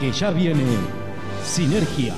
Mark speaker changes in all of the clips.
Speaker 1: que ya viene Sinergia.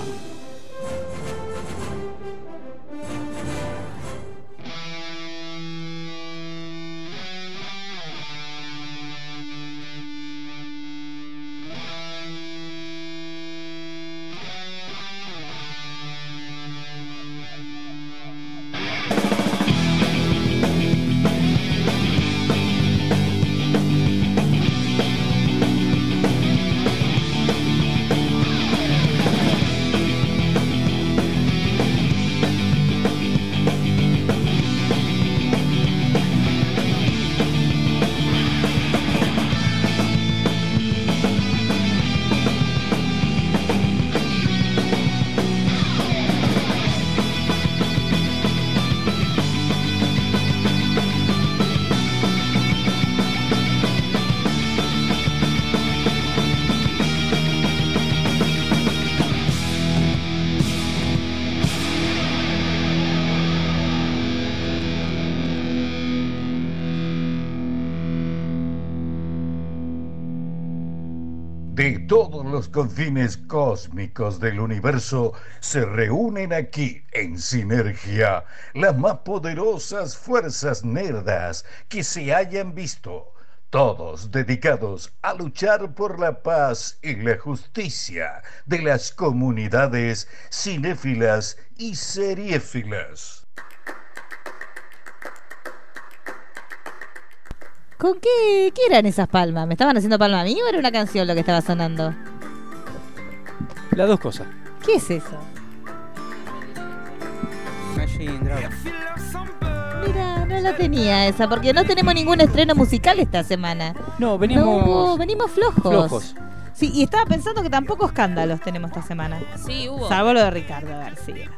Speaker 2: de todos los confines cósmicos del universo se reúnen aquí en sinergia las más poderosas fuerzas nerdas que se hayan visto, todos dedicados a luchar por la paz y la justicia de las comunidades cinéfilas y seriéfilas.
Speaker 3: ¿Con qué, qué eran esas palmas? ¿Me estaban haciendo palma a mí o era una canción lo que estaba sonando?
Speaker 4: Las dos cosas.
Speaker 3: ¿Qué es eso?
Speaker 5: Imagine Dragons.
Speaker 3: Mira, no la tenía esa, porque no tenemos ningún estreno musical esta semana.
Speaker 4: No,
Speaker 3: No
Speaker 4: venimos
Speaker 3: hubo- venimos flojos.
Speaker 4: flojos.
Speaker 3: Sí, y estaba pensando que tampoco escándalos tenemos esta semana.
Speaker 6: Sí, hubo.
Speaker 3: Salvo lo de Ricardo García.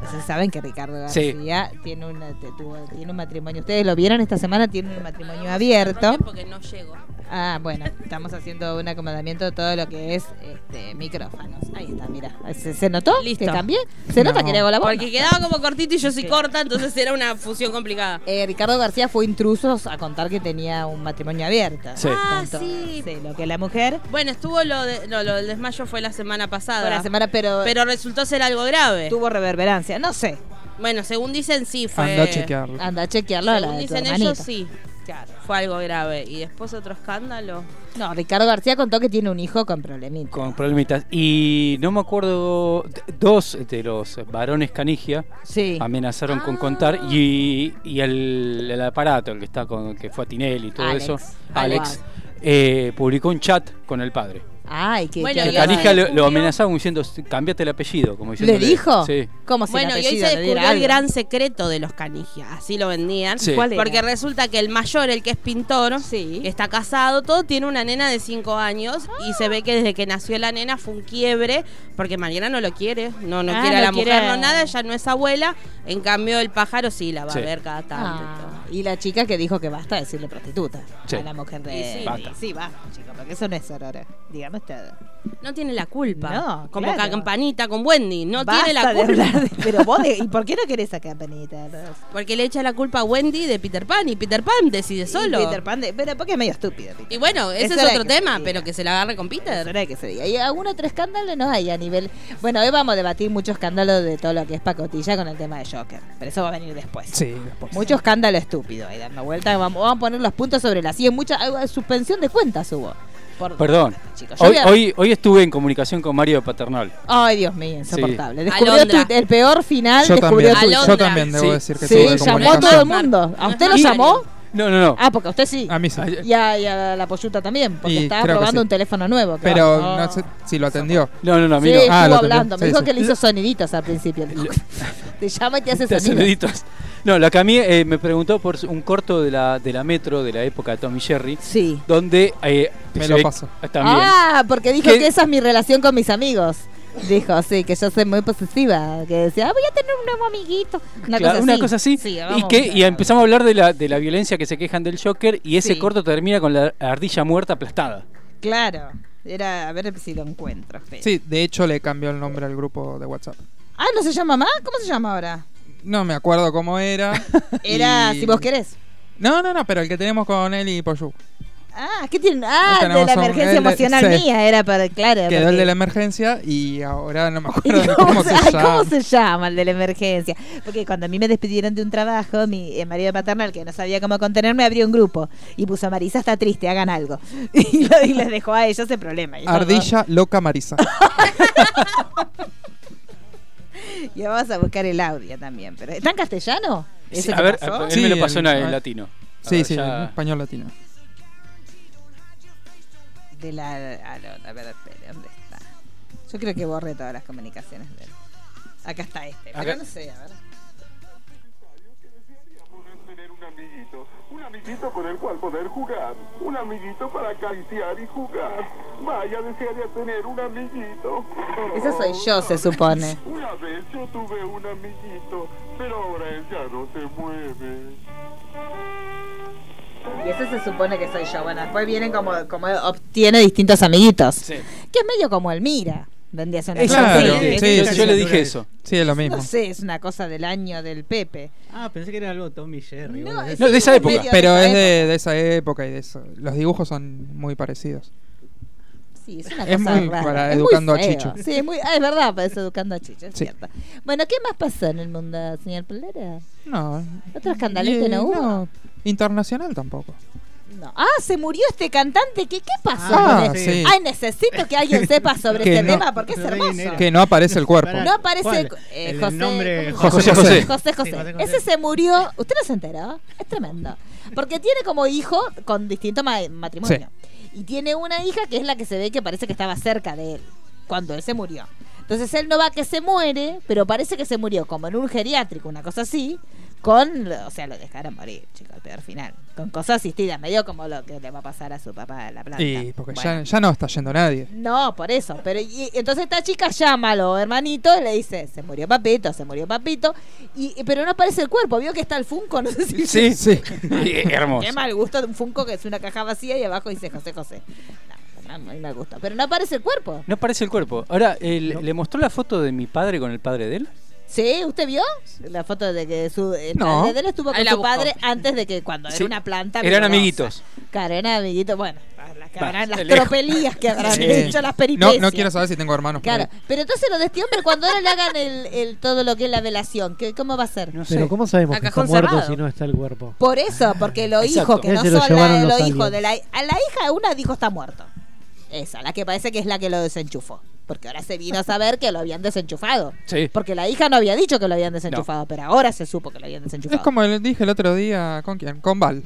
Speaker 3: Ustedes saben que Ricardo
Speaker 4: Sí.
Speaker 3: García tiene, una- te- tuvo- tiene un matrimonio. Ustedes lo vieron esta semana, tiene un matrimonio abierto.
Speaker 6: Porque no llego.
Speaker 3: Ah, bueno, estamos haciendo un acomodamiento de todo lo que es este, micrófonos. Ahí está, mira. ¿Se, se notó?
Speaker 6: Listo.
Speaker 3: ¿Que cambié? ¿Se nota
Speaker 4: No,
Speaker 3: que le hago la voz?
Speaker 6: Porque quedaba como cortito y yo soy corta, entonces era una fusión complicada.
Speaker 3: Eh, Ricardo García fue intrusos a contar que tenía un matrimonio abierto.
Speaker 4: Sí.
Speaker 6: Ah,
Speaker 3: Contó.
Speaker 6: sí.
Speaker 3: Lo que la mujer.
Speaker 6: Bueno, estuvo lo, de, no, lo del desmayo fue la semana pasada.
Speaker 3: Toda la semana, pero,
Speaker 6: Pero resultó ser algo grave.
Speaker 3: tuvo reverberancia. No sé.
Speaker 6: Bueno, según dicen, sí fue.
Speaker 4: Anda a chequearlo.
Speaker 3: Anda a chequearlo a la
Speaker 6: Según
Speaker 3: de tu
Speaker 6: dicen
Speaker 3: hermanita.
Speaker 6: ellos, sí. Fue algo grave. Y después otro escándalo.
Speaker 3: No, Ricardo García contó que tiene un hijo con problemitas.
Speaker 4: Con problemitas. Y no me acuerdo, d- dos de los varones canigia
Speaker 3: Sí.
Speaker 4: amenazaron con
Speaker 6: Ah.
Speaker 4: contar y, y el, el aparato, el que está con que fue a Tinelli y todo
Speaker 3: Alex.
Speaker 4: eso,
Speaker 3: Alex.
Speaker 4: Alex, eh, publicó un chat con el padre.
Speaker 3: Ay, que,
Speaker 6: Bueno,
Speaker 3: que-
Speaker 4: El
Speaker 6: y ahora
Speaker 4: canija
Speaker 6: se
Speaker 4: lo,
Speaker 6: descubrió-
Speaker 4: lo amenazaba diciendo, cambiate el apellido, como
Speaker 3: ¿Le
Speaker 4: diciéndole-
Speaker 3: dijo?
Speaker 4: Sí.
Speaker 3: ¿Cómo se
Speaker 6: Bueno, y hoy se descubrió el gran secreto de los canigia. Así lo vendían.
Speaker 4: Sí.
Speaker 3: ¿Cuál era?
Speaker 6: Porque resulta que el mayor, el que es pintor,
Speaker 3: Sí.
Speaker 6: que está casado, todo tiene una nena de 5 años y se ve que desde que nació la nena fue un quiebre porque Mariana no lo quiere, no, no
Speaker 3: Ah,
Speaker 6: quiere a
Speaker 3: no
Speaker 6: la
Speaker 3: quiere
Speaker 6: mujer,
Speaker 3: a-
Speaker 6: no nada, ella no es abuela, en cambio el pájaro sí la va
Speaker 4: Sí.
Speaker 6: a ver cada tanto.
Speaker 3: Ah, y la chica que dijo que basta decirle prostituta
Speaker 4: Sí.
Speaker 3: a la mujer de
Speaker 6: Y sí.
Speaker 4: Basta.
Speaker 3: Sí, basta, chico, porque eso no es sorora. Dígame usted.
Speaker 6: No tiene la culpa.
Speaker 3: No,
Speaker 6: como
Speaker 3: claro.
Speaker 6: campanita con Wendy, no
Speaker 3: Basta
Speaker 6: tiene la
Speaker 3: de
Speaker 6: culpa.
Speaker 3: hablar de- pero vos, de- ¿y por qué no querés a campanita? Rose?
Speaker 6: Porque le echa la culpa a Wendy de Peter Pan y Peter Pan decide solo.
Speaker 3: Y Peter Pan de- pero porque es medio estúpido. Peter
Speaker 6: Y bueno,
Speaker 3: Eso
Speaker 6: ese
Speaker 3: era
Speaker 6: es otro
Speaker 3: que se
Speaker 6: tema,
Speaker 3: diga.
Speaker 6: pero que se la agarre con Peter.
Speaker 3: Eso no hay que se diga. Y algún otro escándalo no hay a nivel. Bueno, hoy vamos a debatir mucho escándalo de todo lo que es pacotilla con el tema de Joker. Pero eso va a venir después.
Speaker 4: Sí, después.
Speaker 3: Mucho escándalo estúpido ahí dando vuelta. Vamos, vamos a poner los puntos sobre las y Mucha algo de suspensión de cuentas hubo. Por-
Speaker 4: Perdón.
Speaker 3: Chicos, yo
Speaker 4: Hoy,
Speaker 3: voy a-
Speaker 4: hoy, hoy estuve en comunicación con Mario Paternal.
Speaker 3: Ay, Dios mío, insoportable. Descubrió
Speaker 6: Alondra.
Speaker 3: tu- el peor final.
Speaker 7: Yo
Speaker 3: descubrió
Speaker 7: también,
Speaker 6: Twitter.
Speaker 7: yo también debo
Speaker 4: Sí.
Speaker 7: decir que
Speaker 3: Sí,
Speaker 7: tuve
Speaker 3: llamó a
Speaker 7: comunicación.
Speaker 3: todo el mundo. ¿A usted lo
Speaker 6: Y-
Speaker 3: llamó?
Speaker 4: No, no, no.
Speaker 3: Ah, porque a usted sí.
Speaker 7: A mí sí.
Speaker 4: Ay,
Speaker 3: Y a, y a la pollita también, porque
Speaker 7: Y
Speaker 3: estaba
Speaker 7: creo que
Speaker 3: probando
Speaker 7: sí.
Speaker 3: un teléfono nuevo. que
Speaker 7: Pero
Speaker 3: va-
Speaker 7: no sé si lo atendió.
Speaker 4: No, no, no, a mí
Speaker 3: Ah. Sí,
Speaker 4: no.
Speaker 3: estuvo
Speaker 7: Ah, lo atendió.
Speaker 3: hablando.
Speaker 7: Sí,
Speaker 3: Me dijo
Speaker 7: sí.
Speaker 3: que le hizo soniditos al principio. te llama y te hace
Speaker 4: Te hacen
Speaker 3: soniditos.
Speaker 4: deditos. No, lo que a mí eh, me preguntó por un corto de la, de la Metro de la época de Tommy Jerry,
Speaker 3: Sí.
Speaker 4: donde... eh,
Speaker 7: Me
Speaker 4: se
Speaker 7: lo
Speaker 4: ve-
Speaker 7: paso.
Speaker 4: También.
Speaker 3: Ah, porque dijo
Speaker 4: ¿Qué?
Speaker 3: que esa es mi relación con mis amigos. Dijo, sí, que yo soy muy posesiva. Que decía, "Ah, voy a tener un nuevo amiguito. Una
Speaker 4: Claro,
Speaker 3: cosa
Speaker 4: una
Speaker 3: así.
Speaker 4: cosa así.
Speaker 3: Sí,
Speaker 4: y
Speaker 3: vamos,
Speaker 4: que y
Speaker 3: claro.
Speaker 4: empezamos a hablar de la, de la violencia que se quejan del Joker y ese
Speaker 3: Sí.
Speaker 4: corto termina con la ardilla muerta aplastada.
Speaker 3: Claro. Era a ver si lo encuentro. espera.
Speaker 7: Sí, de hecho le cambió el nombre al grupo de WhatsApp.
Speaker 3: Ah, ¿no se llama más? ¿Cómo se llama ahora?
Speaker 7: No me acuerdo cómo era.
Speaker 3: Era
Speaker 7: Y-
Speaker 3: Si vos querés.
Speaker 7: No, no, no, pero el que tenemos con él y Poyu.
Speaker 3: Ah, ¿qué tienen? Ah,
Speaker 7: Está en
Speaker 3: de la
Speaker 7: Amazon. El
Speaker 3: emergencia
Speaker 7: de-
Speaker 3: emocional
Speaker 7: sí.
Speaker 3: mía, era para, claro.
Speaker 7: Quedó el
Speaker 3: porque-
Speaker 7: de la emergencia y ahora no me
Speaker 3: ¿Y
Speaker 7: acuerdo ni
Speaker 3: cómo,
Speaker 7: cómo
Speaker 3: se,
Speaker 7: se
Speaker 3: ay,
Speaker 7: llama.
Speaker 3: cómo se llama el de la emergencia? Porque cuando a mí me despidieron de un trabajo, mi eh, marido paternal, que no sabía cómo contenerme, abrió un grupo y puso Marisa está triste, hagan algo. Y, lo- y les dejó a ellos el problema. Y yo,
Speaker 7: Ardilla loca Marisa.
Speaker 3: ¿no? Y vamos a buscar el audio también. Pero, ¿Está en castellano? ¿Eso
Speaker 4: Sí,
Speaker 3: que
Speaker 4: a ver,
Speaker 3: pasó?
Speaker 4: él
Speaker 7: Sí,
Speaker 4: me lo pasó en,
Speaker 7: el-
Speaker 4: en latino. A
Speaker 7: Sí,
Speaker 4: ver,
Speaker 7: sí,
Speaker 4: ya-
Speaker 7: en español latino.
Speaker 3: De la, ah, no, a ver, espera, ¿dónde está? Yo creo que borré todas las comunicaciones de él. Acá está este, pero
Speaker 4: Acá-
Speaker 3: no sé, a ver.
Speaker 8: poder tener un amiguito, un amiguito con el cual poder jugar, un amiguito para acariciar y jugar. Vaya, desearía tener un amiguito.
Speaker 3: Esa soy yo, se supone.
Speaker 8: Una vez yo tuve un amiguito, pero ahora él ya no se mueve.
Speaker 3: Y ese se supone que soy yo. Bueno, después vienen como, como obtiene distintos amiguitos.
Speaker 4: Sí.
Speaker 3: Que es medio como el Mira. Vendía hace una
Speaker 7: Claro,
Speaker 3: cosa así.
Speaker 7: sí,
Speaker 4: Yo-
Speaker 7: sí,
Speaker 4: yo le
Speaker 7: sí.
Speaker 4: dije eso.
Speaker 7: Sí, es lo mismo.
Speaker 3: No sé, es una cosa del año del Pepe.
Speaker 5: Ah, pensé que era algo Tommy Jerry.
Speaker 3: No,
Speaker 5: boludo.
Speaker 3: es-
Speaker 4: No, de esa época.
Speaker 3: medio
Speaker 7: Pero
Speaker 3: esa
Speaker 7: es de,
Speaker 3: época.
Speaker 7: de esa época y de eso. Los dibujos son muy parecidos.
Speaker 3: Sí, es una
Speaker 7: es
Speaker 3: cosa
Speaker 7: muy
Speaker 3: rara.
Speaker 7: para
Speaker 3: es muy
Speaker 7: educando a
Speaker 3: feo.
Speaker 7: Chicho.
Speaker 3: Sí, es muy, ah, es verdad, para eso educando a Chicho, es
Speaker 7: Sí.
Speaker 3: cierto. Bueno, ¿qué más pasó en el mundo, señor Polera?
Speaker 7: No.
Speaker 3: ¿Otro escandalito no hubo?
Speaker 7: Internacional tampoco.
Speaker 3: No. Ah, se murió este cantante. ¿Qué, qué pasó?
Speaker 7: Ah,
Speaker 3: con él?
Speaker 7: sí.
Speaker 3: Ay, necesito que alguien sepa sobre
Speaker 7: Que
Speaker 3: este
Speaker 7: no-
Speaker 3: tema porque es
Speaker 5: Pero
Speaker 3: hermoso.
Speaker 5: alguien era.
Speaker 7: Que no aparece el cuerpo.
Speaker 5: Pará,
Speaker 3: No aparece
Speaker 5: ¿cuál?
Speaker 3: eh,
Speaker 5: El
Speaker 3: José,
Speaker 5: nombre-
Speaker 3: ¿cómo se
Speaker 4: José
Speaker 3: llama?
Speaker 4: José.
Speaker 3: José José.
Speaker 5: Sí, José José.
Speaker 3: Ese se murió. ¿Usted no se enteró? Es tremendo. Porque tiene como hijo con distinto ma- matrimonio. Y tiene una hija que es la que se ve que parece que estaba cerca de él cuando él se murió. Entonces él no va que se muere, pero parece que se murió como en un geriátrico, una cosa así. Con, o sea, lo dejaron morir, chicos, al peor final. Con cosas asistidas, medio como lo que le va a pasar a su papá en la planta.
Speaker 7: Y porque
Speaker 3: Bueno.
Speaker 7: ya, ya no está yendo nadie.
Speaker 3: No, por eso. Pero y- entonces esta chica llama a los hermanitos y le dice, se murió papito, se murió papito. Y, y- pero no aparece el cuerpo, vio que está el Funko, no sé si...
Speaker 4: Sí, sí. hermoso.
Speaker 3: Qué mal gusto de un Funko que es una caja vacía y abajo dice José José. No, no, muy mal gusto. Pero no aparece el cuerpo.
Speaker 4: No aparece el cuerpo. Ahora, el- ¿le mostró la foto de mi padre con el padre de él?
Speaker 3: ¿Sí? ¿Usted vio? La foto de que su... el
Speaker 7: No.
Speaker 3: padre de él estuvo
Speaker 6: Ahí
Speaker 3: con
Speaker 6: la
Speaker 3: su
Speaker 6: busco.
Speaker 3: padre antes de que cuando
Speaker 4: Sí.
Speaker 3: era una planta.
Speaker 4: Eran
Speaker 3: vigorosa.
Speaker 4: amiguitos.
Speaker 3: Claro, eran amiguitos. Bueno, las, que
Speaker 4: Va,
Speaker 3: habrán- las
Speaker 4: de lejos.
Speaker 3: tropelías que habrán
Speaker 4: Sí.
Speaker 3: hecho, las
Speaker 7: No,
Speaker 3: peripecias.
Speaker 7: no quiero saber si tengo hermanos. por
Speaker 3: Claro,
Speaker 7: ahí.
Speaker 3: pero entonces lo de este hombre cuando ahora le hagan el, el- todo lo que es la velación, ¿qué, ¿cómo va a ser?
Speaker 4: No sé.
Speaker 9: Pero ¿cómo sabemos
Speaker 3: A
Speaker 9: que está
Speaker 3: cajón
Speaker 9: muerto
Speaker 3: cerrado.
Speaker 9: si no está el cuerpo?
Speaker 3: Por eso, porque lo hijo,
Speaker 4: Exacto.
Speaker 3: que no
Speaker 9: Ese lo
Speaker 3: son la,
Speaker 9: llevaron
Speaker 3: lo
Speaker 9: los
Speaker 3: hijo
Speaker 9: aliens.
Speaker 3: de la, a la hija una dijo está muerto. Esa, la que parece que es la que lo desenchufó. Porque ahora se vino a saber que lo habían desenchufado.
Speaker 4: Sí.
Speaker 3: Porque la hija no había dicho que lo habían desenchufado, pero ahora se supo que lo habían desenchufado.
Speaker 7: Es como le dije el otro día, ¿con quién? Con Val.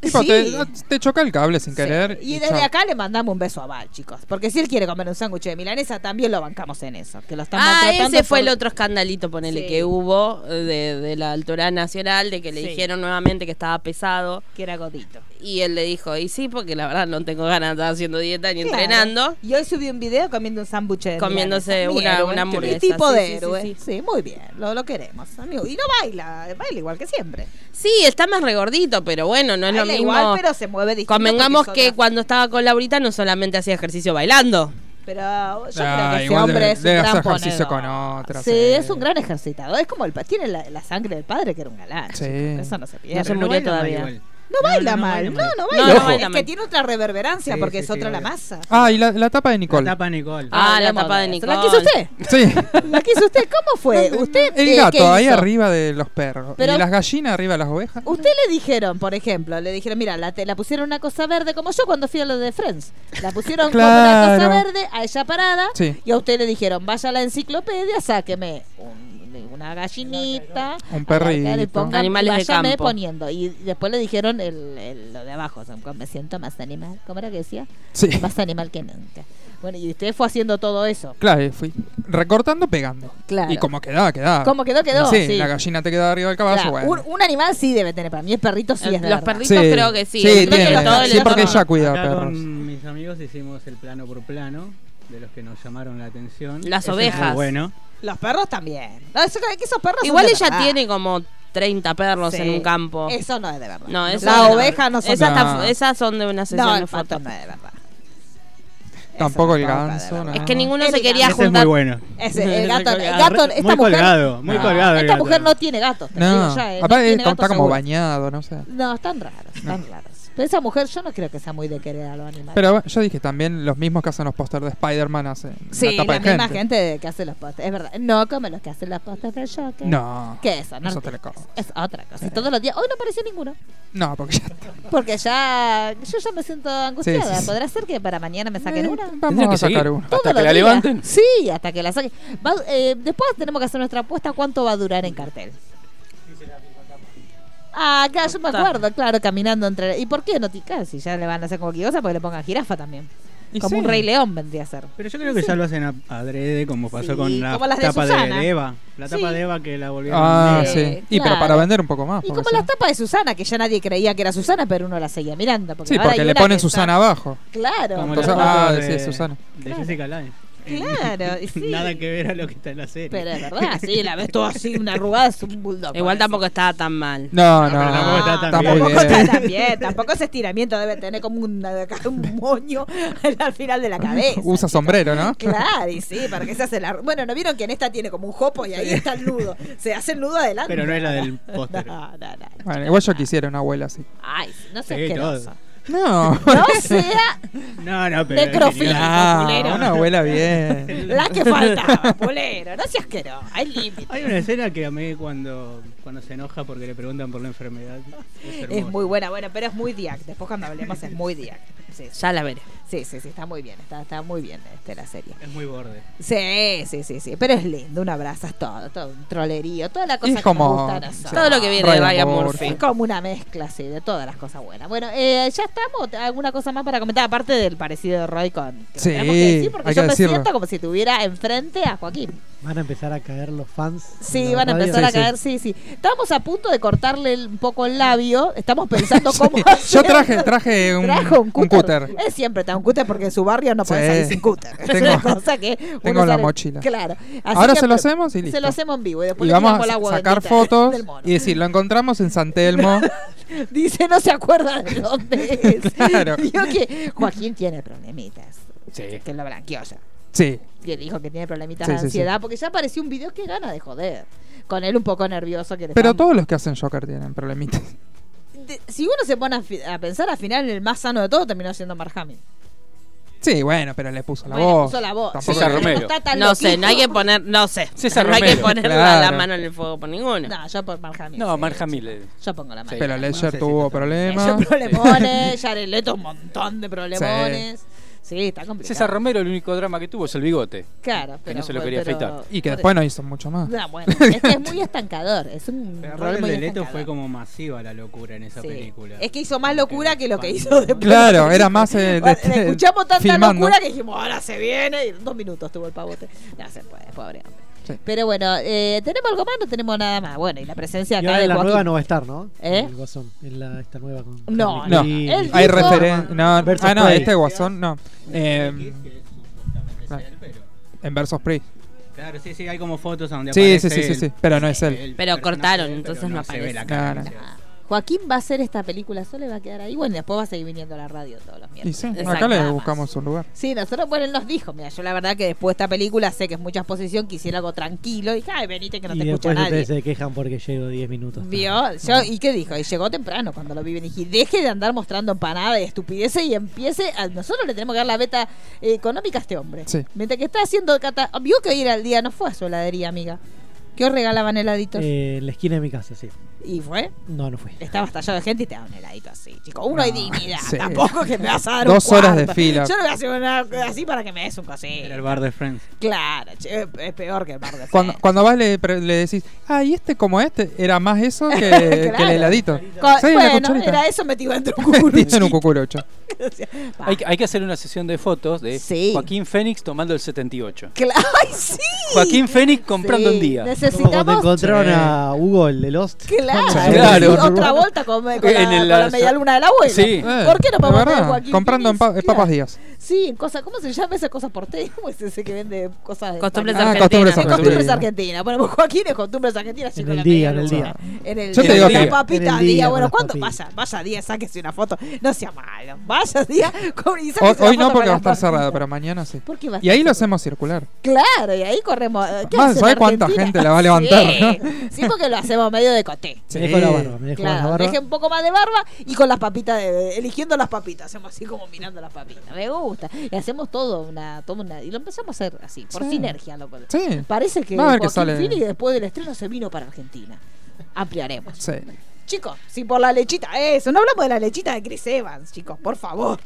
Speaker 7: Tipo,
Speaker 3: Sí.
Speaker 7: te, te choca el cable sin
Speaker 3: Sí.
Speaker 7: querer.
Speaker 3: Y
Speaker 7: chao.
Speaker 3: desde acá le mandamos un beso a Val, chicos. Porque si él quiere comer un sándwich de milanesa, también lo bancamos en eso. Que lo están
Speaker 6: Ah,
Speaker 3: maltratando
Speaker 6: ese fue
Speaker 3: por-
Speaker 6: el otro escandalito, ponele,
Speaker 3: Sí.
Speaker 6: que hubo eh, de, de la altura nacional, de que le
Speaker 3: Sí.
Speaker 6: dijeron nuevamente que estaba pesado.
Speaker 3: que era godito.
Speaker 6: Y él le dijo, y sí, porque la verdad no tengo ganas de estar haciendo dieta ni
Speaker 3: Claro.
Speaker 6: entrenando.
Speaker 3: Y hoy subí un video comiendo un sándwich de
Speaker 6: Comiéndose
Speaker 3: milanesa. Mi
Speaker 6: una-
Speaker 3: héroe.
Speaker 6: una hamburguesa.
Speaker 3: Mi ¿eh? tipo de
Speaker 6: Sí, sí, sí,
Speaker 3: héroe. Sí,
Speaker 6: sí.
Speaker 3: muy bien. Lo, lo queremos, amigo. Y no baila, baila igual que siempre.
Speaker 6: Sí, está más regordito, pero bueno, no es
Speaker 3: baila
Speaker 6: lo mismo.
Speaker 3: igual, pero se mueve distinto.
Speaker 6: Convengamos
Speaker 3: porque es
Speaker 6: que
Speaker 3: otra-
Speaker 6: cuando estaba con Laurita no solamente hacía ejercicio bailando.
Speaker 3: Pero yo
Speaker 7: Ah,
Speaker 3: creo que ese
Speaker 7: igual
Speaker 3: hombre
Speaker 7: debe-
Speaker 3: es un
Speaker 7: debe
Speaker 3: gran
Speaker 7: hacer ejercicio
Speaker 3: ponedor.
Speaker 7: con eh. otra,
Speaker 3: Sí,
Speaker 7: sí.
Speaker 3: es un gran ejercitador. Es como el pa- tiene la, la sangre del padre que era un galán.
Speaker 7: Sí.
Speaker 3: chicos. Eso no se pierde.
Speaker 6: No se
Speaker 5: Pero
Speaker 6: murió
Speaker 5: baila mal
Speaker 6: todavía.
Speaker 5: igual.
Speaker 3: No baila mal,
Speaker 5: mal.
Speaker 3: no, no
Speaker 6: No,
Speaker 3: baila
Speaker 6: no
Speaker 3: mal.
Speaker 6: baila
Speaker 3: es que
Speaker 6: mal.
Speaker 3: tiene otra reverberancia
Speaker 5: Sí,
Speaker 3: porque
Speaker 5: sí,
Speaker 3: es
Speaker 5: sí,
Speaker 3: otra la
Speaker 5: obvio.
Speaker 3: masa.
Speaker 7: Ah, y la, la tapa de
Speaker 5: La
Speaker 7: Nicole.
Speaker 5: tapa Nicole.
Speaker 6: Ah, la
Speaker 3: hablamos
Speaker 6: tapa de
Speaker 3: eso.
Speaker 6: Nicole.
Speaker 3: ¿La quiso usted?
Speaker 7: Sí.
Speaker 3: ¿La quiso usted? ¿Cómo fue? ¿Usted eh,
Speaker 7: el
Speaker 3: qué
Speaker 7: gato ahí
Speaker 3: hizo?
Speaker 7: arriba de los perros.
Speaker 3: Pero-
Speaker 7: y las gallinas arriba de las ovejas.
Speaker 3: Usted le dijeron, por ejemplo, le dijeron, mira, la, te- la pusieron una cosa verde, como yo cuando fui a lo de Friends. La pusieron como una cosa
Speaker 7: Claro.
Speaker 3: verde, a ella parada,
Speaker 7: Sí.
Speaker 3: y a usted le dijeron, vaya a la enciclopedia, sáqueme un- una gallinita,
Speaker 7: Un perrito.
Speaker 3: y ponga-
Speaker 6: Animales de
Speaker 3: váyame
Speaker 6: campo.
Speaker 3: poniendo. Y después le dijeron el, el- lo de abajo, o sea, me siento más animal. ¿Cómo era que decía?
Speaker 7: Sí.
Speaker 3: Más animal que nunca. Bueno, y usted fue haciendo todo eso.
Speaker 7: Claro, y fui recortando, pegando.
Speaker 3: Claro.
Speaker 7: Y como quedaba, quedaba.
Speaker 3: Como quedó, quedó,
Speaker 7: Sí,
Speaker 3: sí.
Speaker 7: la gallina te quedaba arriba del caballo.
Speaker 3: Claro,
Speaker 7: bueno.
Speaker 3: un, un animal sí debe tener, para mí el perrito sí
Speaker 6: El-
Speaker 3: es de
Speaker 6: Eh, los
Speaker 3: verdad.
Speaker 6: perritos creo que sí. Creo que
Speaker 7: tiene.
Speaker 6: todo el
Speaker 7: sí, porque
Speaker 6: entorno.
Speaker 7: ella cuida
Speaker 3: Ah,
Speaker 5: Acá
Speaker 7: perros.
Speaker 5: con mis amigos hicimos el plano por plano de los que nos llamaron la atención.
Speaker 6: Las
Speaker 5: Eso es muy
Speaker 6: ovejas.
Speaker 5: Bueno.
Speaker 3: Los perros también. No, eso- que esos perros son
Speaker 6: Igual
Speaker 3: de
Speaker 6: ella
Speaker 3: verdad.
Speaker 6: tiene como 30 perros
Speaker 3: Sí.
Speaker 6: en un campo.
Speaker 3: Eso no es de verdad.
Speaker 6: No, esas
Speaker 3: la
Speaker 6: no.
Speaker 3: oveja no son
Speaker 6: esas,
Speaker 3: de
Speaker 7: No.
Speaker 6: tam- esas son de una sesión
Speaker 3: No, el
Speaker 6: de
Speaker 3: pato
Speaker 6: fotos.
Speaker 3: no es de verdad. Eso
Speaker 7: Tampoco el
Speaker 3: tampoco
Speaker 7: ganso,
Speaker 3: de verdad.
Speaker 7: no.
Speaker 6: Es que ninguno se
Speaker 3: El
Speaker 6: quería
Speaker 5: Ese
Speaker 3: gato.
Speaker 5: es muy
Speaker 6: juntar.
Speaker 5: bueno.
Speaker 3: Ese, el gato, el
Speaker 5: Arre-
Speaker 3: gato
Speaker 5: muy
Speaker 3: esta mujer,
Speaker 5: colgado, muy
Speaker 7: No.
Speaker 5: colgado. el
Speaker 3: Esta
Speaker 5: gato.
Speaker 3: mujer no tiene gatos, te lo
Speaker 7: No,
Speaker 3: digo ya, eh, no
Speaker 7: aparte
Speaker 3: tiene
Speaker 7: está
Speaker 3: gatos
Speaker 7: como
Speaker 3: seguro.
Speaker 7: bañado, no sé.
Speaker 3: No, están raros, están raros. Pero esa mujer yo no creo que sea muy de querer a los animales.
Speaker 7: Pero bueno, yo dije también los mismos que hacen los póster de Spider-Man hacen
Speaker 3: sí,
Speaker 7: la
Speaker 3: la,
Speaker 7: tapa de
Speaker 3: misma
Speaker 7: gente.
Speaker 3: gente de que hace los postres. Es verdad. No como los que hacen los postres del Joker.
Speaker 7: No.
Speaker 3: ¿Qué es eso? No
Speaker 7: Eso te
Speaker 3: lo
Speaker 7: lo
Speaker 3: digas.
Speaker 7: como.
Speaker 3: Es otra cosa. Y todos los días. Hoy no apareció ninguno.
Speaker 7: No, porque ya está.
Speaker 3: Porque ya. Yo ya me siento angustiada.
Speaker 7: sí, sí.
Speaker 3: ¿Podrá ser que para mañana me saquen una?
Speaker 7: Vamos
Speaker 4: que
Speaker 7: a sacar
Speaker 4: seguir.
Speaker 7: uno.
Speaker 4: Hasta
Speaker 3: Todos
Speaker 4: que
Speaker 3: los
Speaker 4: la
Speaker 3: días.
Speaker 4: levanten.
Speaker 3: Sí, hasta que la saquen. Va- eh, después tenemos que hacer nuestra apuesta. ¿Cuánto va a durar en cartel? Ah, claro, yo me
Speaker 6: Está.
Speaker 3: acuerdo, claro, caminando entre. ¿Y por qué no ticas? Si ya le van a hacer cualquier cosa, porque le pongan jirafa también.
Speaker 7: Y
Speaker 3: Como
Speaker 7: sí.
Speaker 3: un rey león vendría a ser.
Speaker 5: Pero yo creo que ya lo hacen a- adrede, como pasó
Speaker 3: Sí,
Speaker 5: con la
Speaker 3: como las de
Speaker 5: tapa de,
Speaker 3: Susana.
Speaker 5: de Eva. La tapa
Speaker 3: Sí.
Speaker 5: de Eva que la volvieron
Speaker 7: Ah,
Speaker 5: a
Speaker 7: sí.
Speaker 3: Sí,
Speaker 7: Y pero para
Speaker 3: claro.
Speaker 7: vender un poco más.
Speaker 3: Y
Speaker 7: porque
Speaker 3: como
Speaker 7: si
Speaker 3: las
Speaker 7: no-
Speaker 3: tapas de Susana, que ya nadie creía que era Susana, pero uno la seguía mirando. Porque
Speaker 7: Sí,
Speaker 3: ahora
Speaker 7: porque
Speaker 3: hay
Speaker 7: le
Speaker 3: una
Speaker 7: ponen
Speaker 3: que está-
Speaker 7: Susana abajo.
Speaker 3: Claro.
Speaker 5: Como
Speaker 7: Entonces,
Speaker 5: la foto
Speaker 7: ah,
Speaker 5: de,
Speaker 7: sí, Susana.
Speaker 5: eh, de
Speaker 3: Claro.
Speaker 5: Jessica Lange.
Speaker 3: Claro, y sí.
Speaker 5: Nada que ver a lo que está en la serie.
Speaker 3: Pero es verdad, sí, la ves toda así, una arrugada, es un bulldog.
Speaker 6: Igual
Speaker 3: parece.
Speaker 6: tampoco estaba tan mal.
Speaker 7: No, no,
Speaker 5: pero tampoco está tan
Speaker 7: está
Speaker 5: bien.
Speaker 7: muy
Speaker 3: tampoco
Speaker 7: bien.
Speaker 3: está tan bien, tampoco ese estiramiento debe tener como un, un moño al final de la cabeza.
Speaker 7: Usa sombrero, ¿no?
Speaker 3: Claro, y sí, para que se hace la... Bueno, ¿no vieron que en esta tiene como un jopo y ahí está el nudo? Se hace el nudo adelante.
Speaker 5: Pero no es la del póster.
Speaker 3: No, no, no.
Speaker 7: Bueno, igual yo quisiera una abuela así.
Speaker 3: Ay, no sé
Speaker 5: Sí,
Speaker 3: qué
Speaker 5: todo.
Speaker 7: No,
Speaker 3: No sea
Speaker 5: No, no, pero.
Speaker 3: Necrofilia.
Speaker 7: Claro,
Speaker 3: Culero.
Speaker 7: Ah, una abuela bien.
Speaker 3: la que faltaba, pulero. No seas que no, hay límites.
Speaker 5: Hay una escena que amé cuando, cuando se enoja porque le preguntan por la enfermedad. Es,
Speaker 3: Es
Speaker 5: hermoso.
Speaker 3: muy buena, bueno, pero es muy diac. Después cuando hablemos es muy diac. Sí, sí,
Speaker 6: Ya la veré.
Speaker 3: sí, sí, sí, está muy bien, está, está muy bien este, la serie.
Speaker 5: Es muy borde.
Speaker 3: Sí, sí, sí, sí, pero es lindo, un abrazo, es todo, todo un trolerío, toda la cosa
Speaker 7: Y
Speaker 3: que
Speaker 7: como-
Speaker 3: nos gusta a nosotros.
Speaker 6: Todo lo que viene
Speaker 7: Ryan
Speaker 6: de Ryan
Speaker 7: Murphy.
Speaker 6: Murphy.
Speaker 3: Es como una mezcla, sí, de todas las cosas buenas. Bueno, eh, ya estamos. ¿Alguna cosa más para comentar? Aparte del parecido de Roy con. que
Speaker 7: Sí,
Speaker 3: tenemos que decir, porque
Speaker 7: hay
Speaker 3: yo
Speaker 7: que
Speaker 3: me
Speaker 7: decirlo.
Speaker 3: siento como si tuviera enfrente a Joaquín.
Speaker 9: Van a empezar a caer los fans. de
Speaker 3: Sí,
Speaker 9: la
Speaker 3: van a
Speaker 9: radio.
Speaker 3: empezar
Speaker 7: Sí,
Speaker 3: a
Speaker 7: sí.
Speaker 3: caer, sí, sí. Estábamos a punto de cortarle el- un poco el labio. Estamos pensando cómo.
Speaker 7: Yo
Speaker 3: hacer-
Speaker 7: traje, traje un,
Speaker 3: Trajo un
Speaker 7: un
Speaker 3: cúter.
Speaker 7: cúter.
Speaker 3: Eh, siempre está un cúter porque en su barrio no puede
Speaker 7: Sí.
Speaker 3: salir sin cúter. es
Speaker 7: Tengo-
Speaker 3: una cosa que. uno
Speaker 7: tengo la
Speaker 3: sale-
Speaker 7: mochila.
Speaker 3: Claro. Así
Speaker 7: Ahora
Speaker 3: que
Speaker 7: se lo
Speaker 3: pro-
Speaker 7: hacemos y
Speaker 3: Se
Speaker 7: listo.
Speaker 3: lo hacemos en vivo. Y después
Speaker 7: Y
Speaker 3: le tiramos
Speaker 7: vamos
Speaker 3: el
Speaker 7: a
Speaker 3: agua
Speaker 7: sacar
Speaker 3: bendita
Speaker 7: fotos
Speaker 3: del mono.
Speaker 7: y decir, lo encontramos en San Telmo.
Speaker 3: Dice, no se acuerda de dónde es.
Speaker 7: Claro.
Speaker 3: Digo que Joaquín tiene problemitas.
Speaker 4: Sí.
Speaker 3: Que lo blanqueó ya.
Speaker 7: Sí,
Speaker 3: Y él dijo que tiene problemitas
Speaker 7: Sí,
Speaker 3: de
Speaker 7: sí, sí.
Speaker 3: ansiedad. Porque ya apareció un video que gana de joder. Con él un poco nervioso. Que le
Speaker 7: pero
Speaker 3: están-
Speaker 7: todos los que hacen Joker tienen problemitas.
Speaker 3: De- si uno se pone a, fi- a pensar, al final el más sano de todo terminó siendo Mark Hamill.
Speaker 7: Sí, bueno, pero le puso la
Speaker 3: Bueno,
Speaker 7: voz.
Speaker 3: puso la voz.
Speaker 7: Oh, Tampoco
Speaker 4: César
Speaker 7: que-
Speaker 4: Romero.
Speaker 3: No, está tan
Speaker 6: No sé,
Speaker 3: loquito.
Speaker 6: no hay que poner, no sé.
Speaker 4: César
Speaker 6: no hay que
Speaker 4: Romero.
Speaker 6: poner
Speaker 7: Claro.
Speaker 6: la mano en el fuego por ninguno.
Speaker 3: No, yo por Mark Hamill.
Speaker 4: No,
Speaker 3: sí.
Speaker 4: Mark Hamill.
Speaker 3: Yo pongo la mano.
Speaker 7: Pero Ledger
Speaker 5: sé si
Speaker 7: tuvo
Speaker 5: está tan-
Speaker 4: Ah,
Speaker 7: problemas.
Speaker 3: Yo problemones, Jared Leto un montón de problemones. Sí, está complicado.
Speaker 4: César Romero, el único drama que tuvo es el bigote.
Speaker 3: Claro, pero,
Speaker 4: no se lo quería
Speaker 3: pero-
Speaker 4: afeitar.
Speaker 7: Y que
Speaker 3: por
Speaker 7: después no hizo mucho más.
Speaker 3: No, bueno, es que es muy estancador. Es un
Speaker 5: Pero
Speaker 3: rol
Speaker 5: Robert
Speaker 3: muy
Speaker 5: de Leto
Speaker 3: estancador.
Speaker 5: fue como masiva la locura en esa
Speaker 3: Sí.
Speaker 5: película.
Speaker 3: Es que hizo más locura que lo que hizo
Speaker 5: Claro,
Speaker 3: después.
Speaker 7: Claro, era más, eh, de-
Speaker 3: Le escuchamos tanta
Speaker 7: filmando.
Speaker 3: locura que dijimos, ahora se viene. Y en dos minutos tuvo el pavote. No se puede, pobre hombre.
Speaker 7: Sí.
Speaker 3: Pero bueno, eh, ¿tenemos algo más? No tenemos nada más. Bueno, y la presencia
Speaker 9: Y
Speaker 3: acá
Speaker 9: ahora
Speaker 3: de
Speaker 9: en la
Speaker 3: Joaquín.
Speaker 9: nueva no va a estar, ¿no?
Speaker 3: ¿Eh?
Speaker 9: El Guasón, en la, esta nueva con
Speaker 3: No,
Speaker 9: Harley
Speaker 7: no.
Speaker 9: Quinn.
Speaker 3: Él
Speaker 7: Hay
Speaker 3: dijo-
Speaker 7: referencia. No,
Speaker 9: Versus
Speaker 7: ah, no,
Speaker 9: Prey.
Speaker 7: este guasón no. Eh,
Speaker 5: Es él, pero-
Speaker 7: en Versus Pre.
Speaker 5: Claro, sí, sí, hay como fotos a donde
Speaker 7: Sí,
Speaker 5: aparece
Speaker 7: sí, sí, sí,
Speaker 5: él.
Speaker 7: sí, pero no es él.
Speaker 5: el
Speaker 6: Pero
Speaker 5: personaje
Speaker 6: cortaron,
Speaker 5: de él,
Speaker 6: entonces
Speaker 5: pero
Speaker 6: no
Speaker 5: se ve la
Speaker 6: aparece.
Speaker 5: cara,
Speaker 7: No,
Speaker 5: no
Speaker 7: no.
Speaker 5: se ve.
Speaker 3: Joaquín va a hacer esta película solo y va a quedar ahí. Bueno, y después va a seguir viniendo a la radio todos los
Speaker 7: Y
Speaker 3: miércoles.
Speaker 7: sí,
Speaker 3: Exacto,
Speaker 7: acá le
Speaker 3: nada más.
Speaker 7: buscamos un lugar.
Speaker 3: Sí, nosotros, bueno, él nos dijo, mira, yo la verdad que después de esta película sé que es mucha exposición, quisiera algo tranquilo. Y dije, ay, venite que no
Speaker 9: y
Speaker 3: te escucha
Speaker 9: después
Speaker 3: nadie.
Speaker 9: ustedes se quejan porque llego 10 minutos. tarde.
Speaker 3: Vio, yo, ¿y qué dijo? Y llegó temprano cuando lo vi y dije, deje de andar mostrando empanada y estupideces y empiece, a, nosotros le tenemos que dar la beta eh, económica a este hombre.
Speaker 7: Sí.
Speaker 3: Mientras que está haciendo cata, vio que ir al día no fue a su heladería, amiga. ¿Qué os regalaban heladitos?
Speaker 9: Eh, en la esquina de mi casa, sí.
Speaker 3: y fue,
Speaker 9: No, no fui.
Speaker 3: estaba estallado de gente y te daban un heladito así, chico. Uno hay dignidad,
Speaker 7: sí.
Speaker 3: tampoco que me vas a dar
Speaker 7: Dos
Speaker 3: un
Speaker 7: horas de
Speaker 3: cuarto.
Speaker 7: fila.
Speaker 3: Yo no voy a hacer una así para que me des un cosito.
Speaker 5: Era el bar de Friends.
Speaker 3: Claro, che, es peor que el bar de
Speaker 7: Cuando,
Speaker 3: Fer.
Speaker 7: cuando vas le, pre- le decís, ah, y este como este, era más eso que, que el heladito.
Speaker 3: Co-
Speaker 7: Sí, la
Speaker 3: bueno,
Speaker 7: cucharita.
Speaker 3: era eso metido dentro de un
Speaker 7: Metido en un
Speaker 3: cucurucho.
Speaker 7: cucurucho.
Speaker 3: O sea, va.
Speaker 4: Hay, que- hay que hacer una sesión de fotos de
Speaker 3: Sí.
Speaker 4: Joaquín Fénix tomando el 78.
Speaker 3: Cla- ¡Ay, sí!
Speaker 4: Joaquín Fénix comprando
Speaker 3: Sí,
Speaker 4: un día.
Speaker 9: Como cuando
Speaker 3: Necesitamos.
Speaker 9: encontraron
Speaker 7: Sí.
Speaker 9: a Hugo, el de Lost.
Speaker 3: Claro,
Speaker 7: Sí,
Speaker 3: sí,
Speaker 4: claro.
Speaker 3: otra vuelta con, con la,
Speaker 4: En
Speaker 3: con
Speaker 4: el-
Speaker 3: la media luna del abuelo.
Speaker 4: Sí.
Speaker 7: Eh,
Speaker 3: ¿Por qué
Speaker 7: de
Speaker 3: no podemos
Speaker 7: verdad,
Speaker 3: tener Joaquín
Speaker 7: Comprando en
Speaker 3: Phoenix?
Speaker 7: pa- papas
Speaker 3: Claro.
Speaker 7: Díaz.
Speaker 3: Sí, cosa, ¿cómo se llama esa cosa porteña? ¿Cómo es ese que vende cosas de
Speaker 6: Costumbres
Speaker 3: España?
Speaker 7: Ah,
Speaker 6: argentinas.
Speaker 7: costumbres
Speaker 3: Sí, costumbres
Speaker 7: argentinas.
Speaker 3: argentinas. Bueno, pues Joaquín es costumbres argentinas.
Speaker 9: En
Speaker 3: chico,
Speaker 9: el
Speaker 3: la
Speaker 9: día,
Speaker 3: media
Speaker 9: en el
Speaker 3: luna.
Speaker 9: día.
Speaker 3: En el
Speaker 7: Yo te
Speaker 3: día.
Speaker 7: digo
Speaker 3: Con la
Speaker 7: que-
Speaker 3: papita
Speaker 9: en el
Speaker 3: día.
Speaker 9: día, con
Speaker 3: Bueno, ¿cuándo?
Speaker 9: las papitas.
Speaker 3: Vaya, vaya día, sáquese una foto. No sea malo. Vaya día. con- y
Speaker 7: Hoy,
Speaker 3: sáquese una
Speaker 7: hoy no
Speaker 3: foto
Speaker 7: porque va
Speaker 3: con
Speaker 7: a
Speaker 3: las
Speaker 7: estar cerrado,
Speaker 3: papitas.
Speaker 7: pero mañana sí.
Speaker 3: ¿Por qué va a
Speaker 7: Y ahí lo
Speaker 3: estar cerrado?
Speaker 7: hacemos circular.
Speaker 3: Claro, y ahí corremos. ¿Qué
Speaker 7: Más,
Speaker 3: hace la
Speaker 7: ¿sabe cuánta
Speaker 3: Argentina?
Speaker 7: gente la va a levantar,
Speaker 3: Sí, sí, porque lo hacemos medio de coté.
Speaker 9: Me dejo la barba, me dejo la
Speaker 3: Claro,
Speaker 9: barba.
Speaker 3: deje un poco más de barba y con las papitas, de- de- eligiendo las papitas. Hacemos así como mirando las papitas. Me gusta. Y hacemos todo una, todo una- Y lo empezamos a hacer así, por
Speaker 7: Sí.
Speaker 3: sinergia. lo-
Speaker 7: Sí.
Speaker 3: Parece que
Speaker 7: Va a ver qué
Speaker 3: Joaquín
Speaker 7: sale.
Speaker 3: Phoenix después del estreno se vino para Argentina. Ampliaremos.
Speaker 7: Sí.
Speaker 3: Chicos, si por la lechita, eso, no hablamos de la lechita de Chris Evans, chicos, por favor.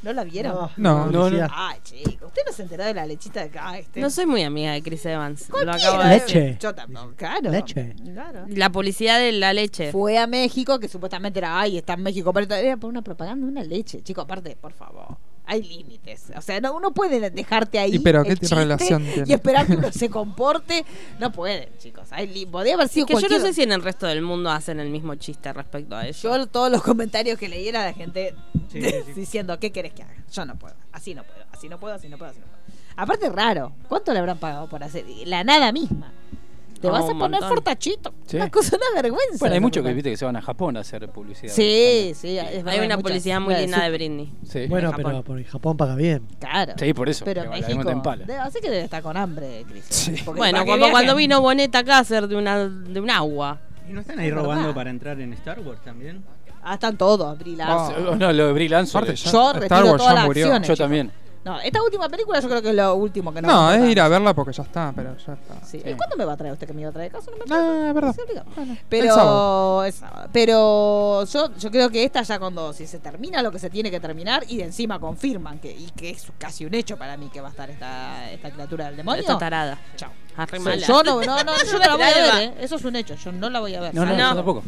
Speaker 3: ¿No la vieron?
Speaker 7: No,
Speaker 4: no,
Speaker 9: decía,
Speaker 3: Ay, chicos, usted no se enteró de la lechita de acá, este.
Speaker 6: No soy muy amiga de Chris Evans. Lo
Speaker 3: Cualquiera,
Speaker 6: acabo
Speaker 9: de
Speaker 3: ¿eh?
Speaker 6: de...
Speaker 9: Leche.
Speaker 3: Yo tampoco, claro.
Speaker 9: Leche.
Speaker 3: Claro.
Speaker 6: La publicidad de la leche.
Speaker 3: Fue a México, que supuestamente era, ay, está en México, pero era por una propaganda de una leche. Chicos, aparte, por favor, hay límites. O sea, no, uno puede dejarte ahí.
Speaker 7: ¿Y pero qué
Speaker 3: el chiste
Speaker 7: relación
Speaker 3: Y
Speaker 7: tiene?
Speaker 3: esperar que uno se comporte. No pueden, chicos. Hay límites. Podría haber sido
Speaker 6: Que yo no
Speaker 3: cualquier-
Speaker 6: sé si en el resto del mundo hacen el mismo chiste respecto a ello.
Speaker 3: Yo todos los comentarios que leí era de gente
Speaker 5: Sí, sí, sí.
Speaker 3: diciendo, ¿qué querés que haga? Yo no puedo, así no puedo, así no puedo, así no puedo, así no puedo. Aparte raro, ¿cuánto le habrán pagado por hacer? Y La nada misma. Te
Speaker 6: Ah,
Speaker 3: vas a
Speaker 6: un
Speaker 3: poner
Speaker 6: montón.
Speaker 3: fortachito.
Speaker 4: Sí.
Speaker 3: Una cosa, una vergüenza.
Speaker 4: Bueno, hay
Speaker 3: esa
Speaker 4: muchos que
Speaker 3: propaganda.
Speaker 4: viste que se van a Japón a hacer publicidad.
Speaker 3: Sí, sí, es verdad,
Speaker 6: Hay una
Speaker 3: muchas.
Speaker 6: publicidad muy
Speaker 3: Bueno,
Speaker 6: linda de Britney.
Speaker 4: Sí.
Speaker 9: Bueno,
Speaker 6: en
Speaker 9: pero
Speaker 6: Japón.
Speaker 9: porque Japón paga bien.
Speaker 3: Claro.
Speaker 4: Sí, por eso,
Speaker 3: Pero
Speaker 4: que la
Speaker 3: México.
Speaker 4: monta en pala.
Speaker 3: debe- así que debe estar con hambre, Cris.
Speaker 4: Sí.
Speaker 3: Porque
Speaker 6: Bueno,
Speaker 3: para que
Speaker 6: como cuando
Speaker 3: viajen-
Speaker 6: vino Boneta acá a hacer de, una, de un agua.
Speaker 5: ¿Y no están ahí
Speaker 3: Es
Speaker 5: robando
Speaker 3: verdad.
Speaker 5: para entrar en Star Wars también?
Speaker 3: Ah, están todos, Brie Larson.
Speaker 4: Ah, No, lo de Brie Lanson.
Speaker 7: Aparte,
Speaker 4: Yo,
Speaker 7: ya-
Speaker 3: Yo
Speaker 7: Star
Speaker 3: retiro
Speaker 7: Wars
Speaker 3: todas
Speaker 7: ya
Speaker 3: las
Speaker 7: murió.
Speaker 3: acciones. chicos.
Speaker 4: también.
Speaker 3: No, esta última película yo creo que es lo último que nos
Speaker 7: No, eh.
Speaker 3: va
Speaker 7: es
Speaker 3: contar.
Speaker 7: ir a verla porque ya está, pero ya está.
Speaker 3: Sí.
Speaker 4: Sí.
Speaker 3: ¿Y cuándo me va a traer usted que me iba a traer caso? No me trae.
Speaker 7: No, es verdad.
Speaker 3: Se olvidó.
Speaker 7: Bueno, el sábado.
Speaker 3: Pero es sábado. pero yo, yo creo que esta ya cuando si se termina lo que se tiene que terminar y de encima confirman que y que es casi un hecho para mí que va a estar esta, esta criatura del demonio.
Speaker 6: Esta tarada.
Speaker 3: Chao.
Speaker 6: Arre
Speaker 3: Sí,
Speaker 6: mala.
Speaker 3: Yo no, no, no, yo no la voy a
Speaker 6: Dale,
Speaker 3: ver, eh. eso es un hecho, yo Ah, no la voy a ver.
Speaker 4: No, no,
Speaker 3: ¿sabes?
Speaker 4: yo
Speaker 6: No.
Speaker 4: tampoco.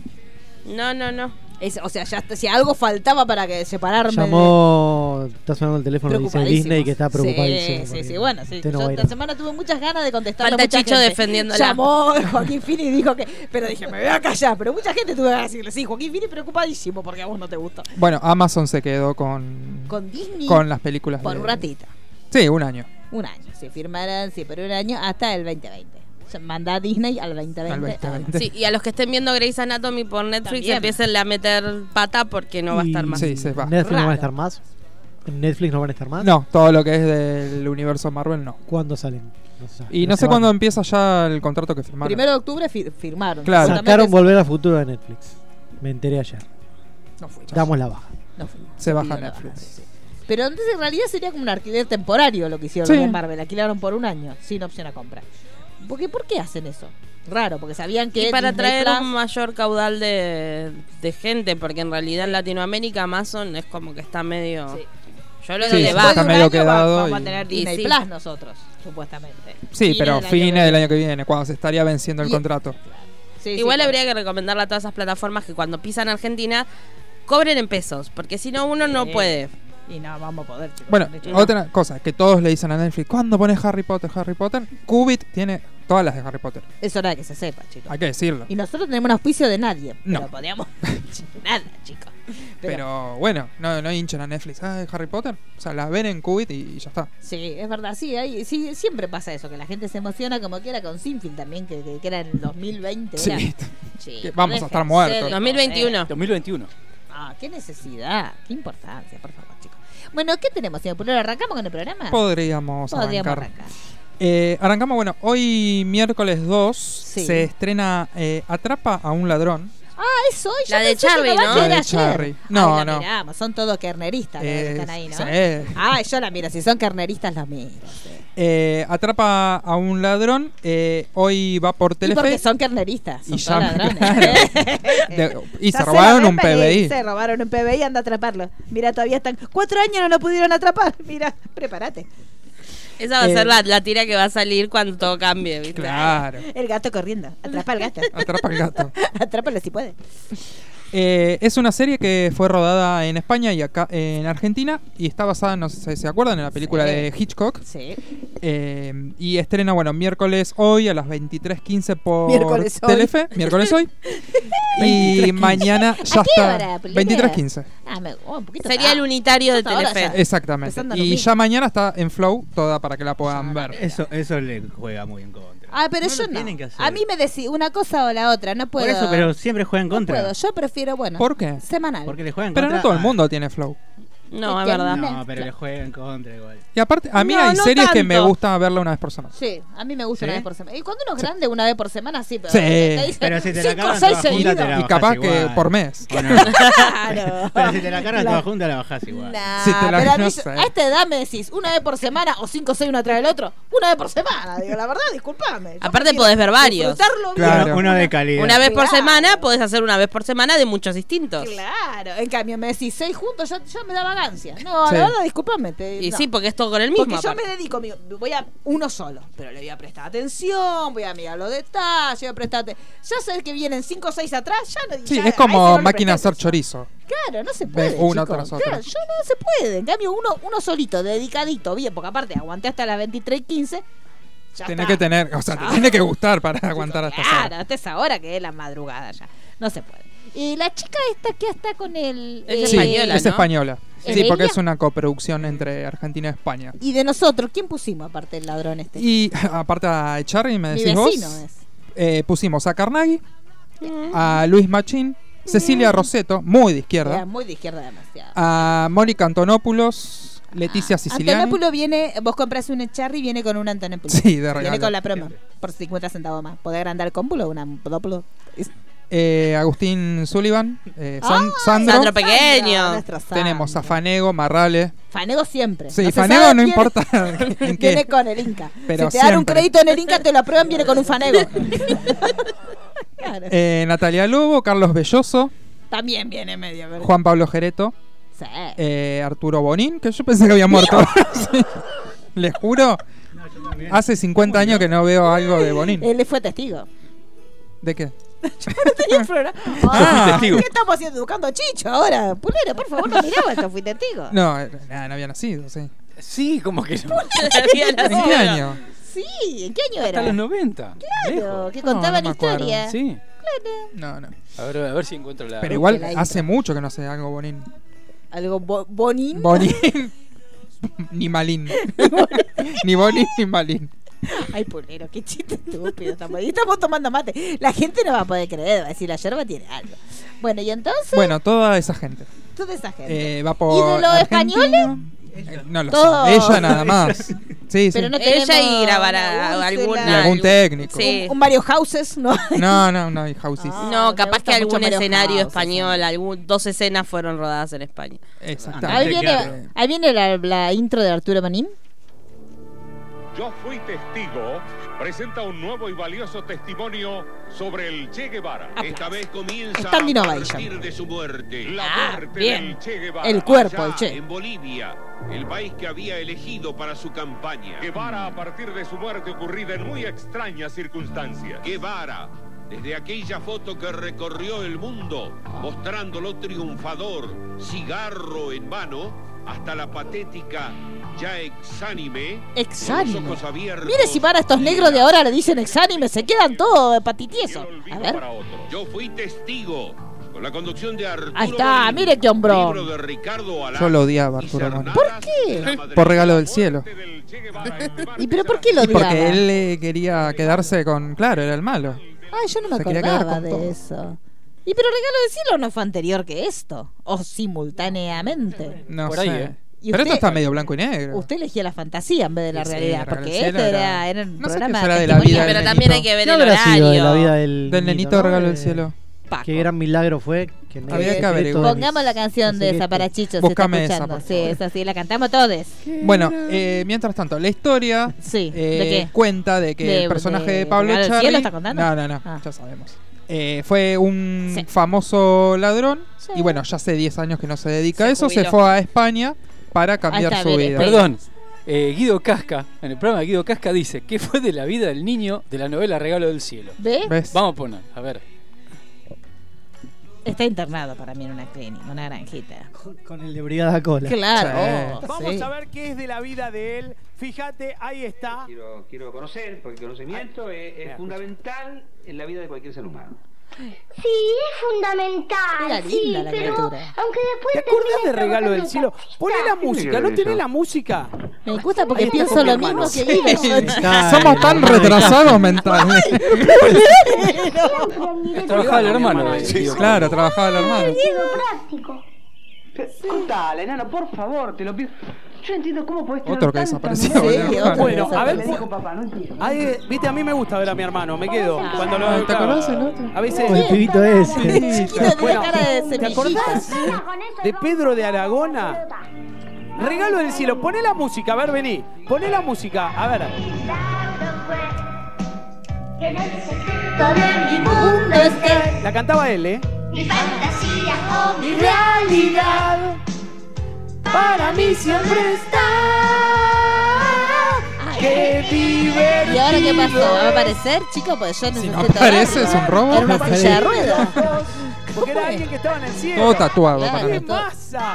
Speaker 6: No, no, no.
Speaker 3: Es- o sea, ya está- si algo faltaba para que separarme.
Speaker 9: Llamó, está sonando el teléfono, dice
Speaker 3: Preocupadísimos.
Speaker 9: Disney que está preocupadísimo.
Speaker 3: Sí, sí,
Speaker 9: porque
Speaker 3: sí, bueno, sí.
Speaker 9: usted no
Speaker 3: yo
Speaker 9: va a ir
Speaker 3: esta
Speaker 9: a-
Speaker 3: semana tuve muchas ganas de contestar.
Speaker 6: Falta
Speaker 3: mucha
Speaker 6: Chicho
Speaker 3: gente.
Speaker 6: defendiéndola.
Speaker 3: Llamó Joaquín Fini y dijo que. Pero dije, me voy a callar. Pero mucha gente tuve que decirle, sí, Joaquín Fini preocupadísimo porque a vos no te gustó.
Speaker 7: Bueno, Amazon se quedó con, con,
Speaker 3: Con Disney.
Speaker 7: las películas.
Speaker 3: Por
Speaker 7: de-
Speaker 3: un ratito.
Speaker 7: Sí, un año.
Speaker 3: Un año. Se firmaron, sí, pero un año hasta el 2020. O sea, manda a Disney al 2020.
Speaker 7: Al 2020.
Speaker 6: Sí, y a los que estén viendo Grey's Anatomy por Netflix,
Speaker 3: También.
Speaker 6: empiecen a meter pata porque no va a estar
Speaker 9: Y
Speaker 6: más.
Speaker 7: Sí, se va.
Speaker 9: Netflix no van
Speaker 3: Raro.
Speaker 9: a estar más. En Netflix no van a estar más.
Speaker 7: No, todo lo que es del universo Marvel no.
Speaker 9: ¿Cuándo salen? No se sabe.
Speaker 7: Y no sé
Speaker 9: van.
Speaker 7: cuándo empieza ya el contrato que firmaron.
Speaker 3: Primero de octubre fir- firmaron.
Speaker 7: Claro.
Speaker 3: Seguramente-
Speaker 9: Sacaron Volver al Futuro de Netflix. Me enteré ayer.
Speaker 7: No fue.
Speaker 9: Damos la baja.
Speaker 3: No fue.
Speaker 7: Se baja
Speaker 3: Sí,
Speaker 7: Netflix.
Speaker 3: sí. Pero entonces en realidad sería como un alquiler temporario lo que hicieron
Speaker 7: Sí.
Speaker 3: con Marvel. Alquilaron por un año, sin opción a compra. Porque, ¿Por qué hacen eso? Raro, porque sabían que.
Speaker 6: Y para
Speaker 3: Disney
Speaker 6: atraer
Speaker 3: Plus-
Speaker 6: un mayor caudal de, de gente, porque en realidad en Latinoamerika Amazon es como que está medio.
Speaker 3: Sí.
Speaker 6: Yo lo
Speaker 7: Sí,
Speaker 6: que le
Speaker 7: está
Speaker 6: va.
Speaker 3: Después de un
Speaker 7: medio
Speaker 3: año va-
Speaker 7: quedado
Speaker 3: Vamos a
Speaker 7: y-
Speaker 3: tener
Speaker 6: Y
Speaker 3: Disney
Speaker 6: sí.
Speaker 3: Plus nosotros, supuestamente.
Speaker 7: Sí,
Speaker 3: Fines
Speaker 7: pero
Speaker 3: del año que
Speaker 7: fines
Speaker 3: viene.
Speaker 7: del año que viene, cuando se estaría venciendo el
Speaker 3: Y-
Speaker 7: contrato.
Speaker 3: Sí, sí,
Speaker 6: Igual
Speaker 3: cuando-
Speaker 6: habría que recomendarle a todas esas plataformas que cuando pisan Argentina cobren en pesos, porque si no uno no
Speaker 3: Sí.
Speaker 6: puede.
Speaker 3: Y no, vamos a poder, chicos.
Speaker 7: Bueno,
Speaker 3: de hecho,
Speaker 7: otra cosa que todos le dicen a Netflix, ¿cuándo pones Harry Potter? Harry Potter. Cubit tiene todas las de Harry Potter.
Speaker 3: Es hora de que se sepa, chicos.
Speaker 7: Hay que decirlo.
Speaker 3: Y nosotros tenemos un auspicio de nadie.
Speaker 7: No.
Speaker 3: Pero podríamos. Nada, chicos.
Speaker 7: Pero bueno, no, no hinchen a Netflix. Ah, Harry Potter. O sea, las ven en Cubit y ya está.
Speaker 3: Sí, es verdad, sí, hay, sí, siempre pasa eso, que la gente se emociona como quiera con Sinfield también, que, que, que era en 2020.
Speaker 7: Sí.
Speaker 3: era- Sí,
Speaker 7: Que vamos a
Speaker 3: déjense
Speaker 7: estar muertos.
Speaker 3: de
Speaker 6: 2021.
Speaker 4: 2021.
Speaker 3: joder. Ah, qué necesidad, qué importancia, por favor, chicos. Bueno, ¿qué tenemos, señor Pulero? ¿Arrancamos con el programa?
Speaker 7: Podríamos,
Speaker 3: Ah. Podríamos
Speaker 7: arrancar.
Speaker 3: arrancar.
Speaker 7: Eh, arrancamos, bueno, hoy miércoles 2
Speaker 3: Sí.
Speaker 7: se estrena eh, Atrapa a un ladrón.
Speaker 3: Ah, es hoy, yo
Speaker 6: La de
Speaker 3: pensé que
Speaker 6: Charlie,
Speaker 3: la
Speaker 6: ¿no?
Speaker 3: noche
Speaker 7: La de
Speaker 3: era ayer.
Speaker 7: Charlie. No,
Speaker 3: Ay, la
Speaker 7: no.
Speaker 3: miramos, son todos kerneristas los que
Speaker 7: Eh,
Speaker 3: están ahí, ¿no?
Speaker 7: sí.
Speaker 3: Ay, yo la miro, si son kerneristas los miro. sí.
Speaker 7: Eh, atrapa a un ladrón. eh, hoy va por
Speaker 3: Y porque
Speaker 7: Telefe.
Speaker 3: son kerneristas, son
Speaker 7: Y
Speaker 3: todos
Speaker 7: ya-
Speaker 3: ladrones.
Speaker 7: De- y
Speaker 3: Ya
Speaker 7: se robaron
Speaker 3: lo
Speaker 7: un
Speaker 3: ven
Speaker 7: PBI.
Speaker 3: venir, Se robaron un PBI, anda a atraparlo. Mira, todavía están. Cuatro años no lo pudieron atrapar. Mira, prepárate.
Speaker 6: Esa va a
Speaker 7: Eh.
Speaker 6: ser la, la tira que va a salir cuando todo cambie, ¿viste?
Speaker 7: Claro.
Speaker 3: El gato corriendo. Atrapa al gato.
Speaker 7: Atrapa al gato.
Speaker 3: Atrápalo si puede.
Speaker 7: Eh, es una serie que fue rodada en España y acá en Argentina y está basada, no sé si se acuerdan, en la película
Speaker 3: Sí.
Speaker 7: de Hitchcock.
Speaker 3: Sí.
Speaker 7: Eh, y estrena, bueno, miércoles hoy a las 23.15 por
Speaker 3: Miércoles hoy.
Speaker 7: Telefe. Miércoles hoy. Y mañana ya
Speaker 3: ¿A qué
Speaker 7: está.
Speaker 3: hora, Pilinga?
Speaker 7: 23.15.
Speaker 3: Ah, me, oh, un poquito
Speaker 6: Sería el
Speaker 3: tarde.
Speaker 6: unitario de
Speaker 3: Justo ahora
Speaker 6: Telefe.
Speaker 3: ya.
Speaker 7: Exactamente.
Speaker 3: Empezando a
Speaker 7: Y
Speaker 3: dormir.
Speaker 7: ya mañana está en Flow toda para que la puedan ver.
Speaker 5: Eso, eso le juega muy en contra.
Speaker 3: Ah, pero
Speaker 5: No lo
Speaker 3: yo no.
Speaker 5: tienen que hacer.
Speaker 3: A mí me decís una cosa o la otra, no puedo.
Speaker 5: Por eso, pero siempre juega en
Speaker 3: no
Speaker 5: contra.
Speaker 3: puedo. Yo prefiero, bueno,
Speaker 7: ¿Por qué?
Speaker 3: semanal. Eh,
Speaker 5: Porque le juega en
Speaker 7: Pero
Speaker 5: contra.
Speaker 7: no todo el
Speaker 5: a-
Speaker 7: mundo tiene Flow.
Speaker 6: No, es
Speaker 3: Porque
Speaker 6: verdad.
Speaker 5: No, pero le juega en contra igual.
Speaker 7: Y aparte, a mí
Speaker 6: No,
Speaker 7: hay
Speaker 6: no
Speaker 7: series que me
Speaker 6: tanto.
Speaker 7: gusta verla una vez por semana.
Speaker 3: Sí, a mí me gusta
Speaker 5: ¿Sí?
Speaker 3: una vez por semana. Y cuando uno es grande, una vez por semana, sí, pero.
Speaker 7: Sí.
Speaker 3: te dicen
Speaker 5: Pero si te la
Speaker 3: cinco,
Speaker 5: acaban
Speaker 3: seis
Speaker 5: todas juntas, te
Speaker 3: seguidas.
Speaker 5: la
Speaker 7: Y
Speaker 5: bajás
Speaker 7: capaz que
Speaker 5: igual.
Speaker 7: por mes.
Speaker 5: ¿O no?
Speaker 3: Claro.
Speaker 5: pero si te la cargas
Speaker 3: La-
Speaker 5: toda junta, la bajás igual.
Speaker 3: Nah,
Speaker 7: Si te la-
Speaker 3: pero a, mí
Speaker 7: no
Speaker 3: yo-
Speaker 7: sé.
Speaker 3: a esta edad me decís una vez por semana o cinco o seis una tras del otro, una vez por semana. Digo, la verdad, discúlpame. Yo
Speaker 6: Aparte
Speaker 3: prefiero
Speaker 6: podés ver varios.
Speaker 3: disfrutarlo bien.
Speaker 7: Claro.
Speaker 5: Uno, uno de calidad.
Speaker 6: Una vez por
Speaker 3: Claro.
Speaker 6: semana podés hacer una vez por semana de muchos distintos.
Speaker 3: Claro, en cambio me decís seis juntos, ya, ya me da vagancia. No,
Speaker 7: Sí.
Speaker 3: la verdad, discúlpame. te-
Speaker 6: Y
Speaker 3: no.
Speaker 6: sí, porque es todo con el mismo.
Speaker 3: Porque yo
Speaker 6: aparte.
Speaker 3: me dedico, mi- voy a uno solo, pero le voy a prestar atención, voy a mirar los detalles, voy a prestar atención. Ya sé que vienen cinco o seis atrás, ya no
Speaker 7: Sí,
Speaker 3: ya-
Speaker 7: es
Speaker 3: a ese
Speaker 7: como
Speaker 3: no le
Speaker 7: máquina de
Speaker 3: presté
Speaker 7: hacer
Speaker 3: atención.
Speaker 7: chorizo.
Speaker 3: Claro, no se puede.
Speaker 7: uno
Speaker 3: chicos.
Speaker 7: tras otro.
Speaker 3: Claro, yo no se puede. En cambio, uno, uno solito, dedicadito, bien, porque aparte aguanté hasta las 23 y 15. Ya
Speaker 7: Tiene
Speaker 3: está.
Speaker 7: que tener, o sea, te tiene que gustar para aguantar hasta esa hora.
Speaker 3: Claro, hasta esa hora que es la madrugada ya. No se puede. Y la chica esta que está con el. eh,
Speaker 6: Ella es
Speaker 7: Sí,
Speaker 6: española,
Speaker 7: es
Speaker 6: ¿no?
Speaker 7: española.
Speaker 3: ¿Es
Speaker 7: Sí,
Speaker 3: de
Speaker 7: porque
Speaker 3: ella?
Speaker 7: es una coproducción entre Argentina y España.
Speaker 3: Y de nosotros, ¿quién pusimos aparte el ladrón este?
Speaker 7: Y aparte a Echarri, me
Speaker 3: Mi
Speaker 7: decís
Speaker 3: vecino
Speaker 7: vos,
Speaker 3: es.
Speaker 7: eh, pusimos a Carnaghi, a Luis Machín, Cecilia Roseto, muy de
Speaker 3: Era
Speaker 7: izquierda,
Speaker 3: muy de izquierda demasiado.
Speaker 7: a Mónica Antonopoulos,
Speaker 3: Ah,
Speaker 7: Leticia Siciliani.
Speaker 3: Antonopulo viene, vos compras un Echarri y viene con un Antonopulo.
Speaker 7: Sí, de regalo.
Speaker 3: Viene con la promo, por 50 centavos más. Podés agrandar con bulo, una doplo.
Speaker 7: Eh, Agustín Sullivan, eh, San-
Speaker 3: ¡Ay!
Speaker 7: Sandro.
Speaker 6: Sandro Pequeño.
Speaker 3: Ah, nuestro Sandro.
Speaker 7: Tenemos a Fanego, Marrale.
Speaker 3: Fanego siempre.
Speaker 7: Sí,
Speaker 3: se
Speaker 7: Fanego
Speaker 3: sabe
Speaker 7: no
Speaker 3: quién-
Speaker 7: importa en qué.
Speaker 3: Viene con el Inca.
Speaker 7: Pero
Speaker 3: si te dan un
Speaker 7: siempre.
Speaker 3: crédito en el Inca, te lo aprueban, viene con un Fanego. Claro.
Speaker 7: Eh, Natalia Lobo, Carlos Belloso,
Speaker 3: También viene medio. pero-
Speaker 7: Juan Pablo Gereto.
Speaker 3: Sí.
Speaker 7: eh, Arturo Bonín, que yo pensé que había muerto. Sí. Les juro, hace 50 años que no veo algo de Bonín.
Speaker 3: Él fue testigo.
Speaker 7: ¿De qué?
Speaker 3: Tenía un programa.
Speaker 7: Ah.
Speaker 3: Ay, ¿Qué estamos haciendo? Educando a Chicho ahora. Pulero, por favor, no miraba esto, fui testigo.
Speaker 7: No, eh, nada, no había nacido, sí.
Speaker 4: Sí, como que no.
Speaker 6: Había
Speaker 7: ¿En
Speaker 6: nacido.
Speaker 7: qué año?
Speaker 3: Sí, ¿en qué año
Speaker 4: Hasta los
Speaker 3: era?
Speaker 4: 90.
Speaker 3: Claro,
Speaker 4: lejos.
Speaker 3: que
Speaker 7: No,
Speaker 3: contaban
Speaker 7: no me acuerdo.
Speaker 3: historias.
Speaker 4: Sí.
Speaker 7: No, no.
Speaker 4: A ver, a ver si encuentro la.
Speaker 7: Pero
Speaker 3: que
Speaker 7: igual
Speaker 3: la intro.
Speaker 7: hace mucho que no sé algo Bonín.
Speaker 3: Algo bo- bonín.
Speaker 7: Bonín. ni Malín. ni Bonín ni Malín.
Speaker 3: Ay, pulero, qué chiste estúpido. Estamos, y estamos tomando mate. La gente no va a poder creer, va a decir la yerba tiene algo. Bueno, y entonces,
Speaker 7: Bueno, toda esa gente.
Speaker 3: toda esa gente.
Speaker 7: Eh, va por.
Speaker 3: ¿Y de los
Speaker 7: Argentino. Eh, No lo
Speaker 3: Todos.
Speaker 7: sé. Ella nada más. Sí, sí.
Speaker 3: Pero no tenemos
Speaker 6: Ella y grabar
Speaker 3: una
Speaker 6: a-
Speaker 3: Úrsula,
Speaker 6: alguna.
Speaker 7: Ni algún técnico.
Speaker 6: Sí.
Speaker 3: Un Mario Houses, ¿no?
Speaker 7: No, no, no, y Houses.
Speaker 3: Ah,
Speaker 6: No,
Speaker 3: me
Speaker 6: capaz
Speaker 3: gusta
Speaker 6: que
Speaker 3: mucho
Speaker 6: algún
Speaker 3: Mario
Speaker 6: escenario
Speaker 3: House,
Speaker 6: español, algún, dos escenas fueron rodadas en España.
Speaker 3: Ahí
Speaker 7: Exactamente.
Speaker 3: viene, ahí viene la, la intro de Arturo Manín.
Speaker 8: Yo fui testigo presenta un nuevo y valioso testimonio sobre el Che Guevara.
Speaker 3: Esta
Speaker 8: vez comienza
Speaker 3: Standing a partir ovation.
Speaker 8: de su muerte. La
Speaker 3: Ah, muerte bien. del
Speaker 8: Che Guevara.
Speaker 3: El cuerpo, el Che.
Speaker 8: En Bolivia, el país que había elegido para su campaña. Guevara a partir de su muerte ocurrida en muy extrañas circunstancias. Guevara, desde aquella foto que recorrió el mundo, mostrándolo triunfador, cigarro en mano, hasta la patética ya exánime. con los
Speaker 3: Exánime.
Speaker 8: ojos abiertos,
Speaker 3: Mire si para estos negros de ahora le dicen exánime, se quedan todos patitiesos. A ver.
Speaker 8: Yo fui testigo con la conducción de Arturo.
Speaker 3: Ahí está,
Speaker 8: Bonín,
Speaker 3: mire qué hombrón.
Speaker 8: libro de Ricardo Alá
Speaker 7: Yo lo odiaba,
Speaker 8: y
Speaker 7: Arturo Bonín.
Speaker 8: Cernadas
Speaker 3: ¿Por qué?
Speaker 8: de la Madrid.
Speaker 7: Por regalo del cielo.
Speaker 8: Muerte del Che Guevara en
Speaker 3: ¿Y
Speaker 8: martes
Speaker 3: pero por qué lo
Speaker 7: Y
Speaker 3: odiaba?
Speaker 7: porque él eh, quería quedarse con. Claro, era el malo.
Speaker 3: Ay, yo no me
Speaker 7: se quería quedar
Speaker 3: acordaba
Speaker 7: con
Speaker 3: de
Speaker 7: todo.
Speaker 3: eso. Y pero Regalo del Cielo no fue anterior que esto. O simultáneamente.
Speaker 7: No
Speaker 4: Por
Speaker 7: sé.
Speaker 4: ahí, ¿eh?
Speaker 3: ¿Y
Speaker 7: Pero
Speaker 3: usted-
Speaker 7: esto está medio blanco y negro.
Speaker 3: Usted elegía la fantasía en vez de la
Speaker 7: Sí,
Speaker 3: realidad.
Speaker 7: Regalo del
Speaker 3: Porque
Speaker 7: Cielo
Speaker 3: este
Speaker 7: era-
Speaker 3: era, era un
Speaker 7: no sé qué
Speaker 3: programa
Speaker 7: será de la
Speaker 3: testimonio.
Speaker 7: vida
Speaker 6: Pero
Speaker 7: del
Speaker 6: también
Speaker 7: nenito.
Speaker 6: hay que ver
Speaker 9: ¿Qué
Speaker 6: el
Speaker 9: habrá sido de
Speaker 6: horario.
Speaker 9: la vida del,
Speaker 7: Del nenito
Speaker 9: no?
Speaker 7: regalo del
Speaker 9: Eh,
Speaker 7: cielo.
Speaker 6: Paco.
Speaker 9: Qué gran milagro fue que
Speaker 7: Habría que
Speaker 9: el secreto
Speaker 7: averiguar.
Speaker 9: de mis-
Speaker 3: Pongamos la canción de
Speaker 9: secreto.
Speaker 3: esa para Chicho, si
Speaker 7: Búscame
Speaker 3: está
Speaker 7: esa,
Speaker 3: escuchando.
Speaker 7: por
Speaker 3: Sí,
Speaker 7: favor.
Speaker 3: esa sí, la cantamos todos.
Speaker 7: Bueno, eh, mientras tanto, la historia
Speaker 3: Sí,
Speaker 7: eh,
Speaker 3: ¿de qué?
Speaker 7: cuenta de que
Speaker 3: ¿De-
Speaker 7: el personaje
Speaker 3: de-
Speaker 7: de, Pablo
Speaker 3: ¿Regalo del
Speaker 7: Echarri.
Speaker 3: cielo está contando?
Speaker 7: No, no, no,
Speaker 3: Ah.
Speaker 7: ya sabemos. Eh, fue un
Speaker 3: Sí.
Speaker 7: famoso ladrón.
Speaker 3: Sí.
Speaker 7: Y bueno, ya hace 10 años que no se dedica
Speaker 6: Se
Speaker 7: a eso. Se
Speaker 6: jubiló.
Speaker 7: fue a España para cambiar
Speaker 3: está,
Speaker 7: su
Speaker 3: mire,
Speaker 7: vida.
Speaker 4: Perdón. eh, Guido Casca, en el programa de Guido Casca dice: ¿Qué fue de la vida del niño de la novela Regalo del Cielo?
Speaker 3: ¿Ve?
Speaker 7: ¿Ves?
Speaker 4: Vamos a poner, a ver.
Speaker 3: Está internado para mí en una clínica, una granjita.
Speaker 9: Con el de Brigada Cola.
Speaker 3: Claro.
Speaker 7: Sí.
Speaker 3: oh,
Speaker 10: Vamos
Speaker 3: sí.
Speaker 10: a ver qué es de la vida de él. Fíjate, ahí está.
Speaker 11: quiero, quiero conocer, porque el conocimiento es, es fundamental en la vida de cualquier ser humano. Sí, es fundamental.
Speaker 3: Era
Speaker 11: sí,
Speaker 3: linda la
Speaker 11: pero
Speaker 3: criatura.
Speaker 11: aunque después
Speaker 10: ¿Te acordás de Regalo del Cielo? Poné la
Speaker 11: ¿Quién
Speaker 10: música,
Speaker 11: era
Speaker 10: ¿no
Speaker 11: esa?
Speaker 10: tenés la música?
Speaker 3: Me gusta porque
Speaker 10: Ahí
Speaker 3: pienso
Speaker 10: está
Speaker 3: lo
Speaker 10: mi hermano.
Speaker 3: mismo que Guido.
Speaker 7: Somos tan retrasados mentalmente.
Speaker 4: Trabajaba el hermano.
Speaker 7: Sí, claro, trabajaba el hermano.
Speaker 11: práctico.
Speaker 12: Contale, enano, por favor, te lo pido. Yo no entiendo cómo podés tener
Speaker 7: Otro que
Speaker 12: tanta
Speaker 7: desapareció,
Speaker 12: mala-
Speaker 7: boludo. Sí, otro que
Speaker 12: Bueno, a ver,
Speaker 10: desapareció.
Speaker 12: le dijo papá, no entiendo.
Speaker 10: Ay, eh, Viste, a mí me gusta ver a mi hermano, me quedo.
Speaker 3: Ah.
Speaker 10: Cuando lo
Speaker 7: ¿Te acordás el
Speaker 10: otro? A veces.
Speaker 9: Con el pibito ese.
Speaker 10: Bueno,
Speaker 3: cara de
Speaker 10: ¿Te acordás de Pedro de Aragona? Regalo del cielo, poné la música, a ver, vení. Poné la música, a ver. La cantaba él, ¿eh?
Speaker 11: Mi fantasía o mi
Speaker 10: realidad para mí siempre está. ¡Qué divertido!
Speaker 3: ¿Y ahora qué pasó? ¿Va a aparecer, chicos? Pues yo necesito.
Speaker 7: Aparece, es un robo.
Speaker 3: Era una silla de ruedas.
Speaker 10: Porque era alguien que estaba en el cielo.
Speaker 7: Todo tatuado
Speaker 10: Claro.
Speaker 7: para
Speaker 10: ¡Qué
Speaker 7: mí.
Speaker 10: masa!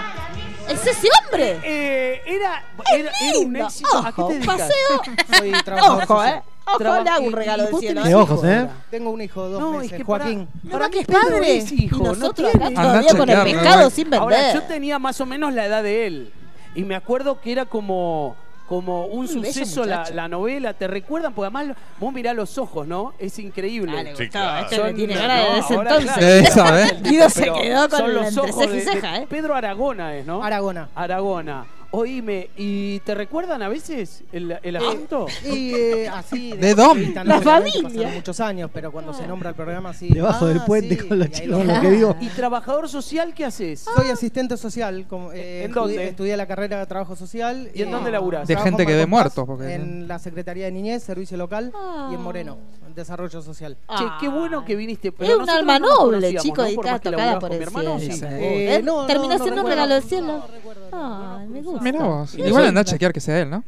Speaker 3: ¡Es ese hombre!
Speaker 10: Eh, era,
Speaker 3: Es
Speaker 10: era, era un
Speaker 3: lindo.
Speaker 10: éxito. ¿A qué
Speaker 3: Ojo,
Speaker 10: te dedicas?
Speaker 3: paseo.
Speaker 10: Soy trabajador
Speaker 3: Ojo,
Speaker 10: social.
Speaker 3: eh. Ojo, le hago un regalo del cielo.
Speaker 9: Qué ojos, ¿eh?
Speaker 12: Tengo un hijo, dos
Speaker 9: No,
Speaker 12: meses,
Speaker 9: es que
Speaker 12: Joaquín.
Speaker 3: No,
Speaker 10: Para
Speaker 3: que
Speaker 10: mí
Speaker 3: es
Speaker 10: Pedro
Speaker 3: padre.
Speaker 10: es hijo,
Speaker 3: y
Speaker 10: no
Speaker 3: nosotros acá
Speaker 10: tiene-
Speaker 3: todavía con el pescado sin
Speaker 10: Ahora, yo
Speaker 3: vender.
Speaker 10: tenía más o menos la edad de él. Y me acuerdo que era como, como un
Speaker 3: bello
Speaker 10: suceso la,
Speaker 3: muchacho.
Speaker 10: la novela. ¿Te recuerdan? Porque además lo- vos mirá los ojos, ¿no? Es increíble.
Speaker 3: Ah, le
Speaker 10: Son-
Speaker 3: gustaba,
Speaker 10: claro.
Speaker 3: este le tiene cara de ese
Speaker 10: ahora,
Speaker 3: entonces.
Speaker 10: claro.
Speaker 7: Sí, ¿sabes?
Speaker 12: ¿eh?
Speaker 3: Guido se
Speaker 10: Pero
Speaker 3: quedó con
Speaker 10: son
Speaker 3: el
Speaker 10: los ojos
Speaker 3: entreceja y
Speaker 10: de- de
Speaker 3: ceja, ¿eh?
Speaker 10: Pedro Aragona es, ¿no?
Speaker 12: Aragona.
Speaker 10: Aragona. Oíme, ¿y te recuerdan a veces el, el asunto?
Speaker 12: Y eh, así.
Speaker 7: De Dom.
Speaker 12: tan-
Speaker 3: La
Speaker 12: obviamente
Speaker 3: familia. Ah.
Speaker 12: pasaron muchos años, pero cuando se nombra el programa, sí.
Speaker 9: Debajo
Speaker 12: Ah,
Speaker 9: del puente
Speaker 12: sí,
Speaker 9: con los
Speaker 12: y ahí
Speaker 9: chicos,
Speaker 12: lo-
Speaker 9: lo que digo.
Speaker 10: ¿Y trabajador social qué haces?
Speaker 12: Soy asistente social. como, eh,
Speaker 10: ¿En
Speaker 12: estudi-
Speaker 10: dónde?
Speaker 12: Estudié la carrera de trabajo social.
Speaker 10: ¿Y en dónde laburás?
Speaker 7: De
Speaker 12: trabajo
Speaker 7: gente
Speaker 12: en
Speaker 7: que ve
Speaker 12: Marcos
Speaker 7: muertos,
Speaker 12: Paz,
Speaker 7: porque-
Speaker 12: En la Secretaría de Niñez, Servicio Local
Speaker 3: Ah.
Speaker 12: y en Moreno, Desarrollo Social.
Speaker 10: Che, qué bueno que viniste. pero
Speaker 3: Es un
Speaker 10: nosotros
Speaker 3: alma
Speaker 10: no nos
Speaker 3: noble,
Speaker 10: conocíamos,
Speaker 3: chico,
Speaker 10: ¿no?
Speaker 3: dedicada,
Speaker 10: Por más que
Speaker 3: tocada
Speaker 10: laburás
Speaker 3: por
Speaker 10: con
Speaker 3: el
Speaker 10: mi hermano,
Speaker 3: cielo.
Speaker 10: sí.
Speaker 12: Sí.
Speaker 3: ¿Eh?
Speaker 12: Eh, no,
Speaker 3: Terminó
Speaker 12: no,
Speaker 3: siendo
Speaker 12: no
Speaker 3: un
Speaker 12: recuerdo.
Speaker 3: regalo del cielo. Ay, me gusta.
Speaker 7: Mirá vos.
Speaker 4: Y
Speaker 7: Igual
Speaker 4: eso-
Speaker 7: andá a chequear que sea él, ¿no?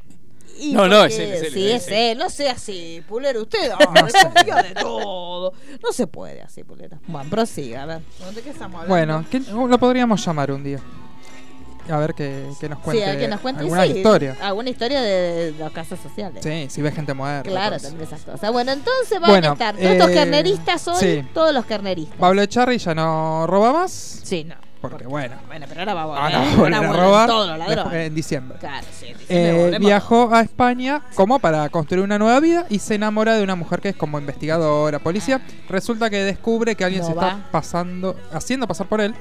Speaker 3: Y
Speaker 4: No, no,
Speaker 3: porque-
Speaker 4: es él, es él,
Speaker 3: Sí,
Speaker 4: es
Speaker 3: es
Speaker 4: él.
Speaker 3: él. No sea así, Pulero. Usted ay, confía de todo. No se puede así, Pulero. Bueno, prosiga, a ver. ¿De qué estamos hablando?
Speaker 7: Bueno, ¿qué- lo podríamos llamar un día. A ver que, que nos
Speaker 3: sí,
Speaker 7: cuente
Speaker 3: a que nos cuente
Speaker 7: alguna
Speaker 3: sí,
Speaker 7: historia.
Speaker 3: Alguna historia de los casos sociales.
Speaker 7: Sí, si ve gente muerta. todo
Speaker 3: Claro,
Speaker 7: eso.
Speaker 3: también esas cosas. Bueno, entonces van
Speaker 7: Bueno,
Speaker 3: a estar todos estos
Speaker 7: eh,
Speaker 3: carneristas hoy,
Speaker 7: sí.
Speaker 3: todos los carneristas.
Speaker 7: Pablo Echarri ya no roba más.
Speaker 3: Sí, no.
Speaker 7: Porque bueno,
Speaker 3: Bueno, pero ahora va a volver.
Speaker 7: ahora
Speaker 3: van
Speaker 7: volver a
Speaker 3: volver
Speaker 7: robar
Speaker 3: Todos los ladrones.
Speaker 7: después- en diciembre.
Speaker 3: Claro, sí. sí,
Speaker 7: Eh,
Speaker 3: volvemos.
Speaker 7: viajó a España como para construir una nueva vida y se enamora de una mujer que es como investigadora, policía. Resulta que descubre que alguien
Speaker 3: Ah. No
Speaker 7: se
Speaker 3: va.
Speaker 7: está pasando, haciendo pasar por él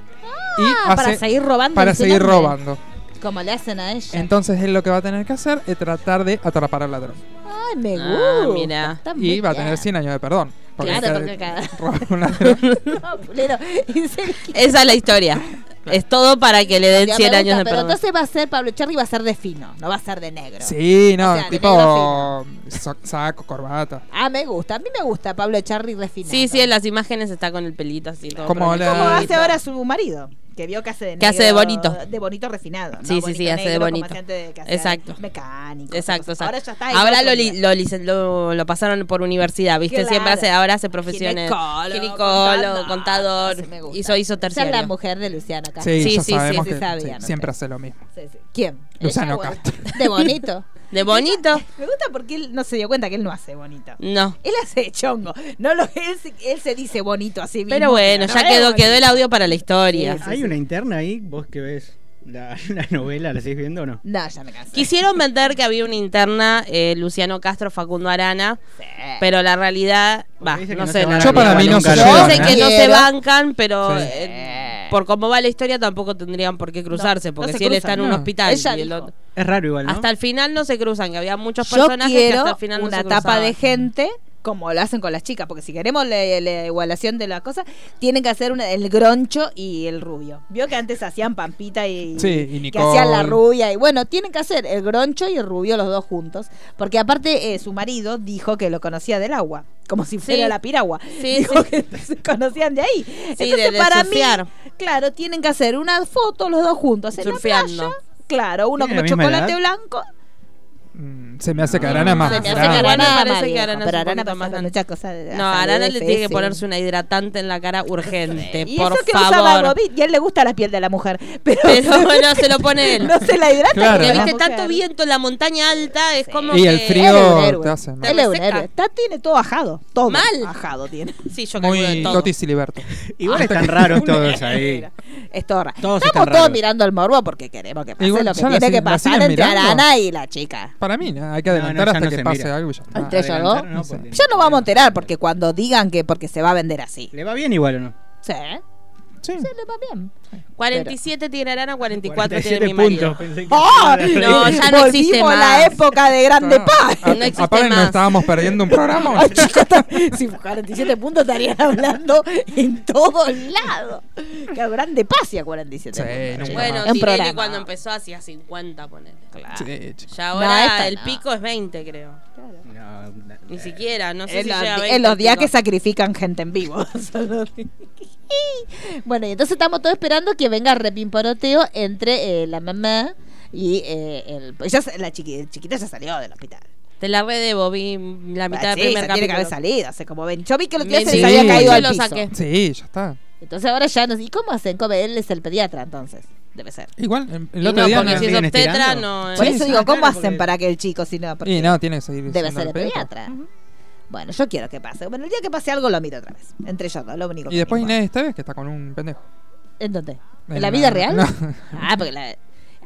Speaker 7: y
Speaker 3: Ah, para
Speaker 7: hace-
Speaker 3: seguir robando.
Speaker 7: para
Speaker 3: ese
Speaker 7: seguir
Speaker 3: hombre,
Speaker 7: robando.
Speaker 3: Como le hacen a ella.
Speaker 7: Entonces él lo que va a tener que hacer es tratar de atrapar al ladrón.
Speaker 3: Ay, me
Speaker 6: Ah,
Speaker 3: gusta.
Speaker 6: mira.
Speaker 3: está
Speaker 7: Y va a
Speaker 3: bien.
Speaker 7: tener 100 años de perdón.
Speaker 3: Claro,
Speaker 7: cada-
Speaker 3: porque cada-
Speaker 7: roba un ladrón.
Speaker 3: No, Pulero, en serio.
Speaker 6: Esa es la historia. Es todo para que le den
Speaker 3: Ya,
Speaker 6: 100
Speaker 3: me
Speaker 6: años
Speaker 3: gusta,
Speaker 6: de
Speaker 3: Pero
Speaker 6: perdón.
Speaker 3: entonces va a ser Pablo Echarri va a ser de fino, no va a ser de negro.
Speaker 7: Sí, no,
Speaker 3: O sea, de negro
Speaker 7: tipo so- saco, corbata.
Speaker 3: Ah, me gusta. A mí me gusta Pablo Echarri refinado.
Speaker 6: Sí, sí, en las imágenes está con el pelito así. todo
Speaker 7: Como
Speaker 6: prolijito.
Speaker 7: la-
Speaker 3: Como hace ahora su marido, que vio que hace de
Speaker 6: Que hace de
Speaker 3: negro-
Speaker 6: bonito.
Speaker 3: De bonito refinado. ¿no?
Speaker 6: Sí, sí,
Speaker 3: Bonito
Speaker 6: sí, hace de
Speaker 3: negro, como
Speaker 6: bonito.
Speaker 3: hacía antes de que hacía
Speaker 6: Exacto.
Speaker 3: Mecánico.
Speaker 6: Exacto,
Speaker 3: esas cosas. Ahora
Speaker 6: exacto.
Speaker 3: ya está. en
Speaker 6: Ahora
Speaker 3: otro
Speaker 6: lo, li-
Speaker 3: nivel.
Speaker 6: lo, licen- lo- lo pasaron por universidad, ¿viste?
Speaker 3: Claro.
Speaker 6: Siempre hace, ahora hace profesiones.
Speaker 3: Ginecólogo,
Speaker 6: Ginecólogo,
Speaker 3: contador. Sí, me
Speaker 6: contador.
Speaker 3: gusta.
Speaker 6: Hizo, hizo
Speaker 3: Ya
Speaker 6: terciario.
Speaker 3: la mujer de Luciana Castro.
Speaker 7: Sí,
Speaker 6: Sí,
Speaker 7: ya
Speaker 6: sí,
Speaker 7: sabemos
Speaker 3: sí,
Speaker 7: que
Speaker 3: sí, sabía,
Speaker 7: sí,
Speaker 3: no
Speaker 7: siempre
Speaker 3: sé.
Speaker 7: hace lo mismo.
Speaker 3: Sí, sí. ¿Quién?
Speaker 7: Luciano
Speaker 3: Ella, bueno,
Speaker 7: Castro.
Speaker 3: De bonito.
Speaker 6: ¿De bonito? Mm.
Speaker 3: Me gusta porque él no se dio cuenta que él no hace bonito.
Speaker 6: No.
Speaker 3: Él hace de chongo. No lo, él, se- él se dice bonito así mismo.
Speaker 6: Pero bueno,
Speaker 3: no
Speaker 6: ya
Speaker 3: es
Speaker 6: quedó,
Speaker 3: bonito.
Speaker 6: quedó el audio para la historia.
Speaker 9: Hay una interna ahí, vos que ves la, la novela, ¿la seguís viendo o no?
Speaker 3: No, ya me cansé.
Speaker 6: Quisieron vender que había una interna, eh, Luciano Castro, Facundo Arana, pero la realidad, va,
Speaker 9: Dice que
Speaker 6: no
Speaker 9: no
Speaker 6: sé.
Speaker 9: se
Speaker 6: la
Speaker 9: van a
Speaker 7: Yo para
Speaker 9: arribar
Speaker 7: mí no
Speaker 9: nunca
Speaker 7: se
Speaker 9: al
Speaker 6: Yo
Speaker 7: llevan,
Speaker 9: guión,
Speaker 6: sé
Speaker 7: ¿eh?
Speaker 6: que no se
Speaker 3: Quiero.
Speaker 6: bancan, pero
Speaker 7: Sí.
Speaker 6: eh, por cómo va la historia tampoco tendrían por qué cruzarse,
Speaker 3: No,
Speaker 6: porque
Speaker 3: no se
Speaker 6: si él
Speaker 3: cruzan,
Speaker 6: está en un
Speaker 7: no.
Speaker 6: hospital
Speaker 3: Ella
Speaker 6: y el
Speaker 3: dijo.
Speaker 6: otro-
Speaker 9: Es raro igual, ¿no?
Speaker 6: Hasta el final no se cruzan, que había muchos
Speaker 3: Yo
Speaker 6: personajes que
Speaker 3: quiero
Speaker 6: hasta el final no
Speaker 3: una
Speaker 6: se
Speaker 3: tapa
Speaker 6: cruzaban.
Speaker 3: de gente como lo hacen con las chicas, porque si queremos la, la igualación de las cosas, tienen que hacer una- el groncho y el rubio. Vio que antes hacían Pampita y,
Speaker 7: Sí, y
Speaker 3: que
Speaker 7: Nicole.
Speaker 3: hacían la rubia y bueno, tienen que hacer el groncho y el rubio los dos juntos, porque aparte eh, su marido dijo que lo conocía del agua, como si fuera la piragua.
Speaker 6: Sí,
Speaker 3: dijo
Speaker 6: sí.
Speaker 3: que se conocían de ahí. Entonces
Speaker 6: de- de
Speaker 3: para
Speaker 6: surfear.
Speaker 3: mí, claro, tienen que hacer una foto los dos juntos en
Speaker 6: Surfeando.
Speaker 3: la playa. Claro, uno
Speaker 9: ¿Tienen
Speaker 3: como
Speaker 9: la misma
Speaker 3: chocolate
Speaker 9: edad?
Speaker 3: blanco.
Speaker 7: Se me hace que Arana es más.
Speaker 6: Se me hace
Speaker 7: brava.
Speaker 6: que Arana
Speaker 3: Arana
Speaker 6: me parece
Speaker 3: viejo,
Speaker 6: que Arana
Speaker 3: pero
Speaker 6: es un
Speaker 3: Arana
Speaker 6: poquito
Speaker 3: pasa
Speaker 6: más grande.
Speaker 3: muchas cosas,
Speaker 6: No, a
Speaker 3: hasta
Speaker 6: Arana le tiene que
Speaker 3: BFS.
Speaker 6: ponerse una hidratante en la cara urgente.
Speaker 3: Y
Speaker 6: por
Speaker 3: eso que usa
Speaker 6: favor.
Speaker 3: Barbovit, y a él le gusta la piel de la mujer. Pero,
Speaker 6: Pero bueno, se lo pone él.
Speaker 3: No se la hidrata.
Speaker 7: Claro.
Speaker 6: Porque
Speaker 7: La
Speaker 6: viste
Speaker 3: mujer.
Speaker 6: tanto viento en la montaña alta, es como.
Speaker 7: Y el
Speaker 6: que-
Speaker 7: frío te hace mal.
Speaker 3: Él es un
Speaker 6: reseca.
Speaker 3: héroe. Está, tiene todo bajado. Todo. Ah,
Speaker 6: Mal.
Speaker 3: Bajado tiene.
Speaker 6: Sí, yo calculo de
Speaker 7: Muy
Speaker 6: todo.
Speaker 7: Toti Siliberto.
Speaker 9: Igual
Speaker 7: Ah.
Speaker 9: están raros todos ahí.
Speaker 3: Es todo raro.
Speaker 9: Todos
Speaker 3: Estamos
Speaker 9: están
Speaker 3: todos
Speaker 9: raros.
Speaker 3: mirando el morbo porque queremos que pase
Speaker 7: Igual,
Speaker 3: lo que
Speaker 7: ya la
Speaker 3: tiene
Speaker 7: siguen-
Speaker 3: que
Speaker 7: la
Speaker 3: pasar
Speaker 7: siguen
Speaker 3: entre
Speaker 7: mirando.
Speaker 3: Arana y la chica.
Speaker 7: Para mí, no, hay que
Speaker 9: No,
Speaker 7: adelantar
Speaker 9: no, ya
Speaker 7: hasta
Speaker 9: no
Speaker 7: que
Speaker 9: se
Speaker 7: pase
Speaker 9: mira.
Speaker 7: algo y ya
Speaker 6: Ah,
Speaker 7: está.
Speaker 3: Entre ellos dos.
Speaker 9: adelantar no,
Speaker 3: No sé.
Speaker 9: porque-
Speaker 3: Ya no vamos a enterar porque cuando digan que porque se va a vender así.
Speaker 9: ¿Le va bien igual o no?
Speaker 3: Sí, ¿eh?
Speaker 7: Sí.
Speaker 3: Sí, le va bien.
Speaker 6: 47 tiene Arana, 44 tiene mi
Speaker 9: 47
Speaker 6: marido.
Speaker 9: puntos. Pensé que-
Speaker 3: ¡Oh!
Speaker 6: No, ya no
Speaker 3: Volvimos
Speaker 6: existe
Speaker 3: a la
Speaker 6: más.
Speaker 3: época de Grande Paz.
Speaker 6: No existe
Speaker 7: Aparte, nos
Speaker 6: más.
Speaker 7: estábamos perdiendo un programa.
Speaker 3: Ay, chicos, está- si 47 puntos estarían hablando en todos lados. Claro, grande paz y a 47
Speaker 7: Sí,
Speaker 3: puntos,
Speaker 7: nunca
Speaker 3: chicos.
Speaker 7: más.
Speaker 6: Bueno,
Speaker 3: Es un
Speaker 6: Tinelli
Speaker 3: programa.
Speaker 6: cuando empezó hacía 50, ponele.
Speaker 7: Sí, chico.
Speaker 6: Ya
Speaker 3: No,
Speaker 6: ahora
Speaker 3: esta
Speaker 6: el
Speaker 3: no.
Speaker 6: pico es 20, creo.
Speaker 12: Ah,
Speaker 9: No, no,
Speaker 6: Ni siquiera, no sé
Speaker 3: en
Speaker 6: si
Speaker 3: los,
Speaker 6: llega a
Speaker 3: di-
Speaker 6: 20.
Speaker 3: en los
Speaker 6: el
Speaker 3: días
Speaker 6: pico.
Speaker 3: que sacrifican gente en vivo. Solo di- bueno, y entonces estamos todos esperando que venga repimporoteo entre eh, la mamá y eh, el. pues ya se- la chiqui- chiquita ya salió del hospital.
Speaker 6: Te la redebo, vi la
Speaker 3: Ah,
Speaker 6: mitad del
Speaker 3: sí,
Speaker 6: primer
Speaker 3: se tiene que haber
Speaker 6: capítulo.
Speaker 3: salido hace como ven. Yo vi que los días
Speaker 6: Me-
Speaker 3: se les
Speaker 7: sí,
Speaker 3: había caído
Speaker 7: yo
Speaker 3: al
Speaker 6: lo
Speaker 3: piso.
Speaker 6: saqué.
Speaker 7: Sí, ya está.
Speaker 3: Entonces ahora ya no sé. ¿Y cómo hacen? Come, él es el pediatra entonces. Debe ser.
Speaker 7: Igual, el- el
Speaker 6: Y
Speaker 7: otro
Speaker 6: no,
Speaker 7: día.
Speaker 6: porque
Speaker 7: no-
Speaker 6: si es
Speaker 9: siguen
Speaker 6: obstetra,
Speaker 9: estirando.
Speaker 6: no. eh.
Speaker 3: Por
Speaker 7: Sí,
Speaker 3: eso
Speaker 7: sí,
Speaker 3: digo, ¿cómo
Speaker 9: claro,
Speaker 3: hacen
Speaker 9: porque-
Speaker 3: para que el chico, si no? Porque
Speaker 7: Y no, tiene que seguir.
Speaker 3: debe
Speaker 7: siendo
Speaker 3: ser el
Speaker 7: pediatra.
Speaker 3: pediatra. Bueno, yo quiero que pase. Bueno, el día que pase algo lo miro otra vez. Entre ellos dos, lo único
Speaker 7: Y
Speaker 3: que
Speaker 7: después
Speaker 3: me importa.
Speaker 7: Inés Esteves, que está con un pendejo.
Speaker 3: ¿En dónde? ¿En
Speaker 7: En la-
Speaker 3: la vida real?
Speaker 7: no.
Speaker 3: Ah, porque la...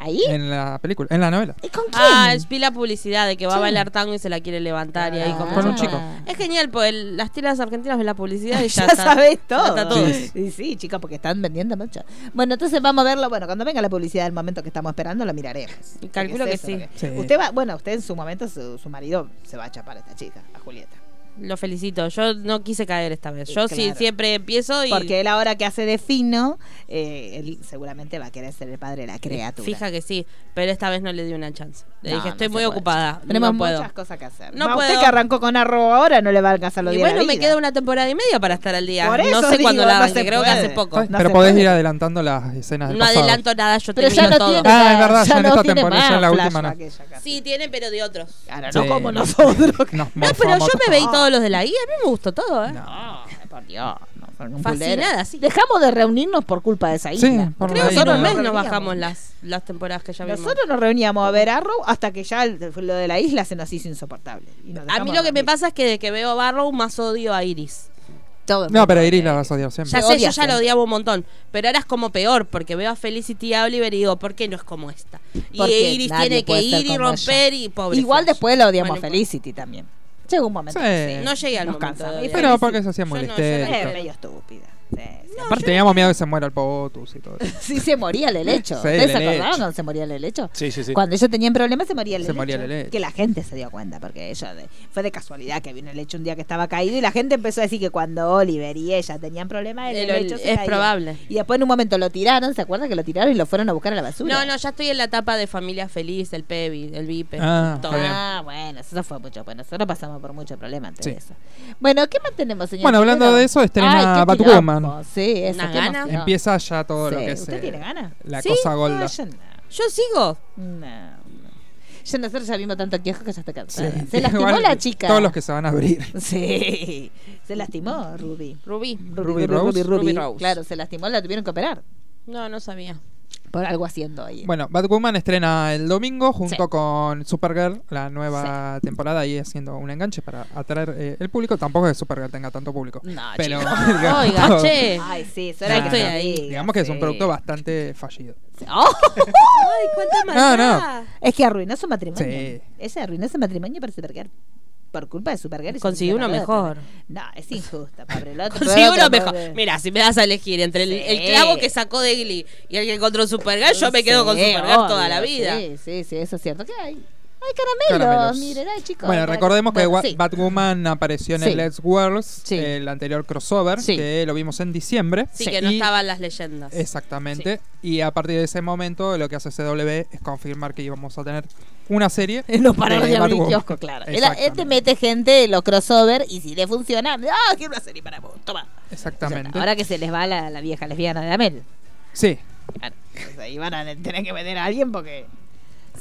Speaker 3: ¿Ahí?
Speaker 7: En la película, en la novela.
Speaker 3: ¿Y ¿Con quién?
Speaker 6: Ah, es- vi la publicidad de que va a bailar tango y se la quiere levantar y ahí
Speaker 3: Ah.
Speaker 6: como
Speaker 7: Con un
Speaker 6: se
Speaker 7: chico.
Speaker 6: pone. Es genial, pues el- las tiras argentinas ven la publicidad y
Speaker 3: ya
Speaker 6: ya, está-
Speaker 3: sabés
Speaker 6: ya
Speaker 3: todo.
Speaker 6: está todo.
Speaker 3: Y sí, chicos, porque están vendiendo mucho. Bueno, entonces vamos a verlo. Bueno, cuando venga la publicidad del momento que estamos esperando, lo miraremos.
Speaker 6: Y calculo
Speaker 3: Porque
Speaker 6: que
Speaker 3: es
Speaker 6: sí.
Speaker 3: eso lo
Speaker 7: Sí.
Speaker 3: Usted va, bueno, usted en su momento, su, su marido se va a chapar a esta chica, a Julieta.
Speaker 6: Lo felicito. Yo no quise caer esta vez. Yo
Speaker 3: Eh,
Speaker 6: sí
Speaker 3: claro.
Speaker 6: siempre empiezo y.
Speaker 3: Porque él ahora que hace de fino, eh, él seguramente va a querer ser el padre de la criatura.
Speaker 6: Fija que sí, pero esta vez no le di una chance. Le
Speaker 3: No,
Speaker 6: dije,
Speaker 3: no
Speaker 6: estoy
Speaker 3: se
Speaker 6: muy
Speaker 3: puede.
Speaker 6: ocupada.
Speaker 3: Tenemos
Speaker 6: no puedo.
Speaker 3: muchas cosas que hacer.
Speaker 6: No
Speaker 3: Va, Usted
Speaker 6: puedo.
Speaker 3: que arrancó con arroz ahora no le va a alcanzar los
Speaker 6: Y
Speaker 3: días de
Speaker 6: bueno,
Speaker 3: la
Speaker 6: me
Speaker 3: vida.
Speaker 6: queda una temporada y media para estar al día.
Speaker 3: Por
Speaker 6: no
Speaker 3: eso
Speaker 6: sé cuándo
Speaker 3: digo,
Speaker 6: la
Speaker 3: no
Speaker 6: arranque,
Speaker 3: se
Speaker 6: creo que
Speaker 3: puede.
Speaker 6: hace poco.
Speaker 7: Está-
Speaker 3: No
Speaker 7: Pero
Speaker 3: se
Speaker 7: podés
Speaker 3: puede.
Speaker 7: ir adelantando las escenas del
Speaker 6: No
Speaker 7: pasado.
Speaker 6: adelanto nada, yo
Speaker 3: Pero ya
Speaker 6: termino
Speaker 3: no
Speaker 6: todo.
Speaker 3: tiene
Speaker 7: Ah, es verdad, ya en esta
Speaker 3: tiene
Speaker 7: temporada, ya en la
Speaker 3: más
Speaker 7: última no.
Speaker 3: flashback ella casi.
Speaker 6: Sí, tiene, pero de otros.
Speaker 3: Claro,
Speaker 7: Sí.
Speaker 3: no como nosotros.
Speaker 7: Nos
Speaker 6: No, pero yo
Speaker 7: morfamos
Speaker 6: me veí todos los de la guía, a mí me gustó todo, ¿eh?
Speaker 3: Por Dios, no, son un
Speaker 6: Fascinada,
Speaker 3: pulero.
Speaker 6: sí.
Speaker 3: Dejamos de reunirnos por culpa de esa
Speaker 7: Sí,
Speaker 3: isla.
Speaker 7: por
Speaker 6: Creo
Speaker 7: ahí
Speaker 6: que en
Speaker 7: no-
Speaker 6: un mes nos
Speaker 3: reuníamos.
Speaker 6: bajamos las, las temporadas que ya vimos.
Speaker 3: Nosotros nos reuníamos a ver Arrow hasta que ya el- lo de la isla se nos hizo insoportable. Y nos
Speaker 6: a
Speaker 3: dejamos
Speaker 6: mí lo que me
Speaker 3: dormir.
Speaker 6: pasa es que de que veo a Barrow más odio a Iris.
Speaker 3: Todo el
Speaker 7: No,
Speaker 3: mundo
Speaker 7: pero a Iris
Speaker 3: odia
Speaker 7: la vas a odiar siempre.
Speaker 6: Ya
Speaker 3: Me
Speaker 6: sé,
Speaker 3: odia
Speaker 6: yo ya la
Speaker 3: siempre.
Speaker 6: odiaba un montón. Pero ahora es como peor, porque veo a Felicity y a Oliver y digo, ¿por qué no es como esta? Y
Speaker 3: Porque
Speaker 6: Iris
Speaker 3: nadie
Speaker 6: tiene que
Speaker 3: puede ser
Speaker 6: ir y
Speaker 3: como
Speaker 6: romper
Speaker 3: ella.
Speaker 6: y pobre.
Speaker 3: Igual
Speaker 6: Flash.
Speaker 3: después la odiamos
Speaker 6: Bueno,
Speaker 3: a Felicity también. Llegó un momento.
Speaker 7: Sí.
Speaker 3: que
Speaker 6: No llegué al
Speaker 3: nos
Speaker 6: momento
Speaker 3: cansamos.
Speaker 6: de
Speaker 3: Y
Speaker 6: odiar.
Speaker 7: Pero porque se hacía
Speaker 6: Yo
Speaker 7: muy
Speaker 6: no, yo no.
Speaker 3: Felicity es
Speaker 7: histérica.
Speaker 3: medio estúpida. Sí, sí.
Speaker 7: Aparte, teníamos miedo que se muera el Potus y todo eso.
Speaker 3: Sí, se moría el helecho.
Speaker 7: Sí,
Speaker 3: ¿Ustedes
Speaker 7: el
Speaker 3: se acordaban
Speaker 7: helecho.
Speaker 3: cuando se moría el helecho?
Speaker 4: Sí, sí, sí.
Speaker 3: Cuando ellos tenían problemas se moría el
Speaker 7: Se
Speaker 3: helecho.
Speaker 7: moría el helecho.
Speaker 3: Que la gente se dio cuenta, porque ella de- fue de casualidad que vino el helecho un día que estaba caído y la gente empezó a decir que cuando Oliver y ella tenían problemas, el,
Speaker 6: El-
Speaker 3: helecho se
Speaker 6: es
Speaker 3: caía.
Speaker 6: probable.
Speaker 3: Y después en un momento lo tiraron, ¿se acuerdan que lo tiraron y lo fueron a buscar a la basura?
Speaker 6: No, no, ya estoy en la etapa de familia feliz, el Pebi, el Vipe.
Speaker 7: Ah,
Speaker 6: todo.
Speaker 7: está bien.
Speaker 3: Ah, bueno, eso fue mucho. Bueno, nosotros pasamos por mucho problema antes
Speaker 7: Sí.
Speaker 3: de eso. Bueno, ¿qué más tenemos, señor?
Speaker 7: Bueno, hablando
Speaker 3: Quintero?
Speaker 7: de eso, estrena
Speaker 3: Ay, qué
Speaker 7: Batwoman.
Speaker 3: quilombo. Sí, eso,
Speaker 6: Unas
Speaker 3: qué
Speaker 6: ganas.
Speaker 3: emoción.
Speaker 7: Empieza ya todo
Speaker 3: Sí.
Speaker 7: lo que es.
Speaker 3: ¿Usted
Speaker 7: eh,
Speaker 3: tiene ganas?
Speaker 7: La
Speaker 6: ¿Sí?
Speaker 7: cosa
Speaker 3: No,
Speaker 7: golda.
Speaker 3: yo no.
Speaker 6: Yo sigo.
Speaker 3: No, no. Ya nosotros ya vimos tanto quejo que ya está
Speaker 7: Sí.
Speaker 3: cansada. Se lastimó
Speaker 7: Igual,
Speaker 3: la chica.
Speaker 7: Todos los que se van a abrir.
Speaker 3: Sí. Se lastimó Ruby.
Speaker 6: Rubí.
Speaker 7: Ruby Rose.
Speaker 6: Ruby Rose.
Speaker 3: Claro, se lastimó, la tuvieron que operar.
Speaker 6: No, no sabía.
Speaker 3: Por algo haciendo ahí.
Speaker 7: Bueno, Batwoman estrena el domingo junto
Speaker 3: Sí.
Speaker 7: con Supergirl, la nueva temporada, y haciendo un enganche para atraer eh, el público. Tampoco es que Supergirl tenga tanto público.
Speaker 3: No,
Speaker 7: pero digamos,
Speaker 6: Oiga, che.
Speaker 3: Ay, sí,
Speaker 7: nah,
Speaker 3: será que
Speaker 6: estoy
Speaker 3: se
Speaker 6: ahí.
Speaker 3: diga,
Speaker 7: Digamos que es un
Speaker 3: sí.
Speaker 7: producto bastante fallido.
Speaker 3: Oh,
Speaker 6: Ay, cuánta
Speaker 7: No, no.
Speaker 6: maldad.
Speaker 3: es que arruinó su matrimonio.
Speaker 7: Sí.
Speaker 3: Ese arruinó su matrimonio para Supergirl. Por culpa de Supergirl. y
Speaker 6: Consiguió
Speaker 3: su
Speaker 6: uno
Speaker 3: matrimonio.
Speaker 6: mejor.
Speaker 3: No, es injusto, pobre. El otro-
Speaker 6: Consigue
Speaker 3: otro,
Speaker 6: uno mejor.
Speaker 3: pobre.
Speaker 6: Mira, si me das a elegir entre el,
Speaker 3: Sí.
Speaker 6: el clavo que sacó de Glee y el que encontró Supergirl, yo me quedo con
Speaker 3: Sí,
Speaker 6: Supergirl toda
Speaker 3: obvio,
Speaker 6: la vida.
Speaker 3: Sí, sí, sí, eso es cierto. ¿Qué hay? Hay caramelos,
Speaker 7: Caramelos.
Speaker 3: miren, ay, chicos.
Speaker 7: Bueno,
Speaker 3: Car-
Speaker 7: recordemos que
Speaker 3: Bueno,
Speaker 7: Wa-
Speaker 3: sí.
Speaker 7: Batwoman apareció en
Speaker 3: Sí.
Speaker 7: el Let's Worlds,
Speaker 3: Sí.
Speaker 7: el anterior crossover,
Speaker 3: Sí.
Speaker 7: que lo vimos en diciembre.
Speaker 6: Sí, que no
Speaker 7: Y-
Speaker 6: estaban las leyendas.
Speaker 7: Exactamente. Y a partir de ese momento, lo que hace CW es confirmar que íbamos a tener una serie.
Speaker 3: Eh, No paró
Speaker 7: de
Speaker 3: de abrir
Speaker 7: Batwoman.
Speaker 3: kiosco, claro. Él, él te
Speaker 7: Exactamente.
Speaker 3: mete gente, los crossover, y si le funciona, ¡ah, quiero una serie para vos! Toma. O sea,
Speaker 7: Exactamente.
Speaker 3: ahora que se les va la, la vieja lesbiana de Amel.
Speaker 7: Sí.
Speaker 3: pues Claro. Entonces, ahí van a tener que meter a alguien porque.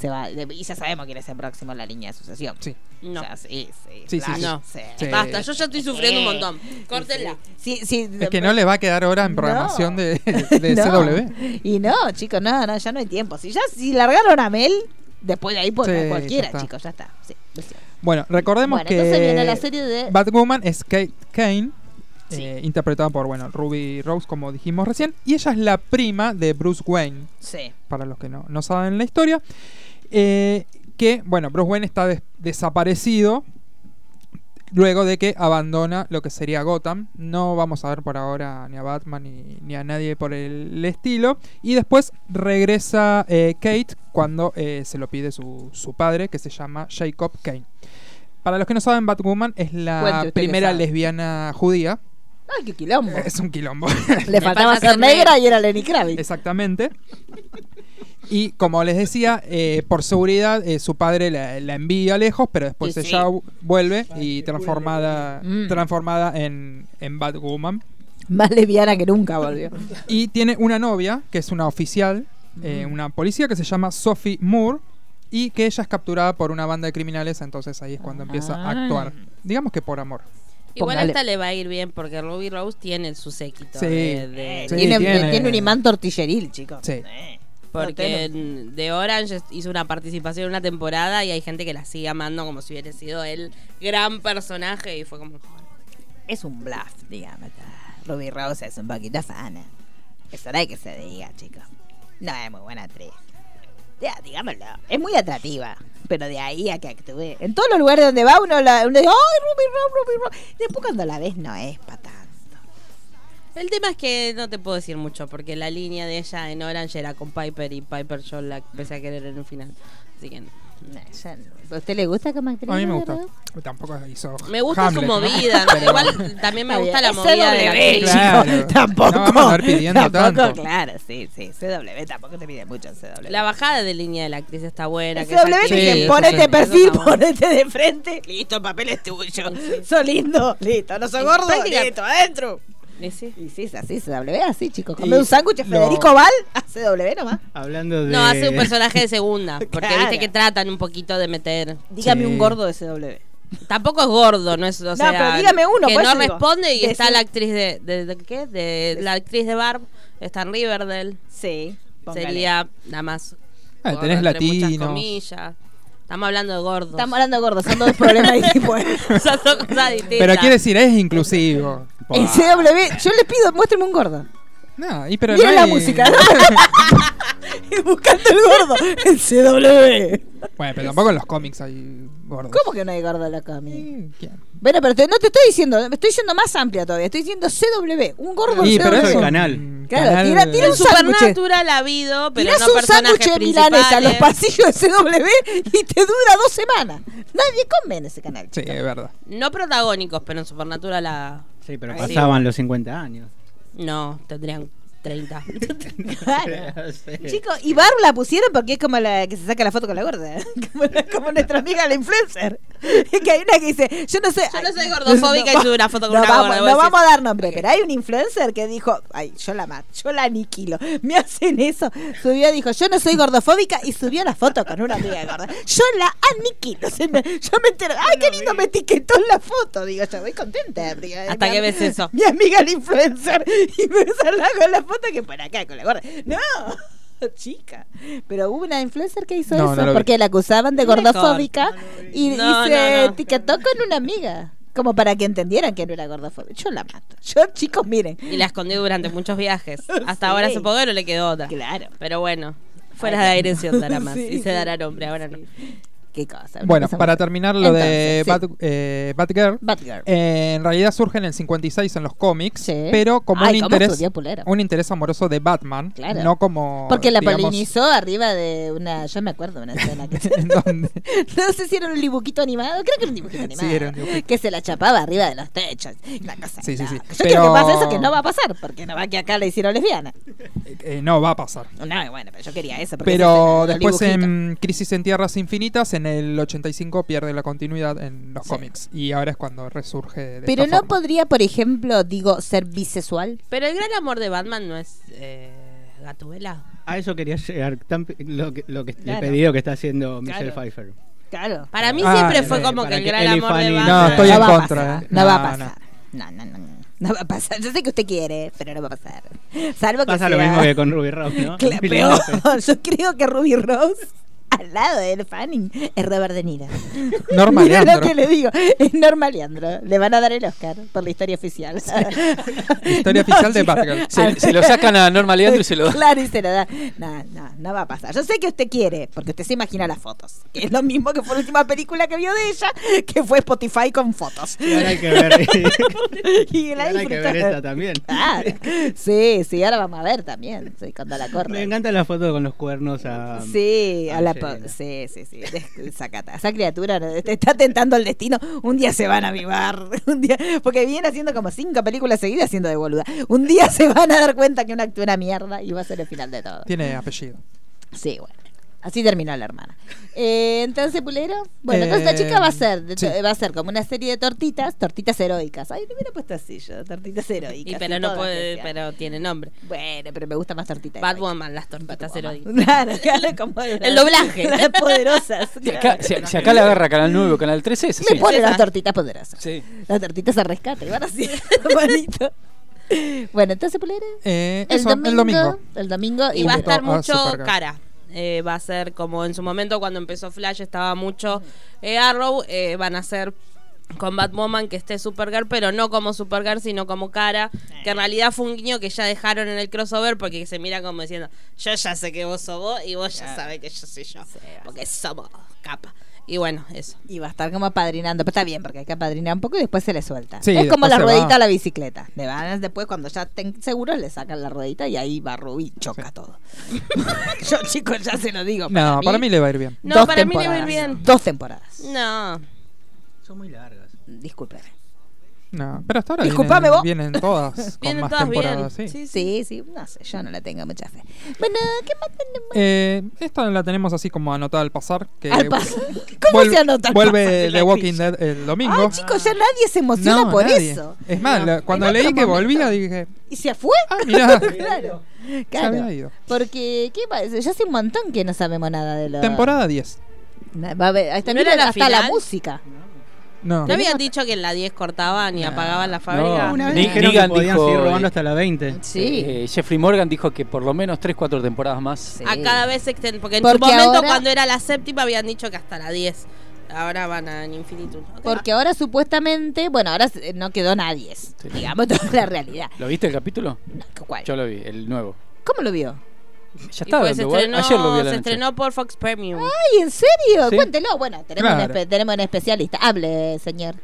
Speaker 3: se va. Y ya sabemos quién es el próximo en la línea de sucesión. Sí.
Speaker 6: No.
Speaker 3: O sea, sí, sí.
Speaker 7: Sí, sí,
Speaker 3: flash,
Speaker 7: sí.
Speaker 3: no.
Speaker 7: Sí.
Speaker 6: Basta, yo ya estoy sufriendo un montón. Córtenla.
Speaker 3: Sí, sí.
Speaker 7: Es que no le va a quedar hora en programación de, de
Speaker 3: No.
Speaker 7: CW.
Speaker 3: Y no, chicos, no, no, ya no hay tiempo. Si ya si largaron a Mel, después de ahí por
Speaker 7: Sí, ya
Speaker 3: cualquiera,
Speaker 7: está.
Speaker 3: chicos, ya está. Sí, lo siento.
Speaker 7: Bueno, recordemos
Speaker 3: Bueno,
Speaker 7: que
Speaker 3: entonces viene la serie de-
Speaker 7: Batwoman es Kate Kane, eh, interpretada por bueno Ruby Rose, como dijimos recién, y ella es la prima de Bruce Wayne,
Speaker 3: Sí.
Speaker 7: para los que no, no saben la historia. eh, que, bueno, Bruce Wayne está des- desaparecido luego de que abandona lo que sería Gotham. No vamos a ver por ahora ni a Batman ni, ni a nadie por el estilo. Y después regresa eh, Kate cuando eh, se lo pide su, su padre, que se llama Jacob Kane. Para los que no saben, Batwoman es
Speaker 3: Cuente
Speaker 7: la
Speaker 3: usted que
Speaker 7: primera
Speaker 3: sabe.
Speaker 7: lesbiana judía.
Speaker 3: Ay, qué quilombo.
Speaker 7: Es un quilombo.
Speaker 3: Le faltaba ser negra y era Lenny Kravitz.
Speaker 7: Exactamente. Y como les decía, eh, por seguridad, eh, su padre la, la envía lejos, pero después
Speaker 3: Sí, sí.
Speaker 7: ella vu- vuelve y transformada,
Speaker 6: Mm.
Speaker 7: transformada en, en Batwoman.
Speaker 3: Más lesbiana que nunca volvió.
Speaker 7: Y tiene una novia, que es una oficial, eh,
Speaker 6: Mm.
Speaker 3: Ujú.
Speaker 7: una policía que se llama Sophie Moore, y que ella es capturada por una banda de criminales, entonces ahí es cuando empieza a actuar. Digamos que por amor.
Speaker 6: Ah. Igual a
Speaker 7: Póngale.
Speaker 6: esta le va a ir bien porque Ruby Rose tiene su séquito.
Speaker 7: Sí.
Speaker 6: de- de-
Speaker 7: Eh,
Speaker 3: Sí, tiene, tiene un imán tortilleril, chicos.
Speaker 7: Sí.
Speaker 6: Porque en- de Orange hizo una participación en una temporada y hay gente que la sigue amando como si hubiera sido el gran personaje y fue como...
Speaker 3: Es un bluff, digamos. Ruby Rose es un poquito fana. Eso no hay que se diga, chicos. No es muy buena actriz. Ya, digámoslo. Es muy atractiva. Pero de ahí a que actúe. En todos los lugares donde va uno la. uno dice, ¡Ay, Ruby Rose, Ruby Rose! Después cuando la ves no es para tanto.
Speaker 6: El tema es que no te puedo decir mucho porque la línea de ella en Orange era con Piper y Piper yo la empecé a querer en un final. Así que no.
Speaker 3: ¿A usted le gusta como actriz?
Speaker 7: A mí me
Speaker 3: Ruby
Speaker 7: gusta.
Speaker 3: Rose?
Speaker 7: Tampoco hizo
Speaker 6: Me gusta su
Speaker 7: Hamlet, ¿no?
Speaker 6: movida,
Speaker 7: Pero-
Speaker 6: igual también me
Speaker 3: Está
Speaker 6: gusta la
Speaker 3: bien, es
Speaker 6: movida de
Speaker 3: CW,
Speaker 6: la actriz.
Speaker 7: Claro.
Speaker 3: Tampoco.
Speaker 7: No vamos a andar pidiendo
Speaker 3: tampoco,
Speaker 7: tanto.
Speaker 3: claro, sí, sí. CW tampoco te pide mucho en CW.
Speaker 6: La bajada de línea de la actriz está buena.
Speaker 3: El
Speaker 6: que esa
Speaker 3: CW
Speaker 6: actriz-
Speaker 3: dice,
Speaker 6: Sí,
Speaker 3: ponete
Speaker 6: eso sí.
Speaker 3: perfil,
Speaker 6: Eso está bueno.
Speaker 3: ponete de frente. Listo, el papel es tuyo. Sos lindo, listo. No sos
Speaker 6: Y
Speaker 3: gordo,
Speaker 6: práctica-
Speaker 3: listo, adentro.
Speaker 6: Y sí.
Speaker 3: es así, CW así, chicos.
Speaker 5: Y
Speaker 3: Come un sándwich, a
Speaker 5: lo-
Speaker 3: Federico Val, ah. a CW nomás.
Speaker 5: Hablando de.
Speaker 6: No, hace un personaje de segunda. Porque
Speaker 3: Claro.
Speaker 6: viste que tratan un poquito de meter.
Speaker 3: Dígame un gordo de CW.
Speaker 6: Tampoco es gordo, no es. O
Speaker 3: No,
Speaker 6: sea,
Speaker 3: pero dígame uno,
Speaker 6: Que
Speaker 3: por
Speaker 6: no
Speaker 3: eso digo.
Speaker 6: responde y
Speaker 3: De
Speaker 6: está
Speaker 3: su-
Speaker 6: la actriz de, de, de- ¿Qué? De, la actriz de Barb. Está en Riverdale.
Speaker 3: Sí. póngale.
Speaker 6: Sería nada más.
Speaker 7: Ah,
Speaker 6: gordo,
Speaker 7: tenés
Speaker 6: entre muchas
Speaker 7: latinos.
Speaker 6: comillas. Estamos hablando de gordos.
Speaker 3: Estamos hablando de gordos, son dos problemas distintos.
Speaker 6: Son dos cosas distintas.
Speaker 7: Pero quiere decir, es inclusivo.
Speaker 3: En CW, yo les pido, muéstreme un gordo.
Speaker 7: No, y pero
Speaker 3: Miren
Speaker 7: no
Speaker 3: la
Speaker 7: hay-
Speaker 3: música. Y Buscando el gordo. En CW.
Speaker 7: Bueno, pero tampoco en los cómics hay gordos.
Speaker 3: ¿Cómo que no hay gordo en la cami?
Speaker 7: ¿quién?
Speaker 3: Bueno, pero te- no te estoy diciendo, me estoy yendo más amplia todavía. Estoy diciendo CW, un gordo
Speaker 7: Sí,
Speaker 3: en
Speaker 7: pero
Speaker 3: CW.
Speaker 7: eso-
Speaker 5: canal.
Speaker 3: Claro,
Speaker 7: Canal-
Speaker 3: tira, tira
Speaker 6: En
Speaker 3: un sándwich.
Speaker 6: Supernatural ha habido, pero
Speaker 3: Tirás
Speaker 6: no
Speaker 3: un
Speaker 6: personajes
Speaker 3: sándwich de
Speaker 6: principales.
Speaker 3: milanesa a los pasillos de CW y te dura dos semanas. Nadie come en ese canal.
Speaker 7: Sí, es verdad.
Speaker 6: No protagónicos, pero en Supernatural la.
Speaker 5: Sí, pero
Speaker 6: Ahí
Speaker 5: pasaban los 50 años.
Speaker 6: No, tendrían 30.
Speaker 3: Claro.
Speaker 5: Sí.
Speaker 3: Chicos, y Barb la pusieron porque es como la que se saca la foto con la gorda. Como, la- como nuestra amiga la influencer. Es que hay una que dice, yo no sé.
Speaker 6: Yo no soy
Speaker 3: No,
Speaker 6: gordofóbica y
Speaker 3: va-
Speaker 6: tuve una foto con
Speaker 3: no
Speaker 6: una
Speaker 3: vamos,
Speaker 6: gorda.
Speaker 3: No
Speaker 6: vos decís,
Speaker 3: vamos a dar nombre, pero hay un influencer que dijo, ay, yo la mato, yo la aniquilo, me hacen eso. Subió, dijo, yo no soy gordofóbica y subió la foto con una amiga gorda. Yo la aniquilo. se me- yo me entero, ay, qué lindo, me etiquetó en la foto. Digo, yo voy contenta. digo,
Speaker 6: Hasta
Speaker 3: mi
Speaker 6: que
Speaker 3: am-
Speaker 6: ves eso.
Speaker 3: Mi amiga la influencer y me salga con la foto que por acá, con la gorda. No. Chica, pero hubo una influencer que hizo
Speaker 7: No,
Speaker 3: eso
Speaker 7: no lo vi.
Speaker 3: porque la acusaban de
Speaker 6: No le
Speaker 3: gordofóbica y, y
Speaker 6: No,
Speaker 3: se
Speaker 6: no, no.
Speaker 3: etiquetó con una amiga. Como para que entendieran que no era gordofóbica. Yo la mato. Yo, chicos, miren.
Speaker 6: Y la escondí durante muchos viajes. Hasta
Speaker 3: Sí.
Speaker 6: ahora hace poco no le quedó otra.
Speaker 3: Claro.
Speaker 6: Pero bueno, fuera
Speaker 3: Ahí
Speaker 6: de
Speaker 3: está.
Speaker 6: dirección dará más.
Speaker 3: Sí,
Speaker 6: y se
Speaker 3: sí.
Speaker 6: dará nombre, ahora no.
Speaker 3: Qué cosa. una
Speaker 7: Bueno,
Speaker 3: cosa
Speaker 7: para
Speaker 3: muy-
Speaker 7: terminar lo de
Speaker 3: Entonces,
Speaker 7: Bat,
Speaker 3: sí.
Speaker 7: eh, Batgirl.
Speaker 3: Batgirl.
Speaker 7: eh, en realidad surge en el 56 en los cómics,
Speaker 3: Sí.
Speaker 7: pero como
Speaker 3: Ay,
Speaker 7: un
Speaker 3: cómo
Speaker 7: interés
Speaker 3: estudió Pulero.
Speaker 7: un interés amoroso de Batman,
Speaker 3: Claro.
Speaker 7: no como
Speaker 3: Porque la
Speaker 7: digamos,
Speaker 3: polinizó arriba de una. Yo me acuerdo de una escena que. no sé si era un dibujito animado. Creo que era un dibujito animado.
Speaker 7: era un dibujito.
Speaker 3: Que se la chapaba arriba de los techos. Una cosa.
Speaker 7: Sí, sí, sí.
Speaker 3: Yo
Speaker 7: Pero-
Speaker 3: quiero que pase eso que no va a pasar. Porque no va que acá la hicieron lesbiana.
Speaker 7: eh, no va a pasar.
Speaker 3: No, bueno, pero yo quería eso. porque
Speaker 7: Pero
Speaker 3: esa escena, los
Speaker 7: después
Speaker 3: dibujitos.
Speaker 7: en Crisis en Tierras Infinitas en el 85 pierde la continuidad en los cómics y ahora es cuando resurge de
Speaker 3: Pero
Speaker 7: esta
Speaker 3: no
Speaker 7: forma.
Speaker 3: podría, por ejemplo, digo, ser bisexual.
Speaker 6: Pero el gran amor de Batman no es eh, Gatubela.
Speaker 5: A eso quería llegar. tan pe- lo que, lo que
Speaker 6: Claro.
Speaker 5: el pedido que está haciendo Michelle
Speaker 6: Claro.
Speaker 5: Pfeiffer.
Speaker 3: Claro.
Speaker 6: Para mí
Speaker 5: Ah,
Speaker 6: siempre
Speaker 5: eh,
Speaker 6: fue como
Speaker 5: para
Speaker 6: que el
Speaker 5: que
Speaker 6: gran
Speaker 5: Eli
Speaker 6: amor de
Speaker 5: Fanning-
Speaker 6: Batman.
Speaker 7: No, estoy en
Speaker 3: va a
Speaker 7: contra,
Speaker 3: pasar,
Speaker 7: eh.
Speaker 3: No, va a
Speaker 7: No, no.
Speaker 3: pasar. No, no, no, no. No va a pasar. Yo sé que usted quiere, pero no va a pasar. Salvo que
Speaker 5: Pasa lo
Speaker 3: sea-
Speaker 5: mismo que con Ruby Rose, ¿no?
Speaker 3: Cla-
Speaker 5: Mil
Speaker 3: peor.
Speaker 5: veces.
Speaker 3: Yo creo que Ruby Rose al lado de Elle Fanning es Robert De Niro.
Speaker 7: Norma
Speaker 3: Mira lo
Speaker 7: Leandro.
Speaker 3: que le digo. Es Norma Leandro. Le van a dar el Oscar por la historia oficial.
Speaker 7: Historia
Speaker 3: No,
Speaker 7: oficial de
Speaker 3: chico.
Speaker 7: Batgirl.
Speaker 4: Se, se lo sacan a Norma Leandro y se lo dan.
Speaker 3: Claro, y se lo da. No, no, no va a pasar. Yo sé que usted quiere, porque usted se imagina las fotos. Que es lo mismo que fue la última película que vio de ella, que fue Spotify con fotos.
Speaker 5: Y ahora hay que ver.
Speaker 3: y
Speaker 5: y
Speaker 3: la
Speaker 5: ahora hay que ver
Speaker 3: disfruta.
Speaker 5: esta también.
Speaker 3: Claro. Sí, sí, ahora vamos a ver también. Sí, cuando la
Speaker 5: Me
Speaker 3: corre.
Speaker 5: encanta la foto con los cuernos a.
Speaker 3: Sí, a la
Speaker 5: Angelina.
Speaker 3: po- sí, sí, sí. des- sacata. Esa criatura no- te está tentando el destino. Un día se van a avivar. Un día, porque viene haciendo como cinco películas seguidas haciendo de boluda. Un día se van a dar cuenta que uno actúa una mierda y va a ser el final de todo.
Speaker 7: Tiene apellido.
Speaker 3: Sí, bueno. Así terminó la hermana. Eh, entonces, Pulero. Bueno,
Speaker 7: Eh,
Speaker 3: entonces esta chica va a ser de to-
Speaker 7: sí.
Speaker 3: va a ser como una serie de tortitas, tortitas heroicas. Ay, me hubiera puesto así yo, tortitas heroicas.
Speaker 6: Y pero
Speaker 3: y
Speaker 6: no
Speaker 3: todas
Speaker 6: puede,
Speaker 3: decían.
Speaker 6: pero tiene nombre.
Speaker 3: Bueno, pero me gusta más tortita.
Speaker 6: Batwoman, las tortitas heroicas.
Speaker 3: Claro, claro, como
Speaker 6: El doblaje.
Speaker 3: Las poderosas.
Speaker 4: Si acá, si- si acá la agarra Canal 9 o Canal 13, es
Speaker 3: Me
Speaker 4: así.
Speaker 3: pone las tortitas poderosas.
Speaker 4: Sí.
Speaker 3: Las tortitas a rescate, van así, bonito. Bueno, entonces, Pulera.
Speaker 7: Eh,
Speaker 3: El,
Speaker 7: eso,
Speaker 3: domingo,
Speaker 7: el domingo. Ah,
Speaker 3: El domingo.
Speaker 6: Y va a
Speaker 3: ah,
Speaker 6: estar
Speaker 7: Junto a
Speaker 6: mucho
Speaker 7: Supergirl.
Speaker 6: cara. Eh, va a ser como en su momento cuando empezó Flash estaba mucho eh, Arrow. eh, van a ser con Batwoman que esté Supergirl, pero no como Supergirl, sino como cara. Que en realidad fue un guiño que ya dejaron en el crossover porque se mira como diciendo, yo ya sé que vos sos vos y vos ya sabés que yo soy yo. Porque somos capa. Y bueno, eso.
Speaker 3: Y va a estar como apadrinando. Pero está bien, porque hay que apadrinar un poco y después se le suelta.
Speaker 7: Sí,
Speaker 3: es como
Speaker 7: después
Speaker 3: la
Speaker 7: se
Speaker 3: ruedita
Speaker 7: va.
Speaker 3: a la bicicleta. Le van, después, cuando ya estén seguros, le sacan la ruedita y ahí va Rubí, choca todo. Yo, chicos, ya se lo digo.
Speaker 7: No, para mí le va a ir bien.
Speaker 6: No,
Speaker 3: dos
Speaker 6: para mí le va a ir
Speaker 3: temporadas.
Speaker 6: bien.
Speaker 3: Dos temporadas.
Speaker 6: No.
Speaker 5: Son muy largas.
Speaker 3: Disculpe.
Speaker 7: No, pero hasta ahora
Speaker 3: Disculpame
Speaker 7: vienen, vienen
Speaker 3: vos.
Speaker 7: todas con
Speaker 6: Vienen
Speaker 7: más
Speaker 6: todas bien.
Speaker 7: temporadas. sí.
Speaker 6: Sí, sí.
Speaker 3: Sí, sí, no sé, yo no la tengo mucha fe. Bueno, ¿qué más tenemos?
Speaker 7: Eh, esta la tenemos así como anotada al pasar. Que
Speaker 3: Al pas- ¿Cómo
Speaker 7: vuelve,
Speaker 3: se anota al pasar
Speaker 7: Vuelve
Speaker 3: en la
Speaker 7: The Walking
Speaker 3: grilla?
Speaker 7: Dead el domingo.
Speaker 3: Ay, chicos, ya nadie se emociona por
Speaker 7: nadie.
Speaker 3: eso.
Speaker 7: Es más,
Speaker 3: No.
Speaker 7: la- cuando
Speaker 3: En
Speaker 7: leí
Speaker 3: otro
Speaker 7: que
Speaker 3: momento.
Speaker 7: volvía dije,
Speaker 3: ¿Y se fue?
Speaker 7: Ah, mirá.
Speaker 3: claro.
Speaker 7: ya había
Speaker 3: Claro.
Speaker 7: ido.
Speaker 3: Porque ¿qué pasa? ya hace un montón que no sabemos nada de lo.
Speaker 7: Temporada 10.
Speaker 3: Na- Va a haber, hasta
Speaker 6: ¿No era
Speaker 3: mira,
Speaker 6: la
Speaker 3: hasta la
Speaker 6: final?
Speaker 3: música.
Speaker 7: No.
Speaker 6: ¿No habían dicho que en la 10 cortaban y apagaban la fábrica?
Speaker 4: No.
Speaker 5: Una vez
Speaker 4: Ni-
Speaker 5: dijeron que
Speaker 4: Negan
Speaker 5: podían
Speaker 4: dijo-
Speaker 5: seguir robando hasta la 20.
Speaker 3: Sí.
Speaker 4: Eh, Jeffrey Morgan dijo que por lo menos 3-4 temporadas más.
Speaker 3: Sí.
Speaker 6: A cada vez se extend- Porque en su
Speaker 3: Porque
Speaker 6: momento,
Speaker 3: ahora-
Speaker 6: cuando era la séptima, habían dicho que hasta la 10. Ahora van a Ah, en infinitum. Ok.
Speaker 3: Porque ahora supuestamente, bueno, ahora eh, no quedó nadie, digamos toda la realidad.
Speaker 4: ¿Lo viste el capítulo?
Speaker 3: No, ¿cuál?
Speaker 4: Yo lo vi, el nuevo.
Speaker 3: ¿Cómo lo vio?
Speaker 4: Ya
Speaker 6: Y
Speaker 4: está
Speaker 6: pues se
Speaker 4: dando vuel-
Speaker 6: estrenó,
Speaker 4: Ayer lo vi a la
Speaker 6: se
Speaker 4: noche.
Speaker 6: estrenó por Fox Premium.
Speaker 3: Ay, ¿en serio?
Speaker 4: Sí.
Speaker 3: Cuéntelo. Bueno, tenemos,
Speaker 7: Claro.
Speaker 3: un espe- tenemos un especialista. Hable, señor.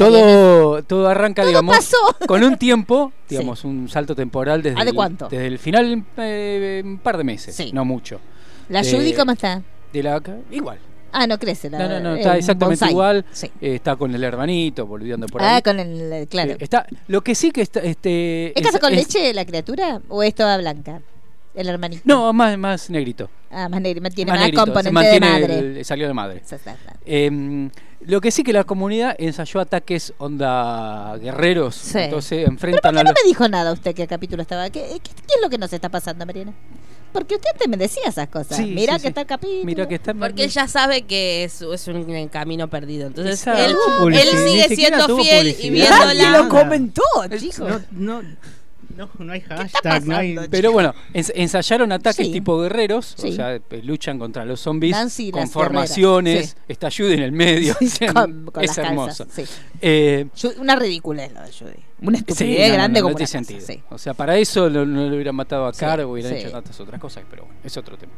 Speaker 4: Todo, todo arranca, digamos,
Speaker 3: pasó.
Speaker 4: con un tiempo, digamos, un salto temporal desde,
Speaker 3: ¿Ah, de
Speaker 4: el,
Speaker 3: cuánto?
Speaker 4: desde el final, eh, un par de meses,
Speaker 3: Sí.
Speaker 4: no mucho.
Speaker 3: ¿La
Speaker 4: Eh,
Speaker 3: Judy cómo está?
Speaker 4: De la, igual,
Speaker 3: Ah, no crece. La,
Speaker 4: no, no, no,
Speaker 3: eh,
Speaker 4: está exactamente
Speaker 3: bonsai.
Speaker 4: igual,
Speaker 3: Sí.
Speaker 4: eh, está con el hermanito, volviendo por
Speaker 3: Ah,
Speaker 4: ahí.
Speaker 3: con el. eh, Claro.
Speaker 4: Eh, está, lo que sí que está... Este,
Speaker 3: ¿Es casa con
Speaker 4: es-
Speaker 3: leche la criatura o es toda blanca? El hermanito.
Speaker 4: No, más, más negrito.
Speaker 3: Ah, más negro. Tiene
Speaker 4: más
Speaker 3: más,
Speaker 4: negrito, se
Speaker 3: componente de
Speaker 4: mantiene
Speaker 3: madre.
Speaker 4: el- eh, salió de madre.
Speaker 3: Sa, sa, sa.
Speaker 4: Eh, lo que sí que la comunidad ensayó ataques onda guerreros.
Speaker 3: Sí.
Speaker 4: Entonces
Speaker 3: Pero ¿por
Speaker 4: enfrentan
Speaker 3: qué
Speaker 4: a
Speaker 3: no
Speaker 4: los...
Speaker 3: me dijo nada usted que el capítulo estaba? ¿Qué, qué, qué es lo que nos está pasando, Mariana? Porque usted antes me decía esas cosas.
Speaker 4: Sí,
Speaker 3: Mirá
Speaker 4: sí,
Speaker 3: que
Speaker 4: sí.
Speaker 3: está el capítulo.
Speaker 4: Mira que está
Speaker 6: Porque él ya sabe que es, es un eh, camino perdido. Entonces,
Speaker 4: Esa-
Speaker 6: él,
Speaker 5: Tuvo
Speaker 6: él
Speaker 5: publicidad, ni
Speaker 6: sigue
Speaker 5: siquiera
Speaker 6: siendo
Speaker 5: tuvo
Speaker 6: fiel y
Speaker 5: publicidad.
Speaker 3: Nadie lo
Speaker 5: Nada.
Speaker 6: viéndola.
Speaker 3: comentó, chicos.
Speaker 5: No, no, no, no hay hashtag, no hay.
Speaker 3: pasando,
Speaker 4: Pero bueno, ens- ensayaron ataques
Speaker 3: Sí.
Speaker 4: tipo guerreros,
Speaker 3: Sí.
Speaker 4: o sea, eh, luchan contra los zombies
Speaker 3: Nancy,
Speaker 4: con
Speaker 3: las
Speaker 4: formaciones,
Speaker 3: guerreras,
Speaker 4: está ayuda en el medio. o sea,
Speaker 3: con, con
Speaker 4: es
Speaker 3: las
Speaker 4: hermoso.
Speaker 3: calzas. Sí.
Speaker 4: Eh,
Speaker 3: Yo- Una ridícula es lo de Judy. Una
Speaker 4: sí,
Speaker 3: estupidez
Speaker 4: no, no,
Speaker 3: grande
Speaker 4: no, no
Speaker 3: como una
Speaker 4: tiene
Speaker 3: casa,
Speaker 4: sentido.
Speaker 3: sí.
Speaker 4: O sea, para eso lo- no le hubieran matado a
Speaker 3: Sí,
Speaker 4: Cargo hubieran
Speaker 3: sí.
Speaker 4: hecho tantas otras cosas, pero bueno, es otro tema.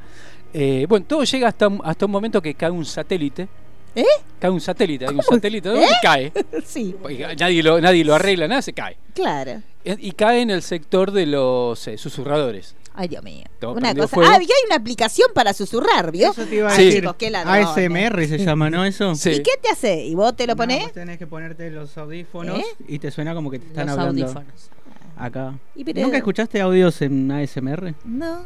Speaker 4: Eh, bueno, todo llega hasta, un- hasta un momento que cae un satélite.
Speaker 3: ¿Eh?
Speaker 4: Cae un satélite, hay un
Speaker 3: ¿Cómo?
Speaker 4: satélite
Speaker 3: ¿Eh?
Speaker 4: y cae.
Speaker 3: Sí,
Speaker 4: Y Nadie lo, nadie lo arregla, nada, se cae.
Speaker 3: claro.
Speaker 4: Eh, Y cae en el sector de los eh, susurradores.
Speaker 3: Ay, Dios mío.
Speaker 4: Todo
Speaker 3: una
Speaker 4: prendido
Speaker 3: cosa.
Speaker 4: fuego.
Speaker 3: Ah, y hay una aplicación para susurrar, ¿vio?
Speaker 5: Eso te iba a
Speaker 4: Sí.
Speaker 5: decir.
Speaker 3: Chicos, qué ladrones.
Speaker 5: ASMR se llama, ¿no? Eso.
Speaker 4: Sí.
Speaker 3: ¿Y qué te hace? ¿Y vos te lo
Speaker 5: No,
Speaker 3: ponés?
Speaker 5: vos tenés que ponerte los audífonos
Speaker 3: ¿Eh?
Speaker 5: y te suena como que te están
Speaker 6: Los
Speaker 5: hablando
Speaker 6: audífonos.
Speaker 5: acá.
Speaker 3: Y pero-
Speaker 5: ¿Nunca escuchaste audios en ASMR?
Speaker 3: No.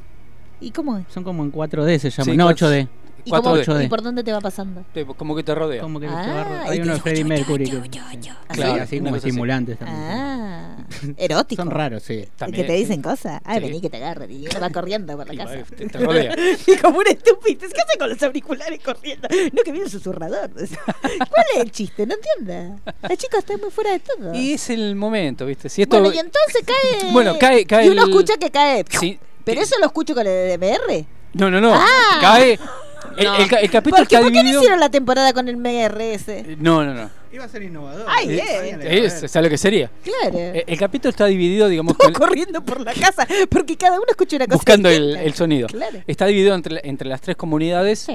Speaker 3: ¿Y cómo es?
Speaker 5: Son como en 4D se llaman,
Speaker 4: Sí,
Speaker 5: no
Speaker 4: con-
Speaker 5: 8D.
Speaker 3: ¿Y,
Speaker 4: 4D.
Speaker 3: cómo,
Speaker 5: 4D.
Speaker 3: ¿Y por dónde te va pasando?
Speaker 4: Te- Como que pues, te rodea.
Speaker 5: Como que
Speaker 3: Ah,
Speaker 5: te va a ro-
Speaker 3: y
Speaker 5: hay
Speaker 3: te
Speaker 5: uno de
Speaker 3: digo,
Speaker 5: Freddie
Speaker 3: yo,
Speaker 5: Mercury.
Speaker 3: yo,
Speaker 5: que-
Speaker 3: yo, yo.
Speaker 5: sí.
Speaker 4: Claro,
Speaker 5: así
Speaker 4: una
Speaker 5: como
Speaker 4: cosa así.
Speaker 5: estimulantes también.
Speaker 3: Ah. erótico.
Speaker 5: Son raros, sí.
Speaker 3: que te dicen cosas. Ay, vení que te agarre. Y uno va corriendo por la casa.
Speaker 4: este, Te, te rodea.
Speaker 3: Y como un estúpido. ¿Qué hace con los auriculares corriendo? No, que viene un susurrador. ¿Cuál es el chiste? No entiendo. La chica está muy fuera de todo.
Speaker 4: Y es el momento, ¿viste? Si esto...
Speaker 3: bueno, y entonces cae.
Speaker 4: Bueno, cae- cae
Speaker 3: Y uno
Speaker 4: el-
Speaker 3: escucha que cae.
Speaker 4: Sí.
Speaker 3: Pero eso lo escucho con el DMR.
Speaker 4: No, no, no.
Speaker 3: Ah.
Speaker 4: Cae. El, el ca- el capítulo
Speaker 3: ¿Por qué, ¿Por qué
Speaker 4: está
Speaker 3: no
Speaker 4: dividido. Eh,
Speaker 3: hicieron la temporada con el MRS?
Speaker 4: No, no, no.
Speaker 5: Iba a ser innovador.
Speaker 3: Ay,
Speaker 5: Eh,
Speaker 3: bien.
Speaker 4: Es, o sea, lo que sería.
Speaker 3: Claro.
Speaker 4: El, el capítulo está dividido, digamos, con-
Speaker 3: Eh. corriendo por la casa porque cada uno escucha una cosa.
Speaker 4: buscando el,
Speaker 3: distinta.
Speaker 4: el sonido.
Speaker 3: Claro.
Speaker 4: Está dividido entre, entre las tres comunidades
Speaker 3: Sí.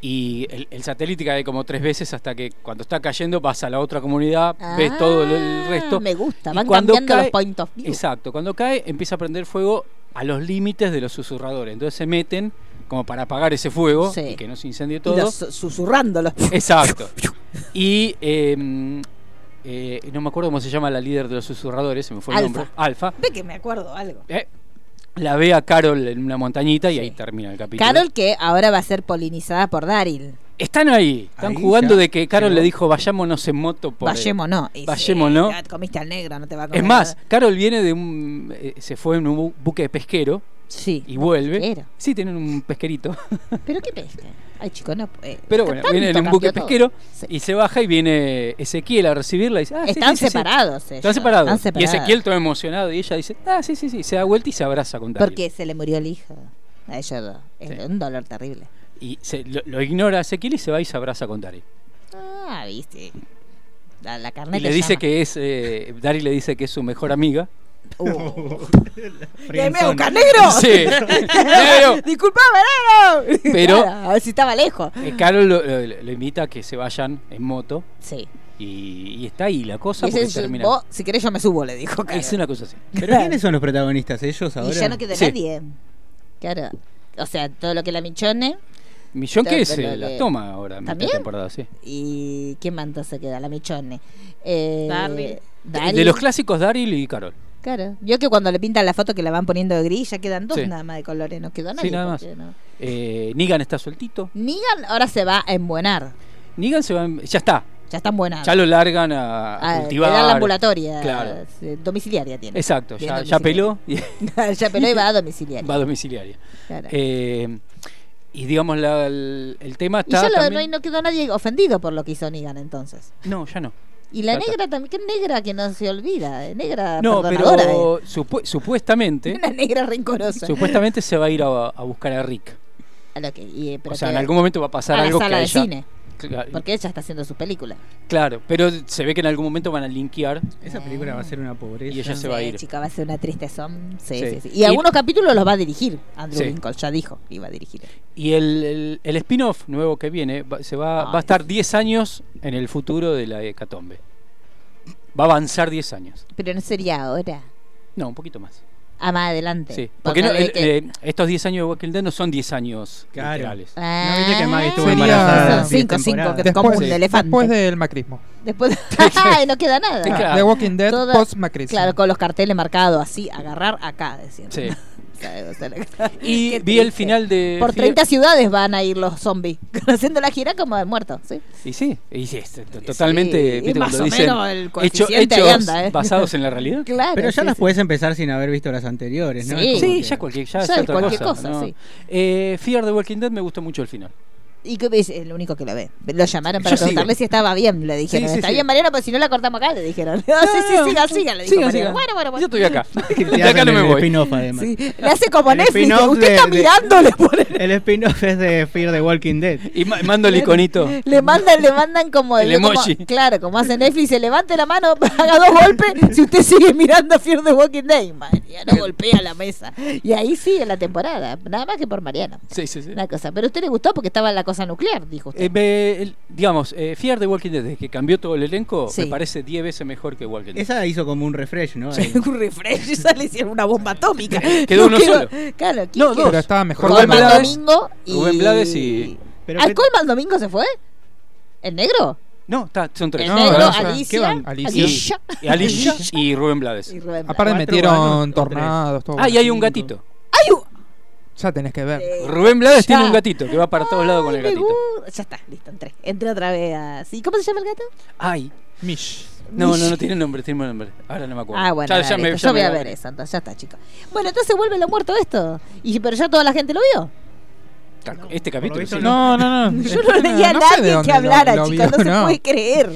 Speaker 4: y el, el satélite cae como tres veces hasta que cuando está cayendo vas a la otra comunidad, ves todo el, el resto.
Speaker 3: Ah, Me gusta,
Speaker 4: Y
Speaker 3: van
Speaker 4: cuando
Speaker 3: cambiando
Speaker 4: cae-
Speaker 3: los point of view.
Speaker 4: Exacto, cuando cae empieza a prender fuego a los límites de los susurradores. Entonces se meten como para apagar ese fuego
Speaker 3: Sí.
Speaker 4: y que no se incendie
Speaker 3: Y
Speaker 4: todo.
Speaker 3: los su- susurrándolos.
Speaker 4: Exacto. Y eh, eh, no me acuerdo cómo se llama la líder de los susurradores, se me fue el
Speaker 3: Alfa.
Speaker 4: nombre. Alfa.
Speaker 3: Ve que me acuerdo algo.
Speaker 4: Eh, la ve a Carol en una montañita y ahí termina el capítulo.
Speaker 3: Carol que ahora va a ser polinizada por Daryl.
Speaker 4: Están ahí, están
Speaker 3: Ahí
Speaker 4: jugando
Speaker 3: ya
Speaker 4: de que Carol
Speaker 3: llegó.
Speaker 4: le dijo vayámonos en moto por... eh,
Speaker 3: Vayémonos. Y sí,
Speaker 4: Vayémonos.
Speaker 3: ya comiste al negro, no te va a comer.
Speaker 4: Es más,
Speaker 3: nada.
Speaker 4: Carol viene de un... eh, se fue en un bu- buque de pesquero.
Speaker 3: Sí.
Speaker 4: Y vuelve.
Speaker 3: pesquero.
Speaker 4: Sí, tienen un pesquerito.
Speaker 3: ¿Pero qué pesca? Ay, chico, no. eh,
Speaker 4: Pero bueno,
Speaker 3: tanto
Speaker 4: viene en un
Speaker 3: cambió
Speaker 4: buque
Speaker 3: todo.
Speaker 4: pesquero y se baja y viene Ezequiel a recibirla y dice... "Ah, sí,
Speaker 3: Están
Speaker 4: sí, sí, sí".
Speaker 3: separados ellos,
Speaker 4: Están separados.
Speaker 3: están separados.
Speaker 4: Y Ezequiel todo emocionado y ella dice... Ah, sí, sí, sí. Se da vuelta y se abraza con Daryl.
Speaker 3: Porque se le murió el hijo. A ellos dos. Es un dolor terrible.
Speaker 4: Y se- lo, lo ignora Ezequiel y se va y se abraza con Daryl.
Speaker 3: Ah, viste. La, la
Speaker 4: Y
Speaker 3: carne
Speaker 4: le
Speaker 3: te
Speaker 4: dice
Speaker 3: llama.
Speaker 4: que es... eh, Daryl le dice que es su mejor amiga.
Speaker 3: Uh. ¡Que me busca negro!
Speaker 4: Sí. Negro.
Speaker 3: ¡Disculpame, negro!
Speaker 4: Pero-
Speaker 3: Claro, a ver si estaba lejos.
Speaker 4: Eh, Carol lo, lo- lo invita a que se vayan en moto.
Speaker 3: Sí.
Speaker 4: Y, y está ahí la cosa
Speaker 3: Dice,
Speaker 4: porque
Speaker 3: "Yo-
Speaker 4: termina.
Speaker 3: vos, si querés, yo me subo, le dijo. Claro.
Speaker 4: Es una cosa así.
Speaker 5: ¿Pero quiénes son los protagonistas? ¿Ellos ahora?
Speaker 3: Y ya no queda
Speaker 4: Sí.
Speaker 3: nadie. Claro. O sea, todo lo que la Michone.
Speaker 4: Millón
Speaker 3: Todo
Speaker 4: que se
Speaker 3: lo que-
Speaker 4: la eh, toma ahora en esta
Speaker 3: ¿También?
Speaker 4: temporada, sí.
Speaker 3: ¿Y quién más entonces queda? La Michone. Eh,
Speaker 6: Daryl.
Speaker 3: Daryl.
Speaker 4: De los clásicos Daryl y Carol.
Speaker 3: Claro. Vio que cuando le pintan la foto que la van poniendo de gris, ya quedan dos
Speaker 4: Sí.
Speaker 3: nada más de colores. No quedó nadie.
Speaker 4: Sí, nada más.
Speaker 3: porque no.
Speaker 4: Eh, Negan está sueltito.
Speaker 3: Negan ahora se va a embuenar.
Speaker 4: Negan se va en- ya está.
Speaker 3: Ya está embuenado.
Speaker 4: Ya lo largan a, a
Speaker 3: Ah, le
Speaker 4: cultivar.
Speaker 3: dan la ambulatoria.
Speaker 4: Claro.
Speaker 3: eh, Domiciliaria tiene.
Speaker 4: Exacto,
Speaker 3: Tiene
Speaker 4: ya, ya peló y
Speaker 3: domiciliaria. ya peló y va a domiciliaria.
Speaker 4: va a domiciliaria.
Speaker 3: Claro.
Speaker 4: Eh, y digamos, la- el, el tema
Speaker 3: y
Speaker 4: está.
Speaker 3: ya lo- no,
Speaker 4: también-
Speaker 3: no quedó nadie ofendido por lo que hizo Negan entonces.
Speaker 4: no, ya no.
Speaker 3: Y la
Speaker 4: Ya está.
Speaker 3: negra también, que negra que no se olvida, eh, negra
Speaker 4: No,
Speaker 3: perdonadora, eh,
Speaker 4: pero supu- supuestamente.
Speaker 3: una negra rencorosa.
Speaker 4: Supuestamente se va a ir a, a buscar a Rick.
Speaker 3: A lo que- y, eh, pero
Speaker 4: O sea,
Speaker 3: que-
Speaker 4: en algún momento va a pasar
Speaker 3: a la
Speaker 4: algo
Speaker 3: sala
Speaker 4: que
Speaker 3: de
Speaker 4: ella-
Speaker 3: cine.
Speaker 4: Cla-
Speaker 3: Porque ella está haciendo su película.
Speaker 4: Claro, pero se ve que en algún momento van a linkear
Speaker 5: Esa película va a ser una pobreza.
Speaker 4: y ella se va a
Speaker 3: Sí,
Speaker 4: ir.
Speaker 3: Eh, chica, va a ser una tristezón. Sí,
Speaker 4: Sí.
Speaker 3: sí, sí. Y,
Speaker 4: Y-
Speaker 3: algunos capítulos los va a dirigir Andrew
Speaker 4: Sí.
Speaker 3: Lincoln, ya dijo que iba a dirigir.
Speaker 4: Y el, el- el spin-off nuevo que viene va, se va, va a estar 10 años en el futuro de la hecatombe. Va a avanzar 10 años.
Speaker 3: Pero no sería ahora.
Speaker 4: No, un poquito más.
Speaker 3: Ah, más adelante.
Speaker 4: Sí. Porque no,
Speaker 3: Póngale
Speaker 4: el-
Speaker 3: que-
Speaker 4: eh, estos 10 años de Walking Dead no son 10 años
Speaker 5: Claro.
Speaker 4: literales.
Speaker 3: Ah,
Speaker 5: viste que Maggie estuvo
Speaker 7: Sería-
Speaker 5: embarazada.
Speaker 3: Son cinco,
Speaker 5: diez
Speaker 3: cinco,
Speaker 5: temporadas?
Speaker 3: que- como un
Speaker 7: Después-
Speaker 3: elefante.
Speaker 7: Después del macrismo.
Speaker 3: Después no queda nada.
Speaker 7: The Walking Dead
Speaker 3: Toda-
Speaker 7: post-macrismo.
Speaker 3: Claro, con los carteles marcados así, agarrar acá, decían.
Speaker 4: Sí.
Speaker 3: O sea,
Speaker 4: Y
Speaker 3: qué
Speaker 4: vi el
Speaker 3: triste.
Speaker 4: final de.
Speaker 3: Por
Speaker 4: Fear-
Speaker 3: 30 ciudades van a ir los zombies, haciendo la gira como de muerto, ¿sí?
Speaker 4: Y sí, y sí, es t- totalmente.
Speaker 3: y
Speaker 4: ¿viste
Speaker 3: más
Speaker 4: cuando
Speaker 3: o
Speaker 4: dicen
Speaker 3: menos el
Speaker 4: hecho-
Speaker 3: coeficiente ahí
Speaker 4: hechos
Speaker 3: anda, ¿eh?
Speaker 4: basados en la realidad?
Speaker 3: Claro.
Speaker 5: Pero ya
Speaker 3: sí,
Speaker 5: las
Speaker 3: sí.
Speaker 5: puedes empezar sin haber visto las anteriores, ¿no? Es
Speaker 3: Sí.
Speaker 5: como
Speaker 4: Sí,
Speaker 5: que-
Speaker 4: ya cualquier, ya
Speaker 3: Ya
Speaker 4: es
Speaker 3: es
Speaker 4: otra
Speaker 3: cualquier
Speaker 4: cosa,
Speaker 3: cosa,
Speaker 4: ¿no?
Speaker 3: sí.
Speaker 4: Eh, Fear the Walking Dead me gustó mucho el final.
Speaker 3: Y que es el único que lo ve. Lo llamaron para
Speaker 4: Yo
Speaker 3: preguntarle
Speaker 4: sigo.
Speaker 3: si estaba bien, le dijeron.
Speaker 4: Sí, sí,
Speaker 3: Está
Speaker 4: sí.
Speaker 3: bien, Mariano, pues si no la cortamos acá, le dijeron. No, sí, sí,
Speaker 4: no,
Speaker 3: siga, siga, le dijo
Speaker 4: Sigan,
Speaker 3: Mariano.
Speaker 4: sigan.
Speaker 3: Bueno, bueno, bueno.
Speaker 4: Yo estoy acá.
Speaker 5: Te
Speaker 4: De acá
Speaker 5: hacen
Speaker 4: no me
Speaker 5: el
Speaker 4: voy.
Speaker 5: spin-off, además.
Speaker 3: Sí, le hace como
Speaker 5: El
Speaker 3: Netflix.
Speaker 5: spin-off
Speaker 3: Usted
Speaker 5: de-
Speaker 3: está
Speaker 5: de-
Speaker 3: mirándole por el-
Speaker 5: El spin-off es de Fear the Walking Dead.
Speaker 4: Y ma- mando el iconito.
Speaker 3: Le mandan, le mandan como
Speaker 4: El
Speaker 3: como-
Speaker 4: emoji.
Speaker 3: claro, como hace Netflix, se levante la mano, haga dos golpes, si usted sigue mirando Fear the Walking Dead, Mariano golpea la mesa. Y ahí sigue la temporada, nada más que por Mariano.
Speaker 4: Sí, sí, sí.
Speaker 3: Una cosa. Pero a usted le gustó porque estaba la cosa nuclear, dijo usted.
Speaker 4: Eh, ve- el- digamos, eh, Fear the Walking Dead, desde que cambió todo el elenco,
Speaker 3: Sí.
Speaker 4: me parece 10 veces mejor que Walking Dead.
Speaker 5: Esa hizo como un refresh, ¿no? Ahí.
Speaker 3: un refresh y sale si era una bomba atómica.
Speaker 4: Quedó
Speaker 3: No
Speaker 4: uno
Speaker 3: quedó-
Speaker 4: solo.
Speaker 3: Claro, ¿quién
Speaker 4: No,
Speaker 3: quedó?
Speaker 7: Pero estaba mejor
Speaker 4: Rubén
Speaker 7: Colman.
Speaker 3: Colman
Speaker 4: Blades.
Speaker 3: Domingo y...
Speaker 4: Rubén Blades y.
Speaker 5: Pero
Speaker 3: ¿Al
Speaker 5: qué-
Speaker 3: Colman Domingo se fue? ¿El negro?
Speaker 4: No, está, son tres.
Speaker 3: El
Speaker 7: No,
Speaker 3: negro,
Speaker 7: no, no.
Speaker 5: ¿Qué
Speaker 3: Alicia,
Speaker 5: van?
Speaker 7: Alicia.
Speaker 3: Alicia.
Speaker 4: Y Alicia y Rubén Blades.
Speaker 3: Y Rubén Blades.
Speaker 7: Aparte
Speaker 5: Cuatro
Speaker 7: metieron
Speaker 5: vanos,
Speaker 7: tornados, todo. uh.
Speaker 4: Ah, y hay un gatito.
Speaker 3: Ay, u-
Speaker 7: Ya tenés que ver.
Speaker 4: Rubén Blades
Speaker 3: Ya.
Speaker 4: tiene un gatito que va para todos lados con
Speaker 3: Ay,
Speaker 4: el
Speaker 3: me
Speaker 4: gatito.
Speaker 3: gusta. Ya está, listo, entré. Entré otra vez así. ¿Cómo se llama el gato?
Speaker 4: Ay,
Speaker 7: Mish.
Speaker 4: No, no, no tiene nombre, tiene nombre. Ahora no me acuerdo.
Speaker 3: Ah, bueno.
Speaker 4: Ya-
Speaker 3: dale,
Speaker 4: ya me-
Speaker 3: listo.
Speaker 4: ya
Speaker 3: yo
Speaker 4: me
Speaker 3: voy a
Speaker 4: va-
Speaker 3: ver eso, entonces ya está, chicos. Bueno, entonces vuelve lo muerto esto. Y pero ya toda la gente lo vio.
Speaker 4: Este capítulo. sí.
Speaker 7: No, no, no.
Speaker 3: Yo no leía a
Speaker 7: no sé de
Speaker 3: nadie
Speaker 7: dónde
Speaker 3: que
Speaker 7: lo-
Speaker 3: hablara,
Speaker 7: lo
Speaker 3: chicos,
Speaker 7: vio,
Speaker 3: no se
Speaker 7: no.
Speaker 3: puede creer.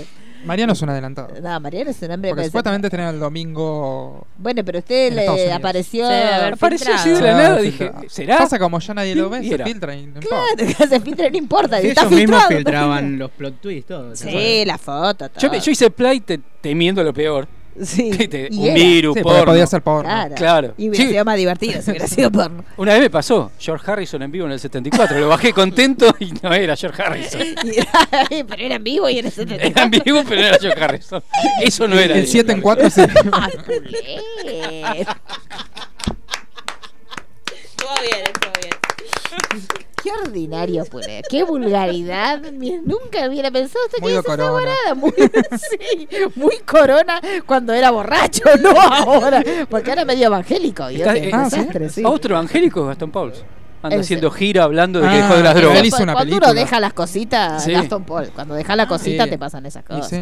Speaker 7: Mariano es un adelantado.
Speaker 3: No, Mariano es un hombre
Speaker 7: Porque
Speaker 3: parece-
Speaker 7: supuestamente tenían el domingo.
Speaker 3: Bueno, pero usted
Speaker 7: en Estados
Speaker 3: le
Speaker 7: Unidos.
Speaker 3: apareció.
Speaker 6: Se debe haber
Speaker 3: apareció
Speaker 6: filtrado.
Speaker 3: así de
Speaker 4: la
Speaker 7: Ah,
Speaker 4: nada,
Speaker 7: se
Speaker 4: dije,
Speaker 7: filtra.
Speaker 4: ¿será?
Speaker 7: Pasa como ya nadie lo ve,
Speaker 4: Y
Speaker 7: se
Speaker 4: era.
Speaker 7: filtra y no importa.
Speaker 3: Claro, que se filtra, no importa.
Speaker 5: Sí,
Speaker 3: está
Speaker 5: ellos mismos
Speaker 3: filtrado.
Speaker 5: filtraban los plot twists, todo. ¿se
Speaker 3: Sí,
Speaker 5: acuerdan?
Speaker 3: la foto, todo.
Speaker 4: Yo, me- yo hice play te- temiendo lo peor.
Speaker 3: Sí.
Speaker 4: Que te-
Speaker 3: Y
Speaker 4: un
Speaker 3: era.
Speaker 4: virus,
Speaker 7: Sí, porque
Speaker 4: porno.
Speaker 7: podía ser porno.
Speaker 3: Claro.
Speaker 4: Claro.
Speaker 3: Y hubiera
Speaker 4: Sí.
Speaker 3: sido más divertido si hubiera sido porno.
Speaker 4: Una vez me pasó, George Harrison en vivo en el 74. Lo bajé contento y no era George Harrison.
Speaker 3: Y era- pero era en vivo y en ese
Speaker 4: Era en vivo, pero no era George Harrison. Eso no era.
Speaker 7: El
Speaker 4: de
Speaker 7: 7 en
Speaker 4: George
Speaker 7: 4 sí.
Speaker 3: Ah, culé.
Speaker 6: Estuvo bien, estuvo bien.
Speaker 3: Qué ordinario, Puler. Qué vulgaridad. Mira, Nunca hubiera pensado hasta
Speaker 7: Muy
Speaker 3: que
Speaker 7: de
Speaker 3: esa
Speaker 7: corona.
Speaker 3: huevonada. Muy, sí, muy corona cuando era borracho, no ahora. Porque ahora medio evangélico. Y
Speaker 4: Está-
Speaker 3: qué
Speaker 4: eh,
Speaker 7: Ah,
Speaker 3: desastre, sí.
Speaker 4: Harrison. Otro evangélico es Gastón Pauls. Anda
Speaker 3: Ese.
Speaker 4: haciendo gira hablando de que
Speaker 7: Ah,
Speaker 4: dejó de las
Speaker 7: ese
Speaker 4: drogas.
Speaker 7: Él hizo una
Speaker 3: cuando uno
Speaker 7: película.
Speaker 3: deja las cositas,
Speaker 4: Sí.
Speaker 3: Gaston Paul, cuando deja las cositas
Speaker 7: sí.
Speaker 3: te pasan esas
Speaker 7: Y
Speaker 3: cosas.
Speaker 7: sí.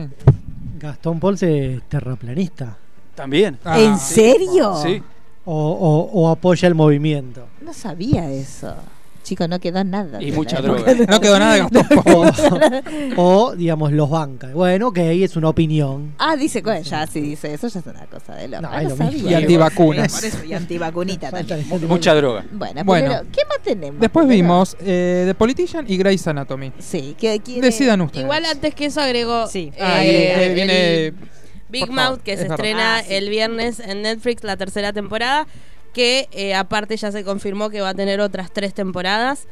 Speaker 13: Gastón Pauls es terraplanista.
Speaker 4: También.
Speaker 7: Ah,
Speaker 3: ¿En serio?
Speaker 4: Sí.
Speaker 13: O, o- o apoya el movimiento.
Speaker 3: No sabía eso. Chico, no quedó nada.
Speaker 4: Y
Speaker 3: de la
Speaker 4: mucha
Speaker 3: época
Speaker 4: droga.
Speaker 3: de-
Speaker 7: No quedó nada de Gastón Paul.
Speaker 13: O, digamos, los banca. Bueno, que ahí es una opinión.
Speaker 3: Ah, dice, bueno, ya sí dice eso, ya es una cosa de loca. Ah, No,
Speaker 13: No, es lo
Speaker 3: sabía.
Speaker 13: mismo.
Speaker 7: Y antivacunas.
Speaker 3: Por eso, y antivacunita
Speaker 13: Falta
Speaker 3: también.
Speaker 13: de gente-
Speaker 4: Mucha droga.
Speaker 3: Bueno,
Speaker 7: Bueno.
Speaker 3: primero, ¿qué más tenemos?
Speaker 7: Después
Speaker 3: Primero-
Speaker 7: vimos eh, The Politician y Grey's Anatomy.
Speaker 3: Sí, que quiere-
Speaker 7: Decidan ustedes.
Speaker 6: Igual antes que eso agregó
Speaker 3: Sí.
Speaker 6: eh,
Speaker 7: Ah, y, eh, viene.
Speaker 6: el Big
Speaker 7: por favor,
Speaker 6: Mouth que
Speaker 7: es
Speaker 6: se
Speaker 7: verdad.
Speaker 6: estrena
Speaker 3: Ah, sí.
Speaker 6: el viernes en Netflix la tercera temporada, que eh, aparte ya se confirmó que va a tener otras tres temporadas.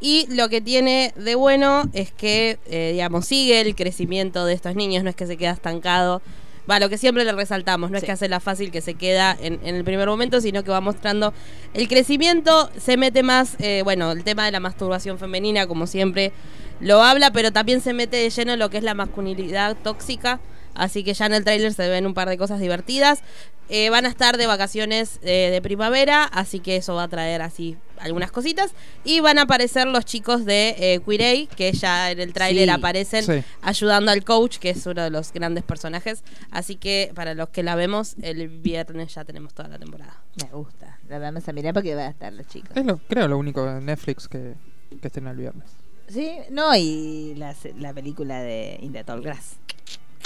Speaker 6: Y lo que tiene de bueno es que, eh, digamos, sigue el crecimiento de estos niños, no es que se queda estancado. Va, lo que siempre le resaltamos, no es
Speaker 3: Sí.
Speaker 6: que hace la fácil que se queda en, en el primer momento, sino que va mostrando el crecimiento, se mete más, eh, bueno, el tema de la masturbación femenina, como siempre lo habla, pero también se mete de lleno lo que es la masculinidad tóxica. Así que ya en el tráiler se ven un par de cosas divertidas. Eh, van a estar de vacaciones eh, de primavera, así que eso va a traer así algunas cositas. Y van a aparecer los chicos de eh, Quirey, que ya en el tráiler
Speaker 3: Sí,
Speaker 6: aparecen
Speaker 7: sí.
Speaker 6: ayudando al coach, que es uno de los grandes personajes. Así que para los que la vemos, el viernes ya tenemos toda la temporada.
Speaker 3: Me gusta. La vamos a mirar porque van a estar los chicos.
Speaker 7: Es lo, creo lo único de Netflix que, que estén el viernes.
Speaker 3: Sí, no, y la, se- la película de In the Tall Grass.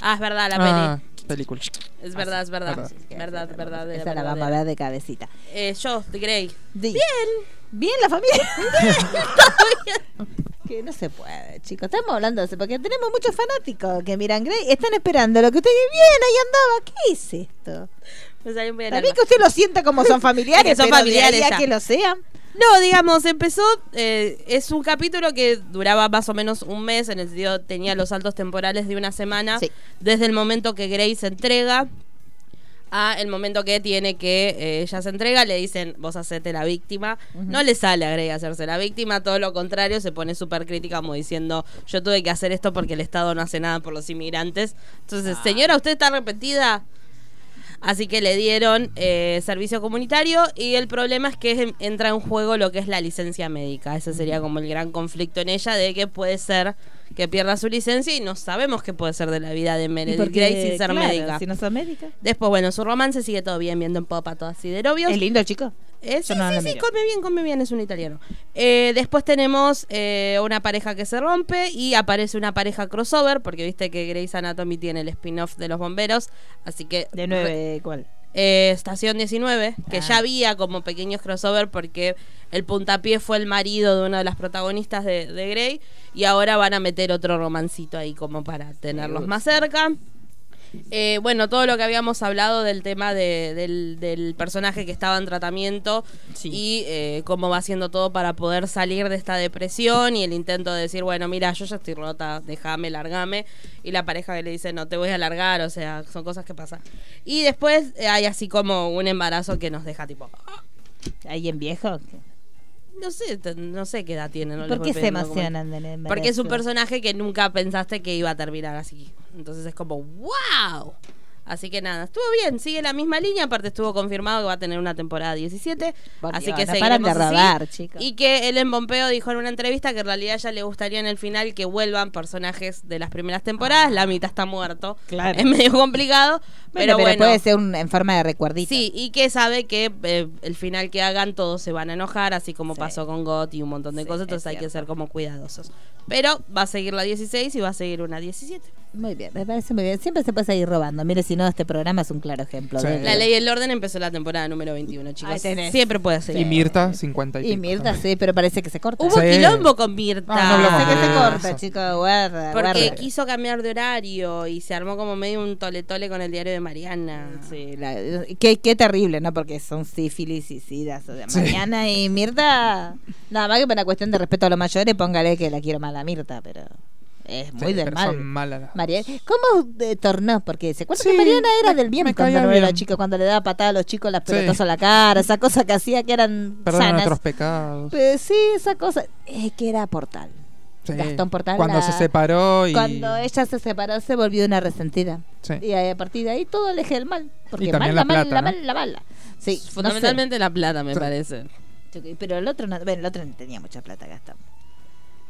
Speaker 6: Ah, es verdad la
Speaker 7: Ah, película.
Speaker 6: peli. Es verdad, es verdad.
Speaker 7: verdad.
Speaker 6: Verdad, verdad.
Speaker 3: Esa
Speaker 6: verdad,
Speaker 3: la vamos a
Speaker 6: verdad.
Speaker 3: ver de cabecita.
Speaker 6: Eh, yo, de Grey.
Speaker 3: Bien. Bien, la familia. que no se puede, chicos. Estamos hablando de eso porque tenemos muchos fanáticos que miran Grey. Están esperando lo que usted bien ahí andaba. ¿Qué es esto?
Speaker 6: Me salió un pie del
Speaker 3: También
Speaker 6: alma.
Speaker 3: que usted lo sienta como son familiares,
Speaker 6: Es que son
Speaker 3: pero de ahí
Speaker 6: familiares
Speaker 3: a
Speaker 6: ya.
Speaker 3: que lo sean.
Speaker 6: No, digamos, empezó, eh, es un capítulo que duraba más o menos un mes, en el sentido tenía los saltos temporales de una semana,
Speaker 3: Sí.
Speaker 6: desde el momento que Grace se entrega a el momento que tiene que eh, ella se entrega, le dicen, vos hacete la víctima. No le sale a Grey hacerse la víctima, todo lo contrario, se pone súper crítica como diciendo, yo tuve que hacer esto porque el Estado no hace nada por los inmigrantes.
Speaker 3: Ah.
Speaker 6: Entonces, señora, ¿usted está arrepentida? Así que le dieron eh, servicio comunitario y el problema es que en- entra en juego lo que es la licencia médica. Ese sería como el gran conflicto en ella de que puede ser que pierda su licencia y no sabemos qué puede ser de la vida de Meredith Grey sin ser
Speaker 3: claro,
Speaker 6: médica.
Speaker 3: Si no son médica.
Speaker 6: Después, bueno, su romance sigue todo bien, viendo en popa, todo así de novios.
Speaker 3: Es lindo, chico.
Speaker 6: Eh,
Speaker 3: Yo
Speaker 6: sí,
Speaker 3: no
Speaker 6: sí,
Speaker 3: la
Speaker 6: sí,
Speaker 3: miro.
Speaker 6: come bien, come bien, es un italiano. Eh, después tenemos eh, una pareja que se rompe y aparece una pareja crossover, porque viste que Grey's Anatomy tiene el spin-off de los bomberos, así que...
Speaker 3: De nueve, ¿cuál?
Speaker 6: Eh, Estación 19, que
Speaker 3: Ah.
Speaker 6: ya había como pequeños crossover porque el puntapié fue el marido de una de las protagonistas de, de Grey y ahora van a meter otro romancito ahí como para tenerlos más cerca. Eh, bueno, todo lo que habíamos hablado del tema de- del, del personaje que estaba en tratamiento y eh, cómo va haciendo todo para poder salir de esta depresión y el intento de decir, bueno, mira, yo ya estoy rota, déjame, largame. Y la pareja que le dice, no, te voy a largar, o sea, son cosas que pasan. Y después eh, hay así como un embarazo que nos deja tipo, "Ah",
Speaker 3: Ahí en viejo.
Speaker 6: no sé, te- no sé qué edad tiene. No les
Speaker 3: ¿Por
Speaker 6: voy
Speaker 3: qué se
Speaker 6: pidiendo documentos.
Speaker 3: emocionan del embarazo?
Speaker 6: Porque es un personaje que nunca pensaste que iba a terminar así. Entonces es como, wow. Así que nada, estuvo bien, sigue la misma línea, aparte estuvo confirmado que va a tener una temporada 17,
Speaker 3: Porque,
Speaker 6: así que
Speaker 3: bueno,
Speaker 6: se
Speaker 3: paran de rodar, chicos.
Speaker 6: Y que Ellen Pompeo dijo en una entrevista que en realidad ya le gustaría en el final que vuelvan personajes de las primeras temporadas, la mitad está muerto.
Speaker 3: Ah. Claro.
Speaker 6: Es medio complicado, pero bueno.
Speaker 3: puede ser una enferma de recuerdito.
Speaker 6: Sí, y que sabe que eh, el final que hagan todos se van a enojar, así como pasó con Got y un montón de cosas, entonces hay que ser como cuidadosos. Pero va a seguir la 16 y va a seguir una 17.
Speaker 3: Muy bien, me parece muy bien. Siempre se puede seguir robando. Mire, si no, este programa es un claro ejemplo. de-
Speaker 6: La ley y el orden empezó la temporada número 21, chicos.
Speaker 3: Ahí tenés.
Speaker 6: Siempre puede ser.
Speaker 7: Y Mirta, 50 y
Speaker 3: Y
Speaker 7: pico
Speaker 3: Mirta,
Speaker 7: también.
Speaker 3: sí, pero parece que se corta.
Speaker 6: Hubo
Speaker 7: Sí.
Speaker 6: quilombo con Mirta.
Speaker 3: Ah, no hablamos
Speaker 6: Sé que
Speaker 3: de
Speaker 6: se
Speaker 3: eso.
Speaker 6: corta,
Speaker 3: chicos, guarda,
Speaker 6: Porque
Speaker 3: guarda.
Speaker 6: quiso cambiar de horario y se armó como medio un tole-tole con el diario de Mariana.
Speaker 3: Sí, la- qué, qué terrible, ¿no? Porque son sífilis y sidas. o sea,
Speaker 6: Sí.
Speaker 3: Mariana y Mirta, nada más que por una cuestión de respeto a los mayores, póngale que la quiero mal a Mirta, pero es muy del
Speaker 7: pero
Speaker 3: mal.
Speaker 7: son malas las-
Speaker 3: Mariana, ¿cómo eh, tornó? Porque se acuerda
Speaker 7: Sí,
Speaker 3: que Mariana era del bien
Speaker 7: me
Speaker 3: cuando
Speaker 7: caía
Speaker 3: no era
Speaker 7: bien.
Speaker 3: chica, cuando le daba patada a los chicos, las
Speaker 7: Sí.
Speaker 3: pelotas a la cara, esa cosa que hacía que eran
Speaker 7: Perdona
Speaker 3: sanas.
Speaker 7: nuestros pecados.
Speaker 3: Eh, sí, esa cosa. Es que era Portal.
Speaker 7: Sí.
Speaker 3: Gastón Portal.
Speaker 7: Cuando
Speaker 3: la-
Speaker 7: se separó y.
Speaker 3: Cuando ella se separó, se volvió una resentida.
Speaker 7: Sí.
Speaker 3: Y eh, a partir de ahí todo el eje del mal. Porque
Speaker 7: Y también
Speaker 3: mal, la,
Speaker 7: la
Speaker 3: mal,
Speaker 7: plata,
Speaker 3: la
Speaker 7: ¿no?
Speaker 3: mal, la mala. Sí, no
Speaker 6: Fundamentalmente la plata, me
Speaker 3: Sí.
Speaker 6: parece.
Speaker 3: sé. Pero el otro no, bueno, el otro no tenía mucha plata gastada.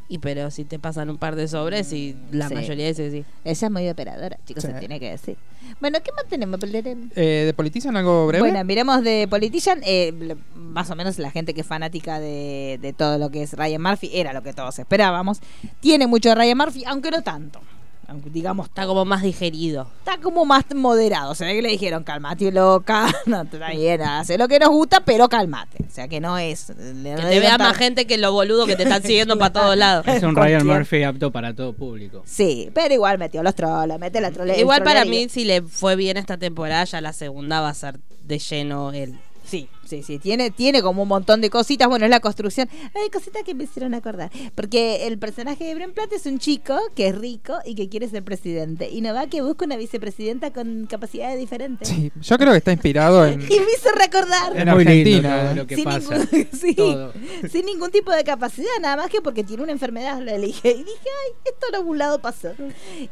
Speaker 6: Y pero si te pasan un par de sobres y la
Speaker 3: Mm, Sí.
Speaker 6: mayoría de veces sí.
Speaker 3: Ella es muy operadora, chicos,
Speaker 7: Sí.
Speaker 3: se tiene que decir. Bueno, ¿qué más tenemos? Belén?
Speaker 7: Eh, ¿De Politician algo breve?
Speaker 3: Bueno, miremos de Politician. eh, l- más o menos la gente que es fanática de, de todo lo que es Ryan Murphy era lo que todos esperábamos. Tiene mucho de Ryan Murphy, aunque no tanto. Aunque digamos,
Speaker 6: está como más digerido.
Speaker 3: Está como más moderado. Se ve que le dijeron, calmate, loca. No te da bien, hace lo que nos gusta, pero calmate. O sea que no es.
Speaker 6: Que te vea más gente que lo boludo que te están siguiendo para todos lados.
Speaker 5: Es un Ryan Murphy apto para todo público.
Speaker 3: Sí, pero igual metió los trolos, mete la trole.
Speaker 6: Igual
Speaker 3: el
Speaker 6: para
Speaker 3: trolerío.
Speaker 6: mí, si le fue bien esta temporada, ya la segunda va a ser de lleno él.
Speaker 3: Sí, sí, sí. Tiene, tiene como un montón de cositas. Bueno, es la construcción. Hay cositas que me hicieron acordar. Porque el personaje de Bren Platt es un chico que es rico y que quiere ser presidente. Y no va que busca una vicepresidenta con capacidades diferentes.
Speaker 7: Sí, yo creo que está inspirado en.
Speaker 3: Y me hizo recordar.
Speaker 7: En Argentina.
Speaker 5: lo- lo que
Speaker 3: Sin
Speaker 5: pasa.
Speaker 3: ningún- sí,
Speaker 5: Todo.
Speaker 3: sin ningún tipo de capacidad, nada más que porque tiene una enfermedad, lo elige. Y dije, ay, esto en algún lado pasó.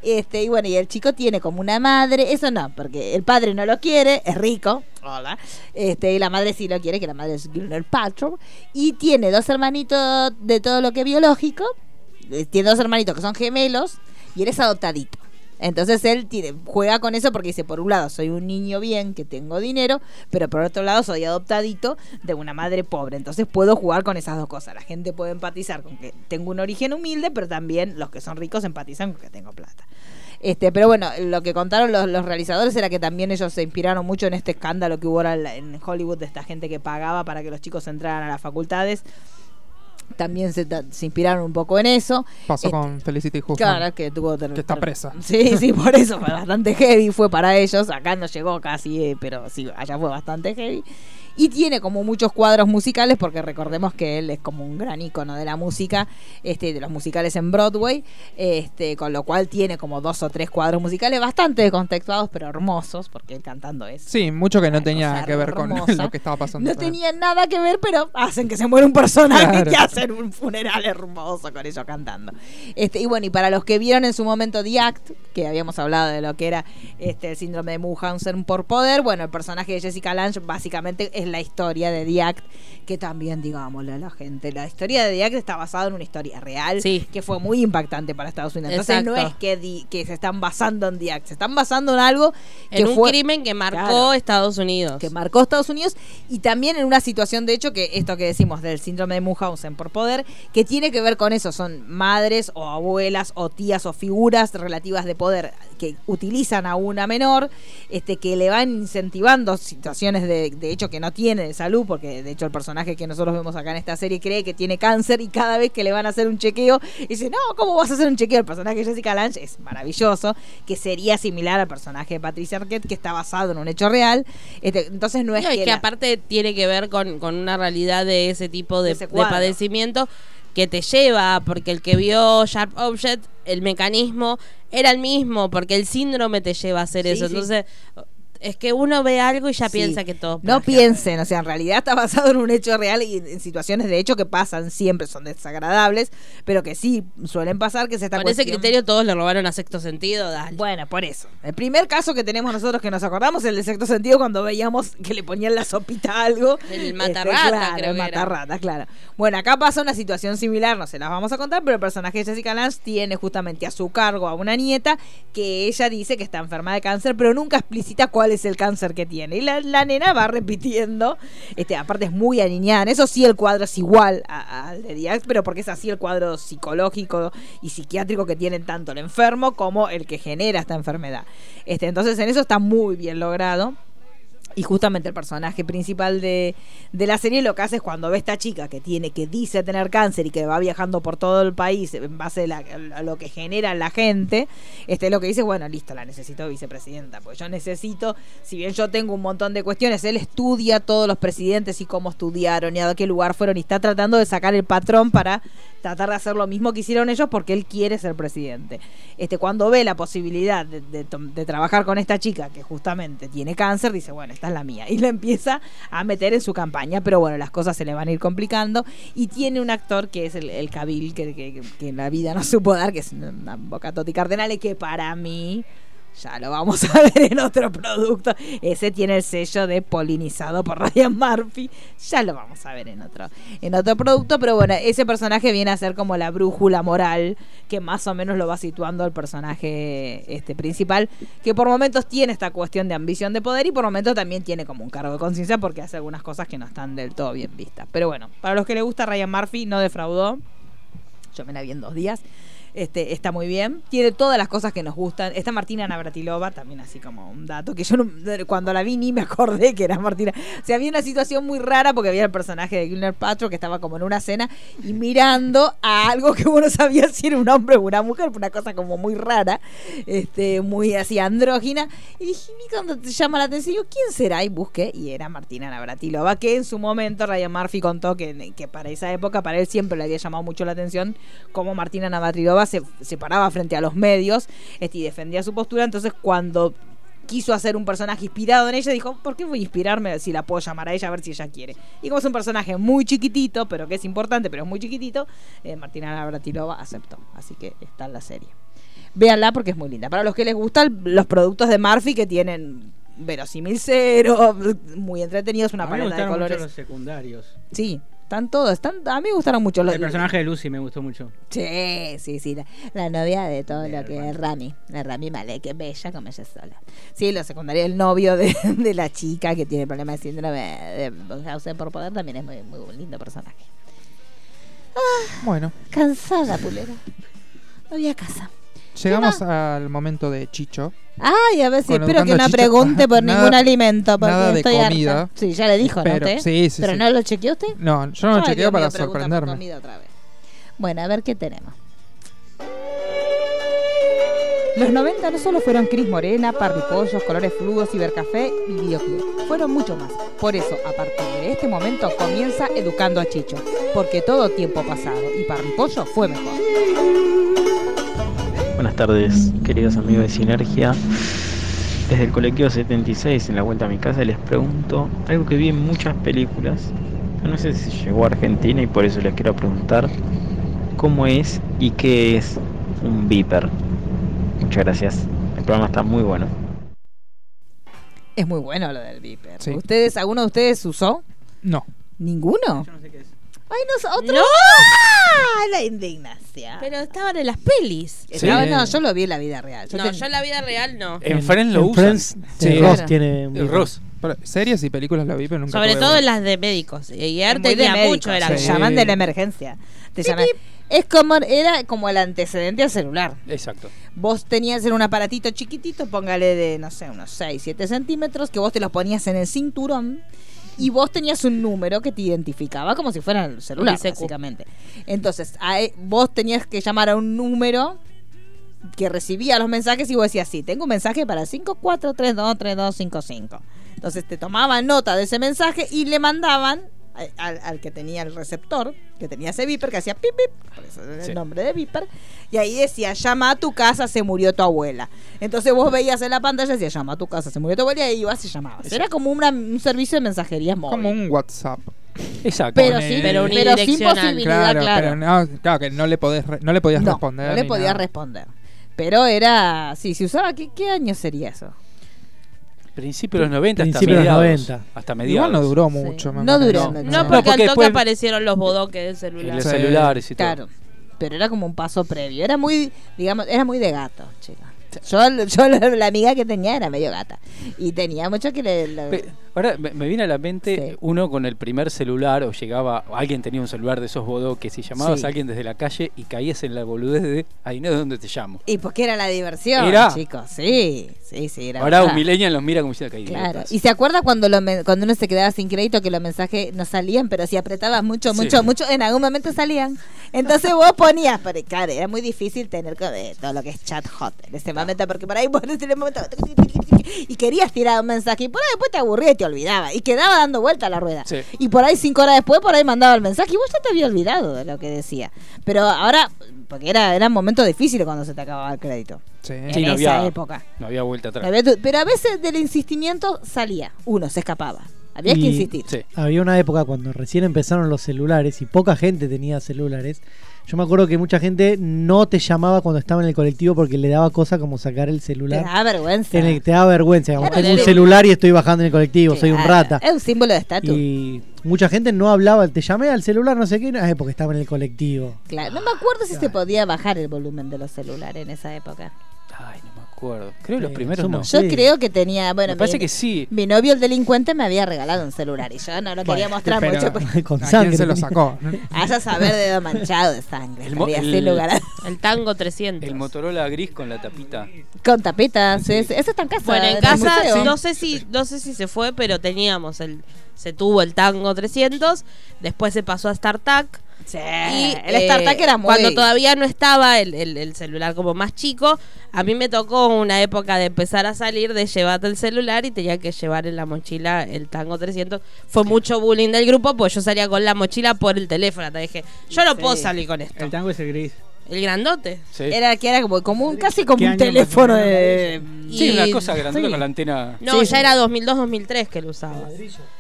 Speaker 3: Este, y bueno, y el chico tiene como una madre, eso no, porque el padre no lo quiere, es rico, hola. Este, y la madre sí lo quiere, que la madre es Gwyneth Paltrow. Y tiene dos hermanitos de todo lo que es biológico, eh, tiene dos hermanitos que son gemelos, y él es adoptadito. Entonces él tiene- juega con eso porque dice, por un lado, soy un niño bien, que tengo dinero, pero por otro lado, soy adoptadito de una madre pobre. Entonces puedo jugar con esas dos cosas. La gente puede empatizar con que tengo un origen humilde, pero también los que son ricos empatizan con que tengo plata. Este, pero bueno, lo que contaron los, los realizadores era que también ellos se inspiraron mucho en este escándalo que hubo ahora en la- en Hollywood de esta gente que pagaba para que los chicos entraran a las facultades. También se, ta- se inspiraron un poco en eso.
Speaker 7: Pasó
Speaker 3: Este,
Speaker 7: con Felicity Huffman.
Speaker 3: Claro, que tuvo ter-
Speaker 7: Que está
Speaker 3: ter-
Speaker 7: presa.
Speaker 3: Sí, sí, por eso fue bastante heavy, fue para ellos. Acá no llegó casi, eh, pero sí, allá fue bastante heavy. Y tiene como muchos cuadros musicales, porque recordemos que él es como un gran ícono de la música, este, de los musicales en Broadway, este, con lo cual tiene como dos o tres cuadros musicales bastante descontextuados, pero hermosos, porque él cantando es.
Speaker 7: Sí, mucho que no tenía
Speaker 3: cosa
Speaker 7: que ver con
Speaker 3: hermosa.
Speaker 7: lo que estaba pasando.
Speaker 3: No tenía nada que ver, pero hacen que se muera un personaje
Speaker 7: Claro.
Speaker 3: que hacen un funeral hermoso con ellos cantando. Este, y bueno, y para los que vieron en su momento The Act, que habíamos hablado de lo que era este, el síndrome de Munchausen por poder, bueno, el personaje de Jessica Lange básicamente es la historia de The Act, que también, digámosle a la gente, la historia de The Act está basada en una historia real que fue muy impactante para Estados Unidos. Entonces no
Speaker 6: Exacto.
Speaker 3: es que, di- que se están basando en The Act, se están basando en algo que
Speaker 6: En un
Speaker 3: fue-
Speaker 6: crimen que marcó
Speaker 3: Claro.
Speaker 6: Estados Unidos.
Speaker 3: que marcó Estados Unidos y también en una situación de hecho que esto que decimos del síndrome de Munchausen por poder que tiene que ver con eso son madres o abuelas o tías o figuras relativas de poder que utilizan a una menor este que le van incentivando situaciones de, de hecho que no tiene de salud porque de hecho el personaje que nosotros vemos acá en esta serie cree que tiene cáncer y cada vez que le van a hacer un chequeo dice no cómo vas a hacer un chequeo el personaje de Jessica Lange es maravilloso que sería similar al personaje de Patricia Arquette que está basado en un hecho real este, entonces no es
Speaker 6: No, es
Speaker 3: que,
Speaker 6: que
Speaker 3: la-
Speaker 6: aparte tiene que ver con, con una realidad de ese tipo de,
Speaker 3: ese
Speaker 6: de
Speaker 3: cuadro.
Speaker 6: padecimiento que te lleva, porque el que vio Sharp Object, el mecanismo era el mismo, porque el síndrome te lleva a hacer
Speaker 3: Sí,
Speaker 6: eso.
Speaker 3: sí.
Speaker 6: Entonces, Es que uno ve algo y ya
Speaker 3: Sí.
Speaker 6: piensa que todo.
Speaker 3: No piensen, o sea, en realidad está basado en un hecho real y en situaciones de hecho que pasan siempre, son desagradables, pero que sí suelen pasar, que se está
Speaker 6: Con ese criterio todos le robaron a sexto sentido, dale.
Speaker 3: Bueno, por eso. El primer caso que tenemos nosotros que nos acordamos es el de sexto sentido cuando veíamos que le ponían la sopita a algo. Este,
Speaker 6: El matarrata,
Speaker 3: claro,
Speaker 6: creo
Speaker 3: el
Speaker 6: que era.
Speaker 3: matarrata, claro. Bueno, acá pasa una situación similar, no se las vamos a contar, pero el personaje de Jessica Lange tiene justamente a su cargo a una nieta que ella dice que está enferma de cáncer, pero nunca explicita cuál es el cáncer que tiene. Y la, la nena va repitiendo. Este, aparte es muy aniñada. En eso sí el cuadro es igual a- al de Diax, pero porque es así el cuadro psicológico y psiquiátrico que tienen tanto el enfermo como el que genera esta enfermedad. Este, entonces en eso está muy bien logrado. Y justamente el personaje principal de, de la serie lo que hace es cuando ve esta chica que tiene, que dice tener cáncer y que va viajando por todo el país en base a, la- a lo que genera la gente, este lo que dice, bueno, listo, la necesito vicepresidenta, porque yo necesito, si bien yo tengo un montón de cuestiones, él estudia a todos los presidentes y cómo estudiaron y a qué lugar fueron y está tratando de sacar el patrón para tratar de hacer lo mismo que hicieron ellos porque él quiere ser presidente. Este, cuando ve la posibilidad de, de tom- de trabajar con esta chica que justamente tiene cáncer, dice, bueno, esta es la mía. Y la empieza a meter en su campaña, pero bueno, las cosas se le van a ir complicando. Y tiene un actor que es el, el Cabil, que, que- que en la vida no supo dar, que es una boca Toti Cardenales, que para mí... Ya lo vamos a ver en otro producto. Ese tiene el sello de polinizado por Ryan Murphy. Ya lo vamos a ver en otro, en otro producto. Pero bueno, ese personaje viene a ser como la brújula moral que más o menos lo va situando al personaje este, principal, que por momentos tiene esta cuestión de ambición de poder y por momentos también tiene como un cargo de conciencia porque hace algunas cosas que no están del todo bien vistas. Pero bueno, para los que les gusta Ryan Murphy, no defraudó. Yo me la vi en dos días. Este, está muy bien. Tiene todas las cosas que nos gustan. Está Martina Navratilova, también así como un dato, que yo no- cuando la vi ni me acordé que era Martina. O sea, había una situación muy rara porque había el personaje de Gilner Patrick que estaba como en una cena y mirando a algo que uno sabía si era un hombre o una mujer, una cosa como muy rara, este, muy así andrógina. Y dije, ni cuando te llama la atención, digo, ¿quién será? Y busqué, y era Martina Navratilova, que en su momento Ryan Murphy contó que, que para esa época, para él siempre le había llamado mucho la atención cómo Martina Navratilova se, se paraba frente a los medios este, y defendía su postura. Entonces, cuando quiso hacer un personaje inspirado en ella, dijo, ¿por qué voy a inspirarme si la puedo llamar a ella a ver si ella quiere? Y como es un personaje muy chiquitito, pero que es importante, pero es muy chiquitito, eh, Martina Navratilova aceptó. Así que está en la serie. Véanla porque es muy linda. Para los que les gustan los productos de Murphy que tienen verosímil cero, muy entretenidos, una
Speaker 5: A mí me
Speaker 3: paleta de
Speaker 5: gustaron
Speaker 3: colores.
Speaker 5: mucho los secundarios.
Speaker 3: Sí, están todos. Están, a mí me gustaron mucho los
Speaker 5: El personaje de Lucy me gustó mucho.
Speaker 3: Sí, sí, sí. La, la novia de todo lo que es Rami. La Rami Malek, es bella como ella sola. Sí, lo secundario, el novio de, de la chica que tiene problemas de síndrome de Bonhausen por poder también es muy, muy lindo personaje.
Speaker 7: Bueno,
Speaker 3: Cansada, pulera. No voy a casa.
Speaker 7: llegamos al momento de Chicho.
Speaker 3: Ay, a ver si
Speaker 7: Con
Speaker 3: espero que
Speaker 7: Educando
Speaker 3: no
Speaker 7: Chicho.
Speaker 3: pregunte por
Speaker 7: Nada-
Speaker 3: ningún alimento. Porque
Speaker 7: nada de
Speaker 3: estoy harta.
Speaker 7: comida.
Speaker 3: Sí, ya le dijo,
Speaker 7: Espero.
Speaker 3: ¿no? Usted?
Speaker 7: Sí, sí,
Speaker 3: ¿Pero
Speaker 7: sí.
Speaker 3: no lo chequeó usted?
Speaker 7: No, yo no lo
Speaker 3: Ay,
Speaker 7: chequeo
Speaker 3: Dios
Speaker 7: para
Speaker 3: mío, pregunta por
Speaker 7: sorprenderme.
Speaker 3: comida otra vez. Bueno, a ver qué tenemos. Los 90 no solo fueron Cris Morena, Parripollos, Colores Fluos, Cibercafé y Videoclub. Fueron mucho más. Por eso, a partir de este momento, comienza Educando a Chicho. Porque todo tiempo pasado y Parripollo fue mejor.
Speaker 14: Buenas tardes, queridos amigos de Sinergia. Desde el colectivo 76, en la vuelta a mi casa, les pregunto algo que vi en muchas películas. pero No sé si llegó a Argentina y por eso les quiero preguntar cómo es y qué es un viper. Muchas gracias. El programa está muy bueno.
Speaker 3: Es muy bueno lo del Viper.
Speaker 14: Sí.
Speaker 3: ¿Ustedes, alguno de ustedes usó?
Speaker 7: No.
Speaker 3: ¿Ninguno? Ay, nosotros. ¡Ah! La indignación.
Speaker 6: Pero estaban en las pelis.
Speaker 3: Estaba- no, yo lo vi en la vida real.
Speaker 6: No, yo en la vida real no.
Speaker 4: En Friends lo
Speaker 7: en
Speaker 4: usan.
Speaker 7: Friends,
Speaker 4: Sí.
Speaker 7: eh,
Speaker 4: Claro.
Speaker 7: Ross tiene.
Speaker 4: El Ross.
Speaker 7: Pero series y películas lo vi, pero nunca.
Speaker 6: Sobre
Speaker 7: tuve
Speaker 6: todo
Speaker 7: una.
Speaker 6: en las de médicos. Y
Speaker 3: Es
Speaker 6: él
Speaker 3: muy de
Speaker 6: tenía
Speaker 3: médico,
Speaker 6: mucho, era
Speaker 3: Te
Speaker 7: Sí.
Speaker 3: llaman de la emergencia. Te llaman. Es como, era como el antecedente al celular.
Speaker 4: Exacto.
Speaker 3: Vos tenías en un aparatito chiquitito, póngale de, no sé, unos 6, 7 centímetros, que vos te los ponías en el cinturón y vos tenías un número que te identificaba como si fuera el celular,
Speaker 6: ICQ.
Speaker 3: básicamente. Entonces, a e- vos tenías que llamar a un número que recibía los mensajes y vos decías, sí, tengo un mensaje para 54323255. Entonces te tomaban nota de ese mensaje y le mandaban a- al, al que tenía el receptor, que tenía ese viper, que hacía pip, pip, por eso eh, era
Speaker 15: Sí.
Speaker 3: el nombre de viper, y ahí decía, llama a tu casa, se murió tu abuela. Entonces vos veías en la pantalla, decía, llama a tu casa, se murió tu abuela, y ahí ibas y llamabas. Era como una- un servicio de mensajería móvil.
Speaker 7: Como un WhatsApp.
Speaker 4: Exacto.
Speaker 3: Pero sí, pero unidireccional. sin posibilidad,
Speaker 7: Claro,
Speaker 3: claro.
Speaker 7: pero no, claro que no le podés, re- no le podías responder.
Speaker 3: No le
Speaker 7: ni
Speaker 3: podía
Speaker 7: nada.
Speaker 3: responder. Pero era. Sí, si usaba. ¿Qué, qué año sería eso?
Speaker 4: Principio de los 90
Speaker 7: Principio de
Speaker 4: hasta
Speaker 7: los
Speaker 4: mediados.
Speaker 7: 90.
Speaker 4: Hasta
Speaker 7: Igual
Speaker 4: mediados.
Speaker 7: no duró Sí. mucho, me No
Speaker 3: duró mucho.
Speaker 6: No, porque, al toque aparecieron los bodoques del celular.
Speaker 4: Los celulares y todo.
Speaker 3: Claro. Pero era como un paso previo. Era muy, digamos, era muy de gato, chica. Yo, yo la, la amiga que tenía era medio gata. Y tenía mucho que le. le-
Speaker 4: Pe- Ahora me, me viene a la mente uno con el primer celular o llegaba, o alguien tenía un celular de esos bodoques y llamabas
Speaker 3: Sí.
Speaker 4: a alguien desde la calle y caías en la boludez de, ahí no es donde te llamo.
Speaker 3: y porque era la diversión,
Speaker 4: Era.
Speaker 3: chicos. Sí, sí, sí. Era
Speaker 4: Ahora un
Speaker 3: verdad.
Speaker 4: millennial los mira como diciendo que
Speaker 3: Claro. ¿Y se acuerda cuando lo men- cuando uno se quedaba sin crédito que los mensajes no salían, pero si apretabas mucho,
Speaker 4: Sí.
Speaker 3: mucho, mucho, en algún momento salían? Entonces vos ponías, pero claro, era muy difícil tener co- eh, todo lo que es chat hot en ese momento, porque por ahí vos en el momento y querías tirar un mensaje y por ahí después te aburría y te olvidaba y quedaba dando vuelta la rueda.
Speaker 4: Sí.
Speaker 3: Y por ahí cinco horas después, por ahí mandaba el mensaje y vos ya te había olvidado de lo que decía. Pero ahora, porque era, era un momento difícil cuando se te acababa el crédito.
Speaker 7: Sí.
Speaker 3: En
Speaker 4: Sí,
Speaker 3: esa
Speaker 4: no había-
Speaker 3: época.
Speaker 4: No había vuelta atrás.
Speaker 3: Había tu- Pero a veces del insistimiento salía, uno se escapaba. Había que
Speaker 13: Y
Speaker 3: insistir.
Speaker 13: Había una época cuando recién empezaron los celulares y poca gente tenía celulares. Yo me acuerdo que mucha gente no te llamaba cuando estaba en el colectivo porque le daba cosa como sacar el
Speaker 3: Te
Speaker 13: celular.
Speaker 3: da vergüenza.
Speaker 13: En el, te da vergüenza. digamos,
Speaker 3: Claro,
Speaker 13: tengo un
Speaker 3: le-
Speaker 13: celular y estoy bajando en el colectivo, soy un
Speaker 3: Claro,
Speaker 13: rata.
Speaker 3: Es un símbolo de estatus.
Speaker 13: Y mucha gente no hablaba, te llamé al celular, no sé qué, no, es porque estaba en el colectivo.
Speaker 3: Claro. No me acuerdo si se podía bajar el volumen de los celulares en esa época.
Speaker 4: Ay, no me acuerdo. Creo que los
Speaker 13: Eh,
Speaker 4: primeros no.
Speaker 13: somos
Speaker 3: Yo creo que tenía, bueno,
Speaker 4: Me parece
Speaker 3: mi,
Speaker 4: que sí.
Speaker 3: mi novio el delincuente me había regalado un celular y yo no lo quería mostrar mucho. pues. porque-
Speaker 13: con
Speaker 7: ¿a
Speaker 13: sangre.
Speaker 7: quién se lo sacó?
Speaker 3: Haya saber dedo manchado de sangre.
Speaker 4: El mo-
Speaker 3: estaría
Speaker 4: el-
Speaker 3: así lugar.
Speaker 6: El tango 300.
Speaker 4: El Motorola gris con la tapita.
Speaker 3: Con tapetas. es- Eso está en casa.
Speaker 6: Bueno, en
Speaker 3: el
Speaker 6: casa
Speaker 3: museo.
Speaker 6: no sé si no sé si se fue, pero teníamos el se tuvo el Tango 300, después se pasó a StarTac.
Speaker 3: Sí, el StarTAC era muy-
Speaker 6: Cuando todavía no estaba el, el- el celular como más chico, a mí me tocó una época de empezar a salir, de llevarte el celular y tenía que llevar en la mochila el Tango 300. Fue mucho bullying del grupo, pues yo salía con la mochila por el teléfono. Te dije, yo no puedo salir con esto.
Speaker 5: El tango es el gris.
Speaker 6: El grandote.
Speaker 3: Era que era como, como un, casi como
Speaker 5: ¿Qué
Speaker 3: un
Speaker 5: año más
Speaker 3: teléfono
Speaker 5: o menos
Speaker 3: de.
Speaker 4: Sí,
Speaker 6: Y-
Speaker 4: una cosa grandota
Speaker 6: sí.
Speaker 4: con la antena.
Speaker 6: No, ya era 2002-2003 que lo usaba.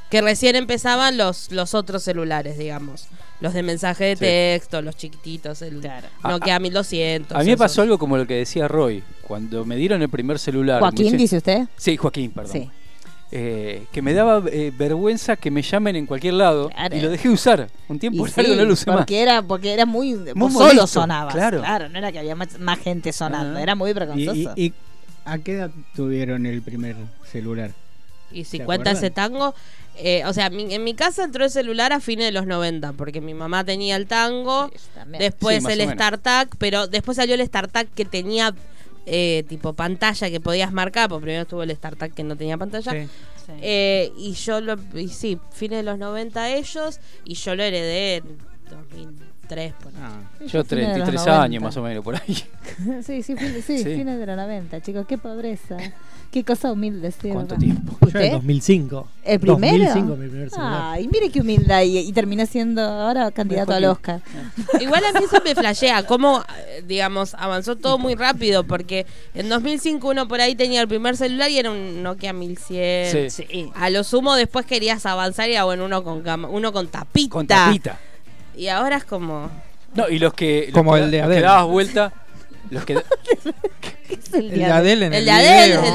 Speaker 6: Que recién empezaban los, los otros celulares, digamos. Los de mensaje de
Speaker 4: Sí.
Speaker 6: texto, los chiquititos, el Nokia
Speaker 4: A- a-
Speaker 6: 1200.
Speaker 4: A mí me
Speaker 6: esos.
Speaker 4: pasó algo como lo que decía Roy. Cuando me dieron el primer celular.
Speaker 3: Joaquín,
Speaker 4: me dice-
Speaker 3: dice usted.
Speaker 4: Sí, Joaquín, perdón.
Speaker 3: Sí.
Speaker 4: Eh, que me daba eh, vergüenza que me llamen en cualquier lado y lo dejé de usar. Un tiempo
Speaker 3: Y
Speaker 4: largo
Speaker 3: sí,
Speaker 4: no lo usé más.
Speaker 3: porque era porque era muy, vos
Speaker 4: molesto,
Speaker 3: solo sonabas
Speaker 4: claro.
Speaker 3: claro. no era que había más, más gente sonando
Speaker 5: Ajá.
Speaker 3: era muy
Speaker 5: Y- y-
Speaker 3: vergonzoso
Speaker 5: y a qué edad tuvieron el primer celular?
Speaker 6: Y si
Speaker 5: ¿Te
Speaker 6: cuenta
Speaker 5: acuerdas?
Speaker 6: ese tango. eh, o sea, mi- en mi casa entró el celular a fines de los 90, porque mi mamá tenía el tango,
Speaker 3: también.
Speaker 6: después
Speaker 3: Sí, más
Speaker 6: el
Speaker 3: o menos.
Speaker 6: StarTac, pero después salió el StarTac que tenía eh, tipo pantalla que podías marcar, porque primero estuvo el StarTac que no tenía pantalla.
Speaker 15: Sí.
Speaker 6: Eh, y yo lo. Y sí, fines de los 90 ellos, y yo lo heredé en 2003. ponele.
Speaker 7: Ah.
Speaker 4: Yo
Speaker 3: fines de los
Speaker 4: 33
Speaker 3: 90.
Speaker 4: años más o menos por ahí.
Speaker 3: sí sí, fin- sí,
Speaker 4: Sí.
Speaker 3: fines de los 90 chicos qué pobreza qué cosa humilde sierva.
Speaker 13: ¿Cuánto tiempo? Yo en
Speaker 3: ¿Usted?
Speaker 13: 2005.
Speaker 3: ¿El primero?
Speaker 13: 2005 mi primer celular.
Speaker 3: Ay, mire qué humildad. Y, y terminó siendo ahora candidato al Oscar.
Speaker 6: Igual a mí eso me flashea, cómo, eh, digamos, avanzó todo muy rápido, porque en 2005 uno por ahí tenía el primer celular y era un Nokia 1100.
Speaker 4: Sí.
Speaker 6: A lo sumo después querías avanzar y era bueno, uno con, cama- uno con tapita.
Speaker 4: Con tapita.
Speaker 6: Y ahora es como.
Speaker 4: No, y los que. los
Speaker 7: Como
Speaker 4: que-
Speaker 7: el de
Speaker 4: los que
Speaker 7: Adele.
Speaker 4: dabas vuelta. Los que.
Speaker 3: El
Speaker 7: de Adele en el,
Speaker 6: El de Adele,
Speaker 7: video.
Speaker 6: el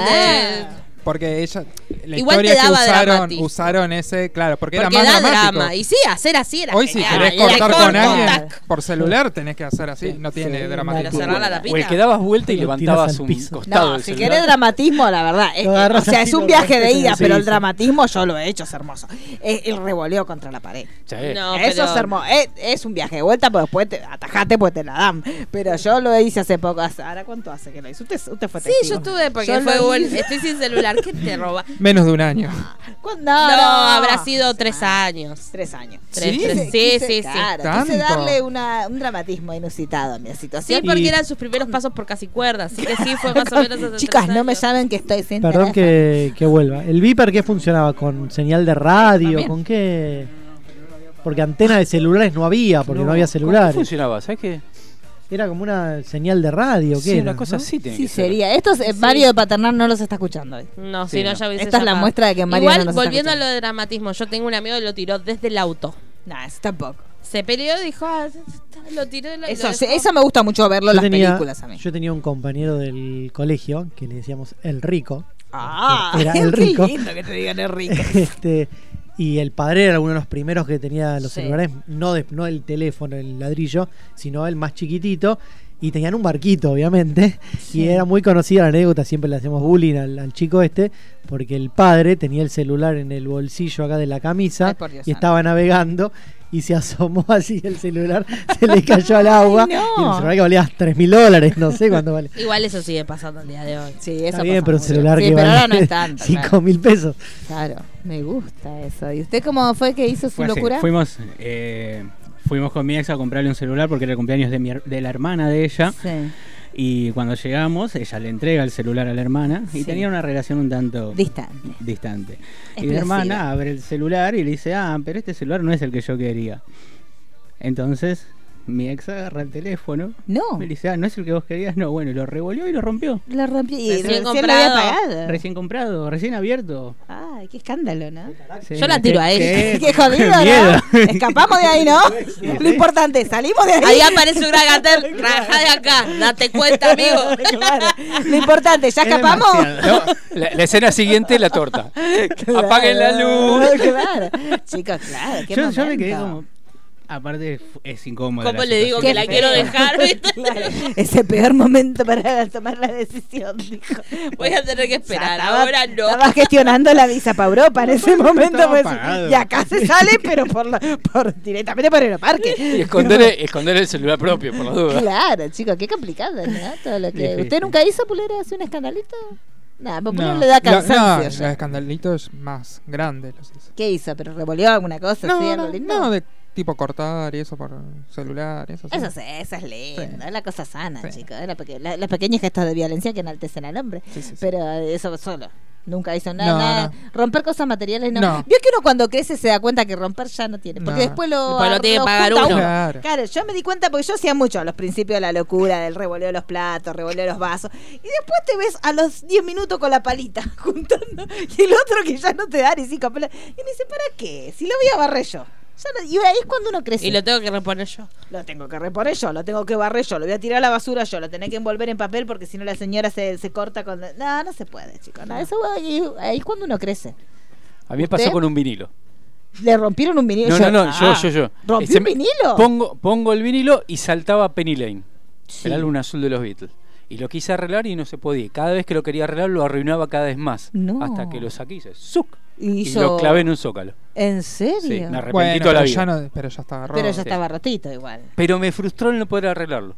Speaker 6: de-
Speaker 7: Porque ella. La
Speaker 6: Igual te
Speaker 7: historia es que
Speaker 6: daba
Speaker 7: usaron,
Speaker 6: dramatismo.
Speaker 7: usaron ese. Claro, porque,
Speaker 6: Porque
Speaker 7: era
Speaker 6: da
Speaker 7: más dramático.
Speaker 6: drama. Y sí, hacer así era.
Speaker 7: Hoy si
Speaker 6: genial.
Speaker 7: querés
Speaker 6: Era
Speaker 7: cortar
Speaker 6: corto,
Speaker 7: con alguien
Speaker 6: tac.
Speaker 7: por celular tenés que hacer así, no tiene dramatismo.
Speaker 6: cerrar la tapita.
Speaker 4: O el que dabas vuelta y
Speaker 7: Lo tirás
Speaker 4: levantabas
Speaker 7: al
Speaker 4: un
Speaker 7: piso.
Speaker 4: costado
Speaker 3: No,
Speaker 4: del
Speaker 3: si
Speaker 4: celular.
Speaker 3: querés dramatismo, la verdad. es-
Speaker 4: Lo agarrás
Speaker 3: o sea,
Speaker 4: así,
Speaker 3: es un
Speaker 4: lo
Speaker 3: viaje de
Speaker 4: rompes,
Speaker 3: ida,
Speaker 4: sí,
Speaker 3: pero
Speaker 4: sí.
Speaker 3: el dramatismo yo lo he hecho, es hermoso. Es el revoleo contra la pared.
Speaker 4: Sí.
Speaker 6: No,
Speaker 3: Eso
Speaker 6: pero-
Speaker 3: es hermoso. Es, es un viaje de vuelta, pero después te atajate, pues te la dan. Pero yo lo hice hace poco. hace- ¿Ahora cuánto hace que lo hice? Usted, usted fue
Speaker 6: Sí, yo
Speaker 3: testigo.
Speaker 6: estuve porque
Speaker 3: Yo
Speaker 6: fue
Speaker 3: lo
Speaker 6: bueno.
Speaker 3: hice.
Speaker 6: Estoy sin celular, ¿qué te roba?
Speaker 7: Menos de un año.
Speaker 3: No,
Speaker 6: No,
Speaker 3: no.
Speaker 6: habrá sido tres años.
Speaker 3: Tres años.
Speaker 6: Tres,
Speaker 3: ¿Sí?
Speaker 6: tres- sí,
Speaker 3: Quise-
Speaker 6: sí, sí.
Speaker 3: claro, quise darle una- un dramatismo inusitado a mi situación.
Speaker 6: Sí, porque eran sus primeros pasos por casi cuerda, así que sí fue más o menos hace
Speaker 3: Chicas, no me llamen que estoy sin
Speaker 13: Perdón
Speaker 3: teléfono.
Speaker 13: que, que vuelva. ¿El Viper qué funcionaba? ¿Con señal de radio?
Speaker 3: También.
Speaker 13: ¿Con qué? Porque antena de celulares no había, porque no, había
Speaker 4: ¿Cómo
Speaker 13: celulares.
Speaker 4: funcionaba? ¿Sabes qué?
Speaker 13: Era como una señal de radio, ¿qué
Speaker 4: Sí,
Speaker 13: era?
Speaker 4: una cosa
Speaker 13: ¿no?
Speaker 4: así tiene
Speaker 3: Sí,
Speaker 4: que ser.
Speaker 3: sería. Esto es, eh, Mario de Paternal no los está escuchando hoy.
Speaker 6: No,
Speaker 4: Sí,
Speaker 6: si no,
Speaker 4: no.
Speaker 6: ya hubiese
Speaker 3: Esta es la
Speaker 6: llamado.
Speaker 3: muestra de que Mario
Speaker 6: Igual,
Speaker 3: no nos está
Speaker 6: volviendo a lo de dramatismo, yo tengo un amigo que lo tiró desde el auto.
Speaker 3: Nah, eso tampoco.
Speaker 6: Se peleó y dijo, ah, lo tiró del
Speaker 3: Eso, eso me gusta mucho verlo en
Speaker 13: Yo
Speaker 3: las
Speaker 13: tenía,
Speaker 3: películas a mí.
Speaker 13: yo tenía un compañero del colegio que le decíamos el rico.
Speaker 3: Ah,
Speaker 13: era
Speaker 3: qué
Speaker 13: el rico.
Speaker 3: lindo que te digan el rico.
Speaker 13: este, y el padre era uno de los primeros que tenía los
Speaker 3: Sí.
Speaker 13: celulares, no, de- no el teléfono, el ladrillo, sino el más chiquitito. Y tenían un barquito, obviamente. Y era muy conocida la anécdota, siempre le hacemos bullying al, al chico este, porque el padre tenía el celular en el bolsillo acá de la camisa
Speaker 3: Ay, por Dios
Speaker 13: y estaba navegando. Y se asomó así el celular, se le cayó al agua.
Speaker 6: Ay, no.
Speaker 13: Y el celular que valía 3 mil dólares, no sé cuánto vale.
Speaker 6: Igual eso sigue pasando el día de hoy.
Speaker 3: Sí,
Speaker 13: Está bien, pero un celular
Speaker 3: Sí,
Speaker 13: que
Speaker 3: pero
Speaker 13: vale
Speaker 3: ahora no es tanto,
Speaker 13: 5
Speaker 3: claro.
Speaker 13: mil pesos.
Speaker 3: Claro, me gusta eso. ¿Y usted cómo fue que hizo su
Speaker 9: Fue así,
Speaker 3: locura?
Speaker 9: Fuimos, eh, fuimos con mi ex a comprarle un celular porque era el cumpleaños de, mi her- de la hermana de ella.
Speaker 3: Sí.
Speaker 9: Y cuando llegamos, ella le entrega el celular a la hermana y
Speaker 3: Sí.
Speaker 9: tenía una relación un tanto
Speaker 3: Distante.
Speaker 9: distante. Y
Speaker 3: Explosiva.
Speaker 9: la hermana abre el celular y le dice, ah, pero este celular no es el que yo quería. Entonces mi ex agarra el teléfono.
Speaker 3: No.
Speaker 9: Me dice, ah, no es el que vos querías. No, bueno, y lo revolvió y lo rompió.
Speaker 3: Lo rompí y
Speaker 6: Recién
Speaker 3: recién, lo había
Speaker 6: comprado.
Speaker 3: pagado.
Speaker 9: Recién comprado, recién abierto.
Speaker 3: Ay, qué escándalo, ¿no?
Speaker 9: Sí,
Speaker 6: Yo la tiro a él.
Speaker 3: Qué, jodido,
Speaker 9: miedo.
Speaker 3: ¿no? Escapamos de ahí, ¿no? Lo importante, salimos de ahí.
Speaker 6: Ahí aparece un ragater, rajá de acá, date cuenta, amigo.
Speaker 3: Lo importante, ¿ya escapamos?
Speaker 4: No, la, la escena siguiente es la torta. Apaguen la luz.
Speaker 3: Claro. Chicos, claro. Qué
Speaker 9: Yo, yo me quedé
Speaker 3: momento.
Speaker 9: como. Aparte, fu- es incómodo.
Speaker 6: ¿Cómo le digo que la quiero dejar? ¿viste?
Speaker 3: Ese peor momento para tomar la decisión, dijo.
Speaker 6: Voy a tener que esperar,
Speaker 3: estaba-
Speaker 6: ahora no.
Speaker 3: Estaba gestionando la visa para Europa en ese momento.
Speaker 9: estaba
Speaker 3: pues,
Speaker 9: pagado.
Speaker 3: y acá se sale, pero por, la- por directamente por el
Speaker 4: Y
Speaker 3: parque.
Speaker 4: esconder, el- esconder el celular propio, por las dudas.
Speaker 3: Claro, chicos, qué complicado, ¿no? Todo lo que...
Speaker 4: Difícil.
Speaker 3: ¿Usted nunca hizo pulera así un escandalito? Nada, pues
Speaker 7: No.
Speaker 3: le da
Speaker 7: Lo-
Speaker 3: cansancio.
Speaker 7: no,
Speaker 3: ya.
Speaker 7: los escandalitos más grandes los hice.
Speaker 3: ¿Qué hizo? ¿Pero revolvió alguna cosa?
Speaker 7: No,
Speaker 3: así,
Speaker 7: no,
Speaker 3: algo lindo?
Speaker 7: no, de tipo cortar y eso por celular, eso pues sí.
Speaker 3: Eso sí, eso es lindo, es la cosa sana, chicos. es la peque- la- las pequeñas gestos de violencia que enaltecen al hombre. Pero eso solo. Nunca hizo nada.
Speaker 7: No,
Speaker 3: nada. Romper cosas materiales no.
Speaker 7: No.
Speaker 3: Vio que uno cuando crece se da cuenta que romper ya no tiene. Porque
Speaker 7: No.
Speaker 3: después lo.
Speaker 6: Después lo tiene que pagar
Speaker 3: junta
Speaker 6: uno.
Speaker 7: Claro.
Speaker 3: Claro, yo me di cuenta porque yo hacía mucho a los principios de la locura, del revoleo de los platos, revoleo de los vasos. Y después te ves a los 10 minutos con la palita juntando. Y el otro que ya no te da ni cinco pelas. Y me dice, ¿para qué? Si lo voy a barrer yo. Ya no- y ahí es cuando uno crece.
Speaker 6: Y lo tengo que reponer yo.
Speaker 3: Lo tengo que reponer yo, lo tengo que barrer yo, lo voy a tirar a la basura yo, lo tenés que envolver en papel porque si no la señora se, se corta con... No, no se puede, chicos. No, eso ahí, ahí es cuando uno crece.
Speaker 4: A mí me pasó
Speaker 3: ¿Usted?
Speaker 4: con un vinilo.
Speaker 3: Le rompieron un vinilo.
Speaker 4: No,
Speaker 3: Yo-
Speaker 4: no, no,
Speaker 3: Ah.
Speaker 4: yo, yo, yo.
Speaker 3: ¿Rompió
Speaker 4: Se
Speaker 3: un
Speaker 4: me-
Speaker 3: vinilo?
Speaker 4: Pongo, pongo el vinilo y saltaba Penny Lane,
Speaker 3: Sí.
Speaker 4: el álbum azul de los Beatles. Y lo quise arreglar y no se podía. Cada vez que lo quería arreglar lo arruinaba cada vez más.
Speaker 3: No.
Speaker 4: Hasta que lo saqué y hice ¡zuc!
Speaker 3: Y
Speaker 4: Y,
Speaker 3: hizo-
Speaker 4: lo clavé en un zócalo.
Speaker 3: ¿En serio?
Speaker 4: Sí, me arrepentí
Speaker 7: Bueno,
Speaker 4: toda la
Speaker 7: pero
Speaker 4: vida.
Speaker 7: ya, no, pero ya estaba roto.
Speaker 3: Pero ya
Speaker 4: Sí.
Speaker 3: estaba rotito igual. Ah.
Speaker 4: Pero me frustró el no poder arreglarlo.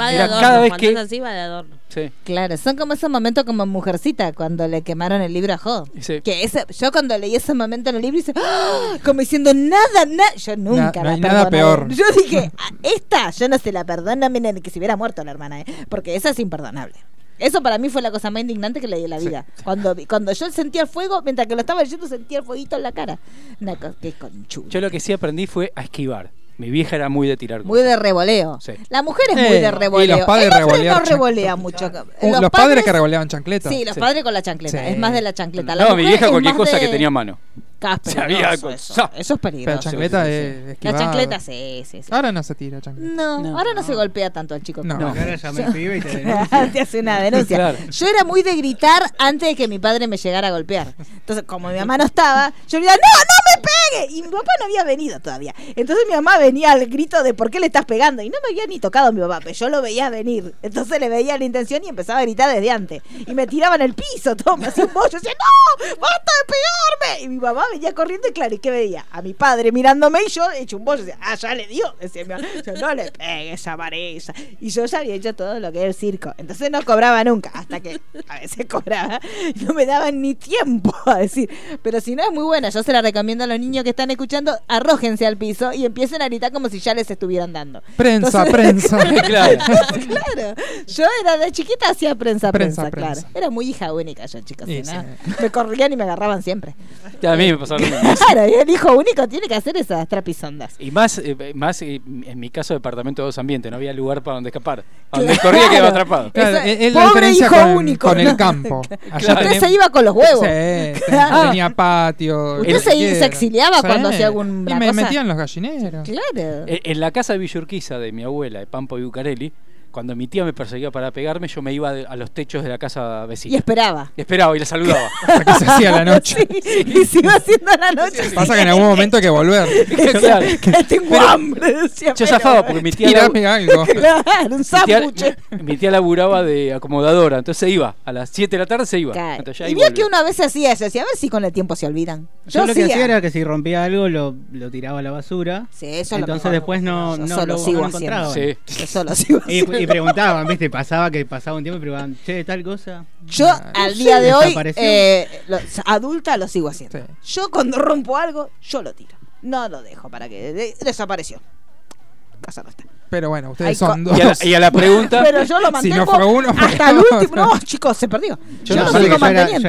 Speaker 6: Va de
Speaker 4: Mira,
Speaker 6: adorno,
Speaker 4: cada vez
Speaker 6: cuando
Speaker 4: que-
Speaker 6: es así va de adorno.
Speaker 4: Sí.
Speaker 3: Claro, son como esos momentos como mujercita cuando le quemaron el libro a Jo.
Speaker 4: Sí.
Speaker 3: Que ese, yo cuando leí ese momento en el libro hice, ¡Ah! como diciendo nada, nada. Yo nunca
Speaker 7: no
Speaker 3: la
Speaker 7: hay nada
Speaker 3: perdonaba.
Speaker 7: peor.
Speaker 3: Yo dije, "A esta yo no se la perdono, miren, que se hubiera muerto la hermana, ¿eh? porque esa es imperdonable. Eso para mí fue la cosa más indignante que leí en la vida. Cuando, vi- cuando yo sentía el fuego, mientras que lo estaba leyendo, sentía el fueguito en la cara. Una cosa que conchuda.
Speaker 4: Yo lo que sí aprendí fue a esquivar. Mi vieja era muy de tirar
Speaker 3: Muy
Speaker 4: cosas.
Speaker 3: de revoleo.
Speaker 4: Sí.
Speaker 3: La mujer es muy
Speaker 7: Eh, y
Speaker 3: de
Speaker 7: los
Speaker 3: revoleo.
Speaker 7: padres
Speaker 3: el hombre no
Speaker 7: revolear,
Speaker 3: revolea mucho.
Speaker 7: Uh, los, padres que revoleaban chancletas.
Speaker 3: Sí, los
Speaker 4: Sí.
Speaker 3: padres con la chancleta.
Speaker 7: Sí.
Speaker 3: Es más de la chancleta. La
Speaker 4: No,
Speaker 3: mujer
Speaker 4: mi vieja
Speaker 3: es
Speaker 4: cualquier
Speaker 3: más
Speaker 4: cosa
Speaker 3: de-
Speaker 4: que tenía a mano.
Speaker 3: Claro, pero
Speaker 4: Sabía
Speaker 3: no, eso,
Speaker 4: con-
Speaker 3: eso, eso
Speaker 7: Pero
Speaker 3: es peligroso.
Speaker 7: chancleta
Speaker 3: Sí, sí,
Speaker 7: es
Speaker 3: sí. La
Speaker 7: esquivada.
Speaker 3: chancleta, sí, sí, sí.
Speaker 7: Ahora no se tira chancleta.
Speaker 3: No, ahora no, se golpea tanto al chico.
Speaker 7: No.
Speaker 4: No.
Speaker 9: Ahora ya me pibe y te denuncia.
Speaker 3: te hace una denuncia.
Speaker 4: Claro.
Speaker 3: Yo era muy de gritar antes de que mi padre me llegara a golpear. Entonces, como mi mamá no estaba, yo le decía, ¡No, no me pegue! Y mi papá no había venido todavía. Entonces mi mamá venía al grito de ¿por qué le estás pegando? Y no me había ni tocado mi papá, pero yo lo veía venir. Entonces le veía la intención y empezaba a gritar desde antes. Y me tiraban el piso, todo, me hacía un bollo. Yo decía, ¡No! ¡Basta de pegarme! Y mi mamá venía corriendo y claro, ¿y qué veía? A mi padre mirándome y yo he hecho un bollo. Decía, ¡Ah, ya le dio! Decía mi mamá, yo, no le pegues a Marisa. Y yo ya había hecho todo lo que era el circo. Entonces no cobraba nunca, hasta que a veces cobraba. y No me daban ni tiempo a decir. Pero si no es muy buena, yo se la recomiendo a los niños que están escuchando, arrójense al piso y empiecen a gritar como si ya les estuvieran dando.
Speaker 7: Prensa, prensa.
Speaker 4: Claro.
Speaker 3: Claro, yo era de chiquita hacía prensa, prensa,
Speaker 7: Prensa,
Speaker 3: claro.
Speaker 7: prensa.
Speaker 3: Era muy hija única yo, chicos.
Speaker 7: Y
Speaker 3: si no,
Speaker 7: sí.
Speaker 3: Me corrían y me agarraban siempre.
Speaker 4: A mí me pasaba lo mismo.
Speaker 3: Claro, y el hijo único tiene que hacer esas trapisondas.
Speaker 4: Y más, eh, más eh, en mi caso, departamento de dos ambientes, no había lugar para donde escapar. A donde corría quedaba atrapado.
Speaker 7: Claro, es- es la diferencia con, con el campo.
Speaker 3: Usted se iba con los huevos.
Speaker 7: Sí, te-
Speaker 3: Claro.
Speaker 7: tenía patio.
Speaker 3: Usted
Speaker 7: lo
Speaker 3: se-
Speaker 7: que quiera.
Speaker 3: se exiliaba cuando hacía
Speaker 7: Y
Speaker 3: alguna
Speaker 7: me
Speaker 3: cosa.
Speaker 7: metía en los gallineros.
Speaker 3: Claro.
Speaker 4: Eh, En la casa de Villurquiza de mi abuela, de Pampo y Bucarelli, cuando mi tía me perseguía para pegarme, yo me iba de- a los techos de la casa vecina.
Speaker 3: Y esperaba.
Speaker 4: Esperaba y la saludaba.
Speaker 7: Hasta que se hacía la noche.
Speaker 3: Sí, y se iba haciendo la noche.
Speaker 7: Pasa que en algún momento hay que volver.
Speaker 4: Claro.
Speaker 3: tengo hambre, decía.
Speaker 4: Yo zafaba porque mi tía, labu-
Speaker 7: Tirame algo.
Speaker 3: Claro, un
Speaker 4: mi, tía,
Speaker 3: sándwich.
Speaker 4: mi tía laburaba de acomodadora, entonces se iba. A las 7 de la tarde se iba.
Speaker 3: Claro.
Speaker 4: Entonces ya
Speaker 3: Y
Speaker 4: ahí
Speaker 3: vio
Speaker 4: vuelve.
Speaker 3: que una vez hacía eso, decía, a ver si con el tiempo se olvidan.
Speaker 9: Yo,
Speaker 3: Yo,
Speaker 9: lo que
Speaker 3: hacía.
Speaker 9: hacía era que si rompía algo lo, lo tiraba a la basura.
Speaker 3: Sí, eso es lo
Speaker 9: Entonces
Speaker 3: mejor.
Speaker 9: después no,
Speaker 3: Yo
Speaker 9: no
Speaker 3: solo
Speaker 9: lo,
Speaker 3: sigo
Speaker 9: no
Speaker 3: haciendo.
Speaker 9: encontraban.
Speaker 3: Sí. Yo solo sigo haciendo.
Speaker 9: y, y preguntaban, ¿viste? Pasaba que pasaba un tiempo y preguntaban, che, tal cosa.
Speaker 3: Yo al
Speaker 9: Sí,
Speaker 3: día de hoy,
Speaker 9: desapareció.
Speaker 3: eh, lo- adulta, lo sigo haciendo. Yo cuando rompo algo, yo lo tiro. No lo dejo para que de- desapareció. Casa no está.
Speaker 7: Pero bueno, ustedes
Speaker 3: Hay
Speaker 7: son
Speaker 4: co-
Speaker 7: dos.
Speaker 4: Y a la- y a la pregunta-
Speaker 3: Pero yo lo
Speaker 7: Si
Speaker 3: mantengo Ah.
Speaker 7: no fue uno, fue
Speaker 3: hasta el
Speaker 7: otro.
Speaker 3: último. No, chicos, se perdió. Yo,
Speaker 9: Yo,
Speaker 3: lo
Speaker 9: aparte que
Speaker 3: sigo
Speaker 9: yo era,
Speaker 3: manteniendo.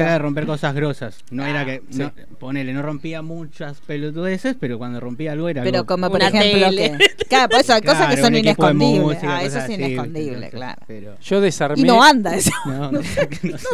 Speaker 9: yo era de romper cosas grosas. No era que.
Speaker 3: sí.
Speaker 9: no- ponele, no rompía muchas pelotudeces, pero cuando rompía algo era.
Speaker 3: Pero
Speaker 9: algo-
Speaker 3: como por ejemplo que- Claro, por eso hay cosas que
Speaker 9: Claro,
Speaker 3: son
Speaker 9: un equipo de
Speaker 3: inescondibles.
Speaker 9: música,
Speaker 3: ah, eso
Speaker 9: cosas
Speaker 3: es
Speaker 9: así,
Speaker 3: inescondible,
Speaker 9: entonces,
Speaker 3: claro.
Speaker 9: pero-
Speaker 4: Yo desarmé.
Speaker 3: Y no anda eso.
Speaker 9: No, no sé, no sé.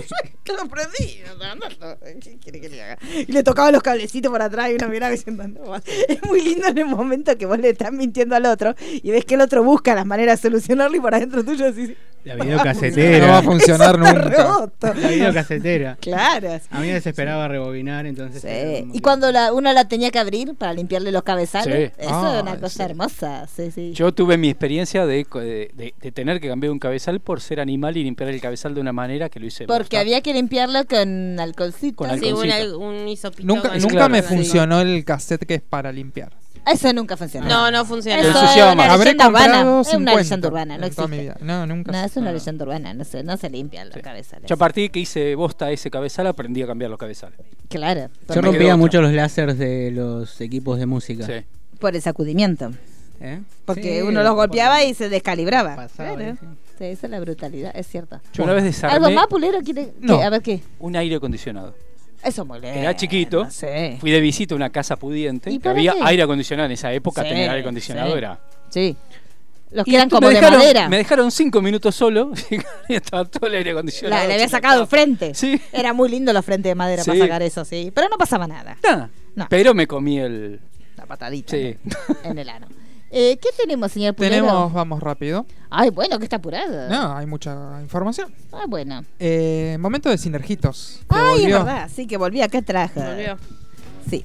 Speaker 3: Que lo prendí. no, no, no, ¿qué quiere que le haga? Y le tocaba los cablecitos por atrás y uno miraba diciendo, "No, va". es muy lindo en el momento que vos le estás mintiendo al otro y ves que el otro busca las maneras de solucionarlo y por adentro tuyo así.
Speaker 9: La
Speaker 3: "No va a
Speaker 9: videocasetera.
Speaker 7: No va a funcionar
Speaker 3: Eso está
Speaker 7: nunca.
Speaker 3: roto.
Speaker 9: La videocasetera.
Speaker 3: Claro.
Speaker 9: A mí me desesperaba rebobinar, entonces. era
Speaker 3: Sí.
Speaker 9: como
Speaker 3: Y
Speaker 9: que-
Speaker 3: cuando la, uno la tenía que abrir para limpiarle los cabezales,
Speaker 4: Sí.
Speaker 3: eso
Speaker 4: Ah,
Speaker 3: es una cosa hermosa. Sí, sí.
Speaker 4: Yo tuve mi experiencia de, co- de- de- de tener que cambiar un cabezal por ser animal y limpiar el cabezal de una manera que lo hice.
Speaker 3: Porque había que limpiarlo con alcoholcito.
Speaker 4: Con alcoholcito. Sí, un al-
Speaker 6: un hisopito
Speaker 4: Nunca-
Speaker 6: con
Speaker 4: nunca
Speaker 7: Nunca me
Speaker 6: Sí.
Speaker 7: funcionó el cassette que es para limpiar.
Speaker 3: Eso nunca funciona.
Speaker 6: No, no funciona.
Speaker 3: Eso
Speaker 6: Lo
Speaker 3: es
Speaker 6: ensuciaba
Speaker 3: una
Speaker 6: más.
Speaker 7: Habré
Speaker 3: leyenda urbana.
Speaker 7: comprado
Speaker 3: Es una
Speaker 7: 50
Speaker 3: leyenda urbana, no
Speaker 7: en toda mi
Speaker 3: existe.
Speaker 7: vida. No, nunca.
Speaker 3: No, es una
Speaker 7: no.
Speaker 3: leyenda urbana, no se, no se limpian los cabezales.
Speaker 4: Yo a partir que hice bosta ese cabezal aprendí a cambiar los cabezales.
Speaker 3: Claro.
Speaker 9: Yo
Speaker 3: Por,
Speaker 9: rompía
Speaker 4: otra.
Speaker 9: mucho los láseres de los equipos de música.
Speaker 4: Sí.
Speaker 3: por el sacudimiento.
Speaker 9: ¿Eh?
Speaker 3: Porque
Speaker 9: Sí,
Speaker 3: uno los
Speaker 9: por-
Speaker 3: golpeaba y se descalibraba.
Speaker 9: Pasaba,
Speaker 3: claro. Sí, esa es la brutalidad, es cierto.
Speaker 4: Yo una vez desarmé-
Speaker 3: ¿Algo más, Pulero? ¿Quiere- qué?
Speaker 4: No.
Speaker 3: A ver qué.
Speaker 4: Un aire acondicionado.
Speaker 3: Eso molesta.
Speaker 4: Era chiquito.
Speaker 3: sé.
Speaker 4: Fui de visita a una casa pudiente.
Speaker 3: ¿Y
Speaker 4: que
Speaker 3: para
Speaker 4: había
Speaker 3: qué?
Speaker 4: aire acondicionado en esa época.
Speaker 3: Sí,
Speaker 4: tener aire acondicionado
Speaker 3: sí.
Speaker 4: era.
Speaker 3: Sí. Los
Speaker 4: Y
Speaker 3: que eran
Speaker 4: después
Speaker 3: como
Speaker 4: me
Speaker 3: de
Speaker 4: dejaron,
Speaker 3: madera.
Speaker 4: Me dejaron cinco minutos solo. y estaba todo el aire acondicionado.
Speaker 3: La, le había
Speaker 4: hecho
Speaker 3: sacado
Speaker 4: una
Speaker 3: un frente.
Speaker 4: Sí.
Speaker 3: Era muy lindo los frentes de madera para
Speaker 4: Sí.
Speaker 3: sacar eso, sí. Pero no pasaba nada.
Speaker 4: Nada.
Speaker 3: No.
Speaker 4: Pero me comí el.
Speaker 3: La patadita.
Speaker 4: Sí.
Speaker 3: En el ano. Eh, ¿Qué tenemos, señor Pulero?
Speaker 7: Tenemos, vamos rápido.
Speaker 3: Ay, bueno, que está apurado.
Speaker 7: No, hay mucha información.
Speaker 3: Ah, bueno.
Speaker 7: Eh, momento de sinergitos. que
Speaker 3: Ay, es
Speaker 7: volvió.
Speaker 3: verdad. Sí, que volví acá traje.
Speaker 6: Volvió.
Speaker 3: Sí.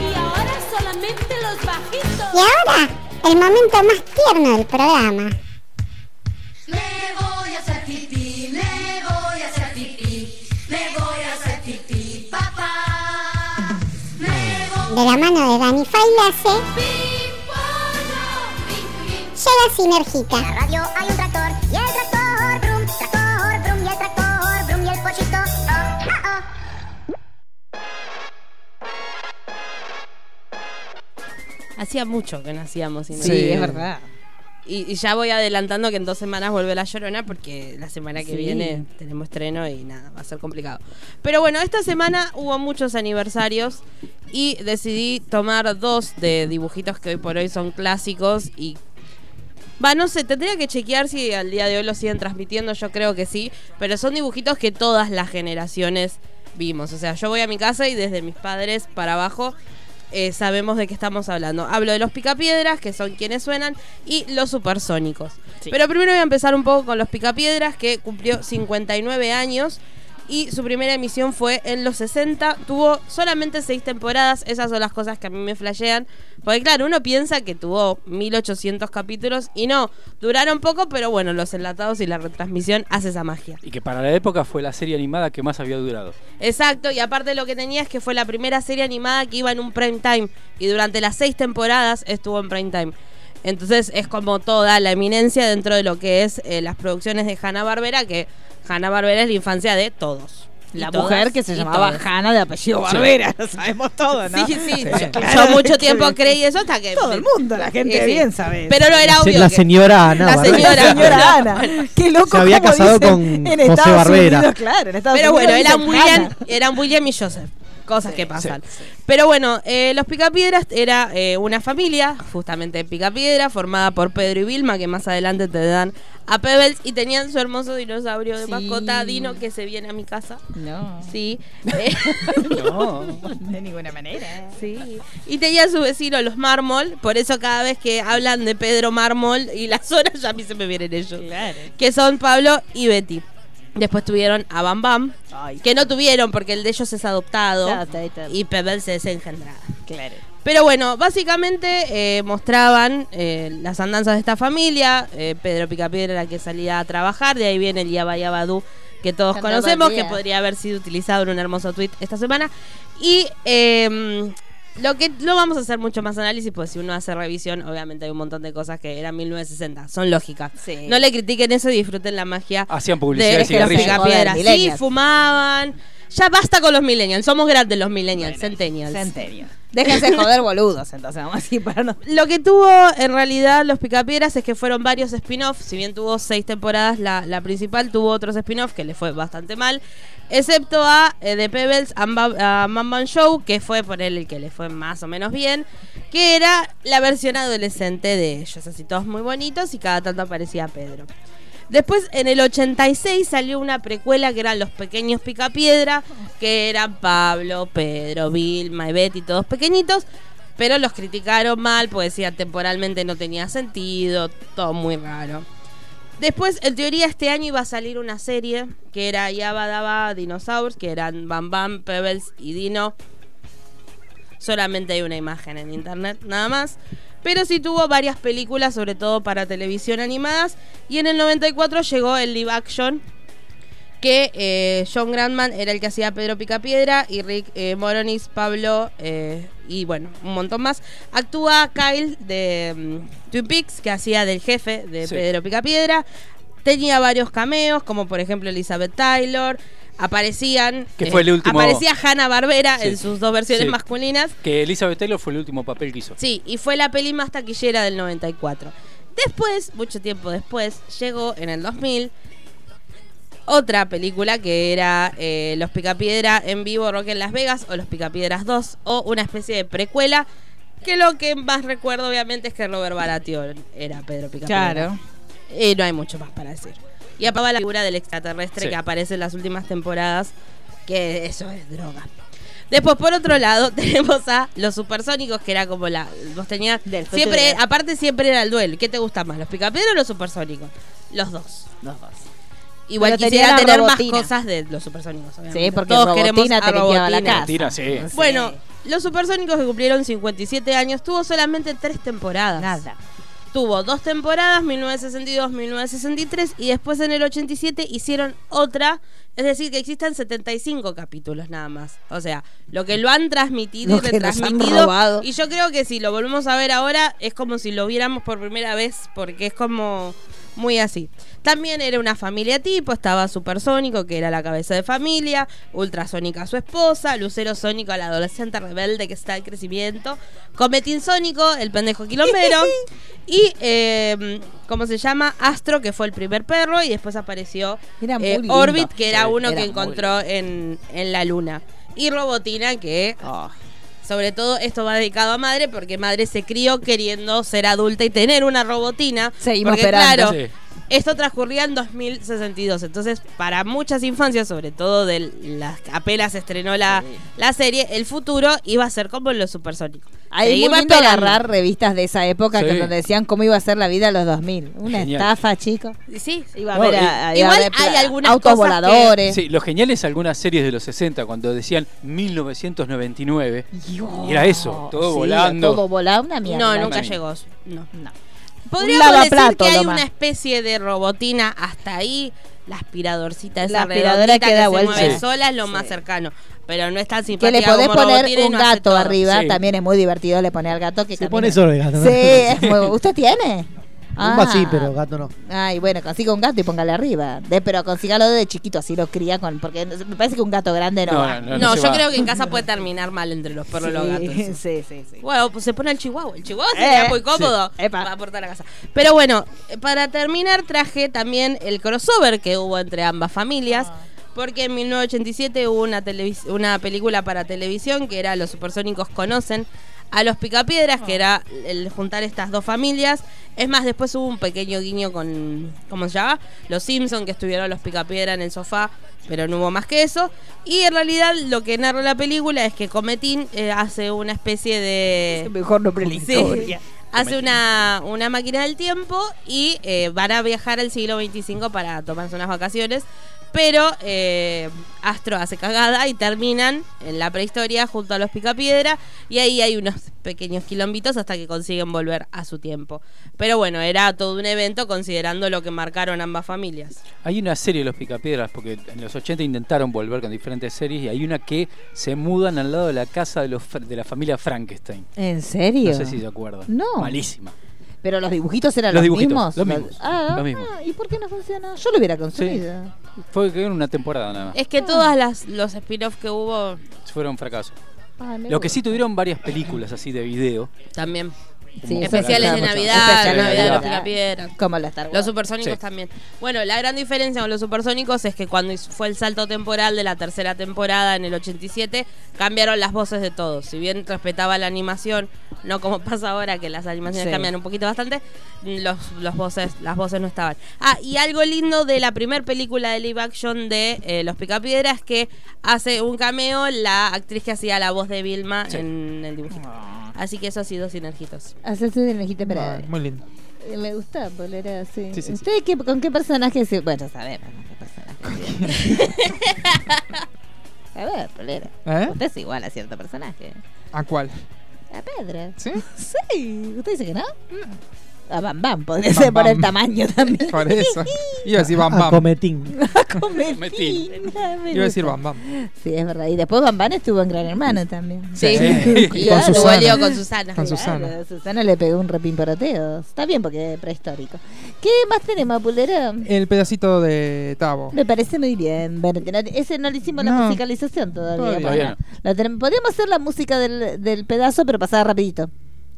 Speaker 11: Y ahora solamente los bajitos. Y ahora, el momento más tierno del programa.
Speaker 15: Me voy a hacer pipí, me voy a hacer pipí, me voy a hacer pipí, papá.
Speaker 11: De la mano de Dani Failase. Llega Sinergita. En la radio hay un tractor y el tractor brum, tractor brum y el tractor brum y el pollito. Oh, oh, oh.
Speaker 6: Hacía mucho que no hacíamos. sin
Speaker 3: Sí,
Speaker 6: ir.
Speaker 3: es verdad.
Speaker 6: Y, y ya voy adelantando que en dos semanas vuelve La Llorona porque la semana que
Speaker 3: Sí.
Speaker 6: viene tenemos estreno y nada, va a ser complicado. Pero bueno, esta semana hubo muchos aniversarios y decidí tomar dos de dibujitos que hoy por hoy son clásicos y... Va, no sé, tendría que chequear si al día de hoy lo siguen transmitiendo, yo creo que sí, pero son dibujitos que todas las generaciones vimos. O sea, yo voy a mi casa y desde mis padres para abajo eh, sabemos de qué estamos hablando. Hablo de los picapiedras, que son quienes suenan, y los supersónicos. Pero primero voy a empezar un poco con los picapiedras, que cumplió 59 años. Y su primera emisión fue en los 60. Tuvo solamente seis temporadas. Esas son las cosas que a mí me flashean. Porque claro, uno piensa que tuvo 1800 capítulos y no. Duraron poco, pero bueno, los enlatados y la retransmisión hace esa magia.
Speaker 4: Y que para la época fue la serie animada que más había durado.
Speaker 6: Exacto, y aparte lo que tenía es que fue la primera serie animada que iba en un prime time. Y durante las seis temporadas estuvo en prime time. Entonces es como toda la eminencia dentro de lo que es eh, las producciones de Hanna Barbera, que Hanna Barbera es la infancia de todos. Y
Speaker 3: La
Speaker 6: todas,
Speaker 3: mujer que se
Speaker 6: y
Speaker 3: llamaba
Speaker 6: todos.
Speaker 3: Hanna de apellido Barbera, lo sabemos todo, ¿no?
Speaker 6: Sí, sí,
Speaker 3: Sí.
Speaker 6: yo- Yo,
Speaker 3: Claro.
Speaker 6: mucho tiempo creí eso hasta que.
Speaker 3: Todo el mundo, la gente
Speaker 6: Sí, sí.
Speaker 3: bien sabe.
Speaker 6: Pero no era
Speaker 13: La se-
Speaker 6: obvio.
Speaker 13: la
Speaker 6: que-
Speaker 13: señora Ana
Speaker 6: La
Speaker 13: Barbera.
Speaker 6: señora,
Speaker 13: La señora
Speaker 3: Ana. Qué loco.
Speaker 13: Se había
Speaker 3: como
Speaker 13: casado
Speaker 3: dicen
Speaker 13: con
Speaker 3: en
Speaker 13: José
Speaker 3: Estados
Speaker 13: Barbera.
Speaker 3: Unidos, claro, en Estados
Speaker 6: Pero
Speaker 3: Unidos
Speaker 6: bueno, eran
Speaker 3: dicen
Speaker 6: William,
Speaker 3: Hanna.
Speaker 6: eran William y Joseph. cosas que pasan. Pero bueno, eh, los Picapiedras era eh, una familia, justamente Picapiedra, formada por Pedro y Vilma, que más adelante te dan a Pebbles, y tenían su hermoso dinosaurio de
Speaker 3: Sí.
Speaker 6: mascota, Dino, que se viene a mi casa.
Speaker 3: No.
Speaker 6: Sí.
Speaker 3: No. De ninguna manera.
Speaker 6: Sí. Y tenía a su vecino los mármol, por eso cada vez que hablan de Pedro Mármol y las horas ya a mí se me vienen ellos. Que son Pablo y Betty. Después tuvieron a Bam Bam, que no tuvieron porque el de ellos es adoptado y Pebbles es engendrada.
Speaker 3: Claro.
Speaker 6: Pero bueno, básicamente eh, mostraban eh, las andanzas de esta familia. Eh, Pedro Picapiedra era el que salía a trabajar, de ahí viene el Yaba Yabadú que todos
Speaker 3: Cantaba
Speaker 6: conocemos,
Speaker 3: Día.
Speaker 6: que podría haber sido utilizado en un hermoso tweet esta semana. Y eh, lo que no vamos a hacer mucho más análisis, pues si uno hace revisión, obviamente hay un montón de cosas que eran 1960, son lógicas. No le critiquen eso y disfruten la magia
Speaker 4: Hacían publicidad de
Speaker 6: de los
Speaker 4: cigarrillos.
Speaker 6: picapiedras.
Speaker 4: Joder,
Speaker 6: Sí,
Speaker 4: millennials.
Speaker 6: fumaban. Ya basta con los millennials, somos grandes los millennials, centennials.
Speaker 3: Centennials. Déjense joder, boludos, entonces vamos así para no.
Speaker 6: Lo que tuvo en realidad los Picapiedras es que fueron varios spin-offs. Si bien tuvo seis temporadas, la, la principal tuvo otros spin-offs que le fue bastante mal. Excepto a eh, The Pebbles and Bam- a Man Man Show, que fue por él el que le fue más o menos bien. Que era la versión adolescente de ellos. Así todos muy bonitos y cada tanto aparecía Pedro. Después, en el 86 salió una precuela que eran Los Pequeños Picapiedra, que eran Pablo, Pedro, Vilma y Betty, todos pequeñitos, pero los criticaron mal porque decían temporalmente no tenía sentido, todo muy raro. Después, en teoría, este año iba a salir una serie que era Yabba Dabba Dinosaurs, que eran Bam Bam, Pebbles y Dino. Solamente hay una imagen en internet, nada más. Pero sí tuvo varias películas, sobre todo para televisión animadas. Y en el 94 llegó el live action, que eh, John Grandman era el que hacía Pedro Picapiedra y Rick eh, Moronis, Pablo eh, y bueno, un montón más. Actúa Kyle de mm, Twin Peaks, que hacía del jefe de
Speaker 3: Sí.
Speaker 6: Pedro Picapiedra. Tenía varios cameos, como por ejemplo Elizabeth Taylor. Aparecían. eh,
Speaker 4: Que fue el último-
Speaker 6: Aparecía Hanna Barbera
Speaker 4: Sí.
Speaker 6: en sus dos versiones
Speaker 4: Sí.
Speaker 6: masculinas.
Speaker 4: Que Elizabeth Taylor fue el último papel que hizo.
Speaker 6: Sí, y fue la peli más taquillera del 94. Después, mucho tiempo después, llegó en el 2000 otra película que era eh, Los Picapiedra en vivo Rock en Las Vegas o Los Picapiedras 2 o una especie de precuela que lo que más recuerdo obviamente es que Robert Baratheon era Pedro Picapiedra.
Speaker 3: Claro.
Speaker 6: Y no hay mucho más para decir. Y apagaba la figura del extraterrestre
Speaker 3: Sí.
Speaker 6: que aparece en las últimas temporadas, que eso es droga. Después, por otro lado, tenemos a los supersónicos, que era como la. Vos tenías.
Speaker 3: futuro.
Speaker 6: Siempre, aparte, siempre era el duelo. ¿Qué te gusta más, los picapiedras o los supersónicos? Los dos.
Speaker 3: Los dos.
Speaker 6: Igual
Speaker 3: Pero tenía
Speaker 6: quisiera
Speaker 3: la
Speaker 6: tener
Speaker 3: Robotina.
Speaker 6: más cosas de los supersónicos. obviamente.
Speaker 3: Sí, porque
Speaker 6: todos
Speaker 3: Robotina
Speaker 6: queremos
Speaker 3: te
Speaker 6: a
Speaker 3: limpiaba la
Speaker 6: Robotina.
Speaker 3: casa.
Speaker 4: Tira, sí.
Speaker 6: Bueno, los supersónicos que cumplieron 57 años tuvo solamente tres temporadas. Nada. Tuvo dos temporadas, 1962-1963, y después en el 87 hicieron otra. Es decir, que existen 75 capítulos nada más. O sea, lo que lo han transmitido
Speaker 3: Lo
Speaker 6: y
Speaker 3: que nos han
Speaker 6: retransmitido.
Speaker 3: robado.
Speaker 6: Y yo creo que si lo volvemos a ver ahora, es como si lo viéramos por primera vez, porque es como muy así. También era una familia tipo, estaba Supersónico, que era la cabeza de familia, Ultrasónica su esposa, Lucero Sónico, el adolescente rebelde que está en crecimiento, Cometín Sónico, el pendejo quilombero, y, eh, ¿cómo se llama? Astro, que fue el primer perro, y después apareció
Speaker 3: Era muy
Speaker 6: eh,
Speaker 3: lindo.
Speaker 6: Orbit, que era
Speaker 3: Sí,
Speaker 6: uno
Speaker 3: era
Speaker 6: que
Speaker 3: muy
Speaker 6: encontró en, en la luna, y Robotina, que...
Speaker 3: Ah.
Speaker 6: Sobre todo esto va dedicado a madre porque madre se crió queriendo ser adulta y tener una robotina.
Speaker 3: Seguimos
Speaker 6: porque,
Speaker 3: esperando.
Speaker 6: Claro, esto transcurría en 2062, entonces para muchas infancias, sobre todo de las que apenas estrenó la, la serie, el futuro iba a ser como en los supersónicos.
Speaker 3: Ahí es
Speaker 6: Seguimos
Speaker 3: muy lindo
Speaker 6: esperando.
Speaker 3: agarrar revistas de esa época que
Speaker 6: Sí.
Speaker 3: donde decían cómo iba a ser la vida a los 2000. Una
Speaker 4: Genial.
Speaker 3: estafa, chico.
Speaker 6: Y Sí,
Speaker 3: Iba a
Speaker 4: No,
Speaker 3: haber
Speaker 4: y-
Speaker 3: a- a- iba a
Speaker 6: Igual
Speaker 3: haber
Speaker 6: hay algunas
Speaker 3: autos
Speaker 6: cosas que-
Speaker 3: voladores.
Speaker 4: Sí, lo genial es algunas series de los 60 cuando decían 1999. Y era eso, todo
Speaker 3: Sí,
Speaker 4: volando.
Speaker 3: Todo volado, una mierda.
Speaker 6: No, nunca
Speaker 4: Bueno.
Speaker 6: llegó. No.
Speaker 3: No.
Speaker 6: Podríamos decir
Speaker 3: lavaplato,
Speaker 6: que hay
Speaker 3: lo más.
Speaker 6: una especie de robotina hasta ahí, la aspiradorcita, esa
Speaker 3: La aspiradora
Speaker 6: redondita
Speaker 3: que da
Speaker 6: se
Speaker 3: vuelta.
Speaker 6: mueve
Speaker 3: Sí.
Speaker 6: sola es lo más cercano, pero no es tan
Speaker 3: Que
Speaker 6: simpática
Speaker 3: le podés
Speaker 6: como
Speaker 3: poner
Speaker 6: robotina y
Speaker 3: un
Speaker 6: no hace
Speaker 3: gato
Speaker 6: todo.
Speaker 3: arriba,
Speaker 6: Sí.
Speaker 3: también es muy divertido le poner al gato que Se
Speaker 13: pone solo el gato, ¿no?
Speaker 3: Sí, es muy- ¿usted tiene?
Speaker 13: Bomba
Speaker 3: Ah.
Speaker 13: sí, pero gato no.
Speaker 3: Ay, bueno, consiga un gato y póngale arriba. De- pero consígalo de chiquito, así lo cría con. Porque no- me parece que un gato grande no.
Speaker 4: No,
Speaker 3: va.
Speaker 4: no,
Speaker 6: No, yo creo que en casa puede terminar mal entre los perros y los
Speaker 3: Sí,
Speaker 6: gatos.
Speaker 3: Sí, sí, sí.
Speaker 6: Bueno, pues se pone el chihuahua. El chihuahua sería
Speaker 3: Eh,
Speaker 6: muy cómodo
Speaker 3: sí. Epa.
Speaker 6: para aportar a casa. Pero
Speaker 3: Ah.
Speaker 6: bueno, eh, para terminar traje también el crossover que hubo entre ambas familias. Porque en 1987 hubo una, televis- una película para televisión que era Los Supersónicos Conocen a los Picapiedras,
Speaker 3: Ah.
Speaker 6: que era el juntar estas dos familias. Es más, después hubo un pequeño guiño con, ¿cómo se llama? Los Simpson que estuvieron los Picapiedra en el sofá, pero no hubo más que eso. Y en realidad lo que narra la película es que Cometín eh, hace una especie de...
Speaker 3: mejor nombre de la
Speaker 6: Sí.
Speaker 3: historia.
Speaker 6: Hace una, una máquina del tiempo y eh, van a viajar al siglo 25 para tomarse unas vacaciones. Pero eh, Astro hace cagada y terminan en la prehistoria junto a los Picapiedra. Y ahí hay unos pequeños quilombitos hasta que consiguen volver a su tiempo. Pero bueno, era todo un evento considerando lo que marcaron ambas familias.
Speaker 4: Hay una serie de los Picapiedras, porque en los 80 intentaron volver con diferentes series y hay una que se mudan al lado de la casa de, los, Fra- de la familia Frankenstein.
Speaker 3: ¿En serio?
Speaker 4: No sé si se acuerdan.
Speaker 3: No.
Speaker 4: Malísima.
Speaker 3: Pero los dibujitos eran
Speaker 4: Los
Speaker 3: los,
Speaker 4: dibujitos,
Speaker 3: mismos.
Speaker 4: los mismos,
Speaker 3: Ah,
Speaker 4: los mismos.
Speaker 3: ah, ¿y por qué no funciona? Yo lo hubiera consumido.
Speaker 4: Fue que en una temporada nada más.
Speaker 6: Es
Speaker 3: Ah.
Speaker 6: que todas las los spin-offs que hubo
Speaker 4: Fueron fracasos.
Speaker 6: Ah, me
Speaker 4: Lo que
Speaker 6: gusta.
Speaker 4: sí tuvieron varias películas así de video.
Speaker 6: también.
Speaker 4: Sí,
Speaker 6: especiales de
Speaker 4: mucho.
Speaker 6: Navidad,
Speaker 4: Especiales de
Speaker 6: Navidad,
Speaker 4: Navidad.
Speaker 6: los Picapiedras.
Speaker 3: Como la Star Wars.
Speaker 6: Los supersónicos
Speaker 4: Sí.
Speaker 6: también. Bueno, la gran diferencia con los supersónicos es que cuando hizo- fue el salto temporal de la tercera temporada en el 87, cambiaron las voces de todos. Si bien respetaba la animación, no como pasa ahora que las animaciones
Speaker 3: Sí.
Speaker 6: cambian un poquito bastante, los, los voces, las voces no estaban. Ah, y algo lindo de la primera película de live action de eh, Los Picapiedras es que hace un cameo la actriz que hacía la voz de Vilma
Speaker 3: Sí.
Speaker 6: en el dibujito. Así que eso ha sido sinergitos.
Speaker 3: Hacerse de Nejita Perales.
Speaker 7: Muy lindo.
Speaker 3: Eh, Me gusta bolera así.
Speaker 6: Sí, sí, sí.
Speaker 3: ¿Ustedes qué- con qué personaje se.? Bueno, sabemos con qué personaje. A ver, bolera.
Speaker 7: ¿Eh?
Speaker 3: Usted es igual a cierto personaje.
Speaker 7: ¿A cuál?
Speaker 3: A Pedro.
Speaker 7: ¿Sí?
Speaker 3: Sí. ¿Usted dice que no? A Bam Bam, podría ser por el tamaño también.
Speaker 7: Por eso. Iba a decir Bam
Speaker 13: A
Speaker 7: Bam.
Speaker 13: Cometín.
Speaker 3: Cometín. Ah, me
Speaker 7: Iba a decir
Speaker 3: gusta.
Speaker 7: Bam Bam.
Speaker 3: Sí, es verdad. Y después Bambán estuvo en Gran Hermano también.
Speaker 7: Sí. Sí. Y con Susana.
Speaker 6: volvió con Susana.
Speaker 7: Con
Speaker 3: Claro,
Speaker 7: Susana.
Speaker 3: Susana le pegó un repimporoteo. Está bien porque es prehistórico. ¿Qué más tenemos, Pulero?
Speaker 7: El pedacito de Tavo.
Speaker 3: Me parece muy bien. Bueno, que no- ese no le hicimos la
Speaker 7: No.
Speaker 3: musicalización todavía.
Speaker 7: Todavía. Todavía
Speaker 3: Bueno, la tenem- podríamos hacer la música del, del pedazo, pero pasada rapidito.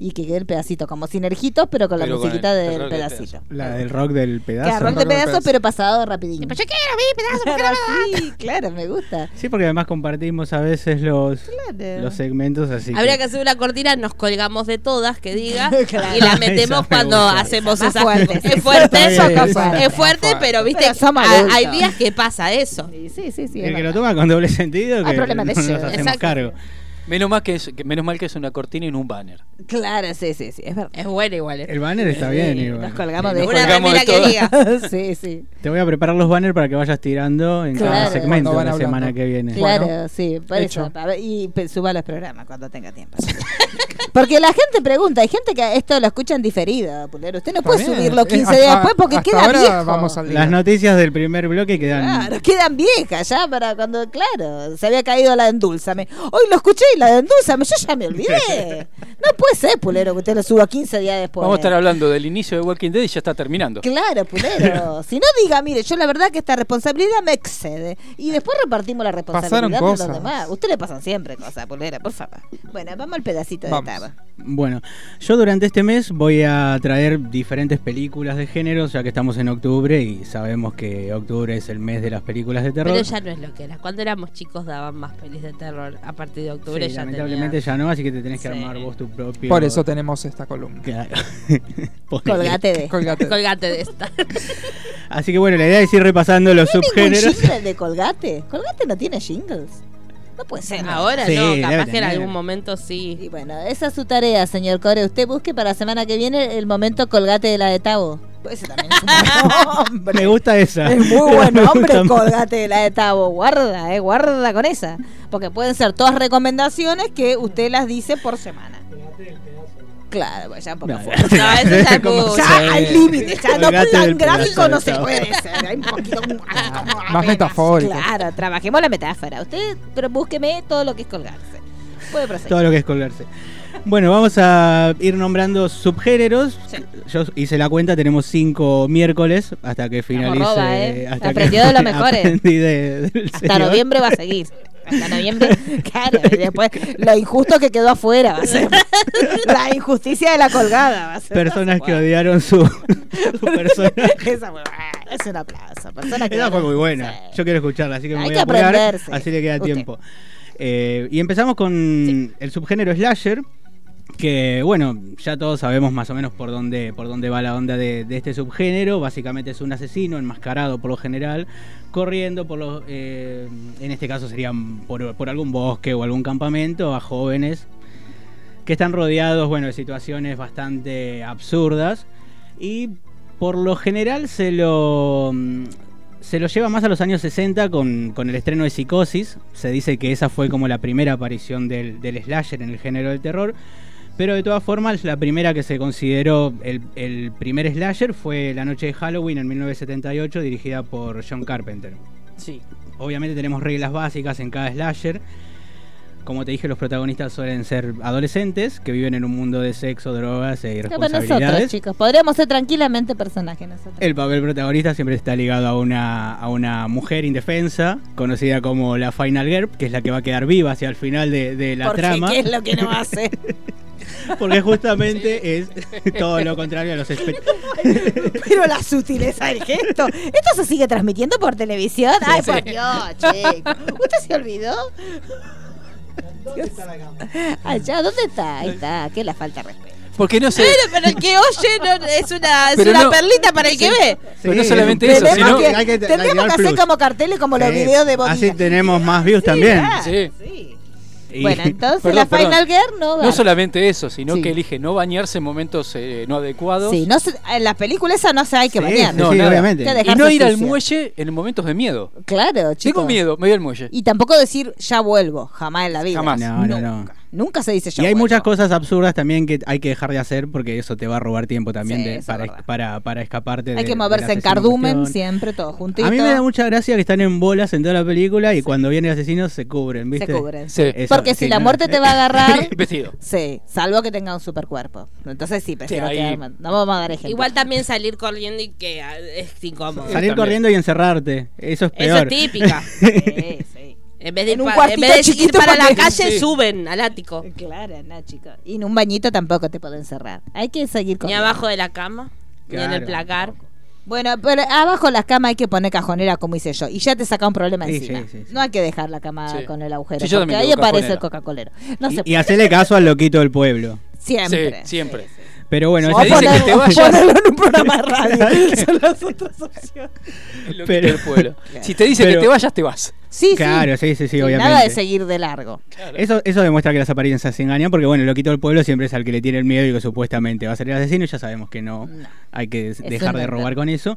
Speaker 3: Y que quede el pedacito, como sinergitos, pero con la
Speaker 9: Pero con
Speaker 3: musiquita
Speaker 9: el- el
Speaker 3: del
Speaker 9: rock del
Speaker 3: pedacito.
Speaker 9: La del rock del pedazo.
Speaker 3: Que arranque el pedazo, pero pasado rapidito. Pero yo
Speaker 6: quiero mi pedazo,
Speaker 3: ¿por qué no me Sí, claro, me gusta.
Speaker 9: Sí, porque además compartimos a veces los,
Speaker 3: Claro.
Speaker 9: los segmentos así.
Speaker 6: Habría que hacer una cortina, nos colgamos de todas, que diga,
Speaker 3: Claro.
Speaker 6: y la
Speaker 9: Esa
Speaker 6: metemos
Speaker 9: me
Speaker 6: cuando
Speaker 9: gusta.
Speaker 6: hacemos
Speaker 3: Más
Speaker 6: esa
Speaker 3: fuertes.
Speaker 6: Es fuerte,
Speaker 9: Está bien,
Speaker 6: es
Speaker 9: está
Speaker 6: fuerte,
Speaker 9: bien.
Speaker 6: es fuerte, pero viste,
Speaker 3: Pero somos
Speaker 6: hay-
Speaker 3: adultos.
Speaker 6: hay días que pasa eso.
Speaker 3: Sí, sí, sí.
Speaker 9: El que lo toma con doble sentido, que
Speaker 3: Hay problemas de
Speaker 9: no Eh, nos
Speaker 3: ellos.
Speaker 9: hacemos
Speaker 3: Exacto.
Speaker 9: cargo.
Speaker 4: Menos, mal que es, que- menos mal que es una cortina y no un banner.
Speaker 3: Claro, sí, sí, sí. Es ¿eh? verdad.
Speaker 6: Es bueno igual.
Speaker 9: El banner está bien, igual.
Speaker 3: Nos colgamos
Speaker 4: Sí,
Speaker 3: de
Speaker 4: nos
Speaker 3: esa.
Speaker 4: colgamos de
Speaker 3: remera
Speaker 4: todo.
Speaker 3: diga. sí, sí.
Speaker 9: Te voy a preparar los banners para que vayas tirando en cada
Speaker 3: Claro.
Speaker 9: segmento
Speaker 7: Cuando van
Speaker 9: la
Speaker 7: hablando.
Speaker 9: semana que viene.
Speaker 3: Claro, sí, por
Speaker 7: hecho.
Speaker 3: eso. A ver, y pe- suba los programas cuando tenga tiempo. porque la gente pregunta, hay gente que esto lo escucha en diferido, Pulero. Usted no puede
Speaker 7: bien.
Speaker 3: subirlo
Speaker 7: Eh,
Speaker 3: 15
Speaker 7: hasta-
Speaker 3: días después porque
Speaker 7: hasta
Speaker 3: queda
Speaker 7: ahora
Speaker 3: viejo.
Speaker 7: vamos al día.
Speaker 9: Las noticias del primer bloque quedan.
Speaker 3: Claro, quedan viejas ya para cuando, claro, se había caído la de endulzame. Hoy lo escuché y la de endulzame, yo ya me olvidé. No puede ser, Pulero, que usted lo suba 15 días después.
Speaker 4: Vamos a estar hablando del inicio de Walking Dead y ya está terminando.
Speaker 3: Claro, Pulero. si no diga, mire, yo la verdad que esta responsabilidad me excede. Y después repartimos la responsabilidad
Speaker 9: Pasaron
Speaker 3: de
Speaker 9: cosas.
Speaker 3: los demás. Ustedes le pasan siempre cosas, Pulero, por favor. Bueno, vamos al pedacito
Speaker 9: Vamos.
Speaker 3: de taba.
Speaker 9: Bueno, yo durante este mes voy a traer diferentes películas de género, ya que estamos en octubre y sabemos que octubre es el mes de las películas de terror.
Speaker 6: Pero ya no es lo que era. Cuando éramos chicos daban más pelis de terror. A partir de octubre
Speaker 9: Sí,
Speaker 6: ya
Speaker 9: lamentablemente
Speaker 6: tenía...
Speaker 9: ya no, así que te tenés que
Speaker 6: Sí.
Speaker 9: armar vos tu propio.
Speaker 7: Por eso tenemos esta columna.
Speaker 9: Claro. Ponele.
Speaker 3: Colgate de.
Speaker 7: Colgate.
Speaker 6: Colgate de esta.
Speaker 9: Así que bueno, la idea es ir repasando los
Speaker 3: ¿Tiene ningún
Speaker 9: subgéneros.
Speaker 3: jingle de Colgate? Colgate no tiene jingles. No puede ser.
Speaker 6: Ahora
Speaker 9: Sí,
Speaker 6: no,
Speaker 9: debe
Speaker 6: capaz que en
Speaker 9: tener.
Speaker 6: algún momento sí.
Speaker 3: Y bueno, esa es su tarea, señor Core. Usted busque para la semana que viene el momento colgate de la de Tavo. Pues Ese también es un
Speaker 9: Me gusta esa.
Speaker 3: Es muy
Speaker 9: Me
Speaker 3: bueno,
Speaker 9: gusta
Speaker 3: hombre,
Speaker 9: más.
Speaker 3: colgate de la de Tavo. Guarda, eh, guarda con esa. Porque pueden ser todas recomendaciones que usted las dice por semana. Claro, pues ya un poco
Speaker 9: No, no,
Speaker 3: fuerte. No, eso ya es
Speaker 9: ¿cómo
Speaker 3: mucho.
Speaker 9: se
Speaker 3: Ya
Speaker 9: ve?
Speaker 3: hay límites, ya no
Speaker 9: Colgate del
Speaker 3: tan gráfico
Speaker 9: pedazo
Speaker 3: no
Speaker 9: de
Speaker 3: se
Speaker 9: Tavo.
Speaker 3: puede ser. Hay un poquito un-
Speaker 7: Más metafórico.
Speaker 3: Claro, trabajemos la metáfora. Usted pero búsqueme todo lo que es colgarse. Puede proceder.
Speaker 9: Todo lo que es colgarse. Bueno, vamos a ir nombrando subgéneros. Yo hice la cuenta, tenemos cinco miércoles hasta que finalice.
Speaker 3: roba, ¿eh?
Speaker 9: hasta
Speaker 3: Aprendió de los mejores.
Speaker 9: aprendí de- del
Speaker 3: Hasta
Speaker 9: señor.
Speaker 3: noviembre va a seguir. hasta noviembre. Claro, y después lo injusto que quedó afuera va a ser. La injusticia de la colgada va a ser.
Speaker 9: Personas que odiaron su, su personaje.
Speaker 3: Esa fue- es una plaza. Persona que
Speaker 9: Esa fue muy buena.
Speaker 3: Sí.
Speaker 9: Yo quiero escucharla, así que me
Speaker 3: Hay
Speaker 9: voy
Speaker 3: que
Speaker 9: a apurar,
Speaker 3: aprenderse.
Speaker 9: así le queda
Speaker 3: Usted.
Speaker 9: tiempo. Eh, y empezamos con el subgénero slasher, que bueno, ya todos sabemos más o menos por dónde, por dónde va la onda de, de este subgénero. Básicamente es un asesino enmascarado por lo general, corriendo por los, eh, en este caso serían por, por algún bosque o algún campamento a jóvenes que están rodeados, bueno, de situaciones bastante absurdas y por lo general se lo mm, se lo lleva más a los años 60 con, con el estreno de Psicosis. Se dice que esa fue como la primera aparición del, del slasher en el género del terror. Pero de todas formas, la primera que se consideró el, el primer slasher fue La Noche de Halloween en 1978, dirigida por John Carpenter.
Speaker 10: Sí.
Speaker 9: Obviamente tenemos reglas básicas en cada slasher. Como te dije, los protagonistas suelen ser adolescentes que viven en un mundo de sexo, drogas e
Speaker 3: Como nosotros,
Speaker 9: irresponsabilidades.
Speaker 3: chicos. Podríamos ser tranquilamente personajes nosotros.
Speaker 9: El papel protagonista siempre está ligado a una, a una mujer indefensa, conocida como la Final Girl, que es la que va a quedar viva hacia el final de, de la
Speaker 3: Porque
Speaker 9: trama.
Speaker 3: ¿qué es lo que no hace?
Speaker 9: Porque justamente es todo lo contrario a los espe-
Speaker 3: Pero la sutileza del gesto. ¿Esto se sigue transmitiendo por televisión?
Speaker 9: Sí,
Speaker 3: Ay,
Speaker 9: sí.
Speaker 3: por Dios, chicos. ¿Usted se olvidó? Allá, ¿dónde está? Ahí está. Que la falta de respeto.
Speaker 4: Porque no se.
Speaker 6: Pero, pero el que oye no- es una, es
Speaker 4: Pero
Speaker 6: una
Speaker 4: no-
Speaker 6: perlita para el que ve.
Speaker 4: Pero no
Speaker 9: Sí,
Speaker 4: solamente
Speaker 9: es un plus.
Speaker 4: eso, sino.
Speaker 9: Tenemos que- hay que- hay que
Speaker 3: Tendríamos
Speaker 9: dar
Speaker 3: que hacer
Speaker 9: plus.
Speaker 3: como carteles, como los
Speaker 9: Sí,
Speaker 3: videos de Bobby.
Speaker 9: Así tenemos más views también.
Speaker 4: Sí.
Speaker 9: Y-
Speaker 3: Ah, Bueno, entonces
Speaker 4: Perdón,
Speaker 3: la
Speaker 4: perdón.
Speaker 3: Final Girl no va.
Speaker 4: No solamente eso, sino
Speaker 3: Sí.
Speaker 4: que elige no bañarse en momentos eh, no adecuados.
Speaker 3: Sí, no se- en la película esa no se hay que
Speaker 4: Sí,
Speaker 3: bañar.
Speaker 4: no, nada.
Speaker 3: Hay que
Speaker 4: Y no
Speaker 3: dejarse
Speaker 4: ir al
Speaker 3: sucio.
Speaker 4: muelle en momentos de miedo.
Speaker 3: Claro, chicos.
Speaker 4: Tengo miedo, me voy al muelle.
Speaker 3: Y tampoco decir ya vuelvo, jamás en la vida.
Speaker 9: Jamás. No, no, no.
Speaker 3: Nunca se dice ya
Speaker 9: Y hay
Speaker 3: vuelvo.
Speaker 9: muchas cosas absurdas también que hay que dejar de hacer porque eso te va a robar tiempo también
Speaker 3: Sí,
Speaker 9: de-
Speaker 3: eso es
Speaker 9: para, para, para escaparte.
Speaker 3: Hay
Speaker 9: este de-
Speaker 3: que moverse
Speaker 9: del
Speaker 3: en
Speaker 9: asesino
Speaker 3: cardumen
Speaker 9: cuestión.
Speaker 3: siempre, todo juntito.
Speaker 9: A mí me da mucha gracia que están en bolas en toda la película y cuando viene el asesino se cubren, ¿viste?
Speaker 3: cubren,
Speaker 4: sí.
Speaker 9: Eso,
Speaker 3: Porque si
Speaker 9: sí,
Speaker 3: la
Speaker 9: no.
Speaker 3: muerte te va a agarrar.
Speaker 4: Vestido.
Speaker 3: Sí, salvo que tenga un supercuerpo. Entonces sí, prefiero
Speaker 9: Sí, ahí-
Speaker 3: quedarme. No vamos a dar ejemplo.
Speaker 6: Igual también salir corriendo y que ah, es incómodo.
Speaker 9: Salir corriendo y encerrarte, eso es
Speaker 6: Eso es
Speaker 9: peor.
Speaker 6: típica. sí,
Speaker 3: sí.
Speaker 6: En vez de
Speaker 3: En
Speaker 6: ir,
Speaker 3: un
Speaker 6: pa-
Speaker 3: cuartito
Speaker 6: en vez de ir
Speaker 3: chiquito
Speaker 6: para la
Speaker 3: porque-
Speaker 6: calle,
Speaker 3: Sí.
Speaker 6: suben al ático.
Speaker 3: Claro, no, chicos. Y en un bañito tampoco te pueden cerrar. Hay que seguir con
Speaker 6: Ni abajo de la cama, ni en el
Speaker 3: Claro.
Speaker 6: placar.
Speaker 3: Bueno, pero abajo las camas hay que poner cajonera, como hice yo. Y ya te saca un problema
Speaker 9: Sí,
Speaker 3: encima.
Speaker 9: sí, sí,
Speaker 3: No hay que dejar la cama
Speaker 9: Sí.
Speaker 3: con el agujero.
Speaker 9: Sí, yo
Speaker 3: porque
Speaker 9: también
Speaker 3: ahí
Speaker 9: digo
Speaker 3: aparece el
Speaker 9: cajonera.
Speaker 3: coca-colero. No se
Speaker 9: Y
Speaker 3: puede.
Speaker 9: hacerle caso al loquito del pueblo.
Speaker 3: Siempre.
Speaker 4: Sí, siempre.
Speaker 9: Pero bueno,
Speaker 4: Se
Speaker 9: ese-
Speaker 4: dice que te vayas.
Speaker 3: Son las otras opciones.
Speaker 4: Lo que
Speaker 9: Pero-
Speaker 4: tiene el pueblo. Si te dice
Speaker 9: Pero-
Speaker 4: que te vayas, te vas.
Speaker 3: Sí, sí.
Speaker 9: Claro, sí, sí, sí,
Speaker 3: Sí,
Speaker 9: obviamente.
Speaker 3: Nada de seguir de largo.
Speaker 9: Eso, eso demuestra que las apariencias se engañan, porque bueno, el loquito del pueblo siempre es al que le tiene el miedo y que supuestamente va a ser el asesino, y ya sabemos que no, hay que
Speaker 10: un
Speaker 9: dejar de
Speaker 10: invento.
Speaker 9: robar con eso.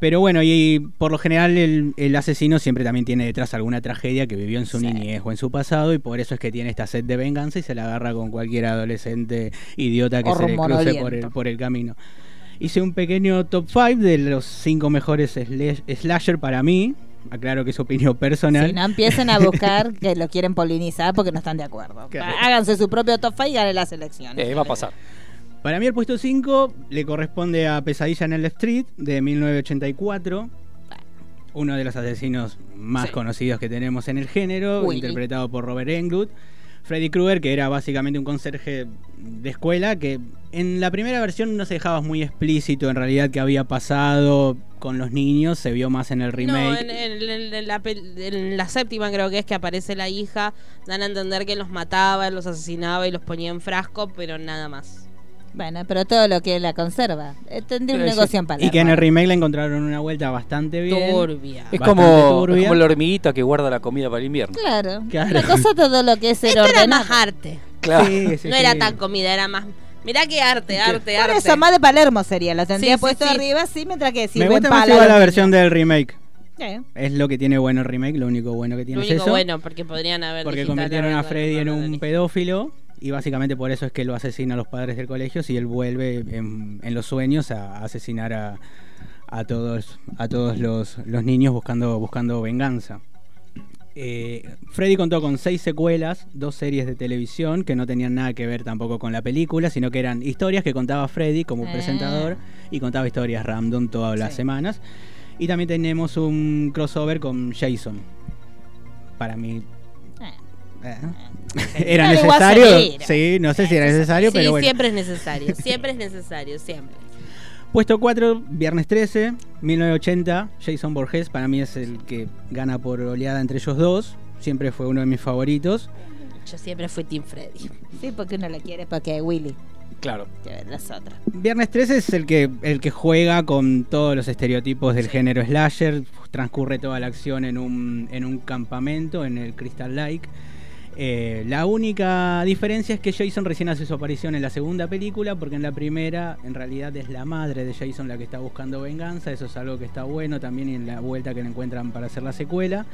Speaker 9: Pero bueno, y por lo general el, el asesino siempre también tiene detrás alguna tragedia que vivió en su niñez o en su pasado, y por eso es que tiene esta sed de venganza y se la agarra con cualquier adolescente idiota que se le cruce por el,
Speaker 10: Hormonoliento.
Speaker 9: por el camino. Hice un pequeño top 5 de los cinco mejores sle- slasher para mí. Aclaro que es opinión personal.
Speaker 3: Si no empiecen a buscar que lo quieren polinizar porque no están de acuerdo. Háganse su propio top five y ganen las elecciones.
Speaker 9: Eh.
Speaker 4: va a pasar.
Speaker 9: Para mí el puesto 5 le corresponde a Pesadilla en el Street de 1984. Uno de los asesinos más conocidos que tenemos en el género,
Speaker 10: Willy.
Speaker 9: interpretado por Robert Englund. Freddy Krueger, que era básicamente un conserje de escuela, que en la primera versión no se dejaba muy explícito en realidad qué había pasado con los niños, se vio más en el remake.
Speaker 6: No, en, en- en- en la, pel- en la séptima creo que es que aparece la hija. Dan a entender que los mataba, los asesinaba y los ponía en frasco, pero nada más.
Speaker 3: Bueno, pero todo lo que la conserva. eh, Tendría un
Speaker 9: Pero
Speaker 3: negocio
Speaker 9: sí.
Speaker 3: en palabras.
Speaker 9: Y que en el remake le encontraron una vuelta bastante bien.
Speaker 6: Turbia.
Speaker 4: Es
Speaker 9: Bastante
Speaker 4: como, es
Speaker 9: turbia.
Speaker 4: como la hormiguita que guarda la comida para el invierno.
Speaker 3: Claro.
Speaker 9: Claro.
Speaker 3: Una cosa todo lo que es el
Speaker 6: Esto era
Speaker 3: ordenado.
Speaker 6: más arte.
Speaker 4: Claro.
Speaker 6: no era tan comida, era más. Mirá qué arte, arte,
Speaker 3: Por
Speaker 6: arte.
Speaker 3: eso, más de Palermo sería. Lo tendría
Speaker 6: Sí, sí,
Speaker 3: puesto
Speaker 6: sí.
Speaker 3: arriba, sí, mientras que
Speaker 9: Me
Speaker 3: sirven
Speaker 9: gusta más
Speaker 3: pala
Speaker 9: igual
Speaker 3: los
Speaker 9: la
Speaker 3: niños.
Speaker 9: versión del remake.
Speaker 3: Sí.
Speaker 9: Es lo que tiene bueno el remake, lo único bueno que tiene
Speaker 6: Lo único
Speaker 9: es eso.
Speaker 6: bueno, porque podrían haber.
Speaker 9: porque
Speaker 6: digitado
Speaker 9: convirtieron a
Speaker 6: algo.
Speaker 9: Freddy en un pedófilo y básicamente por eso es que lo asesina a los padres del colegio y él vuelve en, en los sueños a, a asesinar a, a todos a todos los, los niños buscando buscando venganza. Eh, Freddy contó con seis secuelas, dos series de televisión que no tenían nada que ver tampoco con la película, sino que eran historias que contaba Freddy como
Speaker 10: Ah.
Speaker 9: presentador y contaba historias random todas las semanas. Y también tenemos un crossover con Jason. Para mí,
Speaker 6: Ah.
Speaker 9: Eh. ¿Era
Speaker 6: Era de
Speaker 9: necesario?
Speaker 6: guasanera.
Speaker 9: Sí, no sé si era necesario,
Speaker 6: sí,
Speaker 9: pero bueno.
Speaker 6: siempre es necesario, siempre es necesario, siempre.
Speaker 9: Puesto 4, viernes 13, 1980, Jason Borges, para mí es el que gana por oleada entre ellos dos, siempre fue uno de mis favoritos.
Speaker 6: Yo siempre fui Team Freddy.
Speaker 3: Sí, porque uno la quiere, porque hay Willy.
Speaker 4: Claro.
Speaker 3: Que las otras.
Speaker 9: Viernes 13 es el que, el que juega con todos los estereotipos del género slasher, transcurre toda la acción en un, en un campamento, en el Crystal Lake. Eh, la única diferencia es que Jason recién hace su aparición en la segunda película, porque en la primera en realidad es la madre de Jason la que está buscando venganza, eso es algo que está bueno también y en la vuelta que le encuentran para hacer la secuela.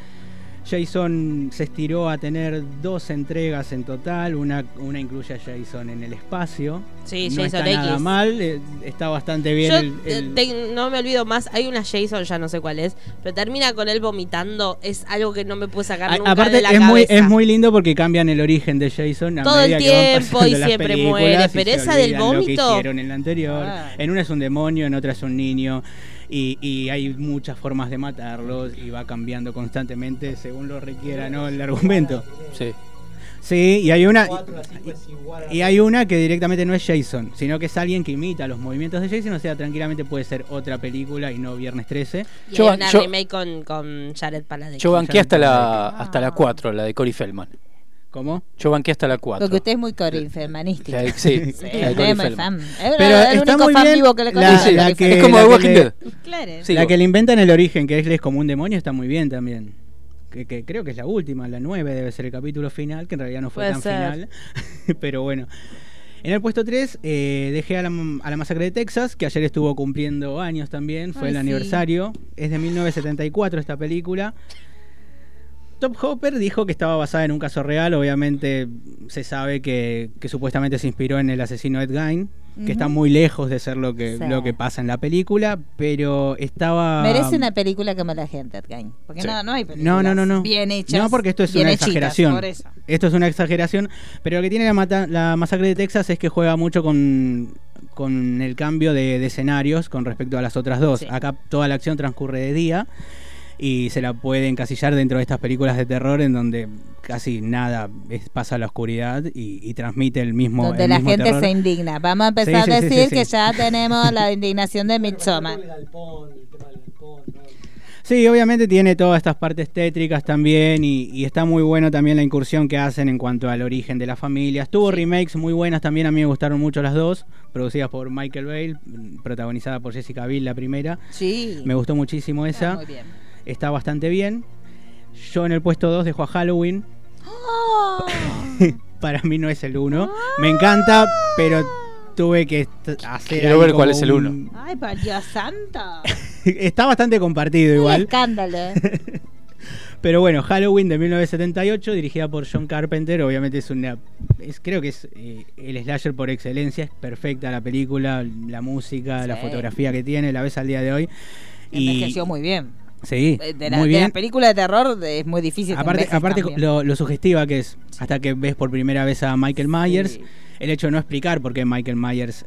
Speaker 9: Jason se estiró a tener dos entregas en total, una, una incluye a Jason en el espacio.
Speaker 6: Sí,
Speaker 9: no
Speaker 6: Jason
Speaker 9: está nada
Speaker 6: X.
Speaker 9: mal, eh, está bastante bien.
Speaker 6: Yo
Speaker 9: el- el-
Speaker 6: eh, te- no me olvido más, hay una Jason, ya no sé cuál es, pero termina con él vomitando, es algo que no me pude sacar
Speaker 9: A-
Speaker 6: nunca
Speaker 9: aparte
Speaker 6: de la
Speaker 9: es muy,
Speaker 6: cabeza.
Speaker 9: es muy lindo porque cambian el origen de Jason a
Speaker 6: Todo el
Speaker 9: medida que van
Speaker 6: tiempo
Speaker 9: pasando
Speaker 6: y
Speaker 9: las
Speaker 6: siempre
Speaker 9: películas
Speaker 6: muere,
Speaker 9: y
Speaker 6: pero
Speaker 9: se
Speaker 6: esa del
Speaker 9: olvidan lo que
Speaker 6: vómito.
Speaker 9: hicieron en la anterior.
Speaker 6: Ah.
Speaker 9: En una es un demonio, en otra es un niño y, y hay muchas formas de matarlos y va cambiando constantemente según lo requiera ¿no? el argumento.
Speaker 4: Sí.
Speaker 9: Sí, y hay una
Speaker 13: Cuatro a cinco es igual a-
Speaker 9: y hay una que directamente no es Jason, sino que es alguien que imita los movimientos de Jason, o sea, tranquilamente puede ser otra película y no Viernes 13.
Speaker 6: Y hay una remake con, con Jared Paladino.
Speaker 4: Yo banqué hasta la hasta la 4, la de Cory Feldman.
Speaker 9: ¿Cómo?
Speaker 4: Yo banqué hasta la 4.
Speaker 3: Porque usted es muy corinfermanístico.
Speaker 4: La de- sí, la de
Speaker 3: es
Speaker 4: Corey
Speaker 3: muy
Speaker 4: Feldman.
Speaker 3: fan. Es
Speaker 9: Pero
Speaker 3: el
Speaker 9: está
Speaker 3: único
Speaker 9: muy
Speaker 3: fan
Speaker 9: bien
Speaker 3: vivo que le
Speaker 9: la-
Speaker 3: conoce.
Speaker 9: la
Speaker 3: Corey
Speaker 9: que-
Speaker 3: Feldman.
Speaker 9: Es como The Walking Dead.
Speaker 3: Claro.
Speaker 9: la que le inventan el origen, que él es como un demonio, está muy bien también. Que, que creo que es la última, la 9 debe ser el capítulo final, que en realidad no fue
Speaker 6: Puede
Speaker 9: tan
Speaker 6: ser.
Speaker 9: final. Pero bueno. En el puesto 3 dejé a la, a la masacre de Texas, que ayer estuvo cumpliendo años también, fue
Speaker 6: Ay,
Speaker 9: el
Speaker 6: sí.
Speaker 9: aniversario. Es de 1974 esta película. Top Hopper dijo que estaba basada en un caso real, obviamente se sabe que, que supuestamente se inspiró en el asesino Ed Gein, que
Speaker 3: Ujú.
Speaker 9: está muy lejos de ser lo que,
Speaker 3: Sí.
Speaker 9: lo que pasa en la película, pero estaba...
Speaker 3: Merece una película como la gente, Gain. Porque
Speaker 9: um, Sí.
Speaker 3: no, no hay películas
Speaker 9: No, no, no, no.
Speaker 3: bien hechas.
Speaker 9: No, porque esto es
Speaker 3: bien
Speaker 9: una
Speaker 3: hechitas,
Speaker 9: exageración.
Speaker 3: por eso.
Speaker 9: Esto es una exageración. Pero lo que tiene la, mata- la masacre de Texas es que juega mucho con, con el cambio de, de escenarios con respecto a las otras dos.
Speaker 10: Sí.
Speaker 9: Acá toda la acción transcurre de día y se la puede encasillar dentro de estas películas de terror en donde casi nada es- pasa a la oscuridad y, y transmite el mismo.
Speaker 3: Donde
Speaker 9: el
Speaker 3: la
Speaker 9: mismo
Speaker 3: gente
Speaker 9: terror.
Speaker 3: se indigna. Vamos a empezar
Speaker 9: Sí,
Speaker 3: a
Speaker 9: sí, sí,
Speaker 3: decir
Speaker 9: sí,
Speaker 3: que
Speaker 9: sí.
Speaker 3: ya tenemos la indignación de Midsommar.
Speaker 9: Sí, obviamente tiene todas estas partes tétricas también y, y está muy bueno también la incursión que hacen en cuanto al origen de las familias. Tuvo remakes muy buenas también, a mí me gustaron mucho las dos, producidas por Michael Bale, protagonizada por Jessica Biel la primera.
Speaker 3: Sí.
Speaker 9: Me gustó muchísimo esa.
Speaker 3: muy bien.
Speaker 9: Está bastante bien. Yo en el puesto 2 dejo a Halloween.
Speaker 3: ¡Ah!
Speaker 9: Para mí no es el 1. Me encanta, pero tuve que est- hacer
Speaker 4: Quiero
Speaker 9: ahí
Speaker 4: ver cuál
Speaker 9: como
Speaker 4: es el
Speaker 9: un-
Speaker 4: uno.
Speaker 3: Ay, por Dios santo.
Speaker 9: Está bastante compartido
Speaker 3: Un
Speaker 9: igual.
Speaker 3: escándalo. ¿eh?
Speaker 9: Pero bueno, Halloween de 1978, dirigida por John Carpenter, obviamente es una. Es, creo que es eh, el slasher por excelencia, es perfecta la película, la música, la
Speaker 3: Sí.
Speaker 9: fotografía que tiene, la ves al día de hoy. Y-
Speaker 3: Envejeció muy bien.
Speaker 9: Sí,
Speaker 3: Eh, De, la-
Speaker 9: muy
Speaker 3: de
Speaker 9: bien.
Speaker 3: las películas de terror de- es muy difícil. que
Speaker 9: Aparte,
Speaker 3: envejezcan
Speaker 9: aparte
Speaker 3: bien.
Speaker 9: lo, lo sugestiva que es, hasta que ves por primera vez a Michael Myers, el hecho de no explicar por qué Michael Myers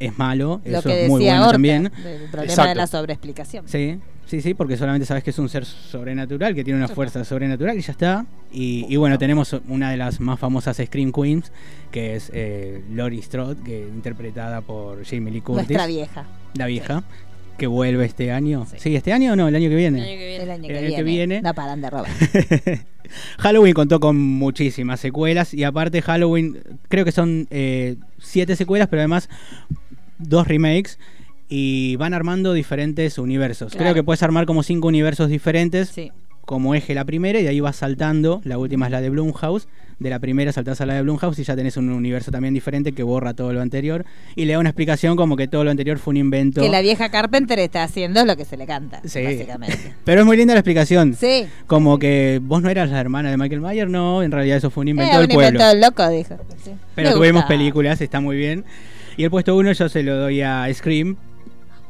Speaker 9: es malo,
Speaker 3: Lo
Speaker 9: eso
Speaker 3: que
Speaker 9: es muy
Speaker 3: decía
Speaker 9: bueno
Speaker 3: Horta,
Speaker 9: también.
Speaker 3: del problema de la sobreexplicación.
Speaker 9: Sí, sí, sí, porque solamente sabes que es un ser sobrenatural, que tiene una fuerza sobrenatural y ya está. Y, y bueno, tenemos una de las más famosas Scream Queens, que es eh, Lori Strode, que interpretada por Jamie Lee Curtis.
Speaker 3: Nuestra vieja.
Speaker 9: La vieja, que vuelve este año. Sí. ¿este año o no? ¿El año que viene?
Speaker 3: El año que
Speaker 9: El año
Speaker 3: viene.
Speaker 9: que viene.
Speaker 3: No paran de robar.
Speaker 9: Halloween contó con muchísimas secuelas y aparte Halloween creo que son eh, siete secuelas, pero además dos remakes y van armando diferentes universos.
Speaker 10: Claro.
Speaker 9: Creo que puedes armar como cinco universos diferentes. Como eje la primera y de ahí vas saltando. La última es la de Blumhouse. De la primera saltás a la de Blumhouse y ya tenés un universo también diferente que borra todo lo anterior. Y le da una explicación como que todo lo anterior fue un invento.
Speaker 3: Que la vieja Carpenter está haciendo lo que se le canta,
Speaker 9: Sí.
Speaker 3: básicamente.
Speaker 9: Pero es muy linda la explicación.
Speaker 3: Sí.
Speaker 9: Como que vos no eras la hermana de Michael Mayer, no, en realidad eso fue un invento
Speaker 3: Eh,
Speaker 9: del
Speaker 3: un
Speaker 9: pueblo.
Speaker 3: invento loco, dijo. Sí.
Speaker 9: Pero
Speaker 3: Me
Speaker 9: tuvimos
Speaker 3: gusta.
Speaker 9: películas, está muy bien. Y el puesto uno yo se lo doy a Scream.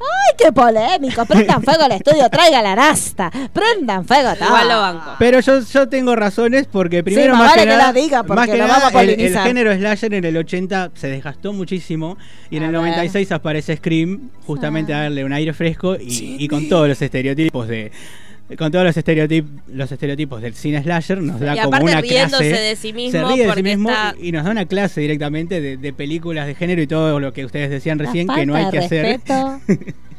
Speaker 3: ¡Ay, qué polémico! Prendan fuego al estudio, traigan la rasta. Prendan fuego todo.
Speaker 6: Igual lo banco.
Speaker 9: Pero yo, yo tengo razones porque primero
Speaker 3: más
Speaker 9: más,
Speaker 3: vale
Speaker 9: que
Speaker 3: que
Speaker 9: nada,
Speaker 3: la diga, porque
Speaker 9: más que
Speaker 3: lo
Speaker 9: nada,
Speaker 3: vamos a
Speaker 9: el, el
Speaker 3: polinizar.
Speaker 9: género slasher en el 80 se desgastó muchísimo y en el 96
Speaker 3: Ah.
Speaker 9: aparece Scream justamente a darle un aire fresco y, y con todos los estereotipos de, con todos los, estereotip- los estereotipos del cine slasher, nos da
Speaker 6: Y
Speaker 9: como
Speaker 6: aparte
Speaker 9: una
Speaker 6: riéndose
Speaker 9: clase.
Speaker 6: de sí mismo
Speaker 9: se ríe de
Speaker 6: porque
Speaker 9: sí mismo
Speaker 6: está-
Speaker 9: y y nos da una clase directamente de, de películas de género y todo lo que ustedes decían
Speaker 3: La
Speaker 9: recién que no hay que
Speaker 3: falta de
Speaker 9: hacer.
Speaker 3: respeto.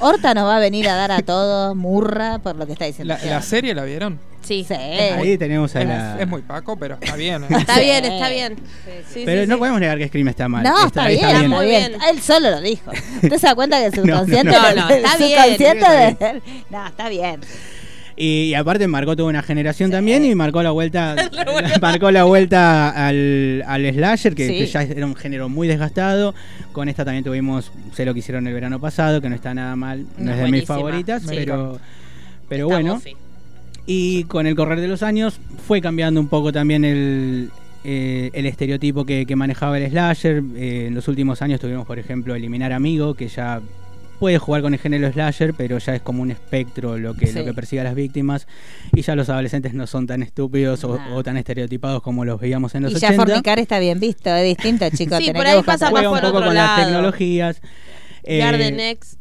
Speaker 3: Horta nos va a venir a dar a todos murra por lo que está diciendo.
Speaker 7: La, la serie la vieron.
Speaker 6: Sí.
Speaker 3: Eh.
Speaker 9: Ahí tenemos a
Speaker 7: es,
Speaker 9: la-
Speaker 7: es muy paco, pero está bien. ¿eh?
Speaker 6: Está bien, está bien. Sí,
Speaker 9: Pero
Speaker 6: sí,
Speaker 9: no
Speaker 6: sí.
Speaker 9: podemos negar que Scream está mal.
Speaker 3: No, está, bien, está muy bien. Él solo lo dijo. ¿Usted se da cuenta que el subconsciente
Speaker 9: no,
Speaker 3: lo-
Speaker 9: no,
Speaker 3: el
Speaker 9: está bien,
Speaker 3: subconsciente
Speaker 9: está
Speaker 3: de él? No, está bien.
Speaker 9: Y, y aparte marcó toda una generación también y marcó la vuelta marcó la vuelta al, al slasher, que,
Speaker 10: Sí.
Speaker 9: que ya era un género muy desgastado. Con esta también tuvimos, sé lo que hicieron el verano pasado, que no está nada mal, no,
Speaker 10: No,
Speaker 9: es de mis
Speaker 10: buenísima,
Speaker 9: favoritas,
Speaker 10: sí.
Speaker 9: pero, pero bueno. Y con el correr de los años fue cambiando un poco también el, eh, el estereotipo que, que manejaba el slasher. Eh, en los últimos años tuvimos, por ejemplo, Eliminar Amigo, que ya puede jugar con el género slasher, pero ya es como un espectro lo que,
Speaker 10: Sí.
Speaker 9: lo que persigue a las víctimas. Y ya los adolescentes no son tan estúpidos o, o tan estereotipados como los veíamos en los
Speaker 3: Y
Speaker 9: 80.
Speaker 3: ya fornicar está bien visto, es distinto, chicos.
Speaker 6: Sí,
Speaker 3: tenés
Speaker 6: por
Speaker 3: que
Speaker 6: ahí
Speaker 3: buscar
Speaker 6: pasa
Speaker 3: otra
Speaker 6: más
Speaker 9: Juega un
Speaker 6: por
Speaker 9: poco
Speaker 6: otro
Speaker 9: con las
Speaker 6: lado.
Speaker 9: tecnologías.
Speaker 6: We are the
Speaker 9: Eh,
Speaker 6: next.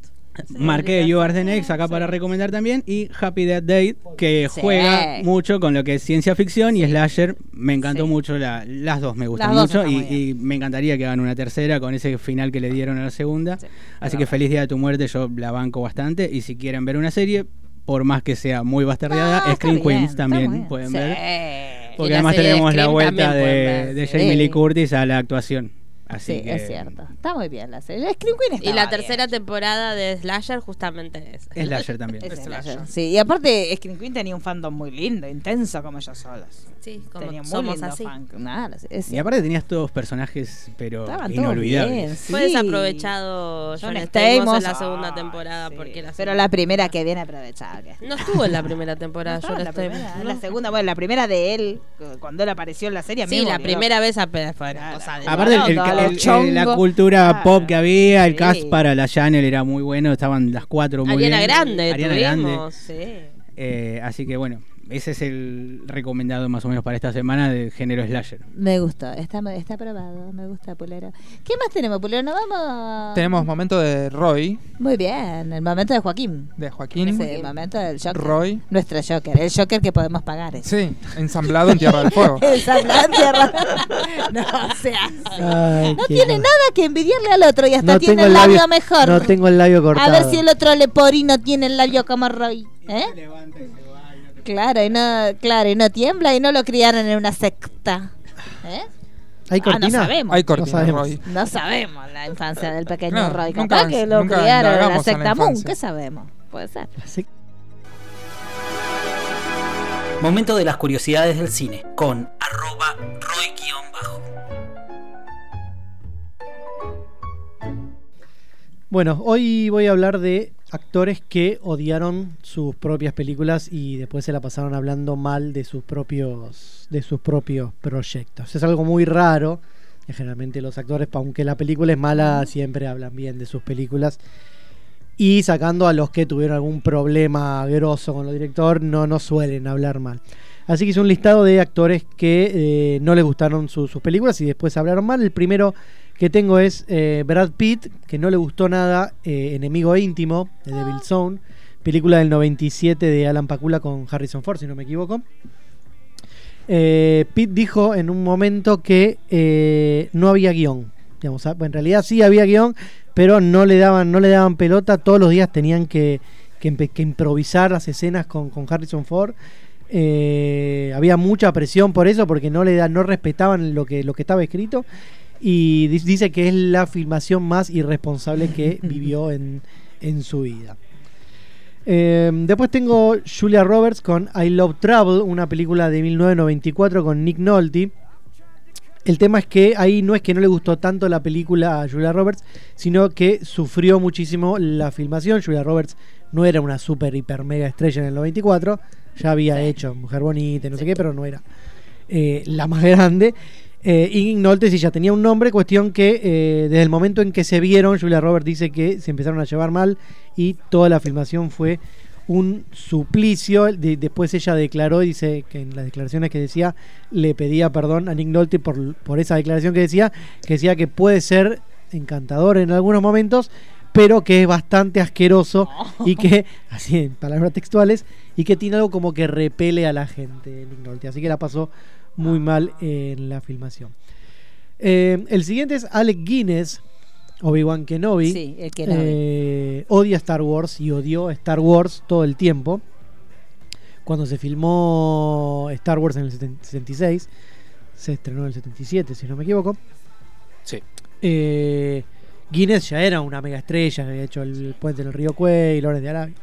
Speaker 9: Marqué You Are the Next acá para recomendar también. Y Happy Death Day, que
Speaker 6: Sí.
Speaker 9: juega mucho con lo que es ciencia ficción y slasher. Me encantó mucho, la- las dos me gustan
Speaker 10: Las
Speaker 9: mucho.
Speaker 10: dos están
Speaker 9: Y,
Speaker 10: muy
Speaker 9: y me encantaría que hagan una tercera con ese final que le dieron a la segunda. Así que feliz día de tu muerte, yo la banco bastante. Y si quieren ver una serie, por más que sea muy bastardeada, Scream
Speaker 10: bien,
Speaker 9: Queens
Speaker 10: Ah, está muy
Speaker 9: también
Speaker 10: bien.
Speaker 9: pueden
Speaker 10: Sí.
Speaker 9: ver.
Speaker 10: Y
Speaker 9: Porque
Speaker 10: la
Speaker 9: además
Speaker 10: serie de
Speaker 9: tenemos la
Speaker 10: Scream
Speaker 9: vuelta
Speaker 10: también pueden
Speaker 9: de,
Speaker 10: ver,
Speaker 9: de
Speaker 10: sí.
Speaker 9: Jamie
Speaker 10: Sí.
Speaker 9: Lee Curtis a la actuación. Así
Speaker 3: Sí,
Speaker 9: que,
Speaker 3: es cierto. Está muy bien la serie. El Scream Queen
Speaker 6: Y
Speaker 3: estaba
Speaker 6: la
Speaker 3: bien.
Speaker 6: tercera temporada de Slasher justamente es.
Speaker 9: Es slasher también.
Speaker 6: Es slasher.
Speaker 16: Sí, y aparte Scream Queen tenía un fandom muy lindo, intenso como ellos solos.
Speaker 6: Sí, como
Speaker 16: tenía muy
Speaker 6: somos
Speaker 16: lindo
Speaker 6: así.
Speaker 16: fan. Claro, sí, es
Speaker 9: Y aparte tenías todos personajes, pero
Speaker 16: Estaban todos
Speaker 9: inolvidables.
Speaker 6: Fue
Speaker 3: Sí.
Speaker 6: desaprovechado
Speaker 3: John
Speaker 6: John Stamos en
Speaker 3: Stamos.
Speaker 6: la segunda
Speaker 3: Ay,
Speaker 6: temporada porque la
Speaker 3: Pero
Speaker 6: segunda-
Speaker 3: la primera que viene aprovechable.
Speaker 6: no estuvo en la primera temporada.
Speaker 16: No,
Speaker 6: John
Speaker 16: la,
Speaker 6: Stamos.
Speaker 16: primera,
Speaker 6: No.
Speaker 16: Ah, la segunda, bueno, la primera de él, cu- cuando él apareció en la serie. a mí
Speaker 6: Sí,
Speaker 16: me
Speaker 6: la
Speaker 16: volvió
Speaker 6: primera
Speaker 16: loco.
Speaker 6: vez apenas fue una cosa de-
Speaker 9: Aparte, el- el-
Speaker 16: Todos
Speaker 9: el-
Speaker 16: los
Speaker 9: el-
Speaker 16: chongos.
Speaker 9: la cultura pop que había, el
Speaker 6: Sí.
Speaker 9: cast para la Channel era muy bueno, estaban las cuatro muy
Speaker 6: Ariana
Speaker 9: bien.
Speaker 6: Grande
Speaker 9: Ariana
Speaker 6: tuvimos,
Speaker 9: Grande.
Speaker 6: sí.
Speaker 9: Eh, así que bueno, ese es el recomendado más o menos para esta semana de género slasher.
Speaker 3: Me gustó, está, está aprobado, me gusta Pulero. ¿Qué más tenemos, Pulero? Nos vamos.
Speaker 7: Tenemos momento de Roy,
Speaker 3: Muy bien, el momento de Joaquín.
Speaker 7: de Joaquín.
Speaker 3: Sí, el momento del Joker.
Speaker 7: Roy.
Speaker 3: Nuestro Joker, el Joker que podemos pagar. eh.
Speaker 7: Sí, ensamblado en Tierra del Fuego.
Speaker 3: El semblante raro. No, o sea. no tiene nada que envidiarle al otro y hasta
Speaker 13: No
Speaker 3: tiene
Speaker 13: tengo
Speaker 3: el
Speaker 13: el
Speaker 3: labio,
Speaker 13: labio-
Speaker 3: mejor.
Speaker 13: no tengo el labio
Speaker 3: A
Speaker 13: cortado.
Speaker 3: ver si el otro leporino tiene el labio como Roy. ¿eh? Claro, y no, claro, y no tiembla y no lo criaron en una secta. ¿eh?
Speaker 13: ¿Hay
Speaker 3: Ah, no
Speaker 13: cortina?
Speaker 3: sabemos.
Speaker 13: Hay cortina,
Speaker 3: no sabemos.
Speaker 13: Roy.
Speaker 3: No sabemos la infancia del pequeño
Speaker 13: No,
Speaker 3: Roy.
Speaker 13: nunca-
Speaker 3: Capaz que lo
Speaker 13: nunca
Speaker 3: criaron en la
Speaker 13: indagamos en la
Speaker 3: secta Moon,
Speaker 13: infancia.
Speaker 3: ¿qué sabemos? Puede ser.
Speaker 17: Momento de las curiosidades del cine con
Speaker 13: Bueno, hoy voy a hablar de actores que odiaron sus propias películas y después se la pasaron hablando mal de sus propios de sus propios proyectos. Es algo muy raro. que Generalmente los actores, aunque la película es mala, siempre hablan bien de sus películas. Y sacando a los que tuvieron algún problema grosso con el director, no, no suelen hablar mal. Así que hice un listado de actores que eh, no les gustaron su- sus películas y después hablaron mal. El primero que tengo es eh, Brad Pitt, que no le gustó nada eh, Enemigo Íntimo de Devil Zone, película del 97 de Alan Pakula con Harrison Ford, si no me equivoco. Eh, Pitt dijo en un momento que eh, no había guión. Digamos, ah, en realidad sí había guión, pero no le daban, no le daban pelota. Todos los días tenían que, que empe- que improvisar las escenas con, con Harrison Ford. Eh, había mucha presión por eso, porque no le da, no respetaban lo que, lo que estaba escrito. Y di- dice que es la filmación más irresponsable que vivió en, en su vida. Eh, después tengo Julia Roberts con I Love Travel, una película de 1994 con Nick Nolte. El tema es que ahí no es que no le gustó tanto la película a Julia Roberts, sino que sufrió muchísimo la filmación. Julia Roberts no era una super, hiper, mega estrella en el 94. Ya había hecho Mujer Bonita, y no sé qué, pero no era eh, la más grande. Eh, y Nick Nolte sí ya tenía un nombre, cuestión que eh, desde el momento en que se vieron, Julia Roberts dice que se empezaron a llevar mal y toda la filmación fue un suplicio. De- después ella declaró, dice que en las declaraciones que decía, le pedía perdón a Nick Nolte por, por esa declaración que decía, que decía que puede ser encantador en algunos momentos, pero que es bastante asqueroso y que, así en palabras textuales, y que tiene algo como que repele a la gente Nick Nolte. Así que la pasó muy mal en la filmación. Eh, el siguiente es Alec Guinness, Obi-Wan Kenobi.
Speaker 3: Sí, el Kenobi.
Speaker 13: Eh, odia Star Wars y odió Star Wars todo el tiempo. Cuando se filmó Star Wars en el 70- 76, se estrenó en el 77, si no me equivoco.
Speaker 4: Sí.
Speaker 13: Eh, Guinness ya era una mega estrella, había hecho el puente del río Cuey, Lores de Arabia,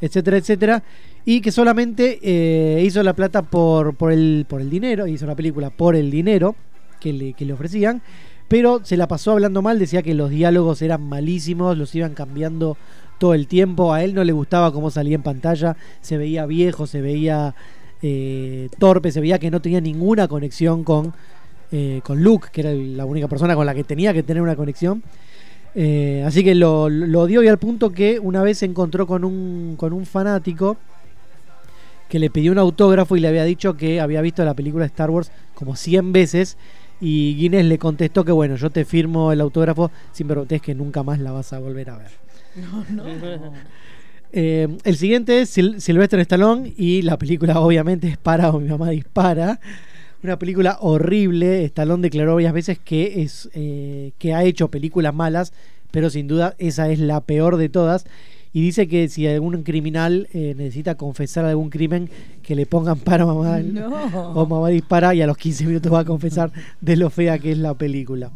Speaker 13: etcétera, etcétera. Y que solamente eh, hizo la plata por, por, el, por el dinero, hizo la película por el dinero que le, que le ofrecían, pero se la pasó hablando mal, decía que los diálogos eran malísimos, los iban cambiando todo el tiempo, a él no le gustaba cómo salía en pantalla, se veía viejo, se veía eh, torpe, se veía que no tenía ninguna conexión con, eh, con Luke, que era el- la única persona con la que tenía que tener una conexión. Eh, así que lo, lo odió y al punto que una vez se encontró con un, con un fanático que le pidió un autógrafo y le había dicho que había visto la película de Star Wars como 100 veces y Guinness le contestó que bueno, yo te firmo el autógrafo sin es que nunca más la vas a volver a ver.
Speaker 15: No, no.
Speaker 13: Eh, el siguiente es Sil- Sylvester Stallone y la película obviamente es Para o mi mamá dispara. Una película horrible. Stallone declaró varias veces que, es, eh, que ha hecho películas malas, pero sin duda esa es la peor de todas. Y dice que si algún criminal eh, necesita confesar algún crimen, que le pongan para mamá
Speaker 15: No.
Speaker 13: o mamá dispara y a los 15 minutos va a confesar de lo fea que es la película.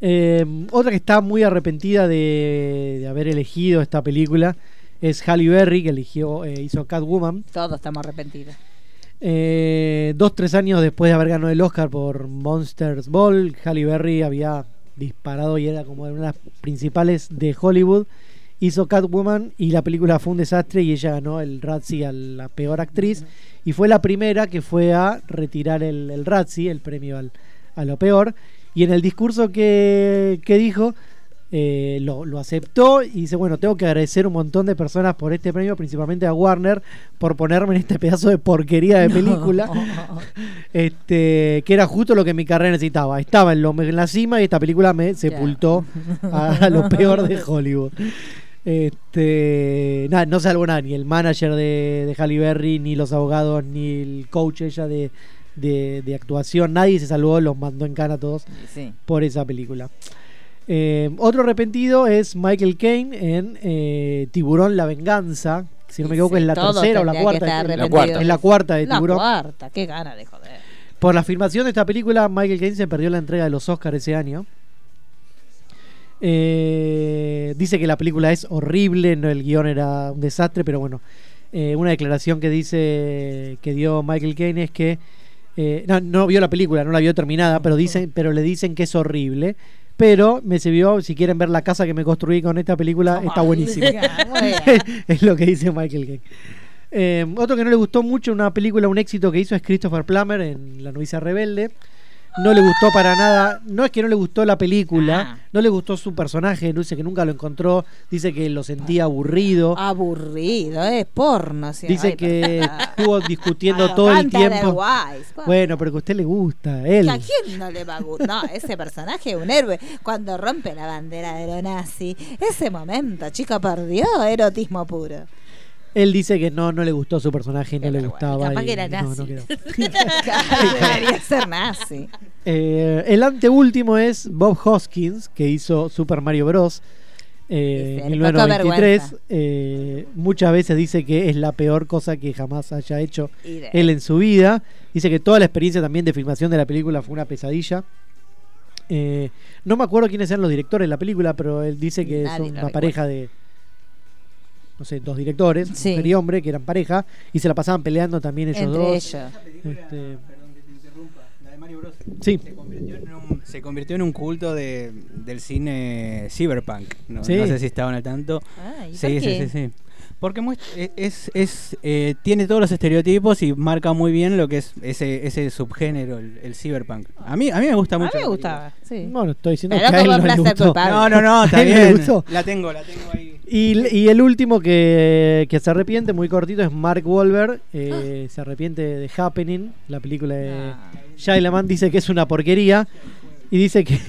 Speaker 13: Eh, otra que está muy arrepentida de, de haber elegido esta película es Halle Berry, que eligió, eh, hizo Catwoman.
Speaker 3: Todos estamos arrepentidos.
Speaker 13: Eh, dos, tres años después de haber ganado el Oscar por Monsters Ball, Halle Berry había disparado y era como una de las principales de Hollywood. Hizo Catwoman y la película fue un desastre y ella ganó el Razzie a la peor actriz. Y fue la primera que fue a retirar el, el Razzie, el premio al, a lo peor. Y en el discurso que, que dijo, eh, lo, lo aceptó y dice, bueno, tengo que agradecer un montón de personas por este premio, principalmente a Warner, por ponerme en este pedazo de porquería de película, este, que era justo lo que mi carrera necesitaba. Estaba en, lo, en la cima y esta película me sepultó a, a lo peor de Hollywood. Este, nada, no salvo nada, ni el manager de, de Halle Berry, ni los abogados, ni el coach ella de, de- de actuación, nadie se salvó, los mandó en cara a todos
Speaker 16: Sí.
Speaker 13: por esa película. Eh, otro arrepentido es Michael Caine en eh, Tiburón La Venganza. Si no me equivoco,
Speaker 3: Sí,
Speaker 13: es la
Speaker 3: todos
Speaker 13: tercera o la
Speaker 3: tendrían que
Speaker 13: cuarta.
Speaker 3: estar
Speaker 13: de-
Speaker 3: arrepentidos.
Speaker 13: Es la cuarta de Tiburón.
Speaker 3: La cuarta, qué gana de joder.
Speaker 13: Por la filmación de esta película, Michael Caine se perdió la entrega de los Oscars ese año. Eh, dice que la película es horrible, no el guión era un desastre, pero bueno. eh, una declaración que dice que dio Michael Caine es que eh, no, no vio la película, no la vio terminada, pero dicen, pero le dicen que es horrible. Pero me sirvió, si quieren ver la casa que me construí con esta película, está buenísima. es lo que dice Michael Caine. Eh, otro que no le gustó mucho, una película, un éxito que hizo es Christopher Plummer en La novicia rebelde. No le gustó para nada, no es que no le gustó la
Speaker 3: Ah.
Speaker 13: película, no le gustó su personaje, dice que nunca lo encontró, dice que lo sentía aburrido.
Speaker 3: Ah. Aburrido, es porno. sí.
Speaker 13: Dice
Speaker 3: Ay,
Speaker 13: que estuvo discutiendo
Speaker 3: Ay,
Speaker 13: todo el
Speaker 3: Hunter
Speaker 13: tiempo.
Speaker 3: Wise, por-
Speaker 13: Bueno, pero que a usted le gusta, él.
Speaker 3: ¿A quién no le va a gustar? No, ese personaje es un héroe. Cuando rompe la bandera de lo nazi, ese momento, chico, perdió erotismo puro.
Speaker 13: Él dice que no, no le gustó su personaje, no le gustaba.
Speaker 3: Capaz
Speaker 13: y
Speaker 3: que era
Speaker 13: no,
Speaker 3: nazi.
Speaker 13: no quedó.
Speaker 3: Debería ser nazi.
Speaker 13: Eh, el anteúltimo es Bob Hoskins, que hizo Super Mario Bros. eh, en
Speaker 3: le
Speaker 13: 1993.
Speaker 3: tocó
Speaker 13: Eh, muchas veces dice que es la peor cosa que jamás haya hecho
Speaker 3: Y de-
Speaker 13: él en su vida. Dice que toda la experiencia también de filmación de la película fue una pesadilla. Eh, no me acuerdo quiénes eran los directores de la película, pero él dice que
Speaker 3: Nadie lo
Speaker 13: son una
Speaker 3: recuerda.
Speaker 13: pareja de, no sé, dos directores, mujer y hombre, que eran pareja, y se la pasaban peleando también ellos
Speaker 5: Entre
Speaker 13: dos.
Speaker 5: ellos.
Speaker 13: Este,
Speaker 5: Sí.
Speaker 13: Sí.
Speaker 5: Se convirtió en un, se convirtió en un culto de, del cine cyberpunk. No,
Speaker 13: Sí.
Speaker 5: No sé si estaban al tanto.
Speaker 13: Ah, ¿y
Speaker 5: sí,
Speaker 13: por
Speaker 5: sí,
Speaker 13: qué?
Speaker 5: sí, sí. Porque muest- e- es, es, eh, tiene todos los estereotipos y marca muy bien lo que es ese, ese subgénero, el, el cyberpunk. A mí, a mí me gusta
Speaker 3: A mí
Speaker 5: mucho.
Speaker 3: me gustaba, sí.
Speaker 13: No, no estoy diciendo
Speaker 3: Pero
Speaker 13: que a él
Speaker 3: como
Speaker 13: no le
Speaker 3: placer
Speaker 13: gustó.
Speaker 3: culpable.
Speaker 5: No, no, no, está
Speaker 13: A él le
Speaker 5: bien.
Speaker 13: gustó.
Speaker 5: La tengo, la tengo ahí.
Speaker 13: Y, y el último que, que se arrepiente, muy cortito, es Mark Wahlberg.
Speaker 3: Ah.
Speaker 13: eh, Se arrepiente de Happening, la película de Shyamalan. Dice que es una porquería. y dice que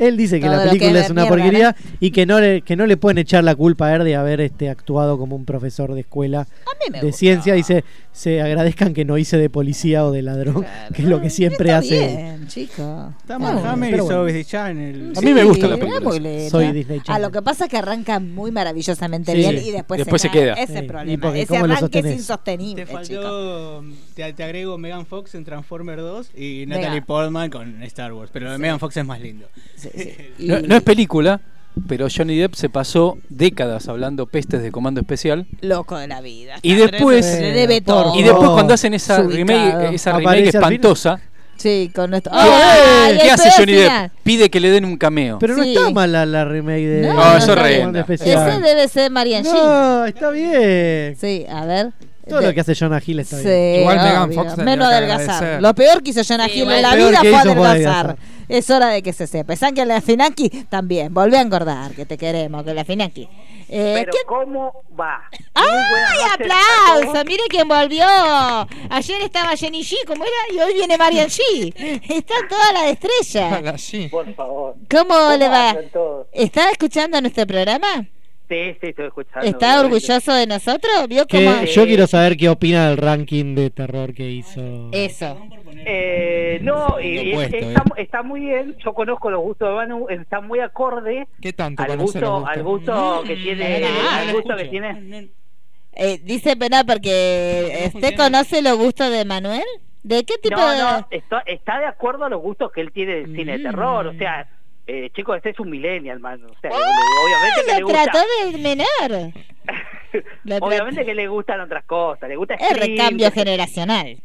Speaker 13: él dice que
Speaker 3: Todo
Speaker 13: la
Speaker 3: lo que
Speaker 13: película
Speaker 3: es
Speaker 13: es una
Speaker 3: mierda,
Speaker 13: porquería y que no le que no le pueden echar la culpa a él de haber este actuado como un profesor de escuela
Speaker 3: me
Speaker 13: de
Speaker 3: gusta.
Speaker 13: ciencia dice se agradezcan que no hice de policía o de ladrón que es lo que siempre
Speaker 3: Está
Speaker 13: hace
Speaker 3: bien, chico. Está
Speaker 5: Mark
Speaker 13: bueno,
Speaker 5: Hamill
Speaker 13: pero
Speaker 5: hizo
Speaker 13: bueno.
Speaker 5: Disney Channel.
Speaker 13: A mí me gusta la
Speaker 3: Era
Speaker 13: película.
Speaker 3: muy linda.
Speaker 13: Soy Disney
Speaker 3: A
Speaker 13: Channel.
Speaker 3: lo que pasa es que arranca muy maravillosamente
Speaker 13: Sí.
Speaker 3: bien y después,
Speaker 13: Después se
Speaker 3: cae.
Speaker 13: queda.
Speaker 3: Ese es
Speaker 13: Sí.
Speaker 3: el
Speaker 13: Y
Speaker 3: problema.
Speaker 13: porque
Speaker 3: Ese
Speaker 13: ¿cómo lo
Speaker 3: arranque es
Speaker 13: sostenés?
Speaker 3: insostenible,
Speaker 5: Te
Speaker 3: chico.
Speaker 5: faltó. Te, te agrego Megan Fox en Transformer 2 y
Speaker 3: Venga.
Speaker 5: Natalie Portman con Star Wars. Pero lo de Megan Fox es más lindo.
Speaker 4: No, no es película, pero Johnny Depp se pasó décadas hablando pestes de Comando Especial.
Speaker 3: Loco de la vida.
Speaker 4: Y
Speaker 3: Está,
Speaker 4: después,
Speaker 3: pero se debe
Speaker 4: por
Speaker 3: todo.
Speaker 4: y después cuando hacen esa
Speaker 3: Desubicado.
Speaker 4: remake, esa remake
Speaker 3: Aparece al final.
Speaker 4: espantosa,
Speaker 3: Sí, con esto.
Speaker 4: ¿qué hace Johnny Depp? Pide que le den un cameo.
Speaker 13: pero no
Speaker 3: Sí.
Speaker 13: está mala la remake de
Speaker 4: No,
Speaker 13: de
Speaker 4: eso
Speaker 13: Comando
Speaker 4: revienta.
Speaker 13: Especial.
Speaker 3: Ese debe ser Marian
Speaker 13: no está bien
Speaker 3: Sí, a ver.
Speaker 13: todo lo que hace Jonah Hill está
Speaker 3: Sí,
Speaker 13: bien
Speaker 3: Igual Megan obvio. Fox tenía Menos que adelgazar. agradecer. Lo peor que hizo Jonah Hill en la
Speaker 13: Lo peor
Speaker 3: vida
Speaker 13: que
Speaker 3: fue
Speaker 13: hizo fue
Speaker 3: adelgazar.
Speaker 13: adelgazar.
Speaker 3: Es hora de que se sepa. ¿Saben que la Finanqui también? Volví a engordar, que te queremos, que la Finanqui. Eh,
Speaker 12: Pero ¿cómo va?
Speaker 3: ¡Ay, aplauso! Mire quién volvió. Ayer estaba Jenny G, como era, y hoy viene Marian G. Están todas las estrellas.
Speaker 12: Por favor.
Speaker 3: ¿Cómo, le va?
Speaker 12: andan todos?
Speaker 3: ¿Está escuchando nuestro programa?
Speaker 12: Sí, sí, estoy escuchando.
Speaker 3: ¿Está orgulloso de nosotros? ¿Vio
Speaker 13: Que
Speaker 3: cómo?
Speaker 13: yo quiero saber qué opina del ranking de terror que hizo
Speaker 3: Eso.
Speaker 12: Eh, no,
Speaker 13: Segundo
Speaker 12: eh,
Speaker 13: puesto,
Speaker 12: está, está muy bien. Yo conozco los gustos de Manu, está muy acorde
Speaker 7: ¿Qué tanto
Speaker 12: al
Speaker 7: conoce los
Speaker 12: gusto,
Speaker 7: gustos? Mm.
Speaker 12: al gusto que tiene,
Speaker 3: Ah,
Speaker 12: al gusto que tiene.
Speaker 3: Eh, dice pena porque usted conoce los gustos de Manuel. ¿De qué tipo
Speaker 12: No,
Speaker 3: de.? Ah,
Speaker 12: no, está, está de acuerdo a los gustos que él tiene del
Speaker 7: Mm.
Speaker 12: cine de terror. O sea, eh, chicos, este es un millennial, Manu. O sea, obviamente que
Speaker 3: Ah,
Speaker 12: le
Speaker 3: lo
Speaker 12: gusta.
Speaker 3: trató de menor. Lo trató-
Speaker 12: Obviamente que le gustan otras cosas, le gusta
Speaker 3: Es
Speaker 12: Scream,
Speaker 3: recambio
Speaker 12: que-
Speaker 3: generacional.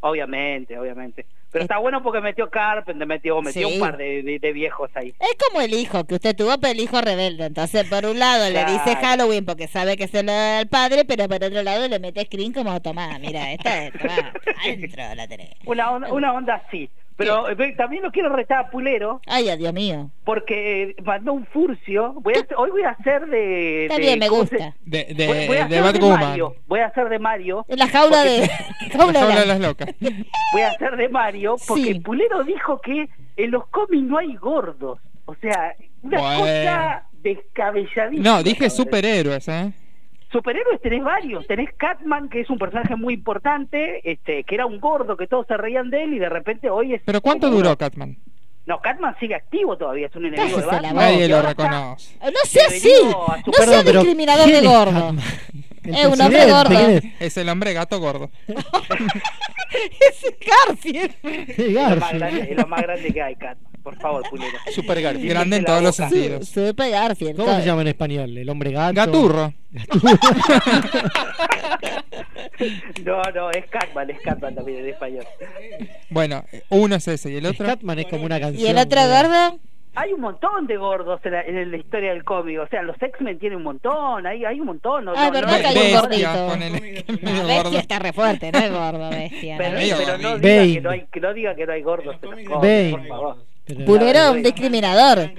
Speaker 12: Obviamente, obviamente. Pero está bueno porque metió Carpenter, metió, metió
Speaker 3: Sí.
Speaker 12: un par de, de- de viejos ahí.
Speaker 3: Es como el hijo que usted tuvo, pero el hijo rebelde. Entonces, por un lado le dice
Speaker 12: Claro.
Speaker 3: Halloween porque sabe que se lo da al padre, pero por otro lado le mete screen como, tomá, mira, esta es, tomá, Ah, adentro la tenés.
Speaker 12: Una onda, una onda así. Pero eh, también lo quiero retar a Pulero
Speaker 3: Ay, ah, Dios mío.
Speaker 12: porque eh, mandó un furcio. Voy a hacer- hoy voy a hacer de.
Speaker 3: Está
Speaker 12: de-
Speaker 3: bien, me
Speaker 12: ¿cómo se-
Speaker 3: gusta.
Speaker 7: De, de,
Speaker 12: Voy, voy a
Speaker 7: de
Speaker 12: hacer de
Speaker 7: Batwoman.
Speaker 12: Mario. Voy a hacer de Mario.
Speaker 3: En la jaula
Speaker 12: porque-
Speaker 3: de. jaula
Speaker 7: La jaula
Speaker 3: de
Speaker 7: de las locas.
Speaker 12: Voy a hacer de Mario porque Pulero dijo que en los cómics no hay gordos. O sea, una
Speaker 7: Bueno.
Speaker 12: cosa descabelladísima.
Speaker 7: No, dije superhéroes, ¿eh?
Speaker 12: Superhéroes tenés varios, tenés Catman que es un personaje muy importante, este, que era un gordo que todos se reían de él y de repente hoy es
Speaker 7: ¿Pero cuánto
Speaker 12: como-
Speaker 7: duró Catman?
Speaker 12: No, Catman sigue activo todavía, es un enemigo de
Speaker 3: Cállese la
Speaker 12: Batman.
Speaker 3: boca.
Speaker 7: Nadie
Speaker 12: Y
Speaker 7: lo
Speaker 12: ahora está-
Speaker 7: reconoce.
Speaker 3: No sea así,
Speaker 12: Bienvenido a
Speaker 3: no
Speaker 12: Super-
Speaker 3: sea
Speaker 12: Perdón, pero
Speaker 3: discriminador de
Speaker 12: ¿quién es
Speaker 3: gordo. Es un hombre
Speaker 13: presidente,
Speaker 3: gordo.
Speaker 13: ¿quién
Speaker 3: Es
Speaker 7: Es el hombre gato gordo.
Speaker 3: Garfield.
Speaker 12: Es lo más grande, es lo más grande que hay, Catman. Por favor, Pulero.
Speaker 7: Super
Speaker 12: Garfield.
Speaker 7: Grande en todos los sentidos.
Speaker 3: Se ve Garfield.
Speaker 13: ¿Cómo se
Speaker 3: Todo-
Speaker 13: llama en español? ¿El hombre gato?
Speaker 7: Gaturro.
Speaker 12: No, no, es Catman, es Catman también en español.
Speaker 7: Bueno, uno es ese y el otro.
Speaker 13: Catman es como una
Speaker 3: ¿Y el otro gordo?
Speaker 12: Hay un montón de gordos en la, en la historia del cómic, o sea, los X-Men tienen un montón, hay, hay un montón. No,
Speaker 3: Ah,
Speaker 12: no,
Speaker 3: verdad
Speaker 12: no,
Speaker 3: que hay un
Speaker 12: gordo.
Speaker 3: gordito.
Speaker 7: medio
Speaker 3: La bestia
Speaker 7: gordo.
Speaker 3: está re fuerte, no es gordo, bestia.
Speaker 12: Pero,
Speaker 3: Medio
Speaker 12: pero no,
Speaker 13: gordito.
Speaker 12: diga
Speaker 13: Bane.
Speaker 12: que no hay, que no diga que no hay gordos en los cómics,
Speaker 13: Bane.
Speaker 12: por favor.
Speaker 13: Pero-
Speaker 3: Pulero, un discriminador.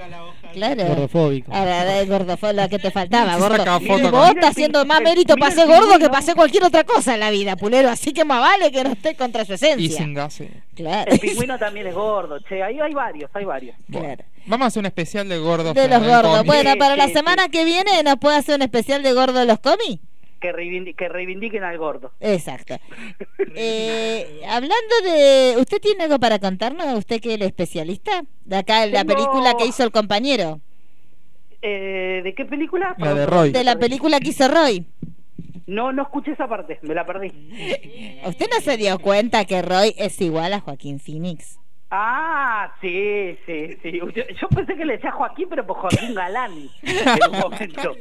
Speaker 3: Claro.
Speaker 13: Gordofóbico.
Speaker 3: A ver, a ver, gordofo- lo que te faltaba,
Speaker 13: Se saca
Speaker 3: gordo.
Speaker 13: foto
Speaker 3: Y
Speaker 13: con-
Speaker 3: vos
Speaker 13: Mira
Speaker 3: estás
Speaker 13: el
Speaker 3: haciendo
Speaker 13: pin-
Speaker 3: más
Speaker 13: el-
Speaker 3: mérito
Speaker 13: mira
Speaker 3: para ser
Speaker 13: el
Speaker 3: gordo que
Speaker 13: pingüino.
Speaker 3: para ser cualquier otra cosa en la vida, pulero. Así que más vale que no esté contra su
Speaker 7: Y
Speaker 3: esencia.
Speaker 7: sin gas, sí.
Speaker 3: Claro.
Speaker 12: El pingüino también es gordo, che, ahí hay varios, hay varios.
Speaker 3: Claro.
Speaker 7: Vamos a hacer un especial de gordos.
Speaker 3: De los
Speaker 7: pero en
Speaker 3: gordos.
Speaker 7: cómics.
Speaker 3: Bueno, para la
Speaker 12: sí,
Speaker 3: semana que viene nos puede hacer un especial de gordo de los cómics.
Speaker 12: Que, reivindi- que reivindiquen al gordo.
Speaker 3: Exacto. Eh, hablando de. ¿Usted tiene algo para contarnos? ¿Usted que es el especialista? De acá, en la
Speaker 12: Tengo-
Speaker 3: película que hizo el compañero.
Speaker 12: Eh, ¿De qué película?
Speaker 7: La de Roy.
Speaker 3: De la película que hizo Roy.
Speaker 12: No, no escuché esa parte, me la perdí.
Speaker 3: ¿Usted no se dio cuenta que Roy es igual a Joaquín Phoenix?
Speaker 12: Ah, sí, sí, sí. Yo, yo pensé que le decía Joaquín, pero por Joaquín Galán en un momento.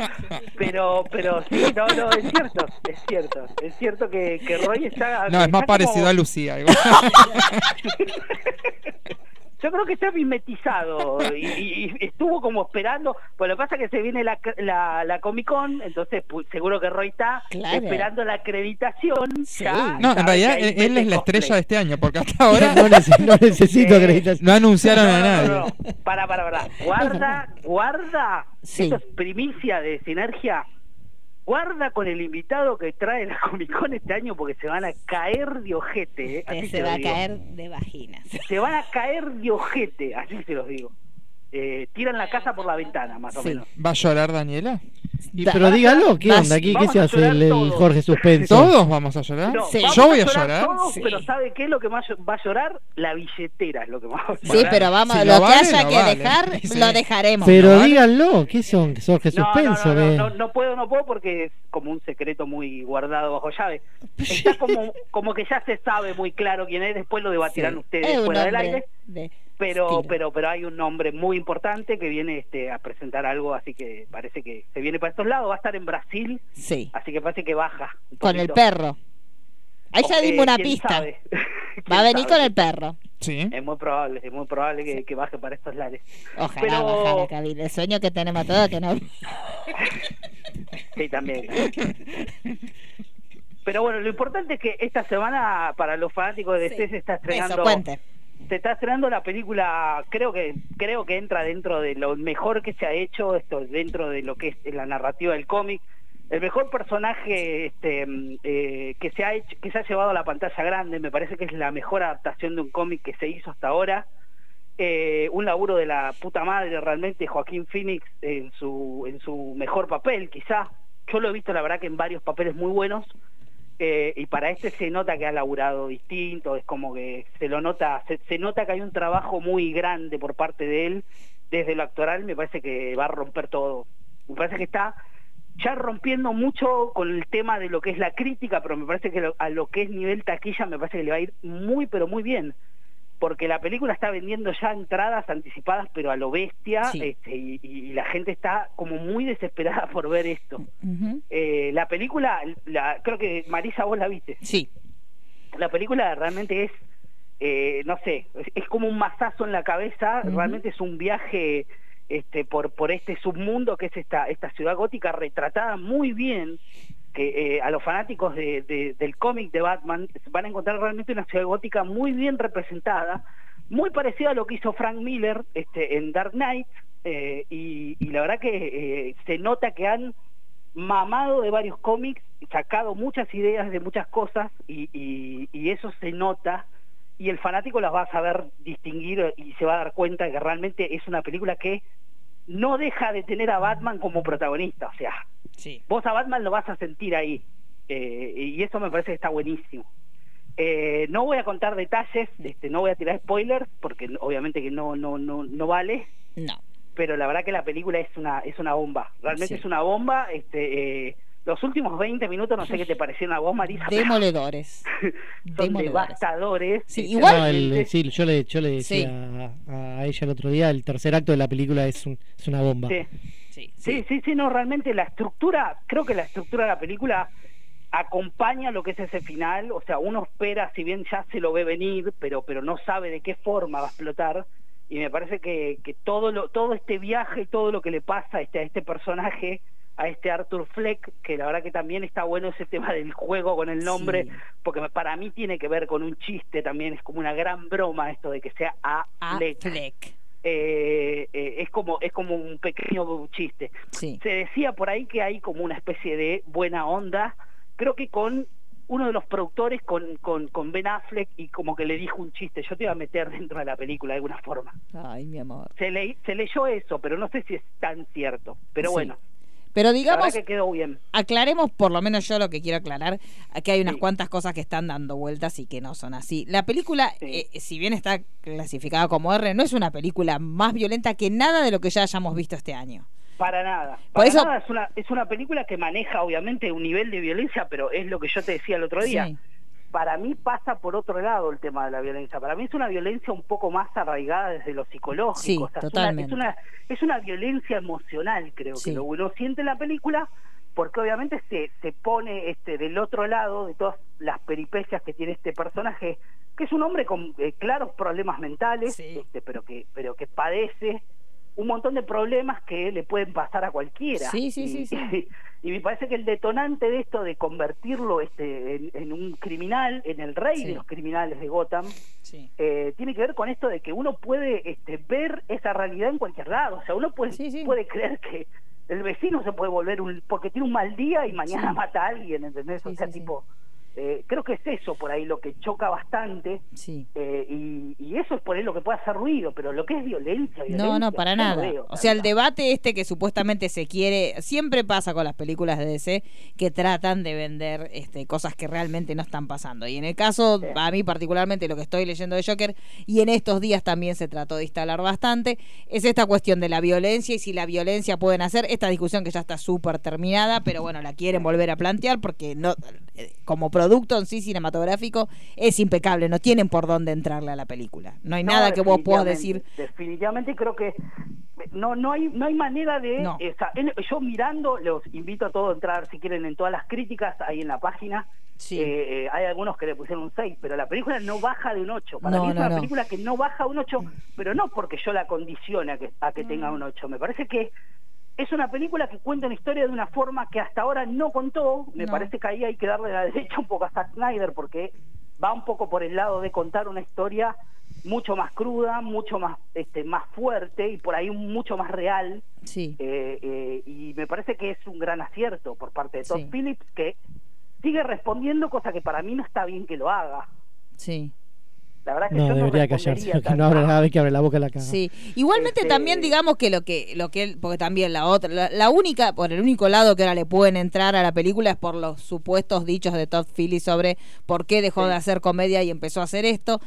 Speaker 12: Pero, pero sí, no, no, es cierto, es cierto. Es cierto que, que Roy está...
Speaker 7: No, es más
Speaker 12: está
Speaker 7: parecido
Speaker 12: como- Ah,
Speaker 7: a Lucía. algo.
Speaker 12: Yo creo que está mimetizado y, y- y estuvo como esperando. Pues lo que pasa es que se viene la, la, la Comic Con, entonces pu- seguro que Roy está
Speaker 3: Claro.
Speaker 12: esperando la acreditación. ya,
Speaker 7: No, en
Speaker 12: sabe
Speaker 7: realidad
Speaker 12: que ahí
Speaker 7: él, él
Speaker 12: mete
Speaker 7: es la
Speaker 12: cosplay.
Speaker 7: estrella de este año, porque hasta ahora
Speaker 13: No, nece- no necesito acreditación.
Speaker 7: no anunciaron a
Speaker 12: No,
Speaker 7: nadie.
Speaker 12: no, no. Para, para, para. Guarda, guarda.
Speaker 3: Sí.
Speaker 12: Esto es primicia de sinergia. Guarda con el invitado que trae la Comic Con este año porque se van a caer de ojete. ¿eh? Así
Speaker 16: se
Speaker 12: lo
Speaker 16: va a
Speaker 12: digo.
Speaker 16: caer de vaginas.
Speaker 12: Se van a caer de ojete, así se los digo. Eh, tiran la casa por la ventana, más o menos.
Speaker 7: ¿Va a llorar Daniela?
Speaker 12: Y-
Speaker 13: Pero dígalo, ¿qué
Speaker 12: Vas-
Speaker 13: onda? ¿Qué, qué
Speaker 12: vamos
Speaker 13: se
Speaker 12: a
Speaker 13: hace
Speaker 12: llorar
Speaker 13: el, el
Speaker 12: todos.
Speaker 13: Jorge Suspenso?
Speaker 7: ¿Todos vamos a
Speaker 3: ¿Ah?
Speaker 7: llorar?
Speaker 12: No, vamos
Speaker 7: ¿Yo voy a
Speaker 12: llorar
Speaker 7: llorar?
Speaker 12: todos, Pero ¿sabe qué es lo que más va a llorar? La billetera es lo que más va a
Speaker 3: Sí,
Speaker 12: llorar.
Speaker 3: pero vamos,
Speaker 7: Si
Speaker 3: lo,
Speaker 7: lo vale,
Speaker 3: que haya
Speaker 7: lo
Speaker 3: que
Speaker 7: vale.
Speaker 3: dejar, lo dejaremos.
Speaker 13: Pero
Speaker 3: ¿no?
Speaker 13: díganlo, ¿qué son? Jorge
Speaker 12: No, no,
Speaker 13: Suspenso.
Speaker 12: no,
Speaker 13: ve.
Speaker 12: no, no, no puedo, no puedo porque es como un secreto muy guardado bajo llave. Está como, como que ya se sabe muy claro quién es, después lo debatirán
Speaker 3: Sí. Es
Speaker 12: ustedes
Speaker 3: un
Speaker 12: fuera del
Speaker 3: hombre
Speaker 12: aire.
Speaker 3: de-
Speaker 12: Pero,
Speaker 3: estilo.
Speaker 12: pero, pero hay un nombre muy importante que viene este, a presentar algo, así que parece que se viene para estos lados, va a estar en Brasil,
Speaker 3: Sí.
Speaker 12: así que parece que baja. un
Speaker 3: Con el
Speaker 12: poquito.
Speaker 3: perro. Ahí ya
Speaker 12: Eh,
Speaker 3: dimos una
Speaker 12: quién
Speaker 3: pista.
Speaker 12: sabe.
Speaker 3: Va a
Speaker 12: ¿Quién
Speaker 3: venir
Speaker 12: sabe?
Speaker 3: con el perro.
Speaker 7: Sí.
Speaker 12: Es muy probable, es muy probable que, que baje para estos lares.
Speaker 3: Ojalá
Speaker 12: Pero-
Speaker 3: bajara, Kabil. El sueño que tenemos todos que no.
Speaker 12: Sí, también. Pero bueno, lo importante es que esta semana para los fanáticos de DC se está
Speaker 3: Eso,
Speaker 12: estrenando
Speaker 3: cuente.
Speaker 12: se está estrenando la película, creo que creo que entra dentro de lo mejor que se ha hecho esto dentro de lo que es la narrativa del cómic. El mejor personaje este, mm, eh, que se ha hecho, que se ha llevado a la pantalla grande, me parece que es la mejor adaptación de un cómic que se hizo hasta ahora. Eh, un laburo de la puta madre realmente Joaquín Phoenix en su en su mejor papel, quizá. Yo lo he visto la verdad que en varios papeles muy buenos. Eh, y para este se nota que ha laburado distinto, es como que se lo nota, se, se nota que hay un trabajo muy grande por parte de él, desde lo actoral me parece que va a romper todo. Me parece que está ya rompiendo mucho con el tema de lo que es la crítica, pero me parece que lo- a lo que es nivel taquilla me parece que le va a ir muy, pero muy bien. Porque la película está vendiendo ya entradas anticipadas, pero a lo bestia,
Speaker 15: Sí.
Speaker 12: este, y- y- y la gente está como muy desesperada por ver esto. Eh, la película, la- creo que Marisa vos la viste.
Speaker 3: Sí.
Speaker 12: La película realmente es, eh, no sé, es, es como un mazazo en la cabeza,
Speaker 3: Ujú.
Speaker 12: realmente es un viaje este, por, por este submundo que es esta, esta ciudad gótica retratada muy bien, que eh, a los fanáticos de- de- del cómic de Batman van a encontrar realmente una ciudad gótica muy bien representada, muy parecida a lo que hizo Frank Miller este, en Dark Knight, eh, y, y la verdad que eh, se nota que han mamado de varios cómics, sacado muchas ideas de muchas cosas y, y- y eso se nota y el fanático las va a saber distinguir y se va a dar cuenta que realmente es una película que no deja de tener a Batman como protagonista, o sea, vos a Batman lo vas a sentir ahí eh, y eso me parece que está buenísimo. Eh, no voy a contar detalles, este, no voy a tirar spoilers porque obviamente que no no no no vale,
Speaker 3: No.
Speaker 12: pero la verdad que la película es una es una bomba realmente
Speaker 3: Sí.
Speaker 12: es una bomba este eh, los últimos 20 minutos no sé qué te parecieron a vos Marisa pero
Speaker 3: Demoledores.
Speaker 12: son
Speaker 3: demoledores.
Speaker 12: devastadores
Speaker 3: Sí,
Speaker 12: Este,
Speaker 3: igual-
Speaker 13: No, el-
Speaker 12: realmente-
Speaker 13: sí, yo le, yo le
Speaker 3: Sí.
Speaker 13: decía a, a ella el otro día, el tercer acto de la película es, un- es una bomba.
Speaker 12: Sí. Sí, sí, sí, no, realmente la estructura, creo que la estructura de la película acompaña lo que es ese final, o sea, uno espera, si bien ya se lo ve venir, pero pero no sabe de qué forma va a explotar y me parece que, que todo lo todo este viaje y todo lo que le pasa a este, a este personaje a este Arthur Fleck, que la verdad que también está bueno ese tema del juego con el nombre, porque me- para mí tiene que ver con un chiste también, es como una gran broma esto de que sea A.
Speaker 3: A
Speaker 12: Fleck
Speaker 3: Fleck.
Speaker 12: eh, eh, es como es como un pequeño chiste. Se decía por ahí que hay como una especie de buena onda, creo que con uno de los productores con, con, con Ben Affleck y como que le dijo un chiste, yo te iba a meter dentro de la película de alguna forma.
Speaker 3: Ay, mi amor.
Speaker 12: Se, le, se leyó eso, pero no sé si es tan cierto. Pero
Speaker 3: Sí.
Speaker 12: bueno,
Speaker 3: Pero
Speaker 12: la
Speaker 3: digamos,
Speaker 12: verdad que quedó bien.
Speaker 3: aclaremos, por lo menos yo lo que quiero aclarar, que hay unas cuantas cosas que están dando vueltas y que no son así. La película, eh, si bien está clasificada como R, no es una película más violenta que nada de lo que ya hayamos visto este año.
Speaker 12: Para nada.
Speaker 3: Por
Speaker 12: Para
Speaker 3: eso-
Speaker 12: nada es una, es una película que maneja obviamente un nivel de violencia, pero es lo que yo te decía el otro día.
Speaker 3: Sí.
Speaker 12: Para mí pasa por otro lado el tema de la violencia. Para mí es una violencia un poco más arraigada desde lo psicológico.
Speaker 3: Sí,
Speaker 12: O sea, es una-
Speaker 3: totalmente.
Speaker 12: Es, una, es una violencia emocional, creo
Speaker 3: Sí.
Speaker 12: que lo uno siente en la película porque obviamente se, se pone este del otro lado de todas las peripecias que tiene este personaje que es un hombre con eh, claros problemas mentales este, pero que pero que padece un montón de problemas que le pueden pasar a cualquiera.
Speaker 3: Sí, sí,
Speaker 12: y,
Speaker 3: sí, sí.
Speaker 12: Y, me parece que el detonante de esto de convertirlo este, en, en un criminal, en el rey
Speaker 3: Sí.
Speaker 12: de los criminales de Gotham, eh, tiene que ver con esto de que uno puede este, ver esa realidad en cualquier lado. O sea, uno puede, puede creer que, el vecino se puede volver un, porque tiene un mal día y mañana
Speaker 16: Sí.
Speaker 12: mata a alguien, ¿entendés? o
Speaker 16: Sí,
Speaker 12: sea,
Speaker 16: sí, sí.
Speaker 12: tipo, eh, creo que es eso por ahí lo que choca bastante
Speaker 16: Sí.
Speaker 12: eh, y, y eso es por ahí lo que puede hacer ruido, pero lo que es violencia,
Speaker 3: No, no,
Speaker 12: violencia,
Speaker 3: para
Speaker 12: yo no
Speaker 3: nada.
Speaker 12: veo
Speaker 3: o sea, el debate este que supuestamente se quiere, siempre pasa con las películas de DC que tratan de vender este, cosas que realmente no están pasando. Y en el caso, a mí particularmente, lo que estoy leyendo de Joker, y en estos días también se trató de instalar bastante, es esta cuestión de la violencia y si la violencia pueden hacer, esta discusión que ya está súper terminada, pero bueno, la quieren volver a plantear porque no eh, como producto en sí cinematográfico es impecable, no tienen por dónde entrarle a la película. No hay nada que vos puedas decir
Speaker 12: definitivamente, Definitivamente creo que no no hay no hay manera de
Speaker 3: No.
Speaker 12: o sea, en- yo mirando los invito a todos a entrar si quieren en todas las críticas ahí en la página. Eh, eh, hay algunos que le pusieron un 6, pero la película no baja de un 8. Para
Speaker 3: No,
Speaker 12: mí es
Speaker 3: no,
Speaker 12: una
Speaker 3: no.
Speaker 12: película que no baja un 8, pero no porque yo la condicione a que, a que tenga un 8. Me parece que es una película que cuenta una historia de una forma que hasta ahora no contó. Me
Speaker 18: No.
Speaker 12: parece que ahí hay que darle la derecha un poco a Zack Snyder porque va un poco por el lado de contar una historia mucho más cruda, mucho más este, más fuerte y por ahí un- mucho más real.
Speaker 3: Sí.
Speaker 12: Eh, eh, y me parece que es un gran acierto por parte de Todd Phillips que sigue respondiendo cosa que para mí no está bien que lo haga.
Speaker 3: Sí.
Speaker 12: La verdad que yo
Speaker 13: No,
Speaker 12: no
Speaker 13: debería callarse.
Speaker 12: respondería
Speaker 13: Que
Speaker 12: tan-
Speaker 13: no abre cada vez que abre la boca la caga.
Speaker 3: Sí, igualmente
Speaker 12: Este-
Speaker 3: también digamos que lo que lo que él- porque también la otra la, la única por el único lado que ahora le pueden entrar a la película es por los supuestos dichos de Todd Phillips sobre por qué dejó de hacer comedia y empezó a hacer esto.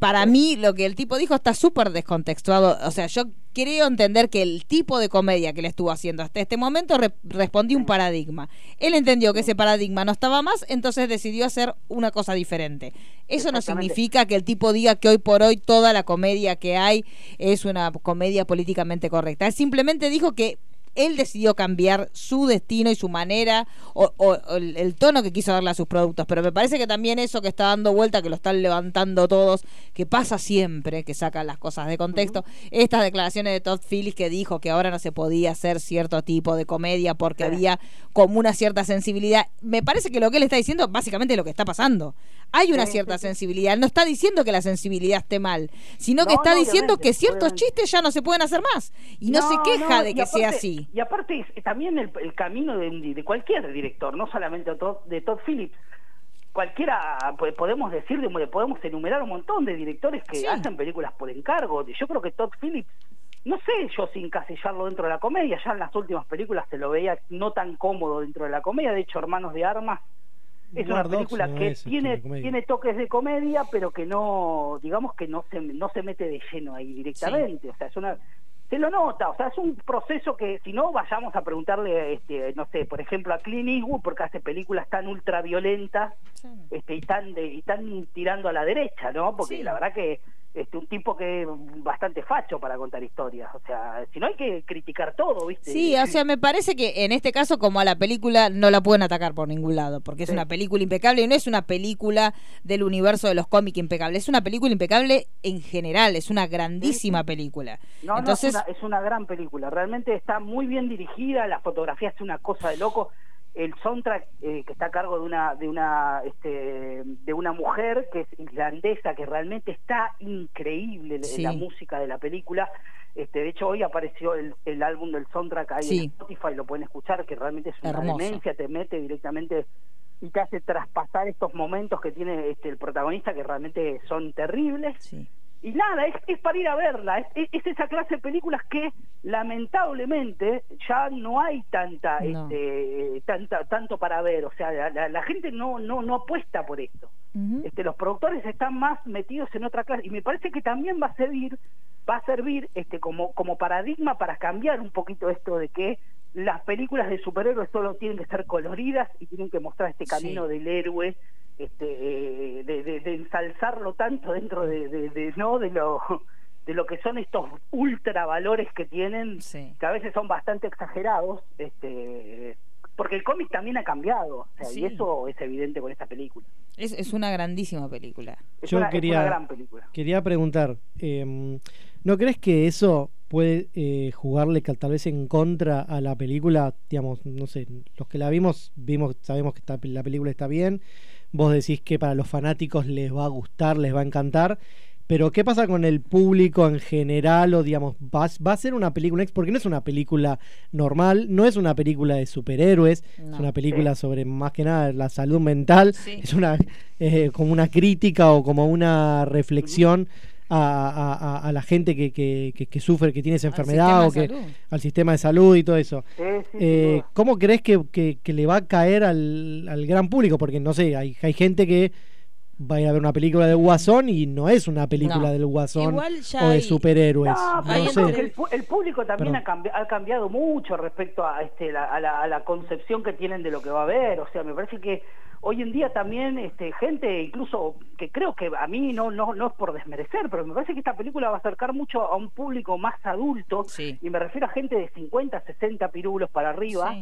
Speaker 3: Para mí lo que el tipo dijo está súper descontextuado, o sea, yo creo entender que el tipo de comedia que le estuvo haciendo hasta este momento re- respondió un paradigma. Él entendió que ese paradigma no estaba más, entonces decidió hacer una cosa diferente. Eso no
Speaker 16: Exactamente.
Speaker 3: significa que el tipo diga que hoy por hoy toda la comedia que hay es una comedia políticamente correcta. Él simplemente dijo que él decidió cambiar su destino y su manera o, o- o el, el tono que quiso darle a sus productos. Pero me parece que también eso que está dando vuelta, que lo están levantando todos, que pasa siempre, que sacan las cosas de contexto. Estas declaraciones de Todd Phillips que dijo que ahora no se podía hacer cierto tipo de comedia porque había como una cierta sensibilidad. Me parece que lo que él está diciendo básicamente es lo que está pasando. Hay una cierta sensibilidad. No está diciendo que la sensibilidad esté mal, sino que
Speaker 12: No,
Speaker 3: está
Speaker 12: no,
Speaker 3: diciendo que
Speaker 12: obviamente,
Speaker 3: ciertos
Speaker 12: obviamente.
Speaker 3: chistes ya no se pueden hacer más. Y no, se queja
Speaker 12: no,
Speaker 3: de
Speaker 12: y
Speaker 3: que sea
Speaker 12: aparte-
Speaker 3: así.
Speaker 12: Y aparte es- eh, también el, el camino de, un- de cualquier director, no solamente de Todd, de Todd Phillips. Cualquiera, po- podemos decir, de- podemos enumerar un montón de directores que hacen películas por encargo. Yo creo que Todd Phillips, no sé, yo sin encasillarlo dentro de la comedia, ya en las últimas películas se lo veía no tan cómodo dentro de la comedia. De hecho, Hermanos de Armas es una
Speaker 13: War Dogs
Speaker 12: película
Speaker 13: no
Speaker 12: que
Speaker 13: es, este,
Speaker 12: tiene
Speaker 13: de comedia.
Speaker 12: tiene toques de comedia pero que no digamos que no se no se mete de lleno ahí directamente o sea es una se lo nota o sea es un proceso que si no vayamos a preguntarle este no sé por ejemplo a Clint Eastwood porque hace películas tan ultra violentas este y tan de, y tan tirando a la derecha no porque
Speaker 18: Sí.
Speaker 12: la verdad que este un tipo que es bastante facho para contar historias o sea si no hay que criticar todo viste
Speaker 3: Sí, o sea, me parece que en este caso, como a la película, no la pueden atacar por ningún lado, porque es
Speaker 12: Sí.
Speaker 3: una película impecable y no es una película del universo de los cómics impecable, es una película impecable en general, es una grandísima película.
Speaker 12: No, no,
Speaker 3: Entonces,
Speaker 12: es, una, es una gran película. Realmente está muy bien dirigida, la fotografía es una cosa de loco. El soundtrack eh, que está a cargo de una de una este, de una mujer que es islandesa, que realmente está increíble la-
Speaker 3: Sí.
Speaker 12: la música de la película. Este, de hecho hoy apareció el, el álbum del soundtrack ahí
Speaker 3: Sí.
Speaker 12: en Spotify, lo pueden escuchar, que realmente es una
Speaker 3: Hermoso.
Speaker 12: demencia, te mete directamente y te hace traspasar estos momentos que tiene este, el protagonista que realmente son terribles. Y nada, es, es para ir a verla, es, es- es esa clase de películas que lamentablemente ya no hay tanta,
Speaker 3: No.
Speaker 12: este, eh, tanta tanto para ver, o sea, la, la- la gente no, no, no apuesta por esto.
Speaker 3: Ujú.
Speaker 12: Este, los productores están más metidos en otra clase y me parece que también va a servir va a servir este como como paradigma para cambiar un poquito esto de que las películas de superhéroes solo tienen que ser coloridas y tienen que mostrar este camino del héroe este eh, de, de- de ensalzarlo tanto dentro de, de- de- no de lo de lo que son estos ultra valores que tienen que a veces son bastante exagerados este porque el cómic también ha cambiado o sea,
Speaker 3: Sí.
Speaker 12: y eso es evidente con esta película
Speaker 3: es, es una grandísima película.
Speaker 12: es
Speaker 13: Yo
Speaker 12: una- es una
Speaker 13: quería,
Speaker 12: gran película.
Speaker 13: quería preguntar, eh, ¿no crees que eso puede eh, jugarle ca- tal vez en contra a la película? Digamos, no sé, los que la vimos, vimos sabemos que está- la película está bien, vos decís que para los fanáticos les va a gustar, les va a encantar, Pero ¿qué pasa con el público en general? O digamos, va, va a ser una película, porque no es una película normal, no es una película de superhéroes, es una película sobre más que nada la salud mental, es una eh, como una crítica o como una reflexión. A, a- a- a la gente que, que- que- que sufre, que tiene esa enfermedad o
Speaker 18: sistema
Speaker 13: que
Speaker 18: de salud.
Speaker 13: al sistema de salud y todo eso.
Speaker 18: Sí, sí, sin
Speaker 13: Eh,
Speaker 18: duda.
Speaker 13: ¿Cómo crees que, que- que le va a caer al, al gran público? Porque no sé, hay, hay gente que va a ir a ver una película de Guasón y no es una película
Speaker 12: No.
Speaker 13: del Guasón
Speaker 12: Igual ya
Speaker 13: o de
Speaker 12: hay-
Speaker 13: superhéroes.
Speaker 12: No,
Speaker 13: No
Speaker 12: pero
Speaker 13: sé.
Speaker 12: porque el, pu- el público también
Speaker 13: Perdón.
Speaker 12: ha, cambi- ha cambiado mucho respecto a, este, la, a, la, a la concepción que tienen de lo que va a haber. O sea, me parece que hoy en día también este, gente, incluso que creo que a mí no, no, no es por desmerecer, pero me parece que esta película va a acercar mucho a un público más adulto. Y me refiero a gente de 50, 60 pirulos para arriba.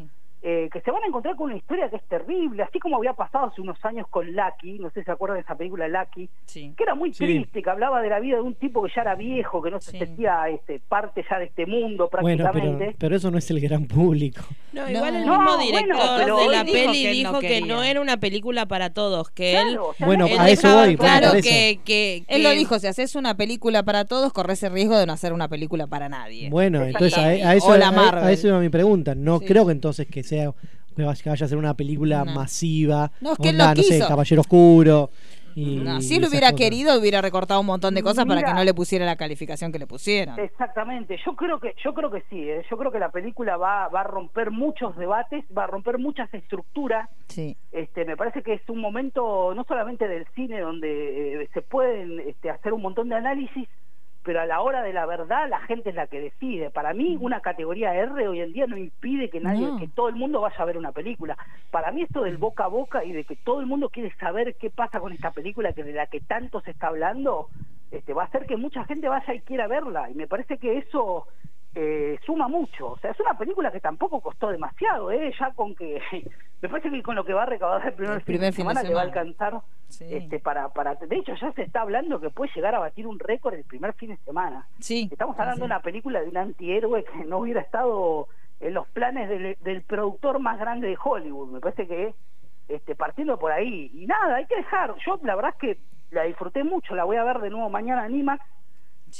Speaker 12: eh, que se van a encontrar con una historia que es terrible, así como había pasado hace unos años con Lucky, no sé si se acuerdan de esa película Lucky, que era muy
Speaker 13: Sí.
Speaker 12: triste, que hablaba de la vida de un tipo que ya era viejo, que no se sentía este, parte ya de este mundo
Speaker 13: Bueno,
Speaker 12: prácticamente.
Speaker 13: pero, pero eso no es el gran público.
Speaker 6: No, igual el
Speaker 12: No,
Speaker 6: mismo
Speaker 12: bueno,
Speaker 6: director
Speaker 12: pero
Speaker 6: de
Speaker 12: él
Speaker 6: la
Speaker 12: dijo
Speaker 6: peli
Speaker 12: que él
Speaker 6: dijo
Speaker 12: no
Speaker 6: que
Speaker 12: quería.
Speaker 6: no era una película para todos, que él...
Speaker 13: Bueno,
Speaker 6: él
Speaker 13: a eso
Speaker 6: dejaba
Speaker 13: voy,
Speaker 6: Claro
Speaker 13: por eso.
Speaker 6: que, que-
Speaker 16: Él lo
Speaker 6: que-
Speaker 16: dijo, si haces una película para todos, corres el riesgo de no hacer una película para nadie.
Speaker 13: Bueno, entonces a, a
Speaker 16: O
Speaker 13: eso,
Speaker 16: la
Speaker 13: a- a
Speaker 16: Marvel.
Speaker 13: eso iba mi pregunta. No
Speaker 16: Sí.
Speaker 13: creo que entonces que sea que vaya que vaya a ser una película masiva,
Speaker 16: No, es que él lo
Speaker 13: no sé,
Speaker 16: quiso.
Speaker 13: Caballero Oscuro. y-
Speaker 16: No,
Speaker 13: y
Speaker 16: si lo
Speaker 13: esas
Speaker 16: hubiera
Speaker 13: cosas.
Speaker 16: querido, hubiera recortado un montón de cosas para
Speaker 12: Mira.
Speaker 16: que no le pusiera la calificación que le pusieron.
Speaker 12: Exactamente, yo creo que yo creo que sí, ¿eh? yo creo que la película va, va a romper muchos debates, va a romper muchas estructuras.
Speaker 16: Sí.
Speaker 12: Este, me parece que es un momento no solamente del cine donde eh, se pueden este, hacer un montón de análisis, pero a la hora de la verdad la gente es la que decide. Para mí una categoría R hoy en día no impide que nadie,
Speaker 16: No.
Speaker 12: que todo el mundo vaya a ver una película. Para mí esto del boca a boca y de que todo el mundo quiere saber qué pasa con esta película que de la que tanto se está hablando, este, va a hacer que mucha gente vaya y quiera verla. Y me parece que eso eh, suma mucho. O sea, es una película que tampoco costó demasiado, ¿eh? Ya con que. Me parece que con lo que va a recaudar el primer,
Speaker 16: El primer fin de
Speaker 12: semana, le va a
Speaker 16: semana.
Speaker 12: alcanzar. Este, para, para, de hecho, ya se está hablando que puede llegar a batir un récord el primer fin de semana.
Speaker 16: Sí.
Speaker 12: Estamos hablando de una película de un antihéroe que no hubiera estado en los planes del, del productor más grande de Hollywood. Me parece que este, partiendo por ahí. Y nada, hay que dejar. Yo la verdad es que la disfruté mucho, la voy a ver de nuevo mañana en IMAX.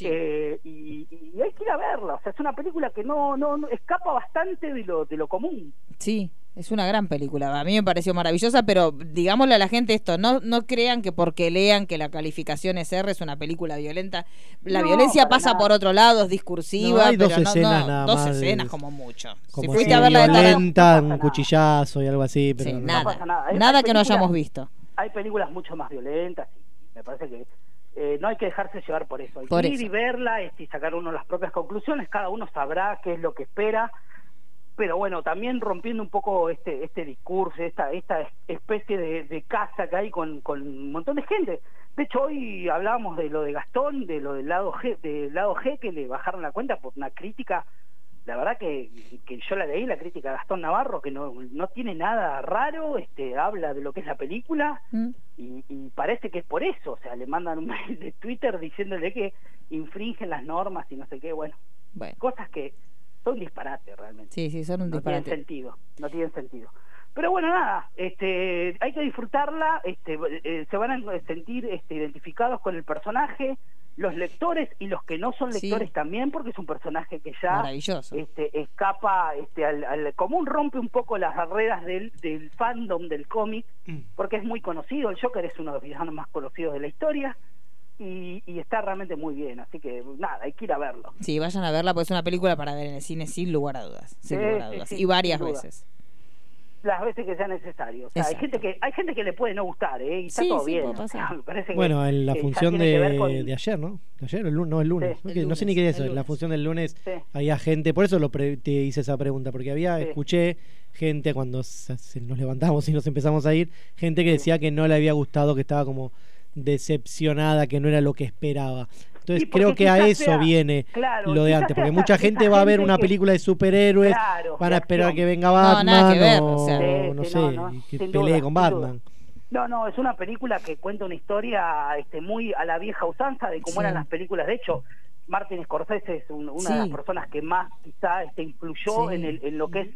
Speaker 12: Eh, y, y hay que ir a verla. O sea, es una película que no, no, no- escapa bastante de lo, de lo común.
Speaker 16: Sí, es una gran película. A mí me pareció maravillosa, pero digámosle a la gente esto, no, no crean que porque lean que la calificación es R es una película violenta. La
Speaker 3: No,
Speaker 16: violencia
Speaker 3: para
Speaker 16: pasa
Speaker 3: nada.
Speaker 16: por otro lado, es discursiva,
Speaker 13: No, hay dos
Speaker 16: pero no,
Speaker 13: escenas
Speaker 16: no,
Speaker 13: nada
Speaker 16: dos
Speaker 13: más de-
Speaker 16: escenas como mucho.
Speaker 13: Como
Speaker 16: si
Speaker 13: así,
Speaker 16: fuiste a verla de tarde,
Speaker 13: violenta, un cuchillazo y algo así, pero
Speaker 16: sí,
Speaker 13: no-
Speaker 16: nada,
Speaker 12: pasa nada. Hay-
Speaker 16: nada
Speaker 12: hay
Speaker 16: que no
Speaker 12: películas-
Speaker 16: hayamos visto.
Speaker 12: Hay películas mucho más violentas. Y me parece que eh, no hay que dejarse llevar por eso. Hay
Speaker 16: Por
Speaker 12: que ir
Speaker 16: eso.
Speaker 12: y verla este, y sacar uno las propias conclusiones. Cada uno sabrá qué es lo que espera. Pero bueno, también rompiendo un poco este este discurso, esta esta especie de, de casa que hay con, con un montón de gente. De hecho, hoy hablábamos de lo de Gastón, de lo del lado G, del lado G que le bajaron la cuenta por una crítica la verdad que, que yo la leí, la crítica de Gastón Navarro, que no, no tiene nada raro, este, habla de lo que es la película
Speaker 15: Mm.
Speaker 12: y, y parece que es por eso, o sea, le mandan un mail de Twitter diciéndole que infringen las normas y no sé qué, bueno,
Speaker 16: Bueno.
Speaker 12: cosas que son disparates realmente.
Speaker 16: Sí, sí, son un
Speaker 12: no tienen
Speaker 16: disparate.
Speaker 12: sentido, no tienen sentido. Pero bueno, nada, este, hay que disfrutarla, este, eh, se van a sentir este, identificados con el personaje, los lectores y los que no son
Speaker 16: Sí.
Speaker 12: lectores también, porque es un personaje que ya
Speaker 16: Maravilloso.
Speaker 12: este, escapa este, al, al común, rompe un poco las barreras del, del fandom del cómic, porque es muy conocido, el Joker es uno de los villanos más conocidos de la historia y, y está realmente muy bien, así que nada, hay que ir a verlo.
Speaker 16: Sí, vayan a verla porque es una película para ver en el cine sin lugar a dudas, sin
Speaker 12: Sí,
Speaker 16: lugar a
Speaker 12: sí,
Speaker 16: dudas
Speaker 12: Eh, sí,
Speaker 16: y varias
Speaker 12: sin duda.
Speaker 16: veces.
Speaker 12: Las veces que sea necesario. O sea, hay
Speaker 16: Exacto.
Speaker 12: gente que hay gente que le puede no gustar, ¿eh? Y está
Speaker 16: Sí,
Speaker 12: todo
Speaker 16: sí,
Speaker 12: bien.
Speaker 16: puede
Speaker 12: o sea, me parece que-
Speaker 13: Bueno, en la
Speaker 12: que ya
Speaker 13: función
Speaker 12: tiene que ver
Speaker 13: de,
Speaker 12: con-
Speaker 13: de ayer, ¿no? De ayer, el, lu- no, el lunes.
Speaker 12: Sí,
Speaker 13: no,
Speaker 12: el
Speaker 13: que- no sé ni
Speaker 12: lunes,
Speaker 13: qué día
Speaker 12: el
Speaker 13: es, hoy, la
Speaker 12: lunes.
Speaker 13: función del lunes
Speaker 12: Sí.
Speaker 13: había gente, por eso lo pre- te hice esa pregunta, porque había,
Speaker 12: Sí.
Speaker 13: escuché gente cuando se- se- nos levantamos y nos empezamos a ir, gente que decía que no le había gustado, que estaba como decepcionada, que no era lo que esperaba. Entonces
Speaker 12: Y porque
Speaker 13: creo que a
Speaker 12: quizás
Speaker 13: eso
Speaker 12: sea-
Speaker 13: viene
Speaker 12: claro,
Speaker 13: lo de
Speaker 12: quizás sea
Speaker 13: antes, porque
Speaker 12: esa-
Speaker 13: mucha
Speaker 12: esa
Speaker 13: gente va a ver
Speaker 12: gente
Speaker 13: una
Speaker 12: que-
Speaker 13: película de superhéroes,
Speaker 12: Claro,
Speaker 13: van a esperar
Speaker 12: acción.
Speaker 13: que venga
Speaker 12: No, nada
Speaker 13: Batman
Speaker 12: que ver,
Speaker 13: o,
Speaker 12: o sea. Sí,
Speaker 13: no
Speaker 12: sí,
Speaker 13: sé,
Speaker 12: no, no,
Speaker 13: y
Speaker 12: sin
Speaker 13: que pelee
Speaker 12: duda,
Speaker 13: con
Speaker 12: sin duda.
Speaker 13: Batman.
Speaker 12: No, no, es una película que cuenta una historia este, muy a la vieja usanza de cómo
Speaker 13: Sí.
Speaker 12: eran las películas. De hecho, Martin Scorsese es un- una de las
Speaker 13: Sí.
Speaker 12: personas que más quizá este, influyó
Speaker 13: Sí.
Speaker 12: en, el- en lo que es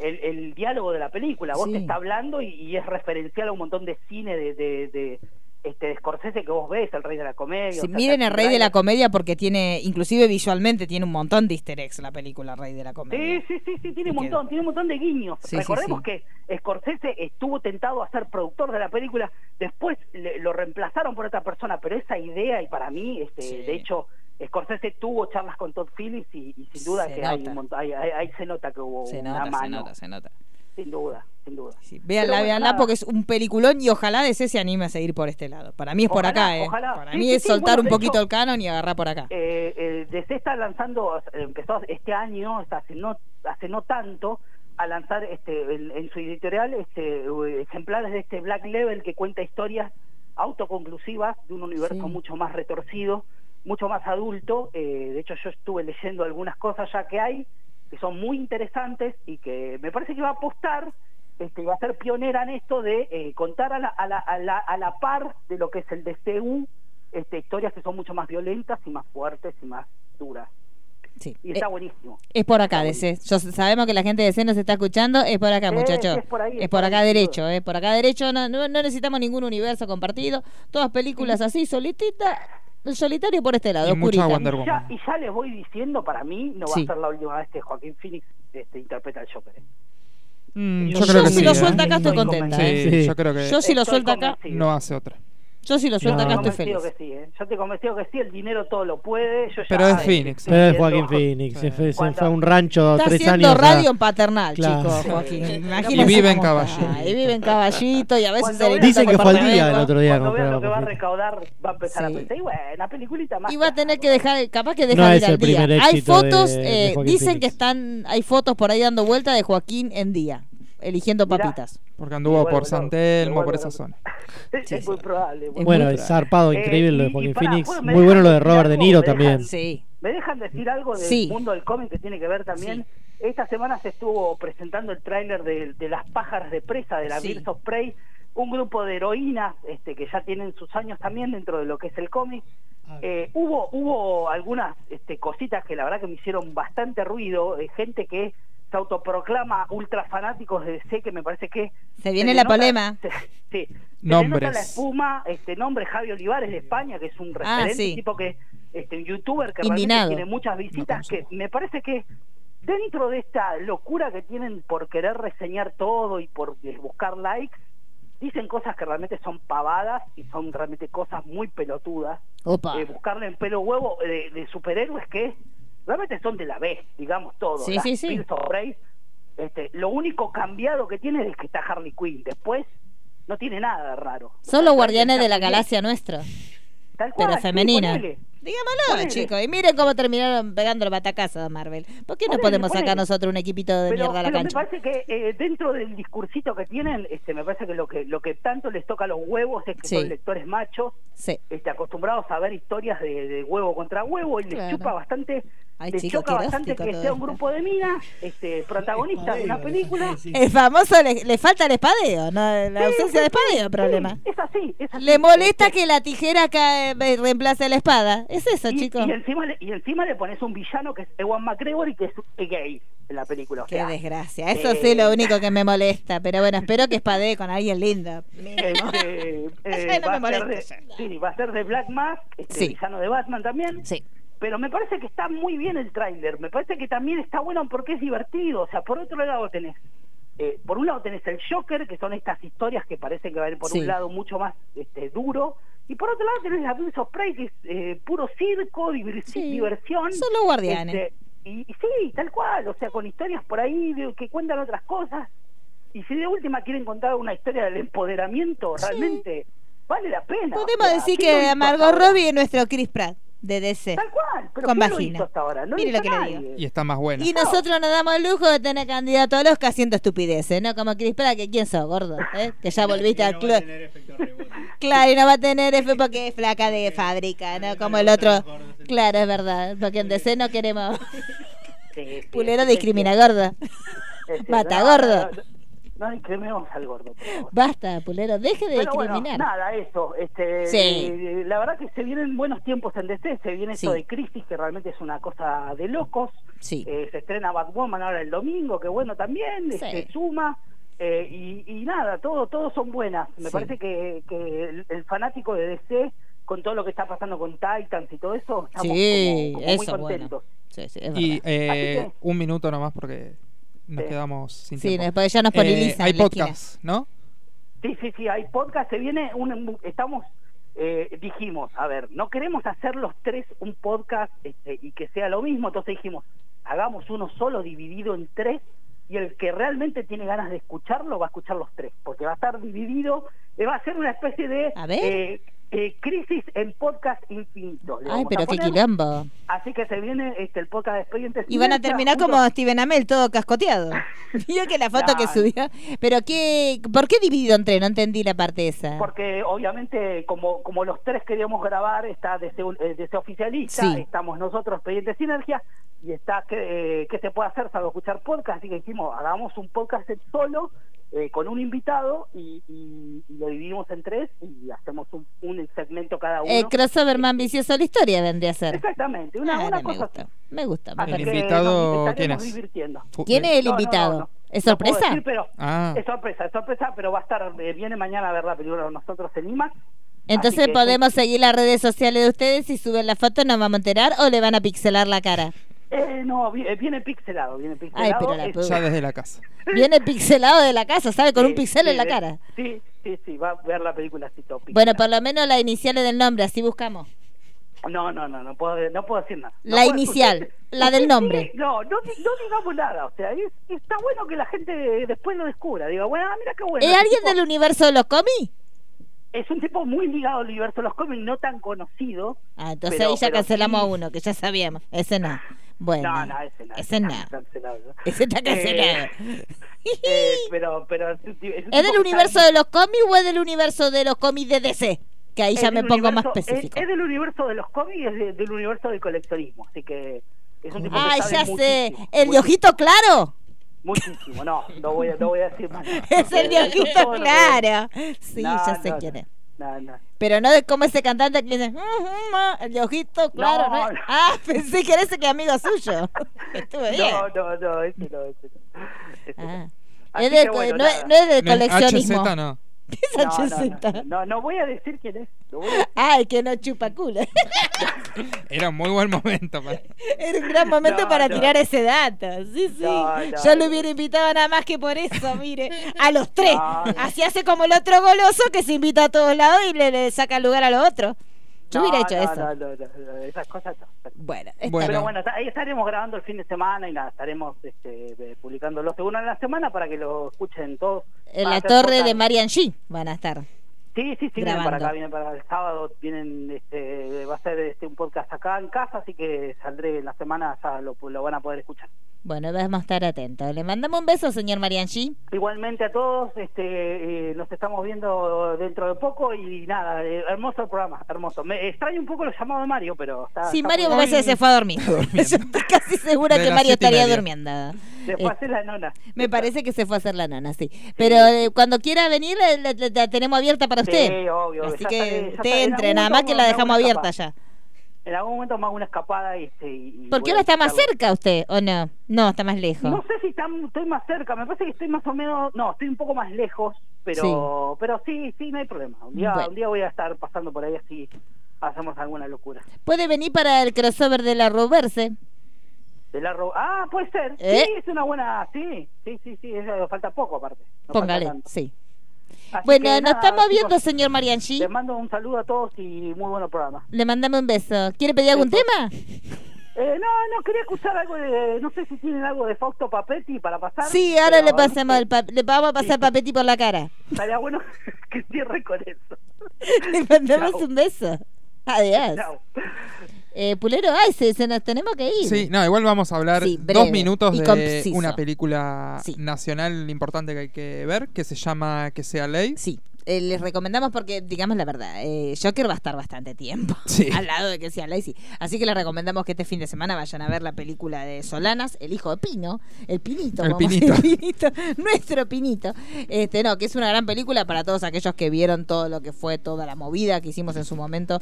Speaker 12: el, el diálogo de la película. Vos
Speaker 13: Sí.
Speaker 12: te está hablando y, y es referencial a un montón de cine de, de, de- este de Scorsese que vos ves, el rey de la comedia.
Speaker 3: Si
Speaker 12: o sea,
Speaker 3: miren el
Speaker 12: Taxi
Speaker 3: Rey de la
Speaker 12: Driver.
Speaker 3: Comedia porque tiene, inclusive visualmente tiene un montón de easter eggs la película Rey de la Comedia.
Speaker 12: Sí, sí, sí, sí, tiene un montón, tiene un montón de guiños.
Speaker 3: Sí, sí,
Speaker 12: Recordemos
Speaker 3: sí.
Speaker 12: que Scorsese estuvo tentado a ser productor de la película, después le- lo reemplazaron por otra persona, pero esa idea, y para mí, este, de hecho, Scorsese tuvo charlas con Todd Phillips y, y sin duda
Speaker 3: Se
Speaker 12: que hay un
Speaker 3: nota.
Speaker 12: montón- ahí- ahí- ahí se nota que hubo
Speaker 3: Se
Speaker 12: una
Speaker 3: nota, se
Speaker 12: mano.
Speaker 3: nota, se nota.
Speaker 12: Sin duda, sin duda.
Speaker 3: Véanla,
Speaker 12: Pero bueno,
Speaker 3: véanla
Speaker 12: nada.
Speaker 3: porque es un peliculón y ojalá DC se anime a seguir por este lado. Para mí es por
Speaker 12: Ojalá,
Speaker 3: acá, ¿eh?
Speaker 12: ojalá.
Speaker 3: Para
Speaker 12: Sí,
Speaker 3: mí
Speaker 12: sí,
Speaker 3: es
Speaker 12: sí,
Speaker 3: soltar
Speaker 12: bueno,
Speaker 3: un
Speaker 12: de
Speaker 3: poquito
Speaker 12: hecho-
Speaker 3: el canon y agarrar por acá.
Speaker 12: Eh, eh, DC está lanzando, empezó este año, hasta hace no, hace no tanto, a lanzar este, en, en su editorial este, eh, ejemplares de este Black Level que cuenta historias autoconclusivas de un universo mucho más retorcido, mucho más adulto. Eh, de hecho, yo estuve leyendo algunas cosas ya que hay, que son muy interesantes y que me parece que va a apostar. Este, va a ser pionera en esto de eh, contar a la, a, la, a, la, a la par de lo que es el DCU, este, historias que son mucho más violentas y más fuertes y más duras.
Speaker 3: Sí.
Speaker 12: Y está
Speaker 3: Eh,
Speaker 12: buenísimo.
Speaker 3: Es por acá, DC. Yo, sabemos que la gente de DC nos está escuchando. Es por acá,
Speaker 12: Sí,
Speaker 3: muchachos.
Speaker 12: sí, Eh, es por ahí, es por
Speaker 3: acá
Speaker 12: ahí, sin
Speaker 3: derecho, ¿eh? Por acá derecho. No, no- no necesitamos ningún universo compartido. Todas películas así, solitita, solitario por este lado. oscurita.
Speaker 12: Y ya, y ya les voy diciendo, para mí, no va
Speaker 3: Sí.
Speaker 12: a ser la última vez que Joaquín Phoenix este, interpreta al Joker. ¿eh?
Speaker 7: yo,
Speaker 3: Yo
Speaker 7: creo que
Speaker 3: si
Speaker 7: sí,
Speaker 3: lo
Speaker 7: ¿eh?
Speaker 3: suelta acá estoy
Speaker 7: Sí,
Speaker 3: contenta, ¿eh?
Speaker 7: sí, yo creo que
Speaker 3: Yo si lo suelta acá,
Speaker 7: no hace otra.
Speaker 3: yo si lo suelta acá estoy
Speaker 12: Yo
Speaker 3: feliz.
Speaker 12: te que sí, ¿eh? Yo te convencido que sí, el dinero todo lo puede. Yo ya-
Speaker 7: Pero es Phoenix.
Speaker 13: Pero es Joaquín Phoenix, se fue, se fue a un rancho
Speaker 3: Está
Speaker 13: tres
Speaker 3: haciendo
Speaker 13: años. a-
Speaker 3: radio en paternal,
Speaker 13: Claro.
Speaker 3: chicos, Joaquín. Imagínense
Speaker 13: Y vive en
Speaker 3: cómo está.
Speaker 13: Caballito.
Speaker 3: Y vive en caballito y a veces se le
Speaker 13: Dicen
Speaker 3: nota
Speaker 13: que fue al
Speaker 3: por
Speaker 13: día el
Speaker 3: dentro.
Speaker 13: otro día.
Speaker 12: Cuando
Speaker 13: con
Speaker 12: vea lo
Speaker 13: programa.
Speaker 12: que va a recaudar, va a empezar a pensar. Y bueno, la peliculita más.
Speaker 3: Y va a tener que dejar, capaz que deja
Speaker 13: No
Speaker 3: de ir
Speaker 13: es
Speaker 3: al
Speaker 13: el primer
Speaker 3: día. Hay
Speaker 13: éxito de-
Speaker 3: fotos,
Speaker 13: de
Speaker 3: eh,
Speaker 13: Joaquín
Speaker 3: dicen
Speaker 13: Phoenix.
Speaker 3: que están, hay fotos por ahí dando vuelta de Joaquín en día, eligiendo papitas.
Speaker 7: Porque anduvo por San Telmo, por esa zona.
Speaker 12: Es, es muy probable. muy
Speaker 13: Bueno,
Speaker 12: probable.
Speaker 13: es zarpado,
Speaker 12: Eh,
Speaker 13: increíble lo
Speaker 12: y-
Speaker 13: de
Speaker 12: y
Speaker 13: Joaquín
Speaker 12: pará,
Speaker 13: Phoenix.
Speaker 12: ¿puedo- me
Speaker 13: Muy bueno
Speaker 12: dejan
Speaker 13: lo de
Speaker 12: decir
Speaker 13: Robert De
Speaker 12: algo?
Speaker 13: Niro
Speaker 12: ¿Me dejan-
Speaker 13: también.
Speaker 12: ¿Me dejan decir algo del
Speaker 13: Sí.
Speaker 12: mundo del cómic que tiene que ver también? Esta semana se estuvo presentando el tráiler de, de Las pájaras de presa, de la
Speaker 3: Sí.
Speaker 12: Birds of Prey, un grupo de heroínas este, que ya tienen sus años también dentro de lo que es el cómic. Eh, hubo hubo algunas este, cositas que la verdad que me hicieron bastante ruido, eh, gente que se autoproclama ultra fanáticos de DC, que me parece que...
Speaker 3: Se viene
Speaker 12: le
Speaker 3: la
Speaker 12: nota-
Speaker 3: polema.
Speaker 12: Sí. Se le
Speaker 7: Nombres.
Speaker 12: nota la espuma, este nombre Javi Olivares de España, que es un
Speaker 3: Ah,
Speaker 12: referente,
Speaker 3: sí.
Speaker 12: tipo que este un youtuber que
Speaker 3: Indignado.
Speaker 12: realmente tiene muchas visitas, que me parece que dentro de esta locura que tienen por querer reseñar todo y por eh, buscar likes, dicen cosas que realmente son pavadas y son realmente cosas muy pelotudas.
Speaker 3: Opa.
Speaker 12: Eh, buscarle en pelo huevo eh, de, superhéroes que realmente son de la B, digamos todo.
Speaker 3: Sí,
Speaker 12: Las
Speaker 3: sí, sí.
Speaker 12: Birds of Prey, este, lo único cambiado que tiene es que está Harley Quinn. Después no tiene nada de raro.
Speaker 3: Solo guardianes de la galaxia nuestra.
Speaker 12: Tal
Speaker 3: Pero
Speaker 12: cual, sí,
Speaker 3: femenina.
Speaker 12: ponele.
Speaker 3: Dígamelo,
Speaker 12: Ponele.
Speaker 3: chicos. Y miren cómo terminaron pegando el batacazo de Marvel. ¿Por qué no
Speaker 12: Ponele,
Speaker 3: podemos sacar
Speaker 12: ponele.
Speaker 3: nosotros un equipito de
Speaker 12: pero,
Speaker 3: mierda a la
Speaker 12: pero me
Speaker 3: cancha?
Speaker 12: parece que eh, dentro del discursito que tienen, este, me parece que lo que lo que tanto les toca a los huevos es que
Speaker 3: Sí.
Speaker 12: son lectores machos,
Speaker 3: Sí.
Speaker 12: este, acostumbrados a ver historias de, de huevo contra huevo y les
Speaker 3: Claro.
Speaker 12: chupa bastante,
Speaker 3: Ay,
Speaker 12: les
Speaker 3: chico,
Speaker 12: choca
Speaker 3: qué
Speaker 12: bastante
Speaker 3: erótico
Speaker 12: que
Speaker 3: todo
Speaker 12: sea un
Speaker 3: esto.
Speaker 12: grupo de minas, este, protagonistas de una película.
Speaker 3: El famoso le, le falta el espadeo, ¿no? la ausencia de espadeo, el problema.
Speaker 12: Es así, es así.
Speaker 3: Le molesta que la tijera cae, eh, reemplace la espada. Es eso,
Speaker 12: Y,
Speaker 3: chicos.
Speaker 12: y encima le, y encima le pones un villano que es Ewan McGregor y que es es gay en la película. o
Speaker 3: Qué
Speaker 12: sea,
Speaker 3: desgracia. Eso
Speaker 12: eh,
Speaker 3: sí es lo único que me molesta. Pero bueno, espero que espadee con alguien lindo.
Speaker 12: Este, eh,
Speaker 3: Ya no
Speaker 12: va,
Speaker 3: me
Speaker 12: a ser de,
Speaker 3: molesta
Speaker 12: sí, va a ser de Black Mask, este,
Speaker 3: Sí.
Speaker 12: villano de Batman también.
Speaker 3: Sí.
Speaker 12: Pero me parece que está muy bien el tráiler. Me parece que también está bueno porque es divertido. O sea, por otro lado tenés, eh, por un lado tenés el Joker, que son estas historias que parecen que van por
Speaker 3: Sí.
Speaker 12: un lado mucho más este, duro. Y por otro lado tenés la Birds of Prey, que es eh, puro circo, divir- diversión.
Speaker 3: Son los guardianes.
Speaker 12: Este, y, y sí, tal cual. O sea, con historias por ahí de- que cuentan otras cosas. Y si de última quieren contar una historia del empoderamiento, realmente vale la pena.
Speaker 3: Podemos
Speaker 12: O sea,
Speaker 3: decir
Speaker 12: ¿quién lo
Speaker 3: que
Speaker 12: hizo
Speaker 3: Margot
Speaker 12: hasta ahora?
Speaker 3: Robbie es nuestro Chris Pratt de DC.
Speaker 12: Tal cual, pero
Speaker 3: con
Speaker 12: ¿quién lo
Speaker 3: vagina.
Speaker 12: hizo hasta ahora? No
Speaker 3: Mire
Speaker 12: hizo
Speaker 3: lo que le
Speaker 12: nadie.
Speaker 7: Y está más buena.
Speaker 3: Y nosotros nos damos el lujo de tener candidato al Oscar haciendo estupideces, ¿no? Como Chris Pratt, que quién sos, gordo, ¿eh? Que ya volviste al club. Claro, y no va a tener F porque es flaca de fábrica, ¿no? Como el otro. Claro, es verdad, porque en DC no queremos.
Speaker 12: Sí, sí,
Speaker 3: Pulero
Speaker 12: es cierto,
Speaker 3: discrimina gordo.
Speaker 12: es cierto.
Speaker 3: Mata
Speaker 12: Este, No,
Speaker 3: gordo.
Speaker 12: no, No, no discriminemos al gordo. por favor.
Speaker 3: Basta, Pulero, deje de
Speaker 12: Pero bueno,
Speaker 3: discriminar.
Speaker 12: nada, eso. Este,
Speaker 3: Sí.
Speaker 12: eh, La verdad que se vienen buenos tiempos en DC, se viene
Speaker 3: Sí.
Speaker 12: esto de crisis, que realmente es una cosa de locos.
Speaker 3: Sí.
Speaker 12: Eh, se estrena Batwoman ahora el domingo, que bueno también,
Speaker 3: Sí.
Speaker 12: se suma. Eh, y, y nada, todo, todos son buenas. Me
Speaker 18: Sí.
Speaker 12: parece que, que el, el fanático de DC, con todo lo que está pasando con Titans y todo eso, Oh, estamos
Speaker 3: Sí,
Speaker 12: como- como muy
Speaker 3: eso
Speaker 12: contentos.
Speaker 3: bueno. Sí, sí, es
Speaker 7: Y
Speaker 3: verdad.
Speaker 7: eh,
Speaker 12: Así
Speaker 7: un minuto nomás porque nos quedamos sin
Speaker 3: Sí,
Speaker 7: tiempo.
Speaker 3: después ya nos
Speaker 7: Eh,
Speaker 3: polinizan
Speaker 7: Hay
Speaker 3: en la
Speaker 7: podcast, ¿no?
Speaker 12: Sí, sí, sí, hay podcast, se viene un, estamos, eh, dijimos, a ver, no queremos hacer los tres un podcast este, y que sea lo mismo, entonces dijimos, hagamos uno solo dividido en tres y el que realmente tiene ganas de escucharlo va a escuchar los tres, porque va a estar dividido, eh, va a ser una especie de
Speaker 3: ver.
Speaker 12: eh, eh, crisis en podcast infinito. le
Speaker 3: Ay,
Speaker 12: vamos a
Speaker 3: pero qué
Speaker 12: poner.
Speaker 3: quilombo.
Speaker 12: Así que se viene este, el podcast de expedientes.
Speaker 3: Y van a
Speaker 12: Sinergia,
Speaker 3: terminar
Speaker 12: junto-
Speaker 3: como Steven Amell, todo cascoteado. Vio que la foto que
Speaker 12: Nah.
Speaker 3: subió. Pero qué, ¿por qué dividido entre? No entendí la parte esa.
Speaker 12: Porque obviamente, como, como los tres queríamos grabar, está Deseo, eh, Deseo Oficialista,
Speaker 3: Sí.
Speaker 12: estamos nosotros, Expediente Sinergia, y está que, eh, ¿Qué se puede hacer salvo escuchar podcast? Así que dijimos, hagamos un podcast en solo, eh, con un invitado, y, y- y lo dividimos en tres, y hacemos un, un segmento cada uno.
Speaker 3: El Eh, crossover más ambicioso de la historia vendría a ser.
Speaker 12: Exactamente, una,
Speaker 3: Ahora
Speaker 12: una
Speaker 3: me
Speaker 12: cosa
Speaker 3: gusta.
Speaker 12: así.
Speaker 3: Me gusta.
Speaker 12: Así
Speaker 3: me
Speaker 12: Ah, que
Speaker 3: gusta.
Speaker 7: invitado,
Speaker 12: nos
Speaker 7: ¿quién es?
Speaker 12: estaremos divirtiendo.
Speaker 7: Fu-
Speaker 3: ¿Quién es el
Speaker 12: No, no, no,
Speaker 3: invitado?
Speaker 12: no.
Speaker 3: ¿Es
Speaker 12: No puedo
Speaker 3: sorpresa?
Speaker 12: decir, pero
Speaker 7: Ah.
Speaker 12: Es sorpresa, es sorpresa, pero va a estar, eh, viene mañana a ver la película con nosotros en IMAX.
Speaker 3: Entonces
Speaker 12: Así que-
Speaker 3: podemos seguir las redes sociales de ustedes. Si suben la foto, nos vamos a enterar o le van a pixelar la cara.
Speaker 12: Eh, no, vi- eh, viene pixelado, viene pixelado. eh,
Speaker 3: pero la
Speaker 12: Es-
Speaker 3: puta.
Speaker 7: Ya desde la casa.
Speaker 3: Viene pixelado de la casa, ¿sabe? Con
Speaker 12: Sí,
Speaker 3: un pixel
Speaker 12: eh, sí,
Speaker 3: en la
Speaker 12: de-
Speaker 3: cara.
Speaker 12: Sí, sí, sí, va a ver la película así todo pixelado.
Speaker 3: Bueno, por lo menos las iniciales del nombre, así buscamos.
Speaker 12: No, no, no, no puedo, no puedo decir nada. No
Speaker 3: pues- La
Speaker 12: puedo-
Speaker 3: inicial,
Speaker 12: usted-
Speaker 3: la del
Speaker 12: usted
Speaker 3: nombre.
Speaker 12: sigue- No, no, di- no digamos nada, o sea, es- está bueno que la gente después lo descubra. Diga, bueno, ah, mira qué bueno.
Speaker 3: ¿Es
Speaker 12: ese
Speaker 3: alguien
Speaker 12: tipo-
Speaker 3: del universo de los cómics?
Speaker 12: Es un tipo muy ligado al universo de los cómics, no tan conocido.
Speaker 3: Ah, entonces
Speaker 12: Pero-
Speaker 3: ahí ya
Speaker 12: pero
Speaker 3: cancelamos
Speaker 12: sí.
Speaker 3: a uno, que ya sabíamos. Ese no. Bueno,
Speaker 12: No, no, ese no.
Speaker 3: ese
Speaker 12: está
Speaker 3: no.
Speaker 12: cancelado, ¿no?
Speaker 3: Ese está cancelado.
Speaker 12: Eh, eh, pero, pero es, un ti-
Speaker 3: ¿Es
Speaker 12: es un tipo que
Speaker 3: del
Speaker 12: está
Speaker 3: universo de los cómics o es del universo de los cómics de DC? Que ahí ya
Speaker 12: es
Speaker 3: me
Speaker 12: del
Speaker 3: pongo más
Speaker 12: universo- es-
Speaker 3: específico.
Speaker 12: Es, del universo de los cómics y es de- del universo del coleccionismo. Así que es un tipo
Speaker 3: Ah,
Speaker 12: que sabe
Speaker 3: ya sé.
Speaker 12: muchísimo,
Speaker 3: ¿El de ojito claro?
Speaker 12: Muchísimo, no, no voy a, no voy a decir más. nada.
Speaker 3: Es el de
Speaker 12: Eh, eso es
Speaker 3: ojito
Speaker 12: todo lo que voy a decir.
Speaker 3: claro. Sí,
Speaker 12: No,
Speaker 3: ya sé
Speaker 12: no,
Speaker 3: quién es.
Speaker 12: No, no.
Speaker 3: Pero no de cómo ese cantante que dice, "Mm, mm, ah", el de ojito claro.
Speaker 12: No,
Speaker 3: ¿no es?
Speaker 12: no.
Speaker 3: Ah, pensé que era ese que amigo suyo. Estuve bien.
Speaker 12: No, no, no, ese no, ese no. Ese no.
Speaker 3: Ah.
Speaker 12: Así
Speaker 3: Es de,
Speaker 12: que bueno,
Speaker 3: no, es-
Speaker 12: nada.
Speaker 3: no es de
Speaker 7: No es
Speaker 3: coleccionismo.
Speaker 7: HZ, no.
Speaker 3: ¿Qué es
Speaker 12: No, no,
Speaker 3: HZ?
Speaker 12: no, no, no voy a decir quién es. no voy a-
Speaker 3: Ah, el que no chupa culo.
Speaker 7: Era un muy buen momento. para-
Speaker 3: Era un gran momento
Speaker 12: No,
Speaker 3: para
Speaker 12: no.
Speaker 3: tirar ese dato. Sí, sí.
Speaker 12: No, no,
Speaker 3: Yo lo
Speaker 12: no.
Speaker 3: hubiera invitado nada más que por eso, mire. A los tres.
Speaker 12: No, no.
Speaker 3: Así hace como el otro goloso que se invita a todos lados y le, le saca lugar a los otros. Yo
Speaker 12: No,
Speaker 3: hubiera hecho
Speaker 12: no,
Speaker 3: eso.
Speaker 12: no, no, no, no, esas cosas no.
Speaker 3: Bueno, está
Speaker 7: Bueno.
Speaker 12: Pero bueno, está- ahí estaremos grabando el fin de semana y nada, estaremos este, eh, publicándolo según en la semana para que lo escuchen todos.
Speaker 3: en
Speaker 12: Van a
Speaker 3: la
Speaker 12: hacer
Speaker 3: torre
Speaker 12: cosas-
Speaker 3: de Marian G van a estar.
Speaker 12: Ah, Sí, sí, sí, vienen
Speaker 3: grabando.
Speaker 12: para acá, vienen para el sábado, vienen, este, va a ser este, un podcast acá en casa, así que saldré en la semana, ya lo, lo van a poder escuchar.
Speaker 3: Bueno, vamos a estar atentos. Le mandamos un beso, señor Marian G.
Speaker 12: Igualmente a todos, este, eh, nos estamos viendo dentro de poco y nada, eh, hermoso el programa, hermoso. Me extraño un poco los llamados de Mario, pero está...
Speaker 3: Sí,
Speaker 12: Ah, está
Speaker 3: Mario
Speaker 12: muy
Speaker 3: me parece que se fue a dormir. Yo estoy casi segura
Speaker 7: De
Speaker 3: que
Speaker 7: las
Speaker 3: Mario
Speaker 7: siete y
Speaker 3: estaría
Speaker 7: media.
Speaker 3: durmiendo.
Speaker 12: Después
Speaker 3: Eh,
Speaker 12: hacer la nona.
Speaker 3: Me parece que se fue a hacer la nana, sí. Pero eh, cuando quiera venir, eh, la, la- la tenemos abierta para
Speaker 12: Sí,
Speaker 3: usted.
Speaker 12: obvio,
Speaker 3: Así
Speaker 12: ya
Speaker 3: que
Speaker 12: está, ya
Speaker 3: usted
Speaker 12: está. En
Speaker 3: entre,
Speaker 12: algún
Speaker 3: nada más
Speaker 12: momento
Speaker 3: que la
Speaker 12: me
Speaker 3: dejamos
Speaker 12: voy a
Speaker 3: abierta
Speaker 12: escapar.
Speaker 3: ya.
Speaker 12: En algún momento me hago una escapada y... este, y- y
Speaker 3: Porque
Speaker 12: voy a
Speaker 3: ahora está más
Speaker 12: visitarlo.
Speaker 3: cerca usted, ¿o no? No, está más lejos.
Speaker 12: No sé si tam- estoy más cerca, me parece que estoy más o menos, no, estoy un poco más lejos, pero
Speaker 3: Sí.
Speaker 12: sí, pero sí, sí, no hay problema. Un día,
Speaker 3: Bueno.
Speaker 12: un día voy a estar pasando por ahí así hacemos alguna locura.
Speaker 3: Puede venir para el crossover de la Roverse.
Speaker 12: De la ro- ah, puede ser.
Speaker 3: ¿Eh?
Speaker 12: Sí, es una buena, sí, sí, sí, sí, eso falta poco aparte. no falta
Speaker 3: Póngale,
Speaker 12: tanto.
Speaker 3: sí.
Speaker 12: Así
Speaker 3: Bueno,
Speaker 12: que
Speaker 3: nos
Speaker 12: nada,
Speaker 3: estamos viendo,
Speaker 12: chicos,
Speaker 3: señor Marianchi.
Speaker 12: Les mando un saludo a todos y muy bueno programa.
Speaker 3: Le mandamos un beso. ¿Quiere pedir algún tema?
Speaker 12: Eh, no, no, quería escuchar algo de, no sé si tienen algo de Fausto Papetti para pasar.
Speaker 3: Sí, ahora
Speaker 12: pero
Speaker 3: le pasamos el pa- le vamos a pasar papeti por la cara.
Speaker 12: Estaría bueno que cierre con eso.
Speaker 3: Le mandamos
Speaker 12: Chao.
Speaker 3: un beso. Adiós.
Speaker 12: Chao.
Speaker 3: Eh, Pulero, ay, se, se nos tenemos que ir.
Speaker 7: Sí, no, igual vamos a hablar
Speaker 3: Sí, breve
Speaker 7: dos minutos
Speaker 3: y
Speaker 7: de
Speaker 3: conciso.
Speaker 7: una película
Speaker 3: Sí.
Speaker 7: nacional importante que hay que ver, que se llama Que sea ley.
Speaker 3: Sí. Eh, les recomendamos porque, digamos la verdad, eh, Joker va a estar bastante tiempo
Speaker 7: Sí.
Speaker 3: al lado de que sea Lazy. Así que les recomendamos que este fin de semana vayan a ver la película de Solanas, El Hijo de Pino, El Pinito,
Speaker 7: El
Speaker 3: vamos a
Speaker 7: Pinito.
Speaker 3: decir, Pinito, nuestro Pinito. Este, no, que es una gran película para todos aquellos que vieron todo lo que fue toda la movida que hicimos en su momento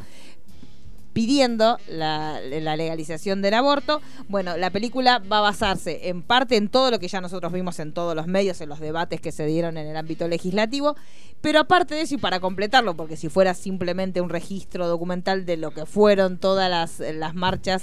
Speaker 3: pidiendo la, la legalización del aborto. Bueno, la película va a basarse en parte en todo lo que ya nosotros vimos en todos los medios, en los debates que se dieron en el ámbito legislativo, pero aparte de eso y para completarlo, porque si fuera simplemente un registro documental de lo que fueron todas las, las marchas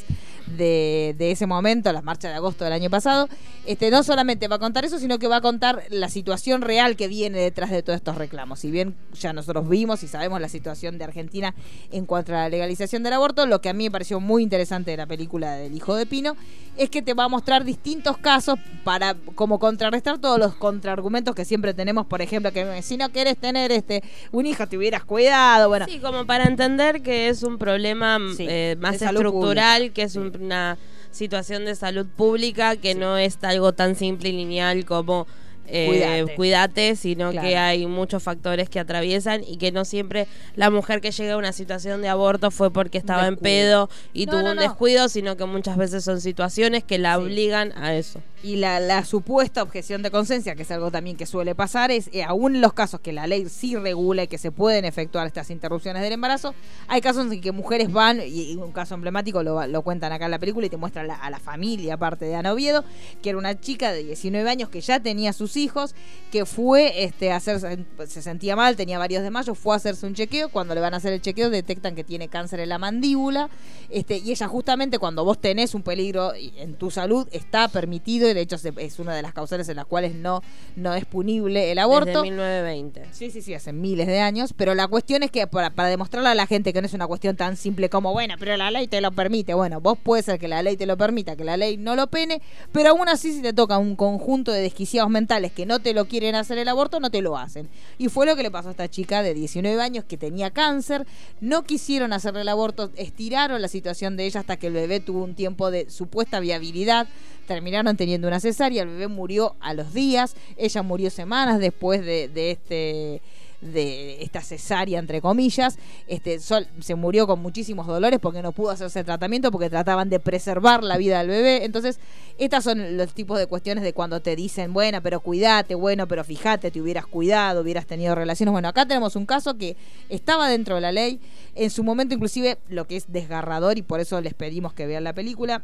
Speaker 3: de, de ese momento, las marchas de agosto del año pasado, este, no solamente va a contar eso, sino que va a contar la situación real que viene detrás de todos estos reclamos. Si bien ya nosotros vimos y sabemos la situación de Argentina en cuanto a la legalización del aborto, lo que a mí me pareció muy interesante de la película del hijo de Pino es que te va a mostrar distintos casos para como contrarrestar todos los contraargumentos que siempre tenemos, por ejemplo, que si no querés tener este un hijo te hubieras cuidado, bueno.
Speaker 6: Sí, como para entender que es un problema
Speaker 3: Sí,
Speaker 6: eh, más
Speaker 3: de salud
Speaker 6: estructural,
Speaker 3: pública.
Speaker 6: que es un- una situación de salud pública, que no es algo tan simple y lineal como eh,
Speaker 3: Cuídate.
Speaker 6: cuídate. sino
Speaker 3: Claro.
Speaker 6: que hay muchos factores que atraviesan y que no siempre la mujer que llega a una situación de aborto fue porque estaba en pedo y
Speaker 3: No,
Speaker 6: tuvo
Speaker 3: no,
Speaker 6: un
Speaker 3: no.
Speaker 6: descuido, sino que muchas veces son situaciones que la
Speaker 3: Sí.
Speaker 6: obligan a eso.
Speaker 3: y la, la supuesta objeción de conciencia, que es algo también que suele pasar, es eh, aún en los casos que la ley sí regula y que se pueden efectuar estas interrupciones del embarazo, hay casos en que mujeres van, y, y un caso emblemático lo, lo cuentan acá en la película y te muestran la- a la familia, aparte de Ana Oviedo, que era una chica de 19 años que ya tenía sus hijos, que fue este, a hacerse, se sentía mal, tenía varios desmayos, fue a hacerse un chequeo, cuando le van a hacer el chequeo detectan que tiene cáncer en la mandíbula, este, y ella justamente cuando vos tenés un peligro y- en tu salud está permitido y de hecho se- es una de las causales en las cuales no, no es punible el aborto.
Speaker 6: Desde 1920.
Speaker 3: Sí, sí, sí, hace miles de años, pero la cuestión es que para, para demostrarle a la gente que no es una cuestión tan simple como, bueno, pero la ley te lo permite, bueno, vos puede ser que la ley te lo permita, que la ley no lo pene, pero aún así si te toca un conjunto de desquiciados mentales que no te lo quieren hacer el aborto, no te lo hacen. Y fue lo que le pasó a esta chica de 19 años que tenía cáncer, no quisieron hacerle el aborto, estiraron la situación de ella hasta que el bebé tuvo un tiempo de supuesta viabilidad, terminaron teniendo una cesárea, el bebé murió a los días, ella murió semanas después de, de este de esta cesárea entre comillas, este sol, se murió con muchísimos dolores porque no pudo hacerse tratamiento porque trataban de preservar la vida del bebé, entonces estas son los tipos de cuestiones de cuando te dicen, bueno, pero cuídate, bueno, pero fíjate, te hubieras cuidado, hubieras tenido relaciones. Bueno, acá tenemos un caso que estaba dentro de la ley, en su momento inclusive lo que es desgarrador y por eso les pedimos que vean la película,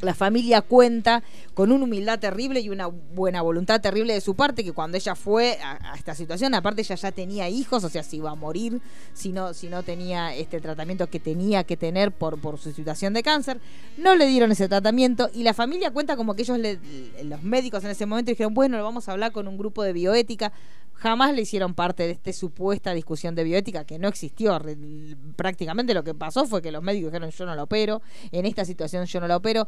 Speaker 3: la familia cuenta con una humildad terrible y una buena voluntad terrible de su parte, que cuando ella fue a, a esta situación, aparte ella ya tenía hijos, o sea, se iba a morir si no, si no tenía este tratamiento que tenía que tener por, por su situación de cáncer. No le dieron ese tratamiento y la familia cuenta como que ellos, le- los médicos en ese momento dijeron, bueno, lo vamos a hablar con un grupo de bioética. Jamás le hicieron parte de esta supuesta discusión de bioética que no existió. Re- Prácticamente lo que pasó fue que los médicos dijeron, yo no lo opero, en esta situación yo no lo opero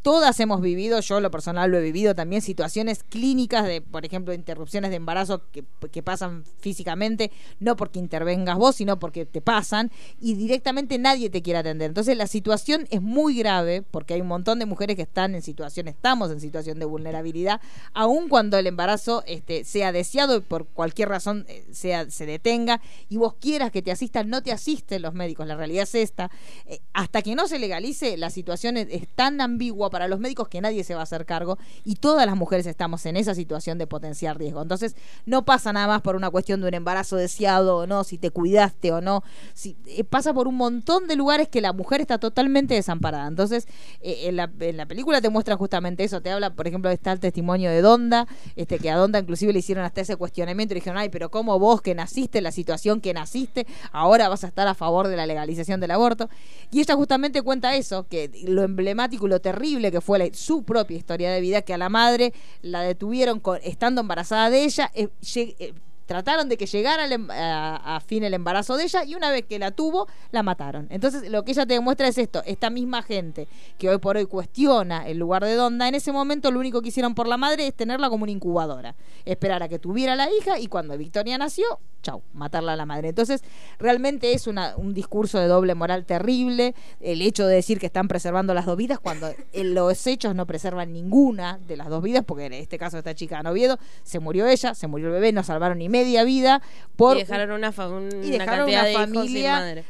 Speaker 3: todas hemos vivido, yo en lo personal lo he vivido también, situaciones clínicas de, por ejemplo, interrupciones de embarazo que, que pasan físicamente, no porque intervengas vos, sino porque te pasan y directamente nadie te quiere atender. Entonces la situación es muy grave porque hay un montón de mujeres que están en situación, estamos en situación de vulnerabilidad, aun cuando el embarazo este, sea deseado y por cualquier razón eh, sea, se detenga y vos quieras que te asistan, no te asisten los médicos, la realidad es esta. Eh, hasta que no se legalice, la situación es, es tan ambigua para los médicos que nadie se va a hacer cargo y todas las mujeres estamos en esa situación de potenciar riesgo. Entonces, no pasa nada más por una cuestión de un embarazo deseado o no, si te cuidaste o no. Si, eh, pasa por un montón de lugares que la mujer está totalmente desamparada. Entonces, eh, en, la, en la película te muestra justamente eso. Te habla, por ejemplo, está el testimonio de Donda, este, que a Donda inclusive le hicieron hasta ese cuestionamiento y le dijeron, ay, pero ¿cómo vos que naciste en la situación que naciste, ahora vas a estar a favor de la legalización del aborto? Y ella justamente cuenta eso, que lo emblemático y lo terrible que fue la- su propia historia de vida, que a la madre la detuvieron con- estando embarazada de ella, eh, lleg- eh, trataron de que llegara al em- a, a fin el embarazo de ella y una vez que la tuvo, la mataron. Entonces lo que ella te demuestra es esto, esta misma gente que hoy por hoy cuestiona el lugar de Donda, en ese momento lo único que hicieron por la madre es tenerla como una incubadora, esperar a que tuviera la hija y cuando Victoria nació, chau, matarla a la madre. Entonces realmente es una- un discurso de doble moral terrible, el hecho de decir que están preservando las dos vidas cuando en los hechos no preservan ninguna de las dos vidas, porque en este caso esta chica Noviedo, se murió ella, se murió el bebé, no salvaron ni medio media vida por
Speaker 6: Y dejaron una, fa- un-
Speaker 3: y
Speaker 6: una
Speaker 3: dejaron
Speaker 6: cantidad
Speaker 3: una
Speaker 6: de hijos
Speaker 3: familia
Speaker 6: sin madre.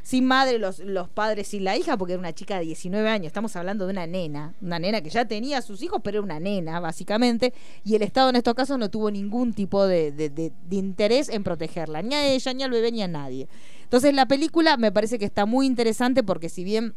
Speaker 3: los, los padres y la hija, porque era una chica de 19 años. Estamos hablando de una nena, una nena que ya tenía a sus hijos, pero era una nena, básicamente. Y el Estado en estos casos no tuvo ningún tipo de, de- de- de interés en protegerla, ni a ella, ni al bebé, ni a nadie. Entonces, la película me parece que está muy interesante porque, si bien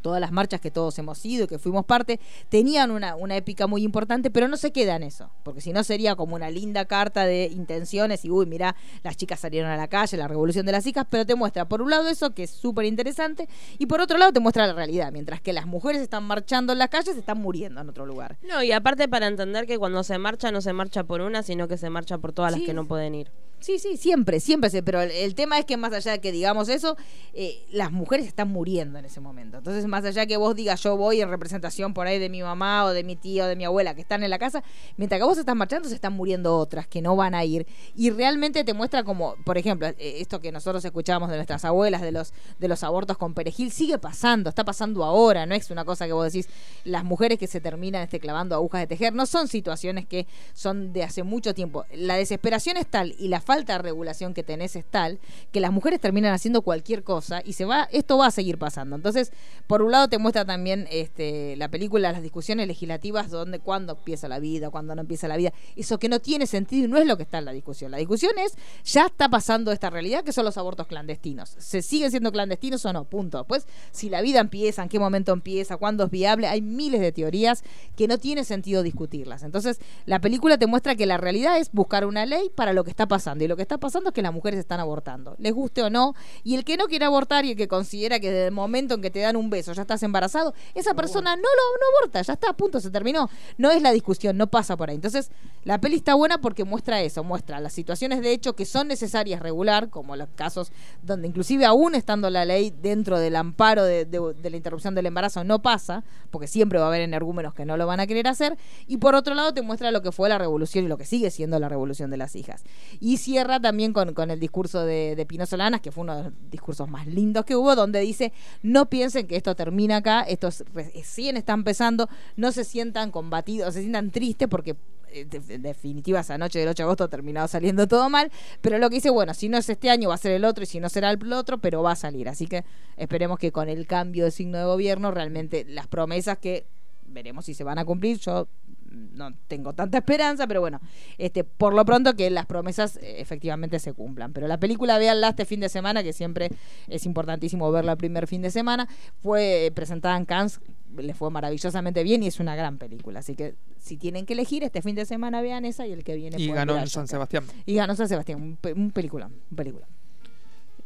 Speaker 3: todas las marchas que todos hemos ido, que fuimos parte, tenían una, una épica muy importante, pero no se queda en eso, porque si no sería como una linda carta de intenciones y, uy, mirá, las chicas salieron a la calle, la revolución de las hijas, pero te muestra, por un lado, eso, que es súper interesante, y por otro lado, te muestra la realidad, mientras que las mujeres están marchando en las calles, están muriendo en otro lugar.
Speaker 6: No, y aparte para entender que cuando se marcha no se marcha por una, sino que se marcha por todas
Speaker 3: Sí.
Speaker 6: las que no pueden ir.
Speaker 3: Sí, sí, siempre, siempre, se- pero el, el tema es que más allá de que digamos eso, eh, las mujeres están muriendo en ese momento. Entonces, más allá de que vos digas yo voy en representación por ahí de mi mamá o de mi tía o de mi abuela que están en la casa, mientras que vos estás marchando se están muriendo otras que no van a ir. Y realmente te muestra como, por ejemplo, eh, esto que nosotros escuchábamos de nuestras abuelas, de los, de los abortos con perejil, sigue pasando, está pasando ahora, no es una cosa que vos decís, las mujeres que se terminan este, clavando agujas de tejer, no son situaciones que son de hace mucho tiempo. La desesperación es tal y la falta de regulación que tenés es tal que las mujeres terminan haciendo cualquier cosa y se va, esto va a seguir pasando. Entonces, por un lado te muestra también este, la película, las discusiones legislativas, donde cuándo empieza la vida, cuándo no empieza la vida. Eso que no tiene sentido y no es lo que está en la discusión. La discusión es, ya está pasando esta realidad que son los abortos clandestinos. ¿Se siguen siendo clandestinos o no? Punto. Pues, si la vida empieza, en qué momento empieza, cuándo es viable, hay miles de teorías que no tiene sentido discutirlas. Entonces, la película te muestra que la realidad es buscar una ley para lo que está pasando. Y lo que está pasando es que las mujeres están abortando, les guste o no. Y el que no quiere abortar y el que considera que desde el momento en que te dan un beso ya estás embarazado, esa persona no lo no aborta, ya está, punto, se terminó. No es la discusión, no pasa por ahí. Entonces, la peli está buena porque muestra eso, muestra las situaciones de hecho que son necesarias regular, como los casos donde inclusive aún estando la ley dentro del amparo de, de- de la interrupción del embarazo no pasa, porque siempre va a haber energúmenos que no lo van a querer hacer, y por otro lado te muestra lo que fue la revolución y lo que sigue siendo la revolución de las hijas. Y cierra también con, con el discurso de, de Pino Solanas, que fue uno de los discursos más lindos que hubo, donde dice, no piensen que esto termina acá, esto es- recién está empezando, no se sientan combatidos, se sientan tristes porque eh, de- en definitiva esa noche del 8 de agosto ha terminado saliendo todo mal, pero lo que dice, bueno, si no es este año va a ser el otro y si no será el otro, pero va a salir. Así que esperemos que con el cambio de signo de gobierno realmente las promesas que veremos si se van a cumplir, yo mm, no tengo tanta esperanza, pero bueno, este por lo pronto que las promesas eh, efectivamente se cumplan. Pero la película véanla este fin de semana, que siempre es importantísimo verla el primer fin de semana, fue eh, presentada en Cannes, le fue maravillosamente bien y es una gran película, así que si tienen que elegir este fin de semana vean esa y el que viene
Speaker 7: Y
Speaker 3: pueden
Speaker 7: ganó
Speaker 3: ver a
Speaker 7: en San
Speaker 3: Joker.
Speaker 7: Sebastián.
Speaker 3: Y ganó San Sebastián, un, pe- un peliculón, un peliculón.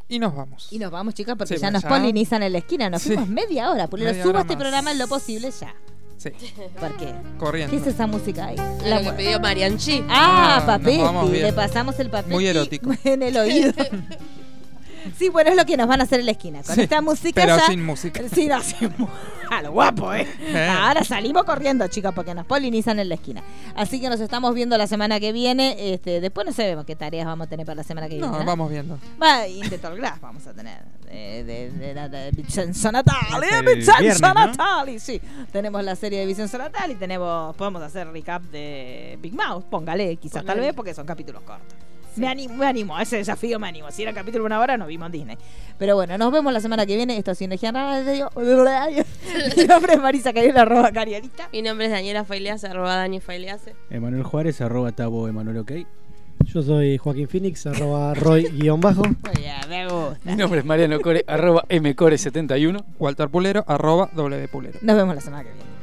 Speaker 7: Y nos vamos.
Speaker 3: Y nos vamos, chicas, porque
Speaker 7: Sí,
Speaker 3: ya
Speaker 7: pues
Speaker 3: nos
Speaker 7: ya.
Speaker 3: polinizan en la esquina. Nos
Speaker 7: Sí.
Speaker 3: fuimos media hora. Por
Speaker 7: Media
Speaker 3: suba
Speaker 7: hora
Speaker 3: este
Speaker 7: más.
Speaker 3: programa en lo posible ya.
Speaker 7: Sí.
Speaker 3: ¿Por qué?
Speaker 7: Corriendo.
Speaker 3: ¿Qué es esa música ahí? pues.
Speaker 6: Lo que pidió Marianchi.
Speaker 7: Ah,
Speaker 3: Ah,
Speaker 7: nos
Speaker 3: papel.
Speaker 7: vamos bien.
Speaker 3: Le pasamos el papel.
Speaker 7: Muy erótico.
Speaker 3: En el oído. Sí, bueno, es lo que nos van a hacer en la esquina. Con
Speaker 7: Sí,
Speaker 3: esta música
Speaker 7: pero
Speaker 3: ya-
Speaker 7: sin música.
Speaker 3: Sí, no, sin mu- A lo guapo, ¿eh?
Speaker 7: Eh.
Speaker 3: Ahora salimos corriendo, chicas, porque nos polinizan en la esquina. Así que nos estamos viendo la semana que viene. Este, después no sabemos qué tareas vamos a tener para la semana que viene.
Speaker 7: No, vamos viendo.
Speaker 3: Va, Interglass vamos a tener. Eh, de, de, de, de Vincenzo Natali,
Speaker 7: Hasta el
Speaker 3: Vincenzo
Speaker 7: viernes, ¿no?
Speaker 3: Natali, sí. Tenemos la serie de Vincenzo Natali, tenemos, podemos hacer recap de Big Mouth, póngale, quizás tal
Speaker 6: Ponele.
Speaker 3: vez, porque son capítulos cortos. Me animo, me animo, a ese desafío me animo. Si era capítulo de una hora, nos vimos en Disney. Pero bueno, nos vemos la semana que viene. Esto es Sinergia Radio. Mi nombre es Marisa Cariel, arroba Carielita.
Speaker 6: Mi nombre es Daniela Failease, arroba Dani Failease.
Speaker 5: Emanuel Juárez, arroba tabo Emanuel OK.
Speaker 13: Yo soy Joaquín Phoenix, arroba Roy guión bajo.
Speaker 4: Mi nombre es Mariano Core, arroba mcore71.
Speaker 7: Walter Pulero, arroba W Pulero.
Speaker 3: Nos vemos la semana que viene.